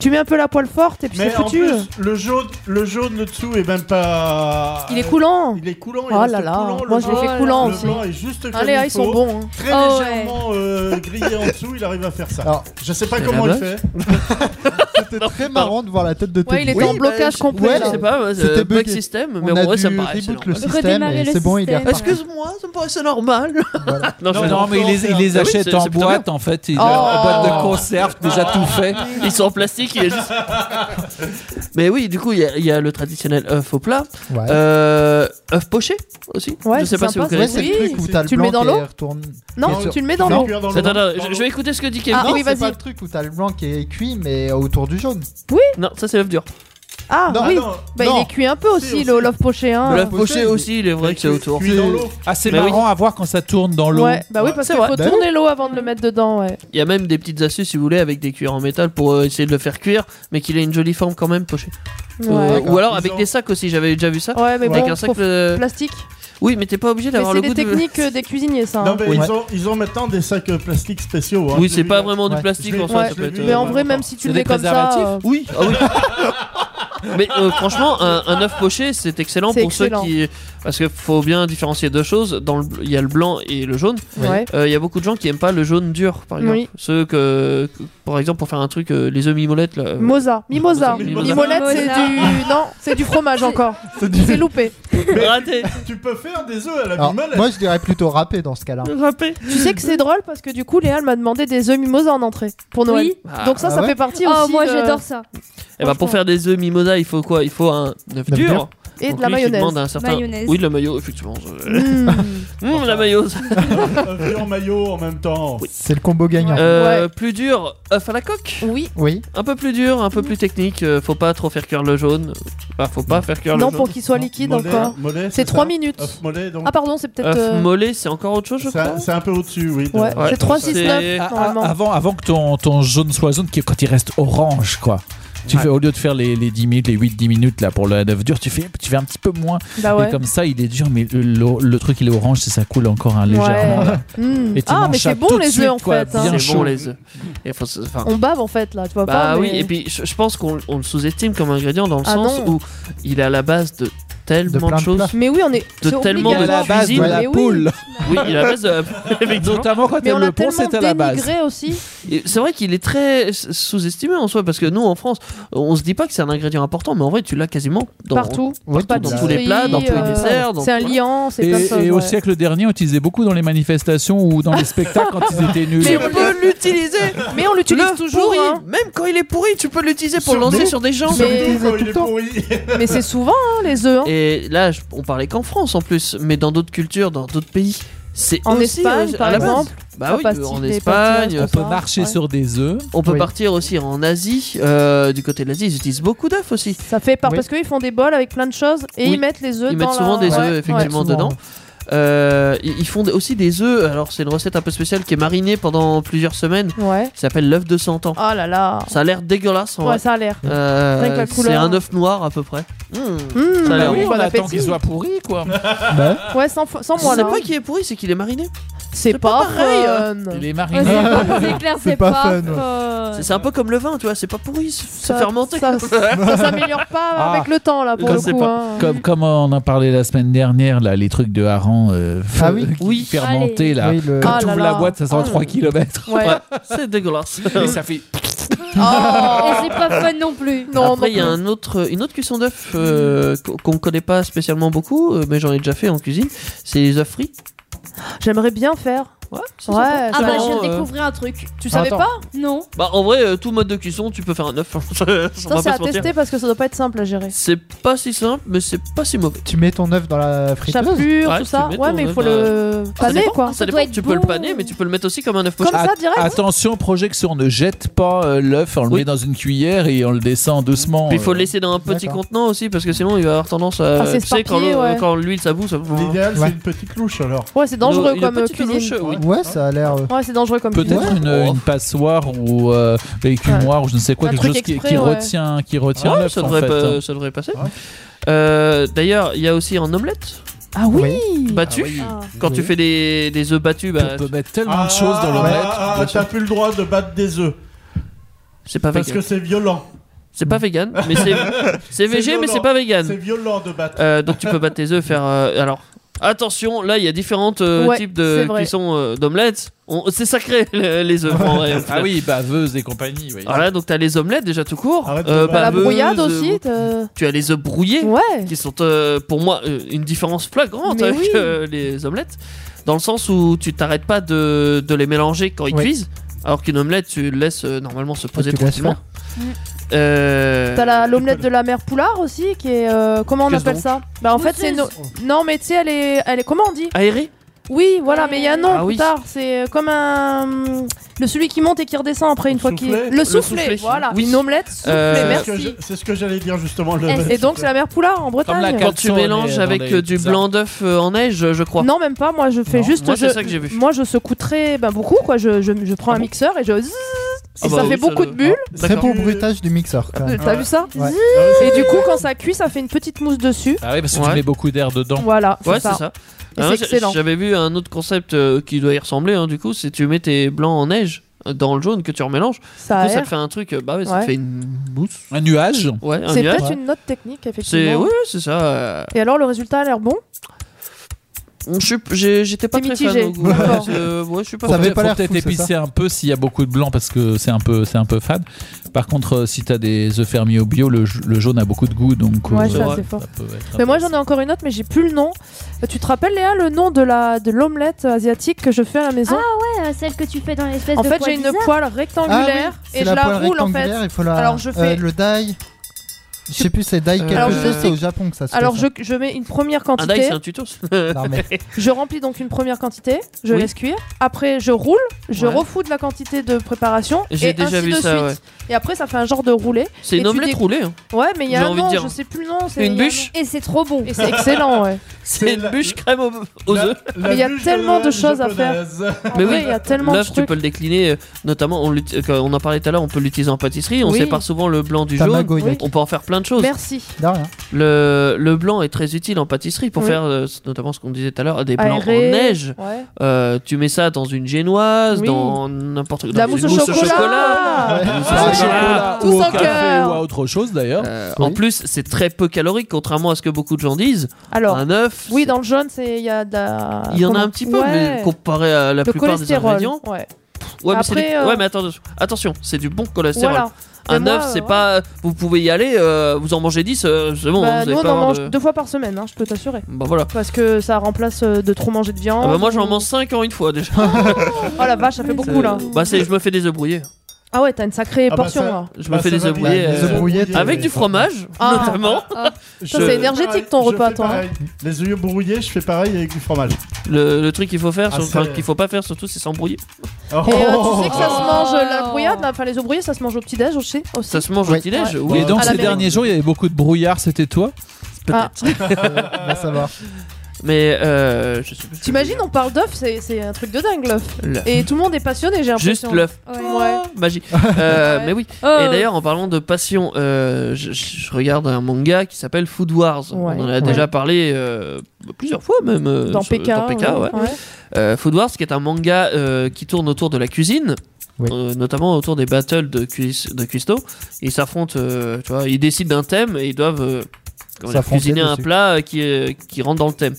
Speaker 6: Tu mets un peu la poêle forte et puis c'est
Speaker 9: Mais en
Speaker 6: foutu.
Speaker 9: plus, le jaune, le jaune, le dessous est même pas.
Speaker 6: Il est coulant.
Speaker 9: Il est coulant. euh, il
Speaker 6: Oh
Speaker 9: reste
Speaker 6: là là.
Speaker 9: coulant, le
Speaker 6: Moi, je l'ai
Speaker 9: blanc-
Speaker 6: fait coulant
Speaker 9: Le
Speaker 6: aussi.
Speaker 9: blanc est juste comme
Speaker 6: Allez,
Speaker 9: il
Speaker 6: ah, ils sont
Speaker 9: faut.
Speaker 6: bons. hein.
Speaker 9: Très
Speaker 8: Ah ouais.
Speaker 9: légèrement euh, grillé en dessous, il arrive à faire ça.
Speaker 4: Alors,
Speaker 9: je sais pas
Speaker 5: C'est
Speaker 9: comment
Speaker 5: la
Speaker 9: il fait.
Speaker 4: C'était très marrant de voir la tête de Teddy.
Speaker 6: Ouais, il est
Speaker 5: Oui,
Speaker 6: en
Speaker 5: bah,
Speaker 6: blocage
Speaker 5: je-
Speaker 6: complet.
Speaker 4: ouais,
Speaker 5: Je
Speaker 6: là.
Speaker 5: sais pas, ouais,
Speaker 4: C'était
Speaker 5: c'est un bug
Speaker 4: bugué.
Speaker 5: système, mais
Speaker 4: On
Speaker 5: en
Speaker 4: a
Speaker 5: vrai,
Speaker 4: dû
Speaker 5: ça me paraît.
Speaker 4: reboot le
Speaker 5: normal.
Speaker 4: système
Speaker 8: Redémarrer
Speaker 4: et
Speaker 8: le
Speaker 4: c'est bon, il est
Speaker 8: système.
Speaker 4: reparti.
Speaker 5: Excuse-moi, ça me paraît normal.
Speaker 4: Voilà.
Speaker 5: Non, je-
Speaker 9: Non,
Speaker 7: Non, mais il les, il les
Speaker 5: Ah oui,
Speaker 7: achète
Speaker 5: c'est-
Speaker 7: en
Speaker 5: c'est plutôt
Speaker 7: boîte en fait, il
Speaker 6: Oh.
Speaker 7: en boîte de conserve, déjà tout fait.
Speaker 5: Ils sont en plastique. il y a juste- Mais oui, du coup, il y, a- il y a le traditionnel œuf au plat.
Speaker 4: Ouais.
Speaker 5: Euh, œuf poché aussi.
Speaker 6: Ouais,
Speaker 5: je sais
Speaker 6: c'est
Speaker 5: pas si vous
Speaker 6: sympa,
Speaker 4: Ouais,
Speaker 5: connaissez.
Speaker 4: c'est le
Speaker 6: Oui,
Speaker 4: truc où t'as le
Speaker 6: tu le mets
Speaker 4: blanc
Speaker 6: dans
Speaker 4: qui
Speaker 6: l'eau
Speaker 4: est retourné.
Speaker 6: Non,
Speaker 4: Bien sûr.
Speaker 6: tu le mets dans
Speaker 4: Non.
Speaker 6: l'eau.
Speaker 9: Cuire dans le
Speaker 5: Attends,
Speaker 9: long,
Speaker 5: attends,
Speaker 9: dans
Speaker 5: je,
Speaker 9: le
Speaker 5: je vais écouter ce que dit Kevin.
Speaker 6: Ah,
Speaker 4: non,
Speaker 6: oui,
Speaker 4: c'est
Speaker 6: vas-y.
Speaker 4: pas le truc où t'as le blanc qui est cuit, mais autour du jaune.
Speaker 5: Non, ça c'est l'œuf dur.
Speaker 6: Ah
Speaker 4: Non,
Speaker 9: long.
Speaker 6: oui.
Speaker 9: Ah non,
Speaker 6: Bah,
Speaker 4: non.
Speaker 6: il est cuit un peu aussi,
Speaker 9: aussi.
Speaker 6: le love poché. Hein.
Speaker 5: l'œuf
Speaker 4: poché,
Speaker 5: poché
Speaker 4: il-
Speaker 5: aussi, il est vrai que c'est autour.
Speaker 9: Cuit dans l'eau.
Speaker 7: Ah, c'est
Speaker 5: Bah oui.
Speaker 7: marrant à voir quand ça tourne dans l'eau.
Speaker 6: Ouais, bah oui, parce
Speaker 5: C'est
Speaker 6: qu'il
Speaker 5: vrai.
Speaker 6: faut
Speaker 4: Bah oui.
Speaker 6: tourner l'eau avant de le mettre dedans. Ouais.
Speaker 5: Il y a même des petites astuces, si vous voulez, avec des cuillères en métal pour euh, essayer de le faire cuire, mais qu'il ait une jolie forme quand même poché. Euh,
Speaker 6: Ouais,
Speaker 5: ou alors
Speaker 9: Ils
Speaker 5: avec
Speaker 9: ont-
Speaker 5: des sacs aussi, j'avais déjà vu ça.
Speaker 6: Ouais, mais
Speaker 5: Avec
Speaker 6: bon,
Speaker 5: un sac.
Speaker 6: faut-
Speaker 5: euh,
Speaker 6: plastique.
Speaker 5: Oui, mais t'es pas obligé
Speaker 6: Mais
Speaker 5: d'avoir
Speaker 6: c'est
Speaker 5: le
Speaker 6: des
Speaker 5: goût de.
Speaker 6: techniques euh, des cuisiniers, ça.
Speaker 9: Non,
Speaker 6: hein.
Speaker 9: mais
Speaker 4: Ouais.
Speaker 9: ils, ont, ils ont maintenant des sacs euh, plastiques spéciaux. hein.
Speaker 5: Oui,
Speaker 9: Je
Speaker 5: c'est
Speaker 9: l'ai
Speaker 5: pas
Speaker 9: vu.
Speaker 5: vraiment du
Speaker 4: Ouais.
Speaker 5: plastique
Speaker 9: Je
Speaker 5: en
Speaker 9: l'ai-
Speaker 5: soi.
Speaker 6: ouais.
Speaker 5: ça peut être,
Speaker 9: je l'ai
Speaker 6: Mais
Speaker 5: euh,
Speaker 6: en
Speaker 9: ouais,
Speaker 6: vrai,
Speaker 9: d'accord.
Speaker 6: même si tu
Speaker 7: C'est
Speaker 6: le
Speaker 7: des
Speaker 6: mets comme ça.
Speaker 7: préservatifs
Speaker 6: euh,
Speaker 5: Oui, ah oui. Mais euh, franchement, un, un œuf poché, c'est excellent
Speaker 6: C'est
Speaker 5: pour
Speaker 6: excellent.
Speaker 5: ceux qui. Parce qu'il faut bien différencier deux choses. Dans le... Il y a le blanc et le jaune.
Speaker 6: Ouais.
Speaker 5: Euh, Il y a beaucoup de gens qui aiment pas le jaune dur, par exemple.
Speaker 6: Oui.
Speaker 5: Ceux que, que- Par exemple, pour faire un truc, euh, les œufs mimolettes, là. euh,
Speaker 6: Moza, mimosa,
Speaker 5: Mimosa.
Speaker 6: mimolette, c'est
Speaker 8: Mimosa.
Speaker 6: du non, c'est du fromage encore. C'est loupé.
Speaker 5: Raté
Speaker 9: Tu peux faire des œufs à la
Speaker 4: Alors,
Speaker 9: bimolette.
Speaker 4: moi, je dirais plutôt râpé dans ce cas-là.
Speaker 5: Râpé
Speaker 6: Tu sais que c'est drôle parce que du coup, Léa elle m'a demandé des œufs mimosa en entrée pour Noël.
Speaker 8: Oui.
Speaker 5: Ah.
Speaker 6: Donc ça,
Speaker 4: Ah
Speaker 6: ça
Speaker 4: ouais
Speaker 6: fait partie
Speaker 8: Oh,
Speaker 6: aussi. euh,
Speaker 8: moi
Speaker 6: de-
Speaker 8: j'adore ça.
Speaker 5: Et bah, pour faire des œufs mimosa, il faut quoi Il faut un œuf
Speaker 4: Œuf
Speaker 5: dur.
Speaker 4: dur.
Speaker 6: et
Speaker 5: Donc
Speaker 6: de la
Speaker 5: lui, qui
Speaker 6: mayonnaise.
Speaker 5: demande un certain-
Speaker 8: Mayonnaise.
Speaker 5: Oui, de la mayo, effectivement.
Speaker 6: Mm.
Speaker 5: Hum, la mayo.
Speaker 9: Œufs euh, en maillot en même temps.
Speaker 4: C'est le combo gagnant.
Speaker 5: Euh, Plus dur, œuf à la coque.
Speaker 6: Oui.
Speaker 4: Oui,
Speaker 5: Un peu plus dur, un peu plus technique. euh, faut pas trop faire cuire le jaune. Bah, faut pas faire cuire
Speaker 6: Non,
Speaker 5: le jaune.
Speaker 6: pour qu'il soit liquide
Speaker 9: Mollet-
Speaker 6: encore.
Speaker 9: mollet,
Speaker 6: C'est
Speaker 9: ça
Speaker 6: 3 minutes.
Speaker 9: Œuf mollet, donc.
Speaker 6: Ah pardon, c'est peut-être
Speaker 5: Œuf
Speaker 6: euh,
Speaker 5: mollet, c'est encore autre chose, je
Speaker 9: C'est
Speaker 5: crois.
Speaker 9: un- c'est un peu au-dessus, oui. de- Ah,
Speaker 6: Ouais,
Speaker 5: Ouais,
Speaker 6: c'est 3 6 9
Speaker 5: c'est-
Speaker 7: Ah, ah,
Speaker 6: normalement.
Speaker 7: avant, avant que ton, ton jaune soit jaune, qui- quand il reste orange, quoi. Tu
Speaker 5: Ouais.
Speaker 7: fais, au lieu de faire les, les 10 minutes, les 8-10 minutes là pour le 9 dur, tu fais, tu fais un petit peu moins.
Speaker 6: Bah
Speaker 7: Et
Speaker 6: ouais.
Speaker 7: comme ça, il est dur, mais le, le- le truc, il est orange, et ça coule encore un légèrement.
Speaker 6: Ouais.
Speaker 7: là.
Speaker 6: Mm.
Speaker 7: Et tu
Speaker 6: Ah
Speaker 7: manges
Speaker 6: mais
Speaker 7: ça
Speaker 6: c'est bon
Speaker 7: tout de
Speaker 6: les
Speaker 7: suite,
Speaker 6: œufs en
Speaker 7: quoi,
Speaker 6: fait. hein.
Speaker 7: bien
Speaker 5: C'est
Speaker 7: chaud.
Speaker 5: bon les œufs. Et faut se- enfin,
Speaker 6: On bave en fait là, tu vois pas.
Speaker 5: bah oui,
Speaker 6: mais-
Speaker 5: et puis je, je pense qu'on on le sous-estime comme ingrédient dans le
Speaker 6: Ah
Speaker 5: sens
Speaker 6: non.
Speaker 5: où il est à la base de
Speaker 4: De
Speaker 5: tellement
Speaker 4: plein
Speaker 5: de,
Speaker 4: de
Speaker 5: choses.
Speaker 4: plats.
Speaker 6: Mais oui, on est
Speaker 5: De
Speaker 6: c'est
Speaker 5: tellement
Speaker 7: Il est à
Speaker 5: de
Speaker 7: la
Speaker 6: obligatoire.
Speaker 7: base de
Speaker 5: cuisine,
Speaker 7: la
Speaker 6: mais oui.
Speaker 7: poule.
Speaker 5: Oui, il est à la base de. Effectivement.
Speaker 7: Notamment quand
Speaker 6: Mais
Speaker 7: elle
Speaker 6: on
Speaker 7: le
Speaker 6: l'a
Speaker 7: pont,
Speaker 6: tellement
Speaker 7: c'était à la base.
Speaker 6: dénigré aussi.
Speaker 5: Et C'est vrai qu'il est très s- sous-estimé en soi parce que nous en France, on se dit pas que c'est un ingrédient important, mais en vrai tu l'as quasiment dans
Speaker 6: partout.
Speaker 4: oui,
Speaker 6: Pas euh,
Speaker 4: tout
Speaker 5: dans
Speaker 4: dans
Speaker 5: tous
Speaker 4: la-
Speaker 5: les plats, dans tous les desserts, dans-
Speaker 6: C'est un liant, c'est
Speaker 7: Et,
Speaker 6: plein de choses.
Speaker 7: et au
Speaker 6: ouais.
Speaker 7: siècle dernier, on utilisait beaucoup dans les manifestations ou dans les spectacles quand ils étaient nuls.
Speaker 5: Tu peux l'utiliser.
Speaker 6: Mais on l'utilise
Speaker 5: L'œuf
Speaker 6: toujours,
Speaker 5: pourri,
Speaker 6: hein.
Speaker 5: même quand il est pourri, tu peux l'utiliser pour
Speaker 9: Sur
Speaker 5: le lancer
Speaker 9: des-
Speaker 5: sur des gens.
Speaker 9: Surtout
Speaker 6: Mais-
Speaker 9: quand il
Speaker 4: tout
Speaker 9: est
Speaker 4: le temps.
Speaker 9: pourri.
Speaker 6: mais c'est souvent hein, les œufs. hein.
Speaker 5: Et là, je- on parlait qu'en France en plus, mais dans d'autres cultures, dans d'autres pays, c'est
Speaker 6: En
Speaker 5: aussi,
Speaker 6: Espagne,
Speaker 5: euh, à
Speaker 6: par
Speaker 5: la base.
Speaker 6: exemple,
Speaker 5: Bah oui,
Speaker 6: Pastille,
Speaker 5: en
Speaker 6: des
Speaker 5: Espagne,
Speaker 6: pastilles,
Speaker 7: On peut
Speaker 6: Ouais.
Speaker 7: marcher sur des œufs.
Speaker 5: on peut
Speaker 4: Oui.
Speaker 5: partir aussi en Asie. euh, du côté de l'Asie, ils utilisent beaucoup d'œufs aussi.
Speaker 6: ça fait part
Speaker 4: Oui.
Speaker 6: parce qu'ils font des bols avec plein de choses et
Speaker 5: Oui.
Speaker 6: ils mettent les œufs.
Speaker 5: Ils mettent
Speaker 6: dans
Speaker 5: souvent
Speaker 6: la-
Speaker 5: des
Speaker 6: ouais,
Speaker 5: œufs effectivement
Speaker 4: souvent,
Speaker 5: dedans. Euh, ils ils font aussi des œufs. Alors, c'est une recette un peu spéciale qui est marinée pendant plusieurs semaines.
Speaker 6: Ouais.
Speaker 5: Ça s'appelle l'œuf de 100 ans.
Speaker 6: Oh là là.
Speaker 5: Ça a l'air dégueulasse en
Speaker 6: Ouais,
Speaker 5: vrai.
Speaker 6: ça a l'air.
Speaker 5: Euh,
Speaker 6: Rien que la
Speaker 5: c'est
Speaker 6: couleur. hein.
Speaker 5: un œuf noir à peu près. Hmm.
Speaker 6: Mmh,
Speaker 5: Ça a l'air
Speaker 6: bah oui,
Speaker 7: on
Speaker 6: bon
Speaker 7: attend
Speaker 6: appétit.
Speaker 7: qu'il soit pourri, quoi.
Speaker 6: Ouais, sans, fo- sans
Speaker 5: C'est
Speaker 6: moi là.
Speaker 5: pas qui est pourri, c'est qu'il est mariné.
Speaker 6: C'est pas,
Speaker 5: hein.
Speaker 6: fun.
Speaker 7: Il est
Speaker 8: Ouais,
Speaker 7: mariné.
Speaker 8: c'est pas- Oh, c'est clair, c'est
Speaker 4: pas
Speaker 8: pas,
Speaker 4: fun, ouais.
Speaker 8: fun.
Speaker 5: C'est- C'est un peu comme le vin, tu vois, c'est pas pourri, c'est c'est
Speaker 6: Ça-
Speaker 5: fermenté.
Speaker 6: Ça, ça s'améliore pas
Speaker 7: Ah.
Speaker 6: avec le temps là pour
Speaker 5: Je
Speaker 6: le
Speaker 5: sais
Speaker 6: coup.
Speaker 5: pas.
Speaker 6: hein.
Speaker 7: Comme, comme on en parlait la semaine dernière, là, les trucs de hareng euh,
Speaker 4: Ah oui.
Speaker 7: qui-
Speaker 5: Oui.
Speaker 7: fermentés, là.
Speaker 4: Oui, le-
Speaker 7: Quand
Speaker 6: Ah
Speaker 7: tu
Speaker 6: là
Speaker 7: ouvres la
Speaker 6: là.
Speaker 7: boîte, ça sent
Speaker 5: Ah.
Speaker 7: 3 km.
Speaker 6: Ouais.
Speaker 5: Ouais, c'est dégueulasse.
Speaker 7: Et ça fait.
Speaker 8: Et
Speaker 6: Oh.
Speaker 8: c'est pas fun non plus.
Speaker 6: Non,
Speaker 5: Après,
Speaker 6: non
Speaker 5: il y a
Speaker 6: plus.
Speaker 5: un autre, une autre cuisson d'œufs euh, qu'on- qu'on connaît pas spécialement beaucoup, euh, mais j'en ai déjà fait en cuisine. C'est les œufs frits.
Speaker 6: J'aimerais bien faire.
Speaker 5: Ouais, c'est
Speaker 6: Ouais.
Speaker 5: sympa.
Speaker 8: Ah bah, je viens
Speaker 5: Non,
Speaker 8: de
Speaker 5: euh,
Speaker 8: découvrir un truc.
Speaker 6: Tu savais
Speaker 4: Attends.
Speaker 6: pas
Speaker 8: Non.
Speaker 5: Bah, en vrai, euh, tout mode de cuisson, tu peux faire un œuf. On va
Speaker 6: Ça c'est
Speaker 5: pas
Speaker 6: à
Speaker 5: se mentir.
Speaker 6: tester parce que ça doit pas être simple à gérer.
Speaker 5: C'est pas si simple, mais c'est pas si mauvais.
Speaker 4: Tu mets ton œuf dans la friteuse
Speaker 6: Chapelure,
Speaker 5: Ouais,
Speaker 6: tout
Speaker 5: tu
Speaker 6: ça.
Speaker 5: mets
Speaker 6: Ouais,
Speaker 5: ton
Speaker 6: mais il
Speaker 5: œuf
Speaker 6: faut
Speaker 5: dans
Speaker 6: le paner
Speaker 5: dépend,
Speaker 6: quoi.
Speaker 8: Ça
Speaker 5: Ça
Speaker 8: doit
Speaker 5: dépend.
Speaker 8: être
Speaker 5: Tu peux le
Speaker 8: bon.
Speaker 5: paner, mais tu peux le mettre aussi comme un œuf
Speaker 6: Comme
Speaker 5: poché.
Speaker 6: ça
Speaker 7: At-
Speaker 6: direct.
Speaker 7: Attention, projection, ne jette pas euh, l'œuf, on le
Speaker 5: Oui.
Speaker 7: met dans une cuillère et on le descend doucement.
Speaker 5: Puis il faut
Speaker 7: euh.
Speaker 5: le laisser dans un petit
Speaker 4: D'accord.
Speaker 5: contenant aussi, parce que sinon il va avoir tendance à.
Speaker 6: Ah, c'est
Speaker 5: tu sais, quand
Speaker 6: esparpillé,
Speaker 5: l'eau-
Speaker 6: ouais.
Speaker 5: quand l'huile ça boue, ça.
Speaker 9: L'idéal,
Speaker 4: Ouais.
Speaker 9: c'est une petite louche alors.
Speaker 6: Ouais, c'est
Speaker 5: Une-
Speaker 6: dangereux
Speaker 5: une
Speaker 6: comme
Speaker 5: petite louche,
Speaker 6: cuisine.
Speaker 5: oui.
Speaker 4: Ouais, ça a l'air. euh,
Speaker 6: Ouais, c'est dangereux comme cuisine.
Speaker 7: Peut-être une,
Speaker 5: Oh.
Speaker 7: une passoire ou euh, véhicule
Speaker 6: Ouais.
Speaker 7: noir ou je ne sais quoi,
Speaker 6: Un
Speaker 7: quelque
Speaker 6: truc
Speaker 7: chose qui,
Speaker 6: exprès,
Speaker 7: qui
Speaker 6: ouais.
Speaker 7: retient, qui retient
Speaker 5: Ouais,
Speaker 7: l'œuf.
Speaker 5: ça,
Speaker 7: en
Speaker 5: devrait
Speaker 7: fait,
Speaker 5: pas-
Speaker 7: hein.
Speaker 5: ça devrait passer.
Speaker 9: Ouais.
Speaker 5: Euh, D'ailleurs, il y a aussi en omelette
Speaker 6: Ah oui.
Speaker 5: battue.
Speaker 8: Ah.
Speaker 5: Quand tu fais des, des œufs battus, bah,
Speaker 7: On peut mettre tellement de choses dans l'omelette.
Speaker 9: Ah, ah, t'as plus le droit de battre des œufs
Speaker 5: c'est pas
Speaker 9: parce
Speaker 5: vegan.
Speaker 9: que c'est violent.
Speaker 5: C'est pas vegan, mais c'est c'est végé, mais
Speaker 9: violent.
Speaker 5: c'est pas vegan.
Speaker 9: C'est violent de battre.
Speaker 5: Euh, donc tu peux battre tes œufs, faire. euh, alors attention, là il y a différents euh,
Speaker 6: Ouais,
Speaker 5: types
Speaker 6: c'est
Speaker 5: de
Speaker 6: vrai.
Speaker 5: cuissons euh, d'omelettes. On- C'est sacré le- les œufs. en vrai, au final.
Speaker 7: Ah oui, baveuse et compagnie. oui.
Speaker 5: Alors là, donc t'as les omelettes déjà tout court.
Speaker 9: Arrête de
Speaker 5: Euh,
Speaker 9: battre.
Speaker 6: La
Speaker 5: baveuses,
Speaker 6: brouillade
Speaker 5: euh,
Speaker 6: aussi. t'as-
Speaker 5: Tu as les œufs brouillés.
Speaker 6: Ouais.
Speaker 5: qui sont euh, pour moi euh, une différence flagrante
Speaker 6: Mais
Speaker 5: avec
Speaker 6: oui.
Speaker 5: euh, les omelettes, dans le sens où tu t'arrêtes pas de, de les mélanger quand ils
Speaker 4: Oui.
Speaker 5: cuisent, alors qu'une omelette tu le laisses euh, normalement se poser
Speaker 4: tu laisses
Speaker 5: tranquillement.
Speaker 8: faire.
Speaker 5: Euh,
Speaker 6: T'as la- l'omelette de la mère Poulard aussi, qui est. euh, comment on
Speaker 5: Qu'est-ce
Speaker 6: appelle
Speaker 5: donc
Speaker 6: ça Bah, en fait, c'est. une- Non, mais tu sais, elle est, elle est. Comment on dit
Speaker 5: aérée
Speaker 6: Oui, voilà, mais il y a un nom
Speaker 5: Ah
Speaker 6: plus
Speaker 5: oui.
Speaker 6: tard. C'est euh, comme un. Le celui qui monte et qui redescend après
Speaker 9: Le
Speaker 6: une fois qu'il.
Speaker 9: soufflet.
Speaker 6: Le soufflet,
Speaker 5: soufflet.
Speaker 6: voilà.
Speaker 5: Oui.
Speaker 6: Une omelette soufflé,
Speaker 5: Euh,
Speaker 9: C'est ce que
Speaker 6: merci.
Speaker 9: je- C'est ce que j'allais dire justement. Le... Ah,
Speaker 8: Est-ce-
Speaker 6: Eh, Et donc, c'est la mère Poulard en
Speaker 7: Comme la
Speaker 6: Bretagne.
Speaker 7: carte.
Speaker 5: quand tu
Speaker 7: Attention,
Speaker 5: mélanges
Speaker 7: les-
Speaker 5: avec
Speaker 7: dans les
Speaker 5: euh, du
Speaker 7: pizzas.
Speaker 5: blanc d'œuf euh, en neige, je crois.
Speaker 6: Non, même pas. Moi, je fais
Speaker 7: Non.
Speaker 6: juste.
Speaker 5: Moi, c'est
Speaker 6: je-
Speaker 5: ça que j'ai vu.
Speaker 6: Moi, je secoutrais ben, beaucoup, quoi. Je, je, je prends un mixeur et je. zzzz,
Speaker 5: Ah
Speaker 6: et
Speaker 5: bah
Speaker 6: ça
Speaker 5: oui,
Speaker 6: fait beaucoup
Speaker 5: le-
Speaker 6: de bulles.
Speaker 9: C'est
Speaker 4: Très
Speaker 5: D'accord.
Speaker 4: bon bruitage du mixeur. Quand même.
Speaker 6: T'as vu ça
Speaker 4: Ah. Ouais.
Speaker 6: Zzzz. Et du coup, quand ça cuit, ça fait une petite mousse dessus.
Speaker 7: Ah oui, parce que
Speaker 5: Ouais.
Speaker 7: tu mets beaucoup d'air dedans.
Speaker 6: Voilà, c'est
Speaker 5: Ouais, c'est
Speaker 6: ça.
Speaker 5: ça.
Speaker 6: Et
Speaker 5: Ah,
Speaker 6: c'est
Speaker 5: moi,
Speaker 6: excellent.
Speaker 5: J'avais vu un autre concept euh, qui doit y ressembler, hein, du coup, c'est tu mets tes blancs en neige euh, dans le jaune que tu remélanges.
Speaker 6: Ça
Speaker 5: Du coup,
Speaker 6: aère.
Speaker 5: ça te fait un truc, euh, bah ouais, ça te
Speaker 6: Ouais.
Speaker 5: fait une mousse.
Speaker 7: Un nuage.
Speaker 5: Ouais, un
Speaker 6: C'est
Speaker 5: nuage.
Speaker 6: peut-être une note technique,
Speaker 5: C'est
Speaker 6: effectivement.
Speaker 5: ouais, c'est ça. euh,
Speaker 6: Et alors, le résultat a l'air bon
Speaker 5: Je suis- j'ai- j'étais pas
Speaker 6: T'es
Speaker 5: très
Speaker 6: mitigé.
Speaker 5: fan. au goût.
Speaker 6: D'accord.
Speaker 5: Euh, ouais, je suis pas
Speaker 4: Ça
Speaker 5: fan.
Speaker 4: avait pas l'air
Speaker 7: Faut peut-être
Speaker 4: fou, c'est
Speaker 7: épicer un peu s'il y a beaucoup de blanc parce que c'est un peu c'est un peu fade. Par contre, euh, si t'as des œufs fermiers au bio, le, j- le jaune a beaucoup de goût donc.
Speaker 6: Ouais,
Speaker 7: euh,
Speaker 5: ça,
Speaker 6: c'est fort.
Speaker 7: peut être
Speaker 6: Mais moi, j'en
Speaker 7: intéressant.
Speaker 6: ai encore une autre, mais j'ai plus le nom. Euh, Tu te rappelles, Léa, le nom de la de l'omelette asiatique que je fais à la maison
Speaker 8: Ouais, euh, celle que tu fais dans l'espèce de
Speaker 6: En fait,
Speaker 8: poêle
Speaker 6: j'ai une
Speaker 8: bizarre.
Speaker 6: poêle
Speaker 4: Ah oui,
Speaker 6: rectangulaire
Speaker 4: c'est
Speaker 6: et je la
Speaker 4: poêle
Speaker 6: roule en fait.
Speaker 4: rectangulaire, Il faut la...
Speaker 6: Alors, je
Speaker 4: euh,
Speaker 6: fais- Euh,
Speaker 4: le dai. Je sais plus, c'est dai quelque
Speaker 5: Alors, je
Speaker 4: chose.
Speaker 5: sais-
Speaker 4: C'est au Japon que ça se fait.
Speaker 6: Alors, je,
Speaker 4: ça.
Speaker 6: je mets une première
Speaker 5: Un die,
Speaker 6: quantité,
Speaker 5: c'est un tuto.
Speaker 4: Non, mais
Speaker 6: je remplis donc une première quantité, je
Speaker 5: Oui.
Speaker 6: laisse cuire. Après, je roule, je
Speaker 5: Ouais.
Speaker 6: refoude la quantité de préparation et
Speaker 5: J'ai déjà
Speaker 6: ainsi
Speaker 5: vu
Speaker 6: de
Speaker 5: ça,
Speaker 6: suite. Et après, ça fait un genre de roulé.
Speaker 5: C'est
Speaker 6: Et
Speaker 5: une
Speaker 6: tu
Speaker 5: omelette
Speaker 6: découpes-
Speaker 5: roulée. hein.
Speaker 6: Ouais, mais il y
Speaker 5: J'ai
Speaker 6: a un
Speaker 5: envie de
Speaker 6: nom,
Speaker 5: dire.
Speaker 6: je sais plus le nom. c'est-
Speaker 5: Une
Speaker 6: il y a un
Speaker 5: bûche.
Speaker 8: Et c'est trop bon.
Speaker 6: nom. Et c'est excellent, ouais.
Speaker 5: C'est une
Speaker 9: la-
Speaker 5: bûche crème au- aux
Speaker 9: la-
Speaker 5: œufs.
Speaker 9: la
Speaker 6: Mais il y a
Speaker 9: luge
Speaker 6: tellement de choses à faire.
Speaker 9: japonaise.
Speaker 6: En
Speaker 5: Mais
Speaker 6: vrai,
Speaker 5: oui,
Speaker 6: il y a tellement de
Speaker 5: L'œuf, tu
Speaker 6: trucs.
Speaker 5: peux le décliner. euh, Notamment, on, l'uti- euh, quand on en parlait tout à l'heure, on peut l'utiliser en pâtisserie. On
Speaker 6: Oui.
Speaker 5: sépare souvent le blanc du jaune.
Speaker 4: Tamago
Speaker 6: Oui.
Speaker 4: Yaki.
Speaker 5: On peut en faire plein de choses.
Speaker 6: Merci.
Speaker 4: Derrière.
Speaker 5: Le, le blanc est très utile en pâtisserie pour
Speaker 6: Oui.
Speaker 5: faire euh, notamment ce qu'on disait tout à l'heure, des blancs
Speaker 6: Aéré,
Speaker 5: en neige.
Speaker 6: Ouais.
Speaker 5: Euh, tu mets ça dans une génoise,
Speaker 6: Oui.
Speaker 5: dans n'importe
Speaker 6: De la
Speaker 5: dans une
Speaker 6: mousse au chocolat. Ah.
Speaker 4: Ouais.
Speaker 7: Ou au
Speaker 6: Ouais.
Speaker 7: chocolat,
Speaker 6: Tout
Speaker 7: ou au
Speaker 6: sans
Speaker 7: café,
Speaker 6: cœur.
Speaker 7: ou à autre chose d'ailleurs.
Speaker 5: Euh,
Speaker 4: Oui.
Speaker 5: En plus, c'est très peu calorique, contrairement à ce que beaucoup de gens disent.
Speaker 6: Alors,
Speaker 5: un œuf,
Speaker 6: oui,
Speaker 5: c'est-
Speaker 6: dans le jaune, c'est il y a de la.
Speaker 5: il y en a
Speaker 6: comment-
Speaker 5: un petit peu,
Speaker 6: Ouais.
Speaker 5: mais comparé à la
Speaker 6: le
Speaker 5: plupart des
Speaker 6: cholestérol.
Speaker 5: ingrédients.
Speaker 6: ouais.
Speaker 5: Ouais, mais c'est
Speaker 6: Après,
Speaker 5: du-
Speaker 6: euh,
Speaker 5: ouais, mais attends- attention, c'est du bon cholestérol.
Speaker 6: Voilà.
Speaker 5: Un
Speaker 6: Mais
Speaker 5: œuf,
Speaker 6: moi,
Speaker 5: c'est
Speaker 6: euh,
Speaker 5: pas. Vous pouvez y aller, euh, vous en mangez 10, euh, c'est bon,
Speaker 6: bah,
Speaker 5: vous
Speaker 6: nous,
Speaker 5: allez
Speaker 6: on
Speaker 5: pas
Speaker 6: en
Speaker 5: avoir
Speaker 6: mange
Speaker 5: de-
Speaker 6: deux fois par semaine, hein, je peux t'assurer.
Speaker 5: Bah voilà.
Speaker 6: Parce que ça remplace euh, de trop manger de viande.
Speaker 5: Ah bah moi j'en mange 5 en une fois déjà.
Speaker 6: Oh la vache, ça fait beaucoup là.
Speaker 5: Bah c'est, je me fais des œufs brouillés.
Speaker 6: Ah ouais, t'as une sacrée
Speaker 9: Ah bah,
Speaker 6: portion
Speaker 9: ça-
Speaker 6: là.
Speaker 5: Je
Speaker 9: Bah,
Speaker 5: me fais
Speaker 9: ça
Speaker 5: des
Speaker 9: va
Speaker 5: œufs
Speaker 9: bien.
Speaker 5: brouillés.
Speaker 4: Les
Speaker 5: euh,
Speaker 4: œufs brouillés, t'es-
Speaker 5: Avec du fromage,
Speaker 6: Ah.
Speaker 5: notamment.
Speaker 6: Ça, c'est énergétique, ton
Speaker 9: Je
Speaker 6: repas,
Speaker 9: fais
Speaker 6: toi, hein.
Speaker 9: pareil. Les œufs brouillés, je fais pareil avec du fromage.
Speaker 5: Le, le truc qu'il faut faire,
Speaker 9: Ah,
Speaker 5: sur-
Speaker 9: c'est-
Speaker 5: enfin qu'il faut pas faire surtout, c'est s'embrouiller.
Speaker 6: Et
Speaker 9: Oh.
Speaker 6: euh, tu sais que ça se
Speaker 8: Oh.
Speaker 6: mange euh, la brouillade, là, enfin les œufs brouillés, ça se mange au petit-déj aussi. aussi.
Speaker 5: Ça se mange
Speaker 4: Ouais.
Speaker 5: au petit-déj.
Speaker 9: Ouais.
Speaker 5: ou- euh,
Speaker 7: Et
Speaker 9: Ouais.
Speaker 7: donc
Speaker 6: À la
Speaker 7: ces
Speaker 6: maison.
Speaker 7: derniers jours, il y avait beaucoup de brouillard, c'était toi
Speaker 6: Ah.
Speaker 5: peut-être.
Speaker 4: On Euh, bah, va savoir.
Speaker 5: Mais euh, je sais plus.
Speaker 6: T'imagines, on parle d'œuf, c'est c'est un truc de dingue l'œuf.
Speaker 5: L'œuf.
Speaker 6: Et tout le monde est passionné, j'ai
Speaker 5: Juste
Speaker 6: l'impression.
Speaker 5: l'œuf.
Speaker 8: Ouais.
Speaker 6: Ouais.
Speaker 5: Magie. Euh,
Speaker 6: Ouais.
Speaker 5: Mais oui.
Speaker 6: Euh,
Speaker 5: Et d'ailleurs, en parlant de passion, euh, je, je- je regarde un manga qui s'appelle Food Wars.
Speaker 6: Ouais.
Speaker 5: On en a
Speaker 6: Ouais.
Speaker 5: déjà parlé euh, plusieurs fois même. euh,
Speaker 6: dans
Speaker 5: sur-
Speaker 6: PK.
Speaker 5: Dans PK, ouais.
Speaker 6: ouais.
Speaker 5: Euh, Food Wars, qui est un manga euh, qui tourne autour de la cuisine,
Speaker 4: Oui.
Speaker 5: euh, notamment autour des battles de, cuis de cuistot. Ils s'affrontent, euh, tu vois, ils décident d'un thème et ils doivent euh, comment dire,
Speaker 4: S'affronter
Speaker 5: cuisiner un
Speaker 4: dessus.
Speaker 5: plat euh, qui, euh, qui rentre dans le thème.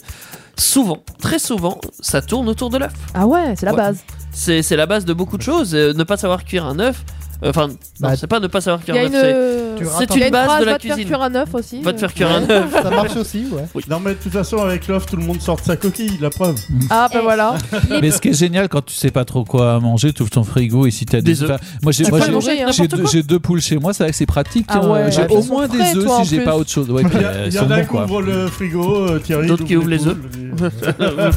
Speaker 5: Souvent, très souvent, ça tourne autour de l'œuf.
Speaker 6: Ah ouais, c'est la
Speaker 5: Ouais.
Speaker 6: base.
Speaker 5: C'est c'est la base de beaucoup de choses. euh, ne pas savoir cuire un œuf, euh, enfin, non,
Speaker 4: Bah,
Speaker 5: c'est pas ne pas savoir
Speaker 6: Il
Speaker 5: cuire
Speaker 6: y
Speaker 5: un œuf,
Speaker 6: a
Speaker 5: c'est
Speaker 4: Tu
Speaker 6: une. euh,
Speaker 4: rates
Speaker 5: c'est
Speaker 4: un
Speaker 6: Il y a
Speaker 5: une
Speaker 6: une
Speaker 5: base
Speaker 6: phrase,
Speaker 5: de
Speaker 6: va
Speaker 5: la
Speaker 6: te faire
Speaker 5: cuisine.
Speaker 6: cuire un œuf aussi.
Speaker 5: Va te faire
Speaker 6: euh.
Speaker 5: cuire un œuf.
Speaker 4: Ça marche aussi, ouais.
Speaker 9: Non, mais de toute façon, avec l'œuf, tout le monde sort de sa coquille, la preuve.
Speaker 5: Euh,
Speaker 6: Ah bah voilà.
Speaker 7: Mais ce qui est génial quand tu sais pas trop quoi manger, tu ouvres ton frigo et si t'as des,
Speaker 5: Des œufs.
Speaker 7: enfin, moi j'ai
Speaker 5: Tu
Speaker 7: moi,
Speaker 5: peux
Speaker 7: j'ai-
Speaker 5: manger
Speaker 7: j'ai
Speaker 6: hein.
Speaker 5: n'importe
Speaker 7: deux-
Speaker 5: quoi.
Speaker 7: j'ai deux poules chez moi, c'est vrai que c'est pratique.
Speaker 6: Ah
Speaker 7: hein.
Speaker 6: ouais.
Speaker 7: j'ai
Speaker 6: Ouais,
Speaker 7: au
Speaker 6: ils
Speaker 7: moins
Speaker 6: sont
Speaker 7: des
Speaker 6: frais,
Speaker 7: œufs
Speaker 6: toi, en
Speaker 7: si j'ai
Speaker 6: plus.
Speaker 7: pas autre chose. Ouais,
Speaker 9: Il
Speaker 7: puis,
Speaker 9: y,
Speaker 7: euh,
Speaker 9: a-
Speaker 7: ils
Speaker 9: il y
Speaker 7: sont
Speaker 9: en a
Speaker 7: bons,
Speaker 9: qui
Speaker 7: quoi.
Speaker 9: ouvrent le frigo, euh, Thierry.
Speaker 5: D'autres qui
Speaker 9: il
Speaker 5: ouvrent les œufs.
Speaker 9: poules, et-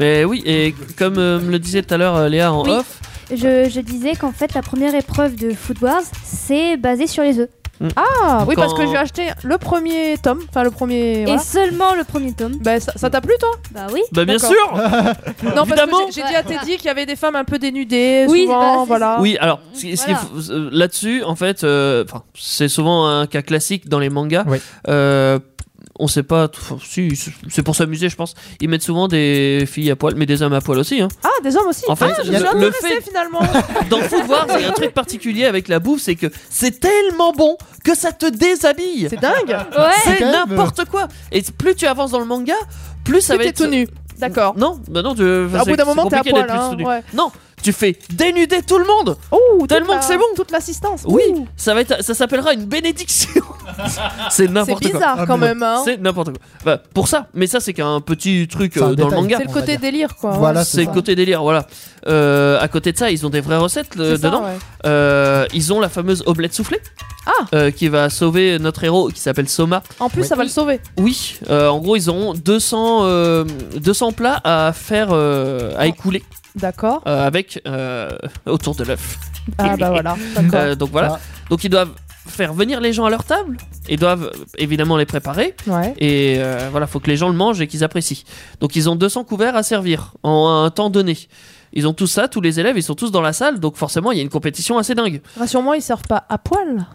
Speaker 5: Mais oui, et comme euh, me le disait tout à l'heure euh, Léa en
Speaker 8: Oui.
Speaker 5: off,
Speaker 8: Je, je disais qu'en fait, la première épreuve de Food Wars, c'est basé sur les œufs.
Speaker 6: Ah oui, parce que
Speaker 5: Quand-
Speaker 6: j'ai acheté le premier tome, enfin le premier.
Speaker 8: Et
Speaker 6: voilà.
Speaker 8: seulement le premier tome.
Speaker 6: Bah ça ça t'a plu toi
Speaker 8: Bah oui.
Speaker 5: bah bien
Speaker 6: D'accord.
Speaker 5: sûr
Speaker 6: Non, parce que
Speaker 5: Évidemment.
Speaker 6: j'ai- j'ai dit à Teddy qu'il y avait des femmes un peu dénudées,
Speaker 8: Oui, bah,
Speaker 6: souvent,
Speaker 8: c'est-
Speaker 6: voilà.
Speaker 5: Oui, alors ce qui- ce qui est
Speaker 8: Voilà.
Speaker 5: fou- euh, là-dessus, en fait, euh, enfin, c'est souvent un cas classique dans les mangas.
Speaker 4: Oui.
Speaker 5: Euh, on sait pas, tout- enfin, si, c'est pour s'amuser, je pense. Ils mettent souvent des filles à poil, mais des hommes à poil aussi. Hein.
Speaker 6: Ah, des hommes aussi.
Speaker 5: En fait,
Speaker 6: ah, je
Speaker 5: le-
Speaker 6: suis
Speaker 5: le
Speaker 6: intéressée,
Speaker 5: fait-
Speaker 6: finalement.
Speaker 5: Dans Food Wars, il y a un truc particulier avec la bouffe, c'est que c'est tellement bon que ça te déshabille.
Speaker 6: C'est dingue.
Speaker 8: Ouais.
Speaker 5: C'est
Speaker 4: quand même,
Speaker 5: n'importe quoi. Et plus tu avances dans le manga, plus ça
Speaker 6: Tu
Speaker 5: va
Speaker 6: t'es
Speaker 5: être
Speaker 6: tout nu. D'accord.
Speaker 5: Non, bah non, tu- enfin,
Speaker 6: Au
Speaker 5: c'est-
Speaker 6: bout d'un
Speaker 5: c'est
Speaker 6: moment, t'es à
Speaker 5: compliqué d'être
Speaker 6: poil.
Speaker 5: plus
Speaker 6: Hein,
Speaker 5: tout nu.
Speaker 6: ouais.
Speaker 5: Non, tu fais dénuder tout le monde.
Speaker 6: Oh, toute
Speaker 5: Tellement
Speaker 6: la-
Speaker 5: que c'est bon.
Speaker 6: Toute l'assistance.
Speaker 5: Oui,
Speaker 6: Ouh.
Speaker 5: ça va être, ça s'appellera une bénédiction. c'est
Speaker 6: C'est
Speaker 5: n'importe quoi.
Speaker 6: bizarre
Speaker 9: Ah,
Speaker 6: quand
Speaker 9: mais-
Speaker 6: même. hein.
Speaker 5: C'est n'importe quoi. Bah, pour ça, mais ça c'est qu'un petit truc
Speaker 4: C'est un
Speaker 5: euh, dans le
Speaker 4: détail.
Speaker 5: manga.
Speaker 6: C'est le
Speaker 4: on va
Speaker 6: côté
Speaker 4: dire.
Speaker 6: délire, quoi.
Speaker 4: Voilà,
Speaker 5: C'est le
Speaker 4: ça.
Speaker 5: côté délire, voilà. Euh, à côté de ça, ils ont des vraies recettes euh,
Speaker 6: C'est ça,
Speaker 5: dedans.
Speaker 6: ouais.
Speaker 5: Euh, ils ont la fameuse omelette soufflée.
Speaker 6: Ah.
Speaker 5: Euh, qui va sauver notre héros qui s'appelle Soma.
Speaker 6: En plus,
Speaker 5: Ouais.
Speaker 6: ça va le sauver.
Speaker 5: Oui, euh, en gros, ils auront 200, euh, 200 plats à faire, euh, à écouler
Speaker 6: D'accord.
Speaker 5: euh, avec euh, autour de l'œuf.
Speaker 6: Ah bah voilà. D'accord.
Speaker 5: Euh, donc voilà.
Speaker 4: Ah.
Speaker 5: Donc ils doivent faire venir les gens à leur table. Ils doivent euh, évidemment les préparer.
Speaker 6: Ouais.
Speaker 5: Et euh, voilà, faut que les gens le mangent et qu'ils apprécient. Donc ils ont 200 couverts à servir en un temps donné. Ils ont tout ça, tous les élèves, ils sont tous dans la salle, donc forcément il y a une compétition assez dingue.
Speaker 6: Rassure-moi, ils servent pas à poil.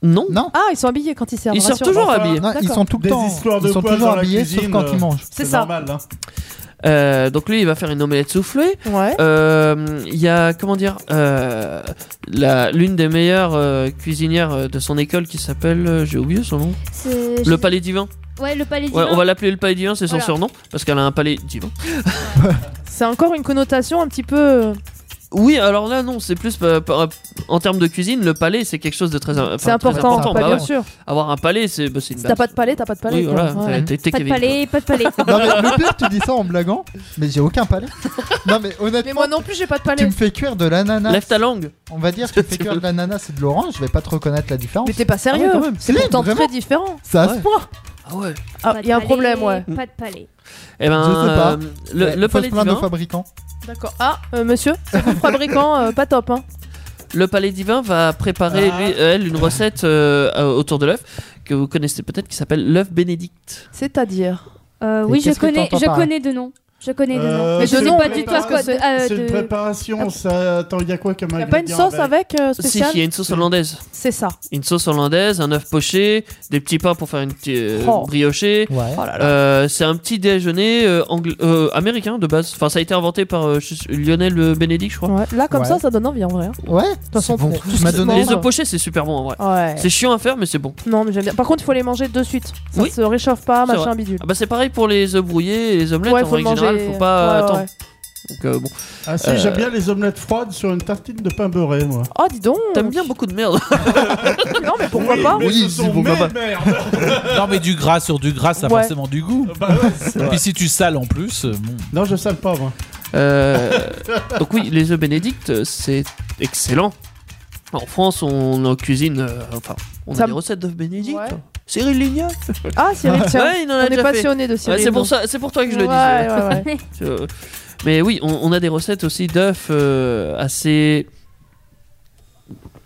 Speaker 5: Non,
Speaker 4: Non,
Speaker 6: Ah, ils sont habillés quand ils servent.
Speaker 5: ils sortent
Speaker 6: rassure-moi.
Speaker 5: toujours
Speaker 9: enfin,
Speaker 5: habillés.
Speaker 4: Non, ils
Speaker 6: D'accord.
Speaker 4: sont tout le
Speaker 9: Des
Speaker 4: temps.
Speaker 9: histoires de
Speaker 4: ils sont
Speaker 9: poils
Speaker 4: toujours
Speaker 9: dans la
Speaker 4: habillés,
Speaker 9: cuisine,
Speaker 4: sauf quand
Speaker 9: euh.
Speaker 4: ils mangent.
Speaker 6: C'est ça.
Speaker 9: normal, hein.
Speaker 5: Euh, donc lui, il va faire une omelette soufflée.
Speaker 6: Ouais.
Speaker 5: Euh, Il y a, comment dire, euh, la- l'une des meilleures euh, cuisinières euh, de son école qui s'appelle, euh, j'ai oublié son nom,
Speaker 8: C'est-
Speaker 5: le Palais Divin.
Speaker 8: Ouais, le palais
Speaker 5: Ouais,
Speaker 8: divin.
Speaker 5: on va l'appeler le Palais Divin, c'est son
Speaker 8: Voilà.
Speaker 5: surnom, parce qu'elle a un palais divin.
Speaker 6: C'est encore une connotation un petit peu. euh,
Speaker 5: Oui, alors là, non, c'est plus par- par- en termes de cuisine, le palais, c'est quelque chose de très, enfin,
Speaker 6: C'est
Speaker 5: très
Speaker 6: important.
Speaker 5: important.
Speaker 6: bah,
Speaker 5: bah
Speaker 6: bien
Speaker 5: ouais.
Speaker 6: sûr.
Speaker 5: Avoir un palais, c'est bah, c'est une
Speaker 6: Si t'as
Speaker 5: base.
Speaker 6: pas de palais, t'as pas de palais.
Speaker 5: Oui,
Speaker 6: quoi.
Speaker 5: voilà,
Speaker 6: Ouais.
Speaker 5: t'es- t'es
Speaker 8: Pas de
Speaker 5: Kevin,
Speaker 8: palais, pas de palais.
Speaker 4: Non, mais le pire, tu dis ça en blaguant, mais j'ai aucun palais. Non, mais
Speaker 6: Mais
Speaker 4: honnêtement,
Speaker 6: moi non plus, j'ai pas de
Speaker 4: tu
Speaker 6: palais.
Speaker 4: me fais cuire de
Speaker 5: quoi.
Speaker 4: l'ananas.
Speaker 5: Lève ta langue.
Speaker 4: On va dire que tu fais cuire de l'ananas et de l'orange, je vais pas te reconnaître la différence.
Speaker 6: Mais t'es pas sérieux.
Speaker 4: Ah ouais, quand même.
Speaker 6: C'est
Speaker 4: Si,
Speaker 6: pourtant
Speaker 4: vraiment.
Speaker 6: très différent.
Speaker 4: Ça à ce
Speaker 5: Ouais.
Speaker 4: point.
Speaker 5: Ah ouais.
Speaker 6: Ah,
Speaker 8: Pas de
Speaker 6: il y a un
Speaker 8: palais,
Speaker 6: problème, ouais.
Speaker 8: Pas de palais.
Speaker 5: Eh ben,
Speaker 4: Je sais pas.
Speaker 5: euh, le,
Speaker 4: Ouais,
Speaker 5: le
Speaker 4: faut se
Speaker 5: palais
Speaker 4: plaindre aux
Speaker 5: divin,
Speaker 4: fabricants.
Speaker 6: D'accord. Ah, euh, monsieur, c'est vous le fabricant, euh, pas top, hein.
Speaker 5: le palais divin va préparer
Speaker 9: Ah.
Speaker 5: lui, elle une recette euh, euh, autour de l'œuf que vous connaissez peut-être qui s'appelle l'œuf bénédicte.
Speaker 6: C'est-à-dire.
Speaker 8: Euh,
Speaker 4: Et
Speaker 8: oui, je
Speaker 4: qu'est-ce que
Speaker 8: connais,
Speaker 4: t'entends
Speaker 8: je
Speaker 4: par là
Speaker 8: connais de nom. Je connais de
Speaker 9: Euh,
Speaker 8: nom.
Speaker 6: Mais
Speaker 9: c'est
Speaker 6: de
Speaker 9: une
Speaker 6: nom,
Speaker 8: pas dis-toi
Speaker 6: dis-toi
Speaker 9: préparation-
Speaker 8: quoi.
Speaker 6: c'est-
Speaker 8: de- euh,
Speaker 9: C'est une
Speaker 8: de-
Speaker 9: préparation, ça. Attends, il y a quoi comme
Speaker 6: Y a pas une sauce avec, euh,
Speaker 5: bah, Si, il
Speaker 6: spéciale
Speaker 5: y a une sauce hollandaise.
Speaker 6: C'est ça.
Speaker 5: Une sauce hollandaise, un œuf poché, des petits pains pour faire une petite euh,
Speaker 6: Oh.
Speaker 5: briochée.
Speaker 4: Ouais.
Speaker 6: Oh là là.
Speaker 5: Euh, c'est un petit déjeuner euh, angla- euh, américain de base. Enfin, ça a été inventé par euh, je- Lionel euh, Bénédicte, je crois.
Speaker 6: Ouais, Là, comme
Speaker 4: Ouais.
Speaker 6: ça, ça donne envie en vrai. hein.
Speaker 4: Ouais.
Speaker 6: façon,
Speaker 4: c'est bon,
Speaker 6: faut-
Speaker 4: tu m'as donné.
Speaker 5: Les œufs pochés, c'est super bon en vrai.
Speaker 6: Ouais.
Speaker 5: C'est chiant à faire, mais c'est bon.
Speaker 6: Non, mais j'aime bien. Par contre, il faut les manger de suite. Ça
Speaker 5: Oui.
Speaker 6: se réchauffe pas,
Speaker 5: C'est
Speaker 6: machin bidule.
Speaker 5: Ah bah c'est pareil pour les œufs brouillés et les omelettes
Speaker 6: Ouais,
Speaker 5: en
Speaker 6: faut le
Speaker 5: règle
Speaker 6: manger.
Speaker 5: générale,
Speaker 6: euh,
Speaker 5: faut pas
Speaker 6: Ouais, ouais,
Speaker 5: attendre.
Speaker 6: ouais.
Speaker 5: Donc, euh, bon.
Speaker 9: Ah si,
Speaker 5: Euh,
Speaker 9: j'aime bien les omelettes froides sur une tartine de pain beurré, moi.
Speaker 6: Oh, dis donc.
Speaker 5: T'aimes bien beaucoup de merde.
Speaker 6: Non, mais pourquoi
Speaker 9: oui,
Speaker 6: pas
Speaker 9: mais
Speaker 4: Oui,
Speaker 9: ce sont
Speaker 4: dis-vous,
Speaker 9: mes
Speaker 4: papa.
Speaker 9: merdes.
Speaker 7: Non mais du gras sur du gras, ça a
Speaker 6: Ouais.
Speaker 7: forcément du goût.
Speaker 9: Bah ouais, c'est
Speaker 7: Et
Speaker 9: vrai.
Speaker 7: puis si tu sales en plus, euh, bon.
Speaker 9: Non, je sale pas, moi.
Speaker 5: Euh, donc oui, les œufs bénédictes, euh, c'est excellent. En France, on en cuisine, euh, enfin, on
Speaker 6: Ça
Speaker 5: a
Speaker 6: me-
Speaker 5: des recettes d'œufs bénédictes.
Speaker 6: Ouais.
Speaker 5: Cyril Lignac.
Speaker 6: Ah, Cyril, tiens.
Speaker 5: Ouais, il en a
Speaker 6: On est
Speaker 5: déjà fait.
Speaker 6: passionné de
Speaker 5: Ouais,
Speaker 6: Cyril.
Speaker 5: c'est pour
Speaker 6: nous.
Speaker 5: ça, c'est pour toi que je le dis.
Speaker 6: Ouais, ouais, ouais.
Speaker 5: Euh, Mais oui, on, on a des recettes aussi d'œufs euh, assez.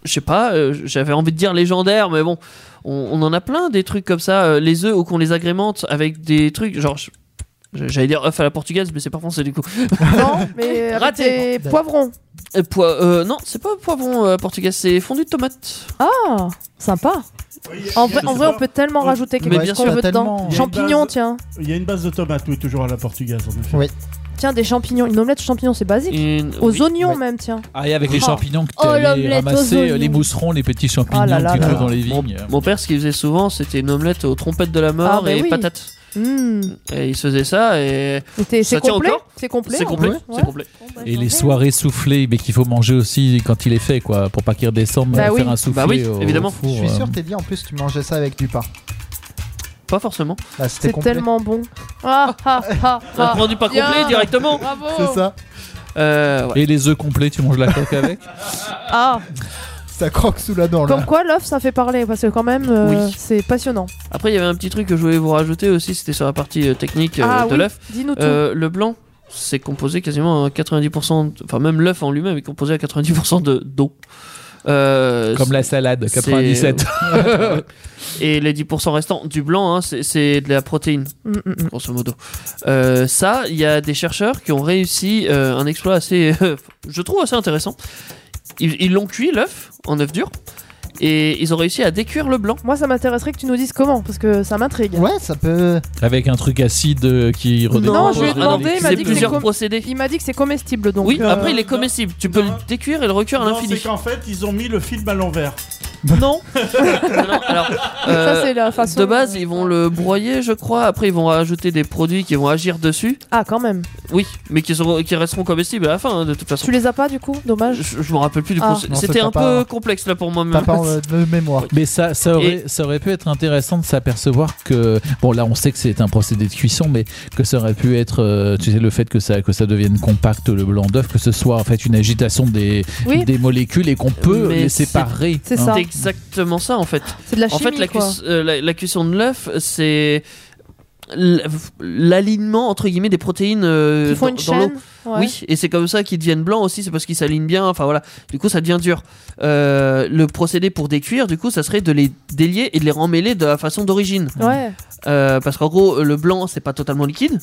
Speaker 5: Je sais pas, euh, j'avais envie de dire légendaires, mais bon, on, on en a plein des trucs comme ça. euh, les œufs ou qu'on les agrémente avec des trucs, genre je- Je- J'allais dire œuf à la portugaise, mais c'est pas français du coup.
Speaker 6: Non, mais avec
Speaker 5: Raté.
Speaker 6: des poivrons.
Speaker 5: Euh, poi- euh, non, c'est pas poivron euh, portugais, c'est fondu de tomate.
Speaker 6: Ah, sympa. En vrai, en vrai, on peut tellement
Speaker 9: on-
Speaker 6: rajouter
Speaker 5: mais bah,
Speaker 6: quelque
Speaker 5: bien
Speaker 6: chose qu'on
Speaker 5: sûr,
Speaker 6: veut
Speaker 4: tellement-
Speaker 6: dedans.
Speaker 4: Il y a
Speaker 9: une
Speaker 6: Champignons,
Speaker 9: base-
Speaker 6: tiens.
Speaker 9: Il y a une base de tomates, oui, toujours à la portugaise, en effet.
Speaker 4: Oui.
Speaker 6: Tiens, des champignons. Une omelette aux champignons, c'est basique.
Speaker 5: Une-
Speaker 6: Aux
Speaker 5: oui.
Speaker 6: oignons,
Speaker 4: Ouais.
Speaker 6: même, tiens.
Speaker 7: Ah, et avec les
Speaker 6: Oh.
Speaker 7: champignons que
Speaker 8: Oh,
Speaker 7: t'allais
Speaker 8: l'omelette aux
Speaker 7: ramasser, euh,
Speaker 8: oignons.
Speaker 7: les mousserons, les petits champignons
Speaker 6: Ah là là
Speaker 7: que tu
Speaker 6: là
Speaker 7: trouves
Speaker 6: là.
Speaker 7: dans les vignes. euh,
Speaker 5: Mon père, ce qu'il faisait souvent, c'était une omelette aux trompettes de la mort
Speaker 6: Ah, bah
Speaker 5: et
Speaker 6: oui.
Speaker 5: patates.
Speaker 6: Hmm.
Speaker 5: Et il se faisait ça et
Speaker 6: Et t'es- C'est
Speaker 5: Ça tient
Speaker 6: complet
Speaker 5: encore
Speaker 6: C'est complet
Speaker 5: c'est
Speaker 6: en
Speaker 5: complet.
Speaker 6: vrai,
Speaker 5: C'est
Speaker 6: ouais.
Speaker 5: complet.
Speaker 7: Et les soirées soufflées, mais qu'il faut manger aussi quand il est fait, quoi, pour pas qu'il redescende,
Speaker 6: Bah
Speaker 7: euh,
Speaker 6: oui.
Speaker 7: faire un soufflé.
Speaker 5: Bah oui,
Speaker 7: au
Speaker 5: évidemment.
Speaker 7: four,
Speaker 4: Je suis
Speaker 7: euh.
Speaker 4: sûr, t'es dit en plus, tu mangeais ça avec du pain.
Speaker 5: Pas forcément.
Speaker 4: Là, c'était
Speaker 6: C'est
Speaker 4: complet.
Speaker 6: tellement bon. Ah, ah, ah,
Speaker 5: On
Speaker 6: ah.
Speaker 5: prend du pas
Speaker 6: bien.
Speaker 5: complet directement.
Speaker 6: Bravo.
Speaker 4: C'est ça,
Speaker 5: Euh, ouais.
Speaker 7: Et les œufs complets, tu manges la coque avec
Speaker 6: Ah,
Speaker 4: ça croque sous la dent
Speaker 6: comme
Speaker 4: là.
Speaker 6: quoi l'œuf ça fait parler parce que quand même euh,
Speaker 5: Oui.
Speaker 6: c'est passionnant.
Speaker 5: Après, il y avait un petit truc que je voulais vous rajouter aussi, c'était sur la partie euh, technique euh,
Speaker 6: ah
Speaker 5: de
Speaker 6: oui,
Speaker 5: l'œuf.
Speaker 6: dis-nous tout.
Speaker 5: Euh, le blanc, c'est composé quasiment à 90%, enfin même l'œuf en lui-même est composé à 90% de d'eau. Euh,
Speaker 7: Comme la salade,
Speaker 5: c'est-
Speaker 7: 97.
Speaker 5: Et les 10% restants du blanc, hein, c'est- c'est de la protéine,
Speaker 6: Mm, mm, mm.
Speaker 5: grosso modo. Euh, ça, il y a des chercheurs qui ont réussi euh, un exploit assez, euh, je trouve assez intéressant. Ils ils l'ont cuit, l'œuf, en œuf dur, et ils ont réussi à décuire le blanc.
Speaker 6: Moi ça m'intéresserait que tu nous dises comment parce que ça m'intrigue.
Speaker 4: Ouais, ça peut.
Speaker 7: Avec un truc acide euh, qui redécompose.
Speaker 6: Non, je lui ai
Speaker 7: les-
Speaker 6: demandé, il m'a
Speaker 5: c'est
Speaker 6: dit que
Speaker 5: plusieurs
Speaker 6: com-
Speaker 5: procédés.
Speaker 6: Il m'a dit que c'est comestible donc.
Speaker 5: oui,
Speaker 6: euh,
Speaker 5: après il est
Speaker 9: non,
Speaker 5: comestible. Tu peux
Speaker 9: non.
Speaker 5: le décuire et le recuire à
Speaker 9: Non,
Speaker 5: l'infini.
Speaker 9: c'est qu'en fait, ils ont mis le film à l'envers.
Speaker 5: Non. Non, alors, euh,
Speaker 6: ça c'est la façon
Speaker 5: de base, ils vont le broyer, je crois. Après, ils vont rajouter des produits qui vont agir dessus.
Speaker 6: Ah quand même.
Speaker 5: Oui, mais qui, seront, qui resteront comestibles à la fin, hein, de toute façon.
Speaker 6: Tu les as pas du coup, dommage.
Speaker 5: Je, je me rappelle plus du
Speaker 6: Ah.
Speaker 5: procé-
Speaker 4: Non, ça,
Speaker 5: C'était
Speaker 4: t'as
Speaker 5: un
Speaker 4: pas-
Speaker 5: peu complexe là pour moi.
Speaker 4: T'as
Speaker 5: même
Speaker 4: pas euh, de mémoire.
Speaker 7: Mais ça, ça, aurait, ça aurait pu être intéressant de s'apercevoir que. Bon, là, on sait que c'est un procédé de cuisson, mais que ça aurait pu être. euh, tu sais, le fait que ça, que ça devienne compact, le blanc d'œuf, que ce soit en fait une agitation des,
Speaker 6: Oui.
Speaker 7: des molécules et qu'on peut
Speaker 5: Mais
Speaker 7: les
Speaker 5: c'est-
Speaker 7: séparer.
Speaker 6: c'est
Speaker 7: hein.
Speaker 6: ça.
Speaker 5: C'est exactement ça en fait.
Speaker 6: C'est de la
Speaker 5: en
Speaker 6: chimie
Speaker 5: fait, la,
Speaker 6: quoi.
Speaker 5: cuis- euh, la- la cuisson de l'œuf, c'est l- l'alignement entre guillemets des protéines euh,
Speaker 6: Ils font
Speaker 5: dans,
Speaker 6: une
Speaker 5: dans l'eau.
Speaker 6: chaîne. ouais.
Speaker 5: Oui, et c'est comme ça qu'ils deviennent blancs aussi, c'est parce qu'ils s'alignent bien, enfin voilà. Du coup, ça devient dur. Euh, le procédé pour décuire, du coup, ça serait de les délier et de les remêler de la façon d'origine.
Speaker 6: Ouais.
Speaker 5: Euh, parce qu'en gros, le blanc, c'est pas totalement liquide,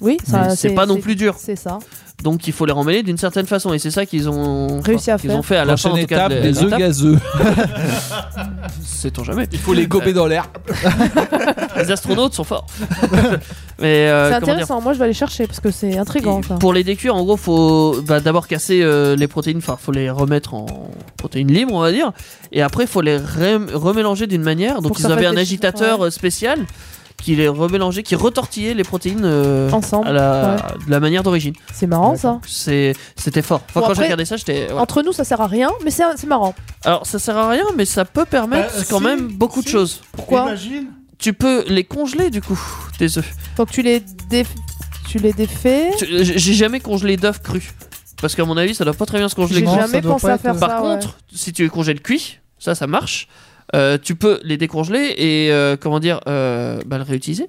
Speaker 6: Oui, ça
Speaker 5: mais c'est pas non plus Euh, dur.
Speaker 6: Ah, C'est ça.
Speaker 5: Donc il faut les remêler d'une certaine façon, et c'est ça qu'ils ont
Speaker 6: Réussi à
Speaker 5: qu'ils
Speaker 6: faire.
Speaker 5: ont fait à la fin,
Speaker 7: Prochaine
Speaker 5: en tout cas,
Speaker 7: étape,
Speaker 5: de-
Speaker 7: des
Speaker 5: de
Speaker 7: œufs
Speaker 5: l'étape.
Speaker 7: gazeux.
Speaker 5: Sait-on jamais. Euh,
Speaker 7: Il faut les gober dans l'air.
Speaker 5: Les astronautes sont forts. mais euh,
Speaker 6: c'est
Speaker 5: comment dire
Speaker 6: intéressant. Moi je vais aller chercher parce que c'est intrigant ça.
Speaker 5: Pour les décuire, en gros, faut bah, d'abord casser euh, les protéines, enfin, faut les remettre en protéines libres, on va dire, et après, faut les rem- remélanger d'une manière. Donc,
Speaker 6: Pour que
Speaker 5: ils
Speaker 6: ça
Speaker 5: avaient
Speaker 6: fasse
Speaker 5: un
Speaker 6: des-
Speaker 5: agitateur
Speaker 6: ouais.
Speaker 5: euh, spécial qui les remélangeait, qui retortillait les protéines euh,
Speaker 6: Ensemble,
Speaker 5: à la, de la manière d'origine.
Speaker 6: C'est marrant ça.
Speaker 5: C'est- C'était fort. Enfin,
Speaker 6: Bon,
Speaker 5: quand j'ai
Speaker 6: après-
Speaker 5: regardé ça, j'étais. voilà.
Speaker 6: Entre nous ça sert à rien mais c'est c'est marrant.
Speaker 5: Alors, ça sert à rien, mais ça peut permettre
Speaker 9: Euh,
Speaker 5: quand
Speaker 9: si,
Speaker 5: même beaucoup de
Speaker 9: si.
Speaker 5: choses.
Speaker 6: Pourquoi
Speaker 9: Imagine.
Speaker 5: Tu peux les congeler, du coup, tes œufs.
Speaker 6: Donc tu les déf- tu les défais.
Speaker 5: Tu- euh, J'ai jamais congelé d'œufs crus. Parce qu'à mon avis, ça doit pas très bien se congeler
Speaker 6: J'ai
Speaker 4: Non, ça
Speaker 6: jamais
Speaker 4: doit
Speaker 6: pensé
Speaker 4: pas
Speaker 6: à
Speaker 4: être-
Speaker 6: faire ça.
Speaker 5: Par
Speaker 6: ouais.
Speaker 5: contre, si tu les congèles cuits, ça, ça marche. Euh, tu peux les décongeler et euh, comment dire, euh, bah, le réutiliser.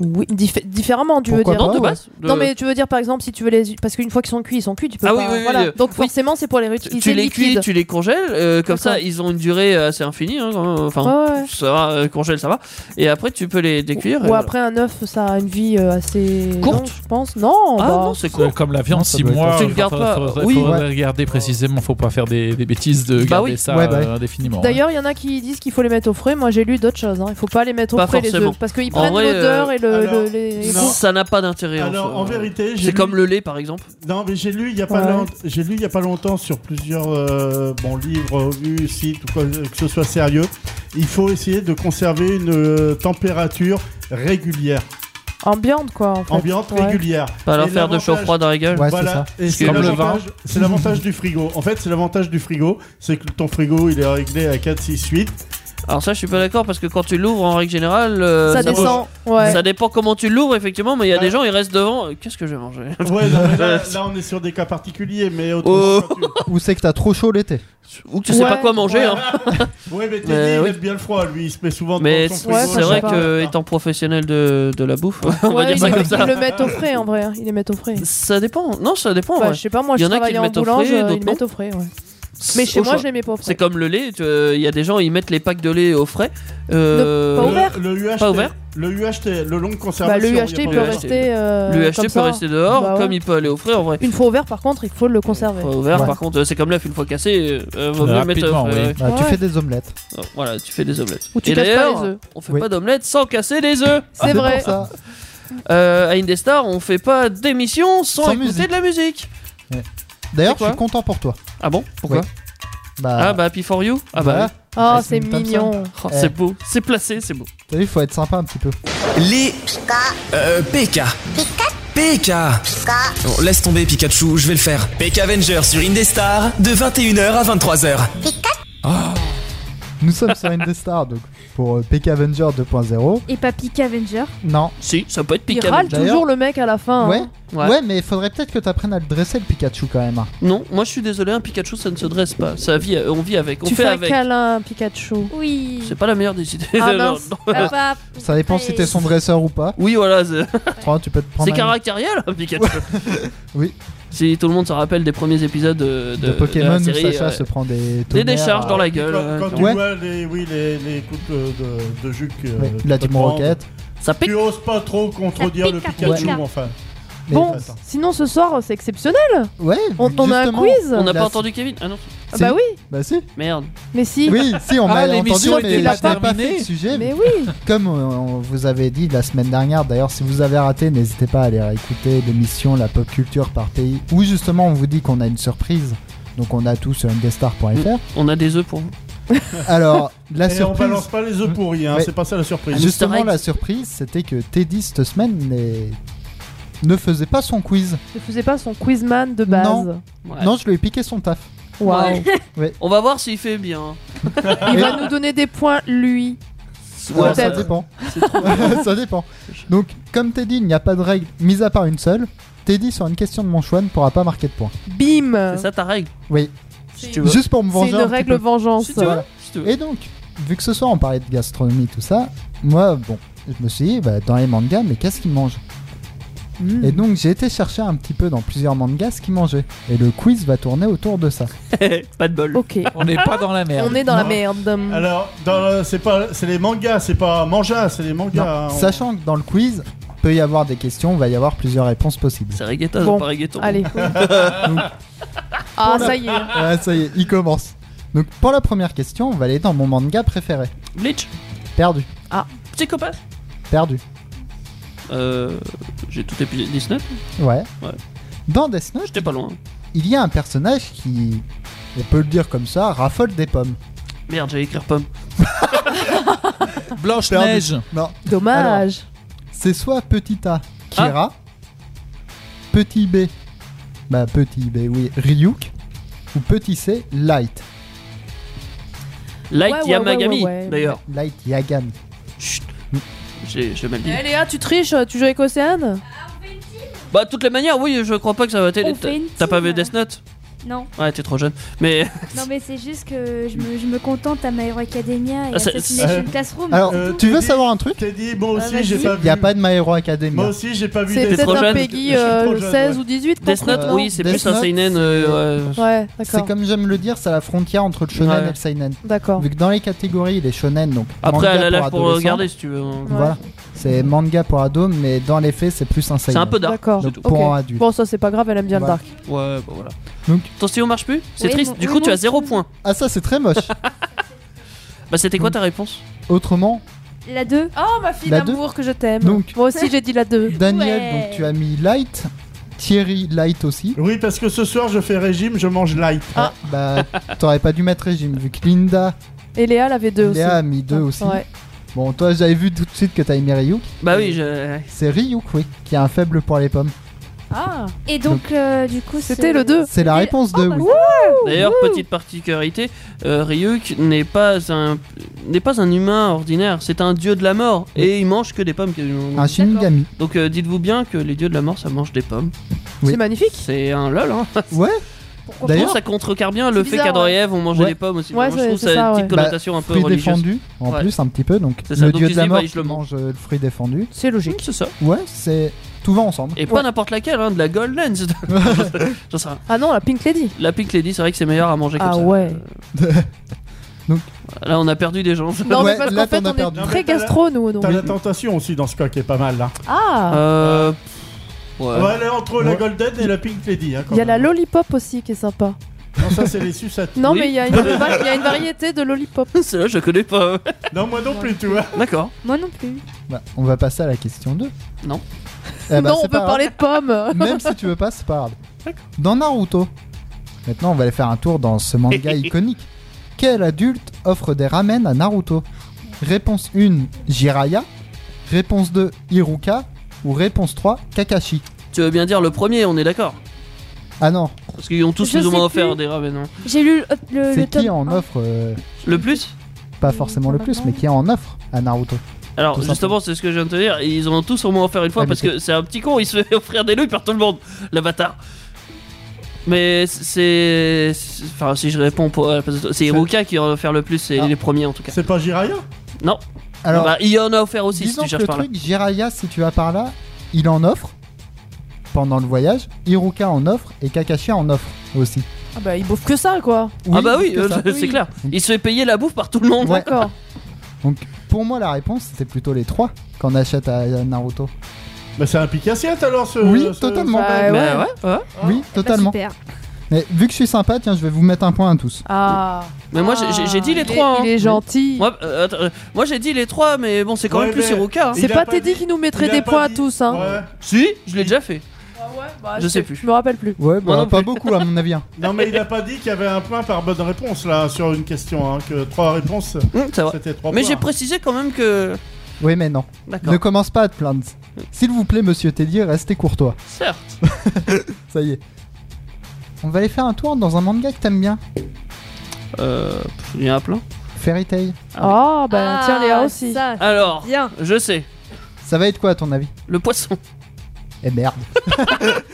Speaker 6: oui, dif- différemment, tu
Speaker 4: Pourquoi
Speaker 6: veux dire.
Speaker 5: non,
Speaker 4: pas,
Speaker 5: de
Speaker 4: ouais.
Speaker 5: base. de-
Speaker 6: Non mais tu veux dire par exemple si tu veux les parce qu'une fois qu'ils sont cuits, ils sont cuits, tu peux
Speaker 5: Ah oui,
Speaker 6: pas.
Speaker 5: oui, oui,
Speaker 6: voilà.
Speaker 5: oui.
Speaker 6: Donc
Speaker 5: Oui.
Speaker 6: forcément c'est pour les
Speaker 5: tu,
Speaker 6: réutiliser.
Speaker 5: tu les cuis,
Speaker 6: liquides.
Speaker 5: tu les congèles. euh, comme ça,
Speaker 6: D'accord.
Speaker 5: ils ont une durée assez infinie. hein, quand même. Enfin,
Speaker 6: Ouais, ouais.
Speaker 5: ça va, euh, congèle, ça va. Et après, tu peux les décuire.
Speaker 6: Ou
Speaker 5: et voilà.
Speaker 6: après un œuf, ça a une vie euh, assez
Speaker 5: Courte.
Speaker 6: longue, je pense. Non,
Speaker 5: Ah
Speaker 6: bah,
Speaker 5: non, c'est cool.
Speaker 7: Comme la
Speaker 4: Non,
Speaker 7: viande,
Speaker 4: ça
Speaker 7: 6
Speaker 4: doit être-
Speaker 7: mois. euh,
Speaker 5: Tu le
Speaker 7: faut-
Speaker 5: gardes
Speaker 7: faut-
Speaker 5: pas.
Speaker 7: faut-
Speaker 5: Oui.
Speaker 7: faut
Speaker 4: Ouais.
Speaker 7: regarder précisément. Faut pas faire des, des bêtises de
Speaker 5: Bah
Speaker 7: garder
Speaker 5: oui.
Speaker 7: ça
Speaker 4: Ouais, bah
Speaker 7: euh, indéfiniment. hein.
Speaker 6: D'ailleurs, il y en a qui disent qu'il faut les mettre au frais. Moi, j'ai lu d'autres choses. hein. Il faut pas les mettre au
Speaker 5: Pas
Speaker 6: frais les
Speaker 5: forcément.
Speaker 6: œufs parce qu'ils
Speaker 5: En
Speaker 6: prennent
Speaker 5: vrai,
Speaker 6: l'odeur et le,
Speaker 9: alors,
Speaker 6: le- les.
Speaker 9: non.
Speaker 5: Ça n'a pas d'intérêt. en
Speaker 9: Alors,
Speaker 5: soi.
Speaker 9: en vérité, j'ai
Speaker 5: c'est
Speaker 9: lu-
Speaker 5: comme le lait, par exemple.
Speaker 9: Non, mais j'ai lu il y a pas
Speaker 6: Ouais.
Speaker 9: long- j'ai lu il y a pas longtemps sur plusieurs euh, bon livres, revues, sites ou quoi que ce soit sérieux. Il faut essayer de conserver une euh, température régulière,
Speaker 6: Ambiante quoi. En fait.
Speaker 9: ambiante
Speaker 6: Ouais.
Speaker 9: régulière.
Speaker 5: Pas
Speaker 9: Et
Speaker 5: leur faire de chaud
Speaker 9: l'avantage-
Speaker 5: froid dans la gueule.
Speaker 4: Ouais, c'est ça.
Speaker 9: Voilà, et c'est
Speaker 7: Comme le
Speaker 9: l'avantage- c'est l'avantage du frigo. En fait, c'est l'avantage du frigo, c'est que ton frigo il est réglé à 4, 6, 8.
Speaker 5: Alors ça, je suis pas d'accord parce que quand tu l'ouvres, en règle générale, euh,
Speaker 6: ça
Speaker 5: ça
Speaker 6: descend. Ouais.
Speaker 5: Ça dépend comment tu l'ouvres, effectivement, mais il y a
Speaker 9: Ah.
Speaker 5: des gens, ils restent devant. euh, Qu'est-ce que je vais manger
Speaker 9: Ouais, non, mais là, là, on est sur des cas particuliers, mais
Speaker 5: Oh.
Speaker 9: autrement. quand tu-
Speaker 4: Ou c'est que t'as trop chaud l'été.
Speaker 5: Ou que tu sais
Speaker 6: Ouais,
Speaker 5: pas quoi manger.
Speaker 6: ouais.
Speaker 5: hein.
Speaker 9: Ouais, mais Teddy,
Speaker 5: Mais
Speaker 9: il
Speaker 5: oui.
Speaker 9: aime bien le froid, lui, il se met souvent
Speaker 5: Mais
Speaker 9: devant
Speaker 5: c'est
Speaker 9: son frigo.
Speaker 6: Ouais,
Speaker 5: c'est
Speaker 6: je
Speaker 5: vrai
Speaker 6: sais pas.
Speaker 5: que étant professionnel de, de la bouffe, on va
Speaker 6: Ouais,
Speaker 5: dire ça
Speaker 6: ils-
Speaker 5: comme ça.
Speaker 6: Ils le mettent au frais en vrai. hein. Ils les mettent au frais.
Speaker 5: Ça dépend. Non, ça dépend.
Speaker 6: Bah,
Speaker 5: ouais.
Speaker 6: je sais pas, moi
Speaker 5: Il y
Speaker 6: je
Speaker 5: en a qui
Speaker 6: travaillais
Speaker 5: le
Speaker 6: en
Speaker 5: mettent au
Speaker 6: boulange,
Speaker 5: frais,
Speaker 6: euh, ils
Speaker 5: d'autres
Speaker 6: le
Speaker 5: non.
Speaker 6: mettent au frais. Ouais. Mais chez
Speaker 5: au
Speaker 6: moi,
Speaker 5: choix.
Speaker 6: je les mets pas au frais.
Speaker 5: c'est comme le lait. tu- euh, Il y a des gens, ils mettent les packs de lait au frais. Euh,
Speaker 6: Pas ouvert
Speaker 9: Le, le UHT,
Speaker 5: Pas ouvert
Speaker 9: Le UHT, le long de
Speaker 6: Bah, le
Speaker 9: conservation.
Speaker 6: UHT, il
Speaker 9: y a
Speaker 6: peut
Speaker 9: pas-
Speaker 5: UHT.
Speaker 6: rester. euh,
Speaker 5: le
Speaker 6: comme
Speaker 5: UHT peut
Speaker 6: ça.
Speaker 5: rester dehors,
Speaker 6: Bah ouais.
Speaker 5: comme il peut aller au frais en vrai.
Speaker 6: Une fois ouvert, par contre, il faut le conserver.
Speaker 5: Pas ouvert,
Speaker 4: Ouais.
Speaker 5: par contre, euh, c'est comme l'œuf, une fois cassé, euh, vaut mieux le mettre
Speaker 7: Rapidement,
Speaker 5: au frais,
Speaker 7: oui.
Speaker 5: ouais.
Speaker 4: Bah, Tu
Speaker 6: Ouais.
Speaker 4: fais des omelettes.
Speaker 5: Oh, Voilà, tu fais des omelettes.
Speaker 6: Ou tu
Speaker 5: Et
Speaker 6: casses pas
Speaker 5: d'ailleurs,
Speaker 6: les œufs.
Speaker 5: on fait
Speaker 4: Oui.
Speaker 5: pas d'omelette sans casser les œufs.
Speaker 6: C'est vrai.
Speaker 4: Ah, pour ça.
Speaker 5: Euh, à Indestar, on fait pas d'émission sans,
Speaker 4: Sans
Speaker 5: écouter
Speaker 4: musique.
Speaker 5: de la musique.
Speaker 4: D'ailleurs,
Speaker 5: C'est
Speaker 4: je
Speaker 5: quoi
Speaker 4: suis content pour toi.
Speaker 5: Ah bon Pourquoi
Speaker 4: Oui.
Speaker 5: Ah bah Happy for You Ah bah
Speaker 4: voilà. Euh.
Speaker 6: Oh,
Speaker 4: Ouais,
Speaker 6: c'est
Speaker 4: c'est comme ça.
Speaker 6: mignon.
Speaker 5: oui. Oh, c'est beau, c'est placé, c'est beau.
Speaker 4: T'as vu, il faut être sympa un petit peu.
Speaker 3: Les. Euh, PK. PK. Bon, laisse tomber Pikachu, je vais le faire. PK Avenger sur Indestar de 21h à 23h.
Speaker 4: Nous sommes sur Indestar, donc pour euh, PK Avenger 2.0.
Speaker 8: Et pas Pika Avenger.
Speaker 4: Non.
Speaker 5: Si, ça peut être
Speaker 6: Il
Speaker 5: Pikachu.
Speaker 6: râle toujours
Speaker 4: D'ailleurs-
Speaker 6: le mec à la fin. hein.
Speaker 4: Ouais.
Speaker 5: Ouais.
Speaker 4: ouais. mais faudrait peut-être que t'apprennes à le dresser le Pikachu quand même. hein.
Speaker 5: Non, moi je suis désolé, un Pikachu ça ne se dresse pas. Ça vit, euh, on vit avec, on
Speaker 6: Tu
Speaker 5: fait
Speaker 6: fais un
Speaker 5: avec.
Speaker 6: câlin à Pikachu.
Speaker 8: Oui.
Speaker 5: C'est pas la meilleure des idées.
Speaker 6: Ah,
Speaker 5: Non,
Speaker 6: mince.
Speaker 5: non.
Speaker 8: Papa.
Speaker 4: Ça dépend si t'es son dresseur ou pas.
Speaker 5: Oui, voilà, c'est
Speaker 4: Tu vois, tu peux te prendre
Speaker 5: c'est
Speaker 4: un-
Speaker 5: caractériel, un Pikachu.
Speaker 4: Oui.
Speaker 5: Si tout le monde se rappelle des premiers épisodes de, de-
Speaker 4: de
Speaker 5: de la
Speaker 4: Pokémon où
Speaker 5: série,
Speaker 4: Sacha
Speaker 5: euh,
Speaker 4: se prend des
Speaker 5: des
Speaker 4: tonnerres,
Speaker 5: décharges dans la gueule.
Speaker 9: Quand,
Speaker 5: euh,
Speaker 9: quand tu
Speaker 4: Ouais.
Speaker 9: vois les, oui, les, les coupes de, de juke. euh,
Speaker 4: ouais,
Speaker 9: tu
Speaker 4: la
Speaker 9: peux
Speaker 4: Team
Speaker 9: prendre.
Speaker 4: Rocket.
Speaker 5: Ça pique.
Speaker 9: Tu oses pas trop contredire
Speaker 8: Ça
Speaker 9: le
Speaker 8: pique,
Speaker 9: Pikachu,
Speaker 8: ouais.
Speaker 9: mais enfin.
Speaker 4: Mais-
Speaker 6: Bon,
Speaker 9: attends.
Speaker 6: sinon ce soir, c'est exceptionnel.
Speaker 4: Ouais,
Speaker 6: On, on a un
Speaker 4: justement.
Speaker 6: quiz.
Speaker 5: On n'a pas
Speaker 4: Là,
Speaker 5: entendu Kevin. Ah non,
Speaker 6: Ah bah oui,
Speaker 4: Bah si.
Speaker 5: merde.
Speaker 6: mais si.
Speaker 4: Oui, si, on
Speaker 7: Ah,
Speaker 4: m'a entendu,
Speaker 7: l'émission était
Speaker 4: mais
Speaker 7: pas
Speaker 4: je n'ai pas
Speaker 7: terminée.
Speaker 4: fait le sujet.
Speaker 6: Mais oui,
Speaker 4: Comme euh, on vous avait dit la semaine dernière, d'ailleurs, si vous avez raté, n'hésitez pas à aller écouter l'émission La Pop Culture par pays, où justement on vous dit qu'on a une surprise. Donc on a tout sur mdstar.fr.
Speaker 5: On a des œufs pour vous.
Speaker 4: Alors, la
Speaker 9: Et on
Speaker 4: surprise,
Speaker 9: balance pas les œufs pourris, hein,
Speaker 4: Ouais.
Speaker 9: c'est pas ça la surprise.
Speaker 4: justement
Speaker 5: Easter egg.
Speaker 4: la surprise, c'était que Teddy cette semaine n'est- ne faisait pas son quiz.
Speaker 6: ne faisais pas son quizman de base.
Speaker 4: Non.
Speaker 5: Ouais.
Speaker 4: Non, je lui ai piqué son taf.
Speaker 6: Waouh.
Speaker 5: Ouais. On va voir s'il fait bien.
Speaker 6: Il va nous donner des points lui.
Speaker 4: Ouais, ça
Speaker 6: Peut-être.
Speaker 4: dépend. ça dépend. Donc, comme Teddy, il n'y a pas de règle, mis à part une seule. Teddy, sur une question de mon choix, ne pourra pas marquer de points.
Speaker 6: Bim.
Speaker 5: C'est ça ta règle
Speaker 4: Oui.
Speaker 5: Si tu veux.
Speaker 4: Juste pour me
Speaker 6: C'est
Speaker 4: venger.
Speaker 6: une
Speaker 4: un petit
Speaker 6: règle
Speaker 4: peu.
Speaker 6: vengeance.
Speaker 5: Si tu veux. Si tu veux.
Speaker 4: Et donc, vu que ce soir on parlait de gastronomie tout ça, moi, bon, je me suis dit, bah, dans les mangas, mais qu'est-ce qu'ils mangent
Speaker 6: Mm.
Speaker 4: Et donc, j'ai été chercher un petit peu dans plusieurs mangas ce qu'ils mangeaient. Et le quiz va tourner autour de ça.
Speaker 5: pas de bol.
Speaker 6: Ok.
Speaker 7: On n'est pas dans la merde.
Speaker 6: On est dans la
Speaker 9: Non.
Speaker 6: merde.
Speaker 9: Alors, dans le- c'est pas, c'est les mangas, c'est pas manga, c'est les
Speaker 4: Non,
Speaker 9: mangas. hein, on-
Speaker 4: Sachant que dans le quiz, peut y avoir des questions, il va y avoir plusieurs réponses possibles.
Speaker 5: C'est reggaeton,
Speaker 6: Bon.
Speaker 5: pas reggaeton.
Speaker 6: Allez. ah ça y est.
Speaker 4: Ah, ça y est, il commence. Donc, pour la première question, on va aller dans mon manga préféré.
Speaker 5: Bleach,
Speaker 4: Perdu,
Speaker 5: psychopathe.
Speaker 4: perdu.
Speaker 5: Euh, J'ai tout épuisé. Disney,
Speaker 4: Ouais.
Speaker 5: Ouais.
Speaker 4: Dans Death Note,
Speaker 5: j'étais pas loin.
Speaker 4: il y a un personnage qui, on peut le dire comme ça, raffole des pommes.
Speaker 5: Merde, j'allais écrire pomme.
Speaker 7: Blanche
Speaker 4: Perdu.
Speaker 7: neige.
Speaker 4: Non,
Speaker 6: Dommage.
Speaker 4: c'est soit petit A,
Speaker 5: Ah.
Speaker 4: Kira, petit B, bah petit B, oui, Ryuk, ou petit C, Light.
Speaker 5: Light
Speaker 6: Ouais, ouais,
Speaker 5: Yamagami,
Speaker 6: ouais, ouais, ouais.
Speaker 5: d'ailleurs.
Speaker 4: Light Yagami.
Speaker 5: Chut. J'ai j'ai mal dit.
Speaker 6: Eh, Léa, tu triches, tu joues avec Océane
Speaker 5: Bah, de toutes les manières, oui, je crois pas que ça va t'aider.
Speaker 8: On fait une
Speaker 5: T'as pas vu
Speaker 8: team.
Speaker 5: Death Note
Speaker 8: Non,
Speaker 6: euh,
Speaker 5: Ouais, t'es trop jeune. Mais
Speaker 8: non mais c'est juste que je me, je me contente à My Hero Academia et
Speaker 5: Ah, ça-
Speaker 8: Assassination
Speaker 9: ça-
Speaker 8: Classroom.
Speaker 4: Alors,
Speaker 9: Euh,
Speaker 4: tu veux
Speaker 9: Teddy-
Speaker 4: savoir un truc
Speaker 9: T'es dit, moi aussi
Speaker 8: vas-y.
Speaker 9: j'ai pas
Speaker 4: Ah, Il y a
Speaker 9: vu.
Speaker 4: pas de My Hero hein. Academia.
Speaker 9: Moi aussi j'ai pas vu.
Speaker 6: C'est
Speaker 9: des-
Speaker 5: trop
Speaker 6: peut-être un
Speaker 5: jeune.
Speaker 6: Peggy
Speaker 9: Je suis
Speaker 6: euh,
Speaker 9: trop jeune,
Speaker 6: 16
Speaker 9: ouais.
Speaker 6: ou 18
Speaker 5: Death Note,
Speaker 6: peut-être,
Speaker 5: oui, c'est
Speaker 4: Death
Speaker 5: plus un
Speaker 4: Note,
Speaker 5: seinen. euh,
Speaker 6: non Ouais,
Speaker 4: C'est
Speaker 6: d'accord.
Speaker 4: comme j'aime le dire, c'est la frontière entre le shonen
Speaker 5: Ouais.
Speaker 4: et le seinen.
Speaker 6: D'accord.
Speaker 4: Vu que dans les catégories, il est shonen, donc
Speaker 5: Après,
Speaker 4: manga
Speaker 5: elle a l'âge pour le
Speaker 4: adolescents.
Speaker 5: regarder si tu veux.
Speaker 4: Voilà, c'est manga pour ados, mais dans les faits, c'est plus un
Speaker 5: C'est
Speaker 4: seinen.
Speaker 5: un peu dark.
Speaker 6: D'accord.
Speaker 5: c'est
Speaker 4: Donc,
Speaker 5: tout.
Speaker 6: Ok.
Speaker 4: pour un adulte.
Speaker 6: Bon, ça c'est pas grave, elle aime bien
Speaker 4: Voilà.
Speaker 6: le dark.
Speaker 5: Ouais, bah voilà.
Speaker 4: Donc-
Speaker 5: Ton stylo marche plus C'est
Speaker 8: Oui,
Speaker 5: triste.
Speaker 8: mon-
Speaker 5: Du
Speaker 8: oui,
Speaker 5: coup,
Speaker 8: mon
Speaker 5: tu as zéro
Speaker 8: stylo.
Speaker 5: point.
Speaker 4: Ah ça c'est très moche.
Speaker 5: Bah, c'était
Speaker 4: Mm.
Speaker 5: quoi ta réponse
Speaker 4: Autrement,
Speaker 8: La 2.
Speaker 6: Oh, ma fille
Speaker 4: La deux
Speaker 6: d'amour que je t'aime.
Speaker 4: Donc-
Speaker 6: Moi aussi j'ai dit la 2.
Speaker 4: Daniel,
Speaker 8: Ouais.
Speaker 4: donc tu as mis light, Thierry light aussi.
Speaker 9: Oui, parce que ce soir je fais régime, je mange light.
Speaker 6: Ah.
Speaker 4: Bah t'aurais pas dû mettre régime vu que Linda,
Speaker 6: Et Léa, elle avait 2 aussi. Ah,
Speaker 4: Léa a mis deux aussi.
Speaker 6: Ouais.
Speaker 4: Bon toi j'avais vu tout de suite que t'avais mis Ryuk.
Speaker 5: Bah oui, je.
Speaker 4: C'est Ryuk oui, qui a un faible pour les pommes.
Speaker 6: Ah
Speaker 8: Et donc euh, du coup
Speaker 6: C'était
Speaker 8: ce-
Speaker 6: le 2.
Speaker 4: C'est la
Speaker 8: Et-
Speaker 4: réponse
Speaker 6: Oh,
Speaker 4: de
Speaker 8: bah,
Speaker 4: oui.
Speaker 5: D'ailleurs, petite particularité, euh, Ryuk n'est pas un n'est pas un humain ordinaire, c'est un dieu de la mort et il mange que des pommes.
Speaker 6: Ah,
Speaker 4: Un Shinigami.
Speaker 5: Donc euh, dites-vous bien que les dieux de la mort ça mange des pommes.
Speaker 4: Oui.
Speaker 6: C'est magnifique.
Speaker 5: C'est un lol hein.
Speaker 4: Ouais.
Speaker 5: Pourquoi
Speaker 4: D'ailleurs-
Speaker 5: pas, ça contrecarre bien le
Speaker 6: C'est
Speaker 5: fait
Speaker 6: bizarre,
Speaker 5: qu'Adam et Ève ont mangé
Speaker 4: Ouais.
Speaker 5: des pommes aussi.
Speaker 6: Ouais,
Speaker 5: Moi, je
Speaker 6: c'est-
Speaker 5: trouve
Speaker 6: c'est
Speaker 5: ça a
Speaker 6: ça,
Speaker 5: une
Speaker 6: ouais. Bah,
Speaker 5: petite connotation un peu
Speaker 4: Fruit
Speaker 5: religieuse.
Speaker 4: défendu en
Speaker 5: Ouais.
Speaker 4: plus un petit peu donc
Speaker 5: C'est ça,
Speaker 4: le
Speaker 5: donc
Speaker 4: dieu
Speaker 5: tu
Speaker 4: de la
Speaker 5: dis, bah,
Speaker 4: mort
Speaker 5: je
Speaker 4: qui
Speaker 5: le
Speaker 4: mange euh, le fruit défendu.
Speaker 6: C'est
Speaker 5: Mm,
Speaker 6: logique.
Speaker 5: C'est ça.
Speaker 4: Ouais c'est tout va ensemble.
Speaker 5: Et pas n'importe laquelle, hein, de la Golden. c'est- J'en sais rien.
Speaker 6: Ah non, la Pink Lady.
Speaker 5: La Pink Lady, c'est vrai que c'est meilleur à manger comme
Speaker 6: Ah
Speaker 5: ça.
Speaker 6: ouais.
Speaker 5: Là, on a perdu des gens.
Speaker 6: Non,
Speaker 4: Ouais,
Speaker 6: mais parce
Speaker 4: là,
Speaker 6: qu'en fait,
Speaker 4: t'en as
Speaker 6: on
Speaker 4: perdu.
Speaker 6: est très gastro, nous. donc.
Speaker 9: T'as la tentation aussi dans ce cas qui est pas mal là.
Speaker 6: Ah
Speaker 5: Euh. Ouais.
Speaker 9: Ouais, elle est entre la
Speaker 4: Ouais.
Speaker 9: Golden et la Pink Lady. hein, quand
Speaker 6: Il y a la
Speaker 9: même.
Speaker 6: Lollipop aussi qui est sympa.
Speaker 9: Non, ça c'est les sucettes.
Speaker 6: Non,
Speaker 5: Oui.
Speaker 6: mais il y, a une va- il y a une variété de Lollipop.
Speaker 5: Celle-là, je connais pas.
Speaker 9: Non, moi non plus, tu vois.
Speaker 5: D'accord.
Speaker 8: Moi non plus.
Speaker 4: Bah, on va passer à la question 2.
Speaker 5: Non.
Speaker 4: Eh bah,
Speaker 6: non,
Speaker 4: c'est
Speaker 6: on peut
Speaker 4: pas grave.
Speaker 6: parler de pommes.
Speaker 4: Même si tu veux pas, c'est pas grave. Dans Naruto, maintenant on va aller faire un tour dans ce manga iconique. Quel adulte offre des ramen à Naruto Réponse 1, Jiraya. Réponse 2, Iruka. Ou réponse 3, Kakashi.
Speaker 5: Tu veux bien dire le premier, on est d'accord.
Speaker 4: Ah non,
Speaker 5: Parce qu'ils ont tous
Speaker 8: Je
Speaker 5: plus ou moins
Speaker 8: sais
Speaker 5: offert
Speaker 8: plus.
Speaker 5: des ramen. hein.
Speaker 8: J'ai lu le, le, le
Speaker 4: c'est qui
Speaker 8: tome
Speaker 4: en
Speaker 8: un.
Speaker 4: offre euh,
Speaker 5: Le plus
Speaker 4: Pas forcément le plus, mais qui en offre à Naruto.
Speaker 5: Alors,
Speaker 4: Tout
Speaker 5: justement, c'est ce que je viens de te dire. Ils en ont tous au moins offert une fois
Speaker 4: Ouais, mais
Speaker 5: parce que c'est un petit con, il se fait offrir des nouilles par tout le monde, l'avatar. Mais c'est. c'est- Enfin, si je réponds pour. à la place de toi, C'est Iruka qui en a offert le plus, c'est
Speaker 4: Ah.
Speaker 5: les premiers en tout cas.
Speaker 9: C'est pas Jiraya
Speaker 5: Non,
Speaker 4: Alors,
Speaker 5: bah, il en a offert aussi si
Speaker 4: disons
Speaker 5: tu
Speaker 4: que
Speaker 5: cherches
Speaker 4: le
Speaker 5: par là.
Speaker 4: truc, Jiraya, si tu vas par là, il en offre pendant le voyage. Iruka en offre et Kakashi en offre aussi.
Speaker 6: Ah bah, ils bouffent que ça, quoi.
Speaker 5: ah bah oui,
Speaker 4: que
Speaker 5: euh,
Speaker 4: ça.
Speaker 5: c'est clair. Il se fait payer la bouffe par tout le monde.
Speaker 4: Ouais.
Speaker 6: D'accord.
Speaker 4: Pour moi, la réponse, c'était plutôt les trois qu'on achète à à Naruto.
Speaker 9: Bah, c'est un pique-assiette alors ce.
Speaker 4: Oui,
Speaker 9: ce-
Speaker 4: totalement.
Speaker 6: Bah, ouais.
Speaker 5: Bah ouais, ouais.
Speaker 4: Oui, totalement.
Speaker 8: Bah, super.
Speaker 4: Mais vu que je suis sympa, tiens, je vais vous mettre un point à tous.
Speaker 6: Ah.
Speaker 5: Mais moi, j'ai- j'ai- j'ai dit les
Speaker 6: Il est-
Speaker 5: trois, hein.
Speaker 6: Il est gentil.
Speaker 5: Moi, euh, attends, euh, moi, j'ai dit les trois, mais bon, c'est quand
Speaker 9: Ouais,
Speaker 5: même plus
Speaker 9: mais-
Speaker 5: Iruka. hein.
Speaker 9: Il
Speaker 6: C'est
Speaker 9: a
Speaker 6: pas
Speaker 9: pas
Speaker 6: Teddy
Speaker 9: dit-
Speaker 6: qui nous mettrait
Speaker 9: il a
Speaker 6: des
Speaker 9: pas
Speaker 6: points à
Speaker 9: dit-
Speaker 6: tous, hein.
Speaker 9: Ouais.
Speaker 5: Si, je l'ai déjà fait. Ah bah, Je sais plus.
Speaker 6: Je me rappelle plus.
Speaker 4: Ouais,
Speaker 5: Moi
Speaker 4: bah,
Speaker 5: non
Speaker 4: pas
Speaker 5: plus.
Speaker 4: beaucoup à mon avis. hein.
Speaker 9: Non, mais il a pas dit qu'il y avait un point par bonne réponse là sur une question. Hein, que trois réponses,
Speaker 5: Hum, ça va.
Speaker 9: c'était trois
Speaker 5: Mais
Speaker 9: points.
Speaker 5: j'ai précisé quand même que.
Speaker 4: Oui, mais non.
Speaker 5: D'accord.
Speaker 4: Ne commence pas à te plaindre. S'il vous plaît, monsieur Teddy, restez courtois.
Speaker 5: Certes.
Speaker 4: Ça y est. On va aller faire un tour dans un manga que t'aimes bien
Speaker 5: Euh, pff, il y en a plein.
Speaker 4: Fairy Tail.
Speaker 6: Ah, bah, tiens, Léa
Speaker 8: Ah,
Speaker 6: aussi.
Speaker 8: ça,
Speaker 5: Alors,
Speaker 8: bien.
Speaker 5: je sais.
Speaker 4: Ça va être quoi à ton avis
Speaker 5: Le poisson.
Speaker 4: Eh merde.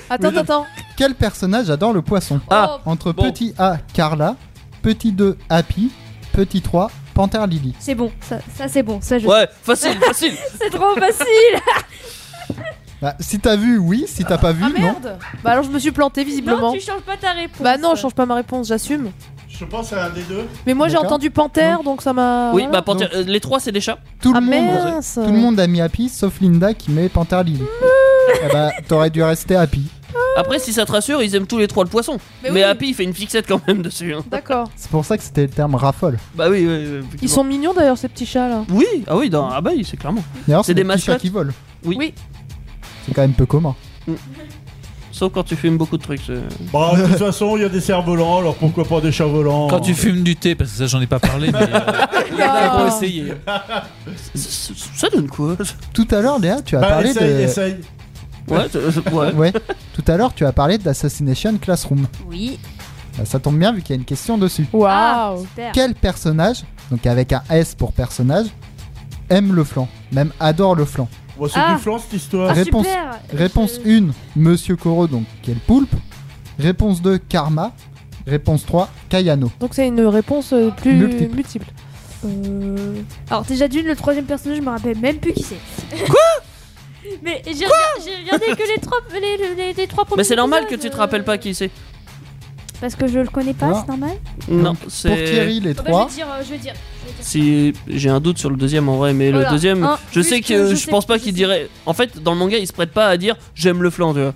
Speaker 6: Attends, attends.
Speaker 4: Quel personnage adore le poisson
Speaker 5: Ah.
Speaker 8: Oh,
Speaker 4: Entre
Speaker 5: Bon.
Speaker 4: petit A, Carla. Petit 2, Happy. Petit 3, Panthère Lily.
Speaker 8: C'est bon, ça, ça, c'est bon, ça je
Speaker 5: Ouais, facile, facile.
Speaker 8: C'est trop facile
Speaker 4: Bah, si t'as vu, oui. Si t'as pas vu,
Speaker 6: Ah
Speaker 4: non.
Speaker 6: merde Bah alors je me suis plantée
Speaker 8: Non,
Speaker 6: visiblement.
Speaker 8: tu changes pas ta réponse.
Speaker 6: Bah non, je change pas ma réponse, j'assume.
Speaker 9: Je pense à un des deux.
Speaker 6: Mais moi j'ai
Speaker 4: D'accord.
Speaker 6: entendu panthère donc ça m'a.
Speaker 5: Oui, bah
Speaker 6: voilà.
Speaker 5: panthère- euh, les trois c'est des chats.
Speaker 4: Tout le
Speaker 6: Ah
Speaker 4: monde.
Speaker 6: mince
Speaker 4: Tout le monde a mis Happy sauf Linda qui met Panthère Lily. Eh bah, t'aurais dû rester Happy.
Speaker 5: Après, si ça te rassure, ils aiment tous les trois le poisson. Mais,
Speaker 6: Mais oui.
Speaker 5: Happy, il fait une fixette quand même dessus. hein.
Speaker 6: D'accord.
Speaker 4: C'est pour ça que c'était le terme raffole.
Speaker 5: Bah oui, oui, oui, effectivement.
Speaker 6: Ils sont mignons d'ailleurs ces petits chats là.
Speaker 5: Oui, ah oui, dans... ah bah oui, c'est clairement.
Speaker 4: D'ailleurs,
Speaker 5: C'est
Speaker 4: c'est
Speaker 5: des
Speaker 4: des petits chats
Speaker 5: mascottes.
Speaker 4: qui volent.
Speaker 5: Oui.
Speaker 6: Oui.
Speaker 4: C'est quand même peu commun.
Speaker 5: Sauf quand tu fumes beaucoup de trucs. c'est-
Speaker 9: Bah, de toute façon, il y a des cerfs-volants, alors pourquoi pas des chats-volants
Speaker 7: Quand tu fumes du thé, parce que ça j'en ai pas parlé, mais euh,
Speaker 6: Ah.
Speaker 7: faut essayer.
Speaker 5: Ça ça donne quoi
Speaker 4: Tout à l'heure, Léa, tu as
Speaker 9: Bah,
Speaker 4: parlé
Speaker 9: essaye,
Speaker 4: de.
Speaker 9: essaye.
Speaker 5: Ouais, c'est- ouais.
Speaker 4: Ouais. Tout à l'heure, tu as parlé d'Assassination Classroom.
Speaker 8: Oui.
Speaker 4: Bah, ça tombe bien vu qu'il y a une question dessus.
Speaker 8: Ah,
Speaker 6: Waouh
Speaker 8: super.
Speaker 4: Quel personnage, donc avec un S pour personnage, aime le flan Même adore le flan
Speaker 9: Bon, c'est
Speaker 8: Ah.
Speaker 9: du flan cette histoire.
Speaker 8: Ah,
Speaker 4: Réponse-
Speaker 8: super.
Speaker 4: Réponse
Speaker 8: Je-
Speaker 4: 1, Monsieur Koro, donc qui est le poulpe. Réponse 2, Karma. Réponse 3, Kayano.
Speaker 6: Donc c'est une réponse euh, plus
Speaker 4: Multiple.
Speaker 6: multiple.
Speaker 8: Euh, Alors déjà d'une, le troisième personnage, je me rappelle même plus qui c'est. Quoi Mais j'ai regardé, j'ai regardé que les trois, les, les- les- les trois premiers.
Speaker 5: Mais c'est normal que
Speaker 8: épisodes,
Speaker 5: tu te
Speaker 8: euh,
Speaker 5: rappelles pas qui c'est.
Speaker 8: Parce que je le connais pas,
Speaker 4: Non.
Speaker 8: c'est normal.
Speaker 5: Non,
Speaker 4: Pour
Speaker 5: c'est.
Speaker 4: Thierry, les
Speaker 8: Ah bah,
Speaker 4: trois.
Speaker 8: je vais dire, euh, je vais dire. je vais dire.
Speaker 5: Si j'ai un doute sur le deuxième en vrai, mais
Speaker 8: Voilà.
Speaker 5: le deuxième,
Speaker 8: Un,
Speaker 5: je
Speaker 8: plus
Speaker 5: sais que,
Speaker 8: que
Speaker 5: je,
Speaker 8: je sais
Speaker 5: pense pas
Speaker 8: que je
Speaker 5: qu'il
Speaker 8: sais.
Speaker 5: dirait. En fait, dans le manga, il se prête pas à dire j'aime le flan, tu vois.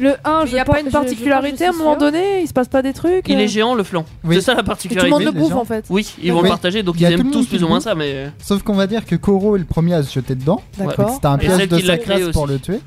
Speaker 6: Le 1,
Speaker 8: Mais
Speaker 6: je
Speaker 8: y a
Speaker 6: pense-
Speaker 8: pas une
Speaker 6: je- je pense que
Speaker 8: particularité à un
Speaker 6: c'est
Speaker 8: moment
Speaker 6: sûr. donné, il se passe pas des trucs.
Speaker 5: Il
Speaker 6: euh.
Speaker 5: est géant le flan.
Speaker 4: Oui.
Speaker 5: C'est ça la
Speaker 6: Et tout le monde
Speaker 5: particularité.
Speaker 6: le
Speaker 4: les
Speaker 6: bouffe
Speaker 4: gens.
Speaker 6: en fait.
Speaker 5: Oui, ils vont
Speaker 4: Oui.
Speaker 5: le partager, donc
Speaker 4: Il y
Speaker 5: ils
Speaker 4: a tout le
Speaker 5: aiment
Speaker 4: monde
Speaker 5: tous
Speaker 4: qui
Speaker 5: plus
Speaker 4: le
Speaker 5: ou moins
Speaker 4: bouffe.
Speaker 5: ça, mais. euh,
Speaker 4: Sauf qu'on va dire que Koro est le premier à se jeter dedans. Donc
Speaker 6: D'accord.
Speaker 4: C'était un
Speaker 5: Et
Speaker 4: piège
Speaker 5: celle
Speaker 4: de
Speaker 5: qui l'a
Speaker 4: sa
Speaker 5: créé
Speaker 4: classe pour
Speaker 5: aussi.
Speaker 4: le tuer.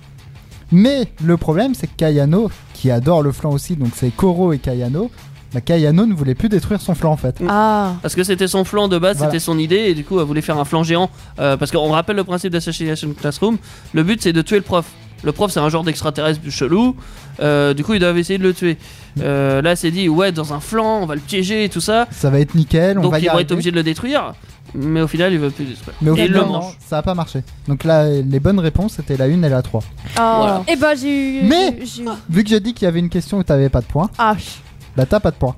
Speaker 4: Mais le problème, c'est que Kayano, qui adore le flan aussi, donc c'est Koro et Kayano, bah Kayano ne voulait plus détruire son flan en fait.
Speaker 6: Ah
Speaker 5: Parce que c'était son flanc de base,
Speaker 4: Voilà.
Speaker 5: c'était son idée, et du coup, elle voulait faire un flanc géant. Euh, parce qu'on rappelle le principe d'Assassination Classroom le but c'est de tuer le prof. Le prof, c'est un genre d'extraterrestre chelou, euh, du coup, ils doivent essayer de le tuer. Euh, là, c'est dit, ouais, dans un flanc, on va le piéger et tout ça,
Speaker 4: Ça va être nickel, on
Speaker 5: donc
Speaker 4: va
Speaker 5: ils
Speaker 4: y
Speaker 5: vont
Speaker 4: arriver.
Speaker 5: être obligés de le détruire, mais au final, ils veulent plus le détruire.
Speaker 4: Mais au
Speaker 5: Et ils
Speaker 4: final,
Speaker 5: le
Speaker 4: non,
Speaker 5: mangent.
Speaker 4: ça a pas marché. Donc là, les bonnes réponses c'était la 1 et la 3.
Speaker 6: Ah
Speaker 5: Voilà.
Speaker 8: Eh ben j'ai eu.
Speaker 4: Mais-
Speaker 8: j'ai eu-
Speaker 4: Vu que j'ai dit qu'il y avait une question où t'avais pas de points,
Speaker 6: Ah
Speaker 4: bah t'as pas de points.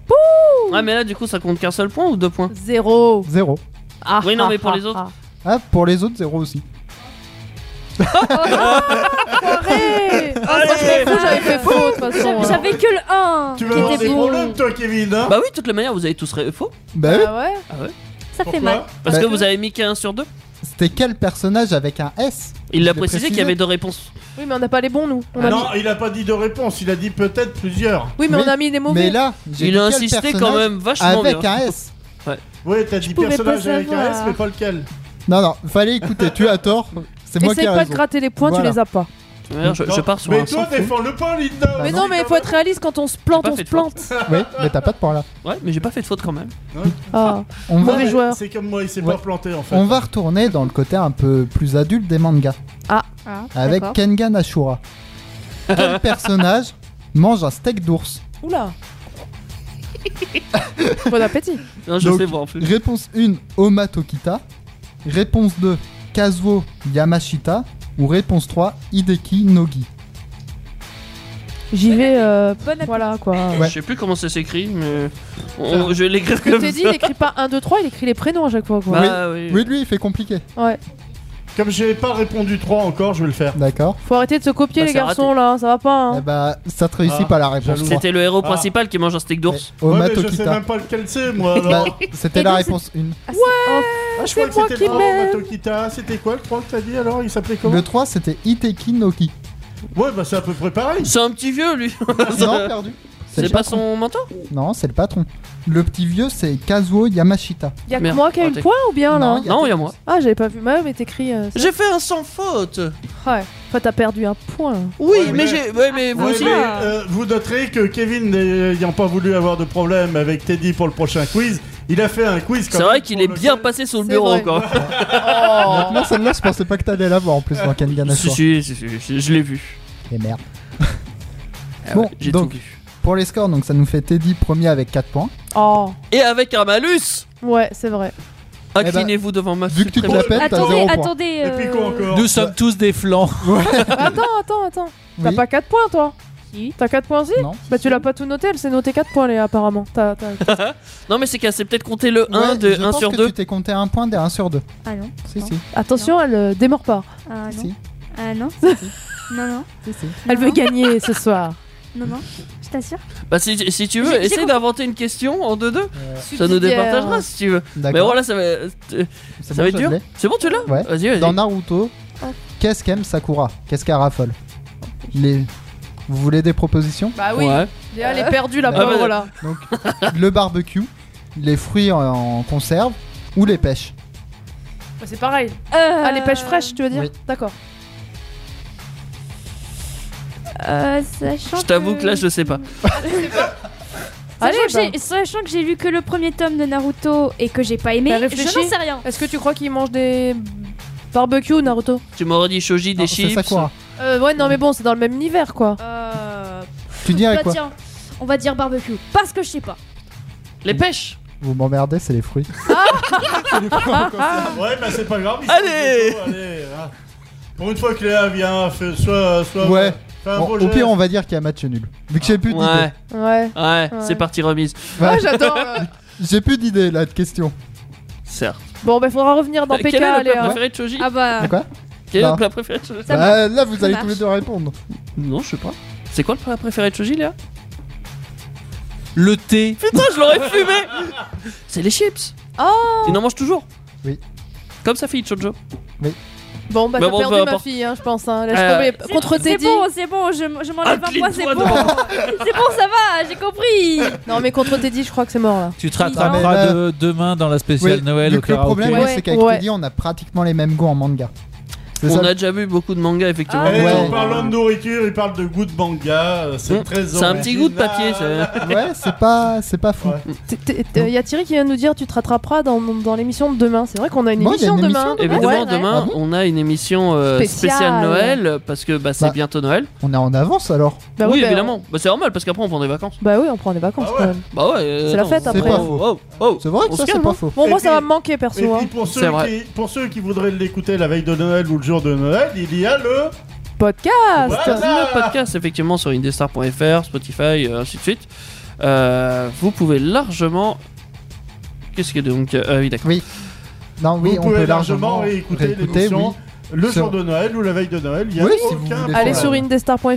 Speaker 5: Ah, mais là, du coup, ça compte qu'un seul point ou deux points
Speaker 6: Zéro
Speaker 4: Zéro.
Speaker 6: Ah,
Speaker 5: Oui, non,
Speaker 6: ah,
Speaker 5: mais pour
Speaker 6: ah,
Speaker 5: les autres.
Speaker 6: ah.
Speaker 4: Ah, pour les autres, zéro aussi.
Speaker 6: Enfoiré Ah, moi, j'avais faux, j'avais fait faux, de toute façon. euh.
Speaker 8: J'avais j'avais que le
Speaker 6: Ah,
Speaker 8: 1
Speaker 9: Tu
Speaker 8: qui
Speaker 9: vas avoir
Speaker 8: était
Speaker 9: des
Speaker 8: bon.
Speaker 9: problèmes, toi, Kevin, hein
Speaker 5: Bah oui, de toute la manière, vous avez tous ré- faux.
Speaker 4: Bah oui,
Speaker 6: Ah ouais
Speaker 8: Ça fait
Speaker 9: Pourquoi
Speaker 8: mal.
Speaker 5: Parce
Speaker 4: Bah-
Speaker 5: que vous avez mis qu'un sur deux.
Speaker 4: c'était quel personnage avec un S
Speaker 5: Il l'a
Speaker 4: Je l'ai
Speaker 5: précisé qu'il y
Speaker 4: précisé.
Speaker 5: avait deux réponses.
Speaker 6: Oui, mais on n'a pas les bons, nous. On a
Speaker 9: Non,
Speaker 6: mis-
Speaker 9: il a pas dit de réponse, il a dit peut-être plusieurs.
Speaker 6: Oui, mais
Speaker 4: Mais-
Speaker 6: on a mis les mauvais.
Speaker 4: Mais là, j'ai
Speaker 5: Il
Speaker 4: dit
Speaker 5: a
Speaker 4: quel
Speaker 5: insisté quand
Speaker 4: personnage
Speaker 5: même vachement
Speaker 4: Avec
Speaker 5: bien.
Speaker 4: un S.
Speaker 9: Oui, t'as dit
Speaker 8: pouvais pas
Speaker 9: personnage avec un S,
Speaker 8: savoir.
Speaker 9: mais pas lequel.
Speaker 4: Non, non, fallait écouter, tu as tort. C'est moi
Speaker 6: Essaye
Speaker 4: qui ai
Speaker 6: pas de
Speaker 4: raison.
Speaker 6: gratter les points,
Speaker 4: Voilà.
Speaker 6: tu les as pas.
Speaker 5: D'ailleurs, Je,
Speaker 9: Non,
Speaker 5: je pars sur
Speaker 9: Mais
Speaker 5: un
Speaker 9: toi,
Speaker 5: sans faux.
Speaker 9: défends-le pas, Linda
Speaker 6: mais
Speaker 4: Ah
Speaker 6: non, mais il faut être réaliste quand on se plante,
Speaker 5: J'ai pas
Speaker 6: on se
Speaker 5: fait de faute.
Speaker 6: plante.
Speaker 4: Oui, mais t'as pas de point là.
Speaker 5: Ouais, mais j'ai pas fait de faute quand même.
Speaker 6: Ah.
Speaker 4: On va,
Speaker 6: Mauvais joueur.
Speaker 9: C'est comme moi, il s'est
Speaker 4: Ouais.
Speaker 9: pas planté en fait.
Speaker 4: on va retourner dans le côté un peu plus adulte des mangas.
Speaker 8: Ah,
Speaker 4: Avec Kengan Ashura. Quel personnage mange un steak d'ours
Speaker 6: Oula Bon appétit
Speaker 5: Non, je
Speaker 4: Donc,
Speaker 5: sais voir en plus.
Speaker 4: Réponse 1, Oma Tokita. Réponse 2, Kazuo Yamashita. Ou réponse 3, Hideki Nogi.
Speaker 6: J'y vais, euh,
Speaker 8: Bonne
Speaker 6: voilà quoi.
Speaker 4: Ouais.
Speaker 5: Je sais plus comment ça s'écrit, mais on- on- je vais l'écrire comme
Speaker 6: T'es dit, il
Speaker 5: ça.
Speaker 6: écrit pas 1, 2, 3, il écrit les prénoms à chaque fois quoi.
Speaker 5: Bah oui.
Speaker 4: Oui, lui, il fait compliqué.
Speaker 6: Ouais.
Speaker 9: Comme j'ai pas répondu 3 encore, je vais le faire.
Speaker 4: D'accord.
Speaker 6: Faut arrêter de se copier
Speaker 5: Bah,
Speaker 6: les
Speaker 5: c'est
Speaker 6: garçons là, ça va pas
Speaker 4: Eh
Speaker 6: hein.
Speaker 4: bah, ça te réussit
Speaker 9: Ah,
Speaker 4: pas la réponse
Speaker 9: jaloux.
Speaker 4: 3.
Speaker 5: C'était le héros
Speaker 9: Ah.
Speaker 5: principal qui mange un steak d'ours.
Speaker 9: Ouais,
Speaker 4: Oma
Speaker 9: mais je sais
Speaker 4: Tokita.
Speaker 9: même pas lequel c'est, moi.
Speaker 4: Bah,
Speaker 9: Alors.
Speaker 4: C'était
Speaker 8: Et
Speaker 4: la
Speaker 8: donc,
Speaker 4: réponse 1.
Speaker 9: Ah, je crois
Speaker 6: Bah, moi
Speaker 9: que
Speaker 6: qui
Speaker 9: c'était le
Speaker 6: m'aime.
Speaker 9: Matokita. C'était quoi le 3 que t'as dit alors Il s'appelait comment
Speaker 4: Le 3, c'était Hideki Nogi.
Speaker 9: Ouais, bah c'est à peu près pareil.
Speaker 5: C'est un petit vieux lui.
Speaker 4: non, perdu.
Speaker 5: C'est
Speaker 4: le
Speaker 5: pas
Speaker 4: patron.
Speaker 5: son mentor
Speaker 4: Non, c'est le patron. Le petit vieux, c'est Kazuo Yamashita.
Speaker 6: Y'a que
Speaker 5: Merde.
Speaker 6: moi qui a eu le
Speaker 5: Raté.
Speaker 6: point ou bien là
Speaker 4: Non,
Speaker 6: hein
Speaker 4: y a-
Speaker 5: Non, il y a moi.
Speaker 6: Ah, j'avais pas vu. Bah ouais, mais t'écris. euh, ça-
Speaker 5: J'ai fait un sans faute.
Speaker 6: Ouais. Enfin, t'as perdu un point. là.
Speaker 5: Oui,
Speaker 9: Ouais, mais-
Speaker 5: mais j'ai. Ouais, mais vous
Speaker 9: Ouais,
Speaker 5: aussi. hein.
Speaker 9: mais, euh, vous noterez que Kevin euh, n'ayant pas voulu avoir de problème avec Teddy pour le prochain quiz, il a fait un quiz quand
Speaker 5: C'est
Speaker 9: même
Speaker 5: vrai qu'il
Speaker 9: pour
Speaker 5: est bien
Speaker 9: lequel-
Speaker 5: passé sur le
Speaker 6: C'est
Speaker 5: bureau
Speaker 6: vrai.
Speaker 5: quoi.
Speaker 4: Maintenant, celle-là, je pensais pas que t'allais l'avoir en plus dans Kengan
Speaker 5: Si,
Speaker 4: Ashura.
Speaker 5: si, si, si, si, je l'ai vu.
Speaker 4: Et merde.
Speaker 5: Ah
Speaker 4: Bon,
Speaker 5: ouais, j'ai
Speaker 4: donc-
Speaker 5: tout vu.
Speaker 4: Pour les scores, donc ça nous fait Teddy premier avec 4 points.
Speaker 6: Oh
Speaker 5: Et avec un malus,
Speaker 6: Ouais, c'est vrai.
Speaker 4: ben,
Speaker 5: inclinez-vous devant moi.
Speaker 4: Vu que tu te
Speaker 5: très bon.
Speaker 4: la pètes, t'as
Speaker 8: Attendez,
Speaker 4: 0 points.
Speaker 8: attendez.
Speaker 9: Et puis quoi
Speaker 8: euh,
Speaker 9: encore
Speaker 7: Nous sommes tous des flancs.
Speaker 6: Attends, attends, attends. T'as
Speaker 4: Oui.
Speaker 6: pas 4 points toi
Speaker 8: Si.
Speaker 6: T'as 4 points aussi
Speaker 4: Non.
Speaker 6: Bah tu l'as pas tout noté, elle s'est notée 4 points Léa apparemment. T'as- t'as-
Speaker 5: Non, mais c'est qu'elle s'est peut-être compté le 1
Speaker 4: Ouais,
Speaker 5: de
Speaker 4: je
Speaker 5: 1
Speaker 4: pense
Speaker 5: sur
Speaker 4: que
Speaker 5: 2.
Speaker 4: Tu t'es compté 1 point des 1 sur 2.
Speaker 8: Ah non.
Speaker 4: Si,
Speaker 8: Non.
Speaker 4: si,
Speaker 6: Attention, elle euh, démord pas.
Speaker 8: Ah non.
Speaker 4: si,
Speaker 8: Ah non. Non, non.
Speaker 4: si, si.
Speaker 6: Elle
Speaker 8: Non,
Speaker 6: veut
Speaker 8: non.
Speaker 6: gagner ce soir.
Speaker 8: Non, non. Je t'assure.
Speaker 5: Bah, si, si tu
Speaker 8: J'ai-
Speaker 5: veux,
Speaker 8: j'ai
Speaker 5: essaye
Speaker 8: compris.
Speaker 5: d'inventer une question en 2-2. Ça nous
Speaker 6: Subsidiaire.
Speaker 5: départagera si tu veux. Mais
Speaker 4: D'accord.
Speaker 5: voilà, ça va, euh,
Speaker 4: C'est
Speaker 5: ça
Speaker 4: bon,
Speaker 5: va être
Speaker 4: je
Speaker 5: dur.
Speaker 4: l'ai.
Speaker 5: C'est bon, tu l'as
Speaker 4: Ouais.
Speaker 5: Vas-y, vas-y.
Speaker 4: Dans Naruto,
Speaker 8: Oh.
Speaker 4: qu'est-ce qu'aime Sakura Qu'est-ce qu'elle raffole les... Vous voulez des propositions
Speaker 6: Bah
Speaker 5: Ouais.
Speaker 6: Léa, elle est perdue la
Speaker 4: Ah,
Speaker 6: pauvre
Speaker 5: bah,
Speaker 6: là.
Speaker 4: Donc, le barbecue, les fruits en- en conserve ou les pêches
Speaker 6: Bah, c'est pareil. Ah, les pêches fraîches, tu veux dire
Speaker 4: Oui.
Speaker 6: D'accord.
Speaker 8: Euh, sachant
Speaker 5: Je t'avoue que là, je sais pas.
Speaker 8: Sachant,
Speaker 6: Allez, bah.
Speaker 8: que j'ai- sachant que j'ai lu que le premier tome de Naruto et que j'ai pas aimé,
Speaker 6: Bah,
Speaker 8: je
Speaker 6: réfléchis.
Speaker 8: n'en sais rien.
Speaker 6: Est-ce que tu crois qu'ils mangent des barbecue Naruto
Speaker 5: Tu m'aurais dit Shoji, des
Speaker 4: Non, C'est
Speaker 5: chips.
Speaker 4: Sakura.
Speaker 6: euh, Ouais, non, mais bon, c'est dans le même univers quoi.
Speaker 8: Euh...
Speaker 4: Tu dirais
Speaker 8: bah,
Speaker 4: quoi
Speaker 8: tiens, on va dire barbecue. Parce que je sais pas.
Speaker 5: Les pêches
Speaker 4: Vous m'emmerdez, c'est les fruits.
Speaker 5: Ah.
Speaker 9: Ouais, bah c'est pas grave. il
Speaker 5: Allez
Speaker 9: s'en fout, allez, hein. Pour une fois que Léa vient, fait- soit. soit
Speaker 4: Ouais.
Speaker 9: fait un
Speaker 4: Bon,
Speaker 9: beau
Speaker 4: au
Speaker 9: geste.
Speaker 4: pire, on va dire qu'il y a match nul. Vu que j'ai plus
Speaker 5: Ouais,
Speaker 4: d'idées.
Speaker 5: ouais,
Speaker 6: Ouais. Ouais.
Speaker 5: c'est parti remise.
Speaker 4: Ouais,
Speaker 6: Ah, j'adore.
Speaker 4: J'ai plus d'idées là de questions.
Speaker 5: Certes.
Speaker 6: Bon, bah faudra revenir dans
Speaker 5: Quel est
Speaker 6: PK,
Speaker 5: le plat
Speaker 6: Léa.
Speaker 5: préféré de Shoji
Speaker 8: Ah bah.
Speaker 4: D'accord
Speaker 5: Quel est
Speaker 4: Non.
Speaker 5: le plat préféré de Shoji
Speaker 8: Ça
Speaker 4: Bah, là, vous
Speaker 8: Ça
Speaker 4: allez
Speaker 8: marche.
Speaker 4: tous les deux répondre.
Speaker 5: Non, je sais pas. C'est quoi le plat préféré de Shoji, Léa
Speaker 7: Le thé.
Speaker 5: Putain, je l'aurais fumé C'est les chips
Speaker 6: Oh
Speaker 5: Il en mange toujours
Speaker 4: Oui.
Speaker 5: Comme sa fille, Chojo.
Speaker 6: Bon, bah
Speaker 5: Bah,
Speaker 6: t'as
Speaker 5: bon, peu
Speaker 6: perdu ma
Speaker 5: importe.
Speaker 6: fille, hein, je pense. Hein. Laisse
Speaker 5: Euh,
Speaker 6: tomber.
Speaker 8: c'est-
Speaker 6: Contre Teddy.
Speaker 8: C'est bon, c'est bon, je, je
Speaker 6: Ah,
Speaker 8: m'enlève un point, c'est
Speaker 5: Incline-toi
Speaker 8: bon. c'est bon, ça va, j'ai compris.
Speaker 6: Non, mais contre Teddy, je crois que c'est mort là.
Speaker 7: Tu te
Speaker 4: Non, Ah, mais
Speaker 7: rattraperas
Speaker 4: là-
Speaker 7: de- demain dans la spéciale
Speaker 4: Oui,
Speaker 7: Noël
Speaker 4: vu
Speaker 7: au
Speaker 4: que le
Speaker 7: karaoké.
Speaker 4: problème,
Speaker 6: Ouais.
Speaker 4: c'est qu'avec
Speaker 6: Ouais.
Speaker 4: Teddy, on a pratiquement les mêmes goûts en manga. C'est ça
Speaker 5: On
Speaker 4: le-
Speaker 5: a déjà vu beaucoup de mangas, effectivement.
Speaker 9: Eh,
Speaker 4: Ouais.
Speaker 9: En parlant de nourriture, il parle de goût de manga. euh, C'est
Speaker 5: Mm.
Speaker 9: très
Speaker 5: C'est un petit
Speaker 9: original.
Speaker 5: goût de papier, ça.
Speaker 4: Ouais, c'est pas, c'est pas fou.
Speaker 9: Ouais.
Speaker 6: T'es- t'es- t'es- y a Thierry euh, qui vient de nous dire tu te rattraperas dans, dans l'émission de demain. C'est vrai qu'on a une
Speaker 4: Bon, y a
Speaker 6: émission
Speaker 4: une
Speaker 6: demain.
Speaker 4: émission demain.
Speaker 5: Évidemment,
Speaker 6: Ouais, ouais.
Speaker 5: demain,
Speaker 4: Ah bon
Speaker 5: on a une émission euh,
Speaker 6: Spéciale.
Speaker 5: spéciale Noël parce que bah, c'est
Speaker 4: Bah.
Speaker 5: bientôt Noël.
Speaker 4: On est en avance alors.
Speaker 6: Bah
Speaker 5: oui,
Speaker 6: bah,
Speaker 5: évidemment. Bah, c'est normal parce qu'après on prend des vacances.
Speaker 6: on- Bah oui, on prend des vacances
Speaker 9: Ah ouais.
Speaker 6: quand même.
Speaker 5: Bah ouais. euh,
Speaker 6: C'est la
Speaker 5: non,
Speaker 6: fête
Speaker 5: on-
Speaker 6: après.
Speaker 4: C'est pas
Speaker 5: oh,
Speaker 4: faux.
Speaker 5: oh, oh,
Speaker 4: C'est vrai
Speaker 5: on
Speaker 4: que
Speaker 5: se
Speaker 4: ça, c'est
Speaker 5: calme,
Speaker 4: pas
Speaker 5: hein.
Speaker 4: faux.
Speaker 6: Bon,
Speaker 9: Et
Speaker 6: moi ça
Speaker 9: puis-
Speaker 6: va me manquer
Speaker 9: Et
Speaker 6: perso. hein.
Speaker 9: puis pour
Speaker 5: C'est
Speaker 9: ceux,
Speaker 5: vrai.
Speaker 9: qui, pour ceux qui voudraient l'écouter la veille de Noël ou le jour de Noël, il y a le.
Speaker 6: Podcast
Speaker 9: Voilà.
Speaker 5: Le podcast effectivement sur indestar.fr, Spotify, euh, ainsi de suite. Euh, vous pouvez largement. Qu'est-ce que donc euh, Ah oui, d'accord.
Speaker 4: Non, oui,
Speaker 9: Vous
Speaker 4: on
Speaker 9: pouvez
Speaker 4: peut
Speaker 9: largement
Speaker 4: largement
Speaker 9: réécouter
Speaker 4: réécouter,
Speaker 9: l'émission.
Speaker 4: oui.
Speaker 9: le
Speaker 4: Sur-
Speaker 9: jour de Noël ou la veille de Noël, il y a
Speaker 4: Oui, si vous voulez
Speaker 9: aucun
Speaker 6: Allez
Speaker 9: problème.
Speaker 4: fois,
Speaker 6: sur
Speaker 4: euh,
Speaker 6: indestar.fr.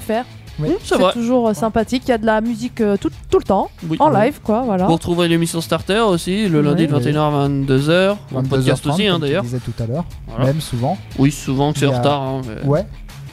Speaker 4: Oui.
Speaker 6: Mmh,
Speaker 5: C'est
Speaker 6: C'est
Speaker 5: vrai.
Speaker 6: toujours euh, sympathique. Il y a de la musique euh, tout, tout le temps,
Speaker 5: Oui.
Speaker 6: en live, quoi. Voilà.
Speaker 5: Vous retrouverez l'émission Starter aussi, le lundi de
Speaker 4: Oui.
Speaker 5: 21h à 22h. En
Speaker 4: 22h30,
Speaker 5: podcast aussi, hein,
Speaker 4: comme tu
Speaker 5: d'ailleurs.
Speaker 4: disais tout à l'heure,
Speaker 5: Voilà.
Speaker 4: même souvent.
Speaker 5: Oui, souvent que c'est
Speaker 4: Il
Speaker 5: en
Speaker 4: y a-
Speaker 5: retard. hein, mais-
Speaker 4: Ouais,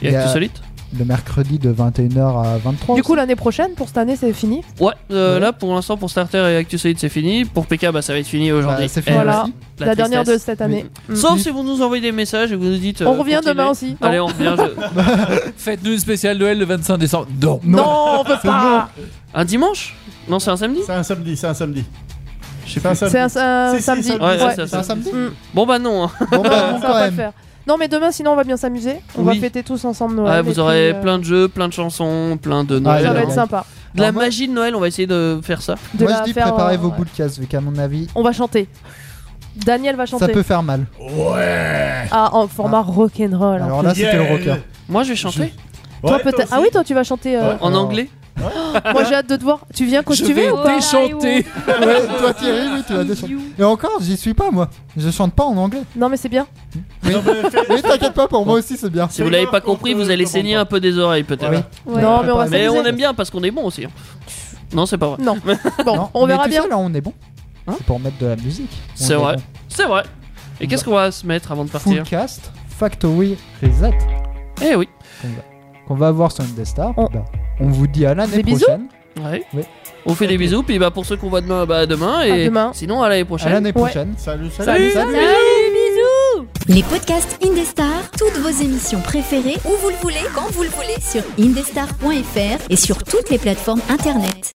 Speaker 5: Il y
Speaker 4: il y
Speaker 5: a
Speaker 4: a-
Speaker 5: Actusolite
Speaker 4: le mercredi de 21h à 23h.
Speaker 6: Du coup, l'année prochaine, pour cette année, c'est fini.
Speaker 5: Ouais, euh,
Speaker 4: Ouais.
Speaker 5: là pour l'instant pour Starter et ActuSolid c'est fini. Pour PK, bah, ça va être fini aujourd'hui.
Speaker 4: c'est
Speaker 5: Eh,
Speaker 4: fini.
Speaker 6: Voilà.
Speaker 4: aussi.
Speaker 5: la
Speaker 6: La, dernière de
Speaker 5: tristesse.
Speaker 6: cette année. Mm.
Speaker 5: Sauf si vous nous envoyez des messages et vous nous dites.
Speaker 6: On
Speaker 5: euh,
Speaker 6: revient
Speaker 5: continuez.
Speaker 6: demain aussi. Non.
Speaker 5: Allez, on revient. je-
Speaker 7: Faites-nous une spéciale Noël le 25 décembre. Non.
Speaker 6: non. on peut pas.
Speaker 5: Un dimanche Non, c'est un samedi
Speaker 9: C'est un samedi, c'est un samedi.
Speaker 5: Je sais
Speaker 9: C'est un
Speaker 5: plus.
Speaker 9: samedi.
Speaker 6: C'est un, un
Speaker 9: Si, si,
Speaker 6: samedi.
Speaker 9: samedi.
Speaker 5: Ouais,
Speaker 6: Ouais.
Speaker 5: c'est ça,
Speaker 4: C'est un
Speaker 5: ça.
Speaker 4: samedi
Speaker 5: Bon bah non. hein.
Speaker 4: Bon,
Speaker 6: Non,
Speaker 4: bah, bon,
Speaker 6: ça
Speaker 4: quand
Speaker 6: va pas le
Speaker 4: même.
Speaker 6: faire. Non, mais demain, sinon, on va bien s'amuser. On
Speaker 5: Oui.
Speaker 6: va fêter tous ensemble Noël.
Speaker 5: Ah,
Speaker 6: et
Speaker 5: vous
Speaker 6: puis,
Speaker 5: aurez
Speaker 6: euh,
Speaker 5: plein de jeux, plein de chansons, plein de
Speaker 4: Ah,
Speaker 5: Noël.
Speaker 6: Ça va
Speaker 4: Alors,
Speaker 6: être sympa.
Speaker 5: De la
Speaker 4: Alors, moi-
Speaker 5: magie de Noël, on va essayer de faire ça.
Speaker 6: De
Speaker 4: Moi,
Speaker 6: la
Speaker 4: je dis
Speaker 6: faire,
Speaker 4: préparez
Speaker 6: euh,
Speaker 4: vos
Speaker 6: ouais.
Speaker 4: boules casse, vu qu'à mon avis,
Speaker 6: On va chanter. Daniel va chanter.
Speaker 4: ça peut faire mal.
Speaker 6: Ah, en format rock'n'roll.
Speaker 4: Alors
Speaker 6: en
Speaker 4: là,
Speaker 6: plus.
Speaker 4: c'était
Speaker 9: Yeah.
Speaker 4: le rocker.
Speaker 5: Moi, je vais chanter
Speaker 6: Toi,
Speaker 9: Ouais,
Speaker 6: peut-être.
Speaker 9: aussi.
Speaker 6: Ah oui, toi, tu vas chanter. euh,
Speaker 5: en anglais.
Speaker 6: Moi, j'ai hâte de te voir. Tu viens quand
Speaker 7: Je
Speaker 6: tu
Speaker 7: vais
Speaker 8: Oh
Speaker 6: veux ou pas
Speaker 7: déchanter.
Speaker 4: Ouais, toi, Thierry, oui, tu vas descendre. Et encore, j'y suis pas, moi. Je chante pas en anglais.
Speaker 6: Non, mais c'est bien.
Speaker 9: Non, mais fais-
Speaker 4: Mais t'inquiète pas, pour moi aussi, c'est bien.
Speaker 5: Si vous l'avez pas
Speaker 9: Fais-le,
Speaker 5: compris,
Speaker 9: on te
Speaker 5: vous allez
Speaker 9: le
Speaker 5: saigner
Speaker 9: comprend.
Speaker 5: un peu des oreilles peut-être.
Speaker 4: Voilà.
Speaker 9: Ouais.
Speaker 6: Non, mais on va
Speaker 4: Mais
Speaker 5: Mais
Speaker 6: s'amuser.
Speaker 5: on aime bien parce qu'on est bon aussi. hein. Non, c'est pas vrai.
Speaker 6: Non. Bon,
Speaker 4: Non,
Speaker 6: on
Speaker 4: mais
Speaker 6: verra
Speaker 4: tout
Speaker 6: bien.
Speaker 4: ça, là, on est bon.
Speaker 5: Hein
Speaker 4: c'est pour mettre de la musique. On
Speaker 5: C'est
Speaker 4: est
Speaker 5: vrai.
Speaker 4: bon.
Speaker 5: C'est vrai. Et qu'est-ce qu'on va se mettre avant de partir
Speaker 4: Full cast, Factory Reset,
Speaker 5: Eh oui.
Speaker 4: qu'on va avoir sur Indestar.
Speaker 6: On-
Speaker 4: On... Bah, on vous dit à l'année
Speaker 6: Oh. Des bisous.
Speaker 4: prochaine.
Speaker 5: Ouais.
Speaker 4: Oui.
Speaker 5: On fait des bisous, puis bah pour ceux qu'on voit demain, bah à demain, et
Speaker 6: À demain.
Speaker 5: sinon à l'année
Speaker 4: À
Speaker 5: prochaine.
Speaker 4: l'année prochaine.
Speaker 9: Salut, salut.
Speaker 6: Salut,
Speaker 4: Salut.
Speaker 1: Les podcasts Indestar, toutes vos émissions préférées, où vous le voulez, quand vous le voulez, sur indestar.fr et sur toutes les plateformes internet.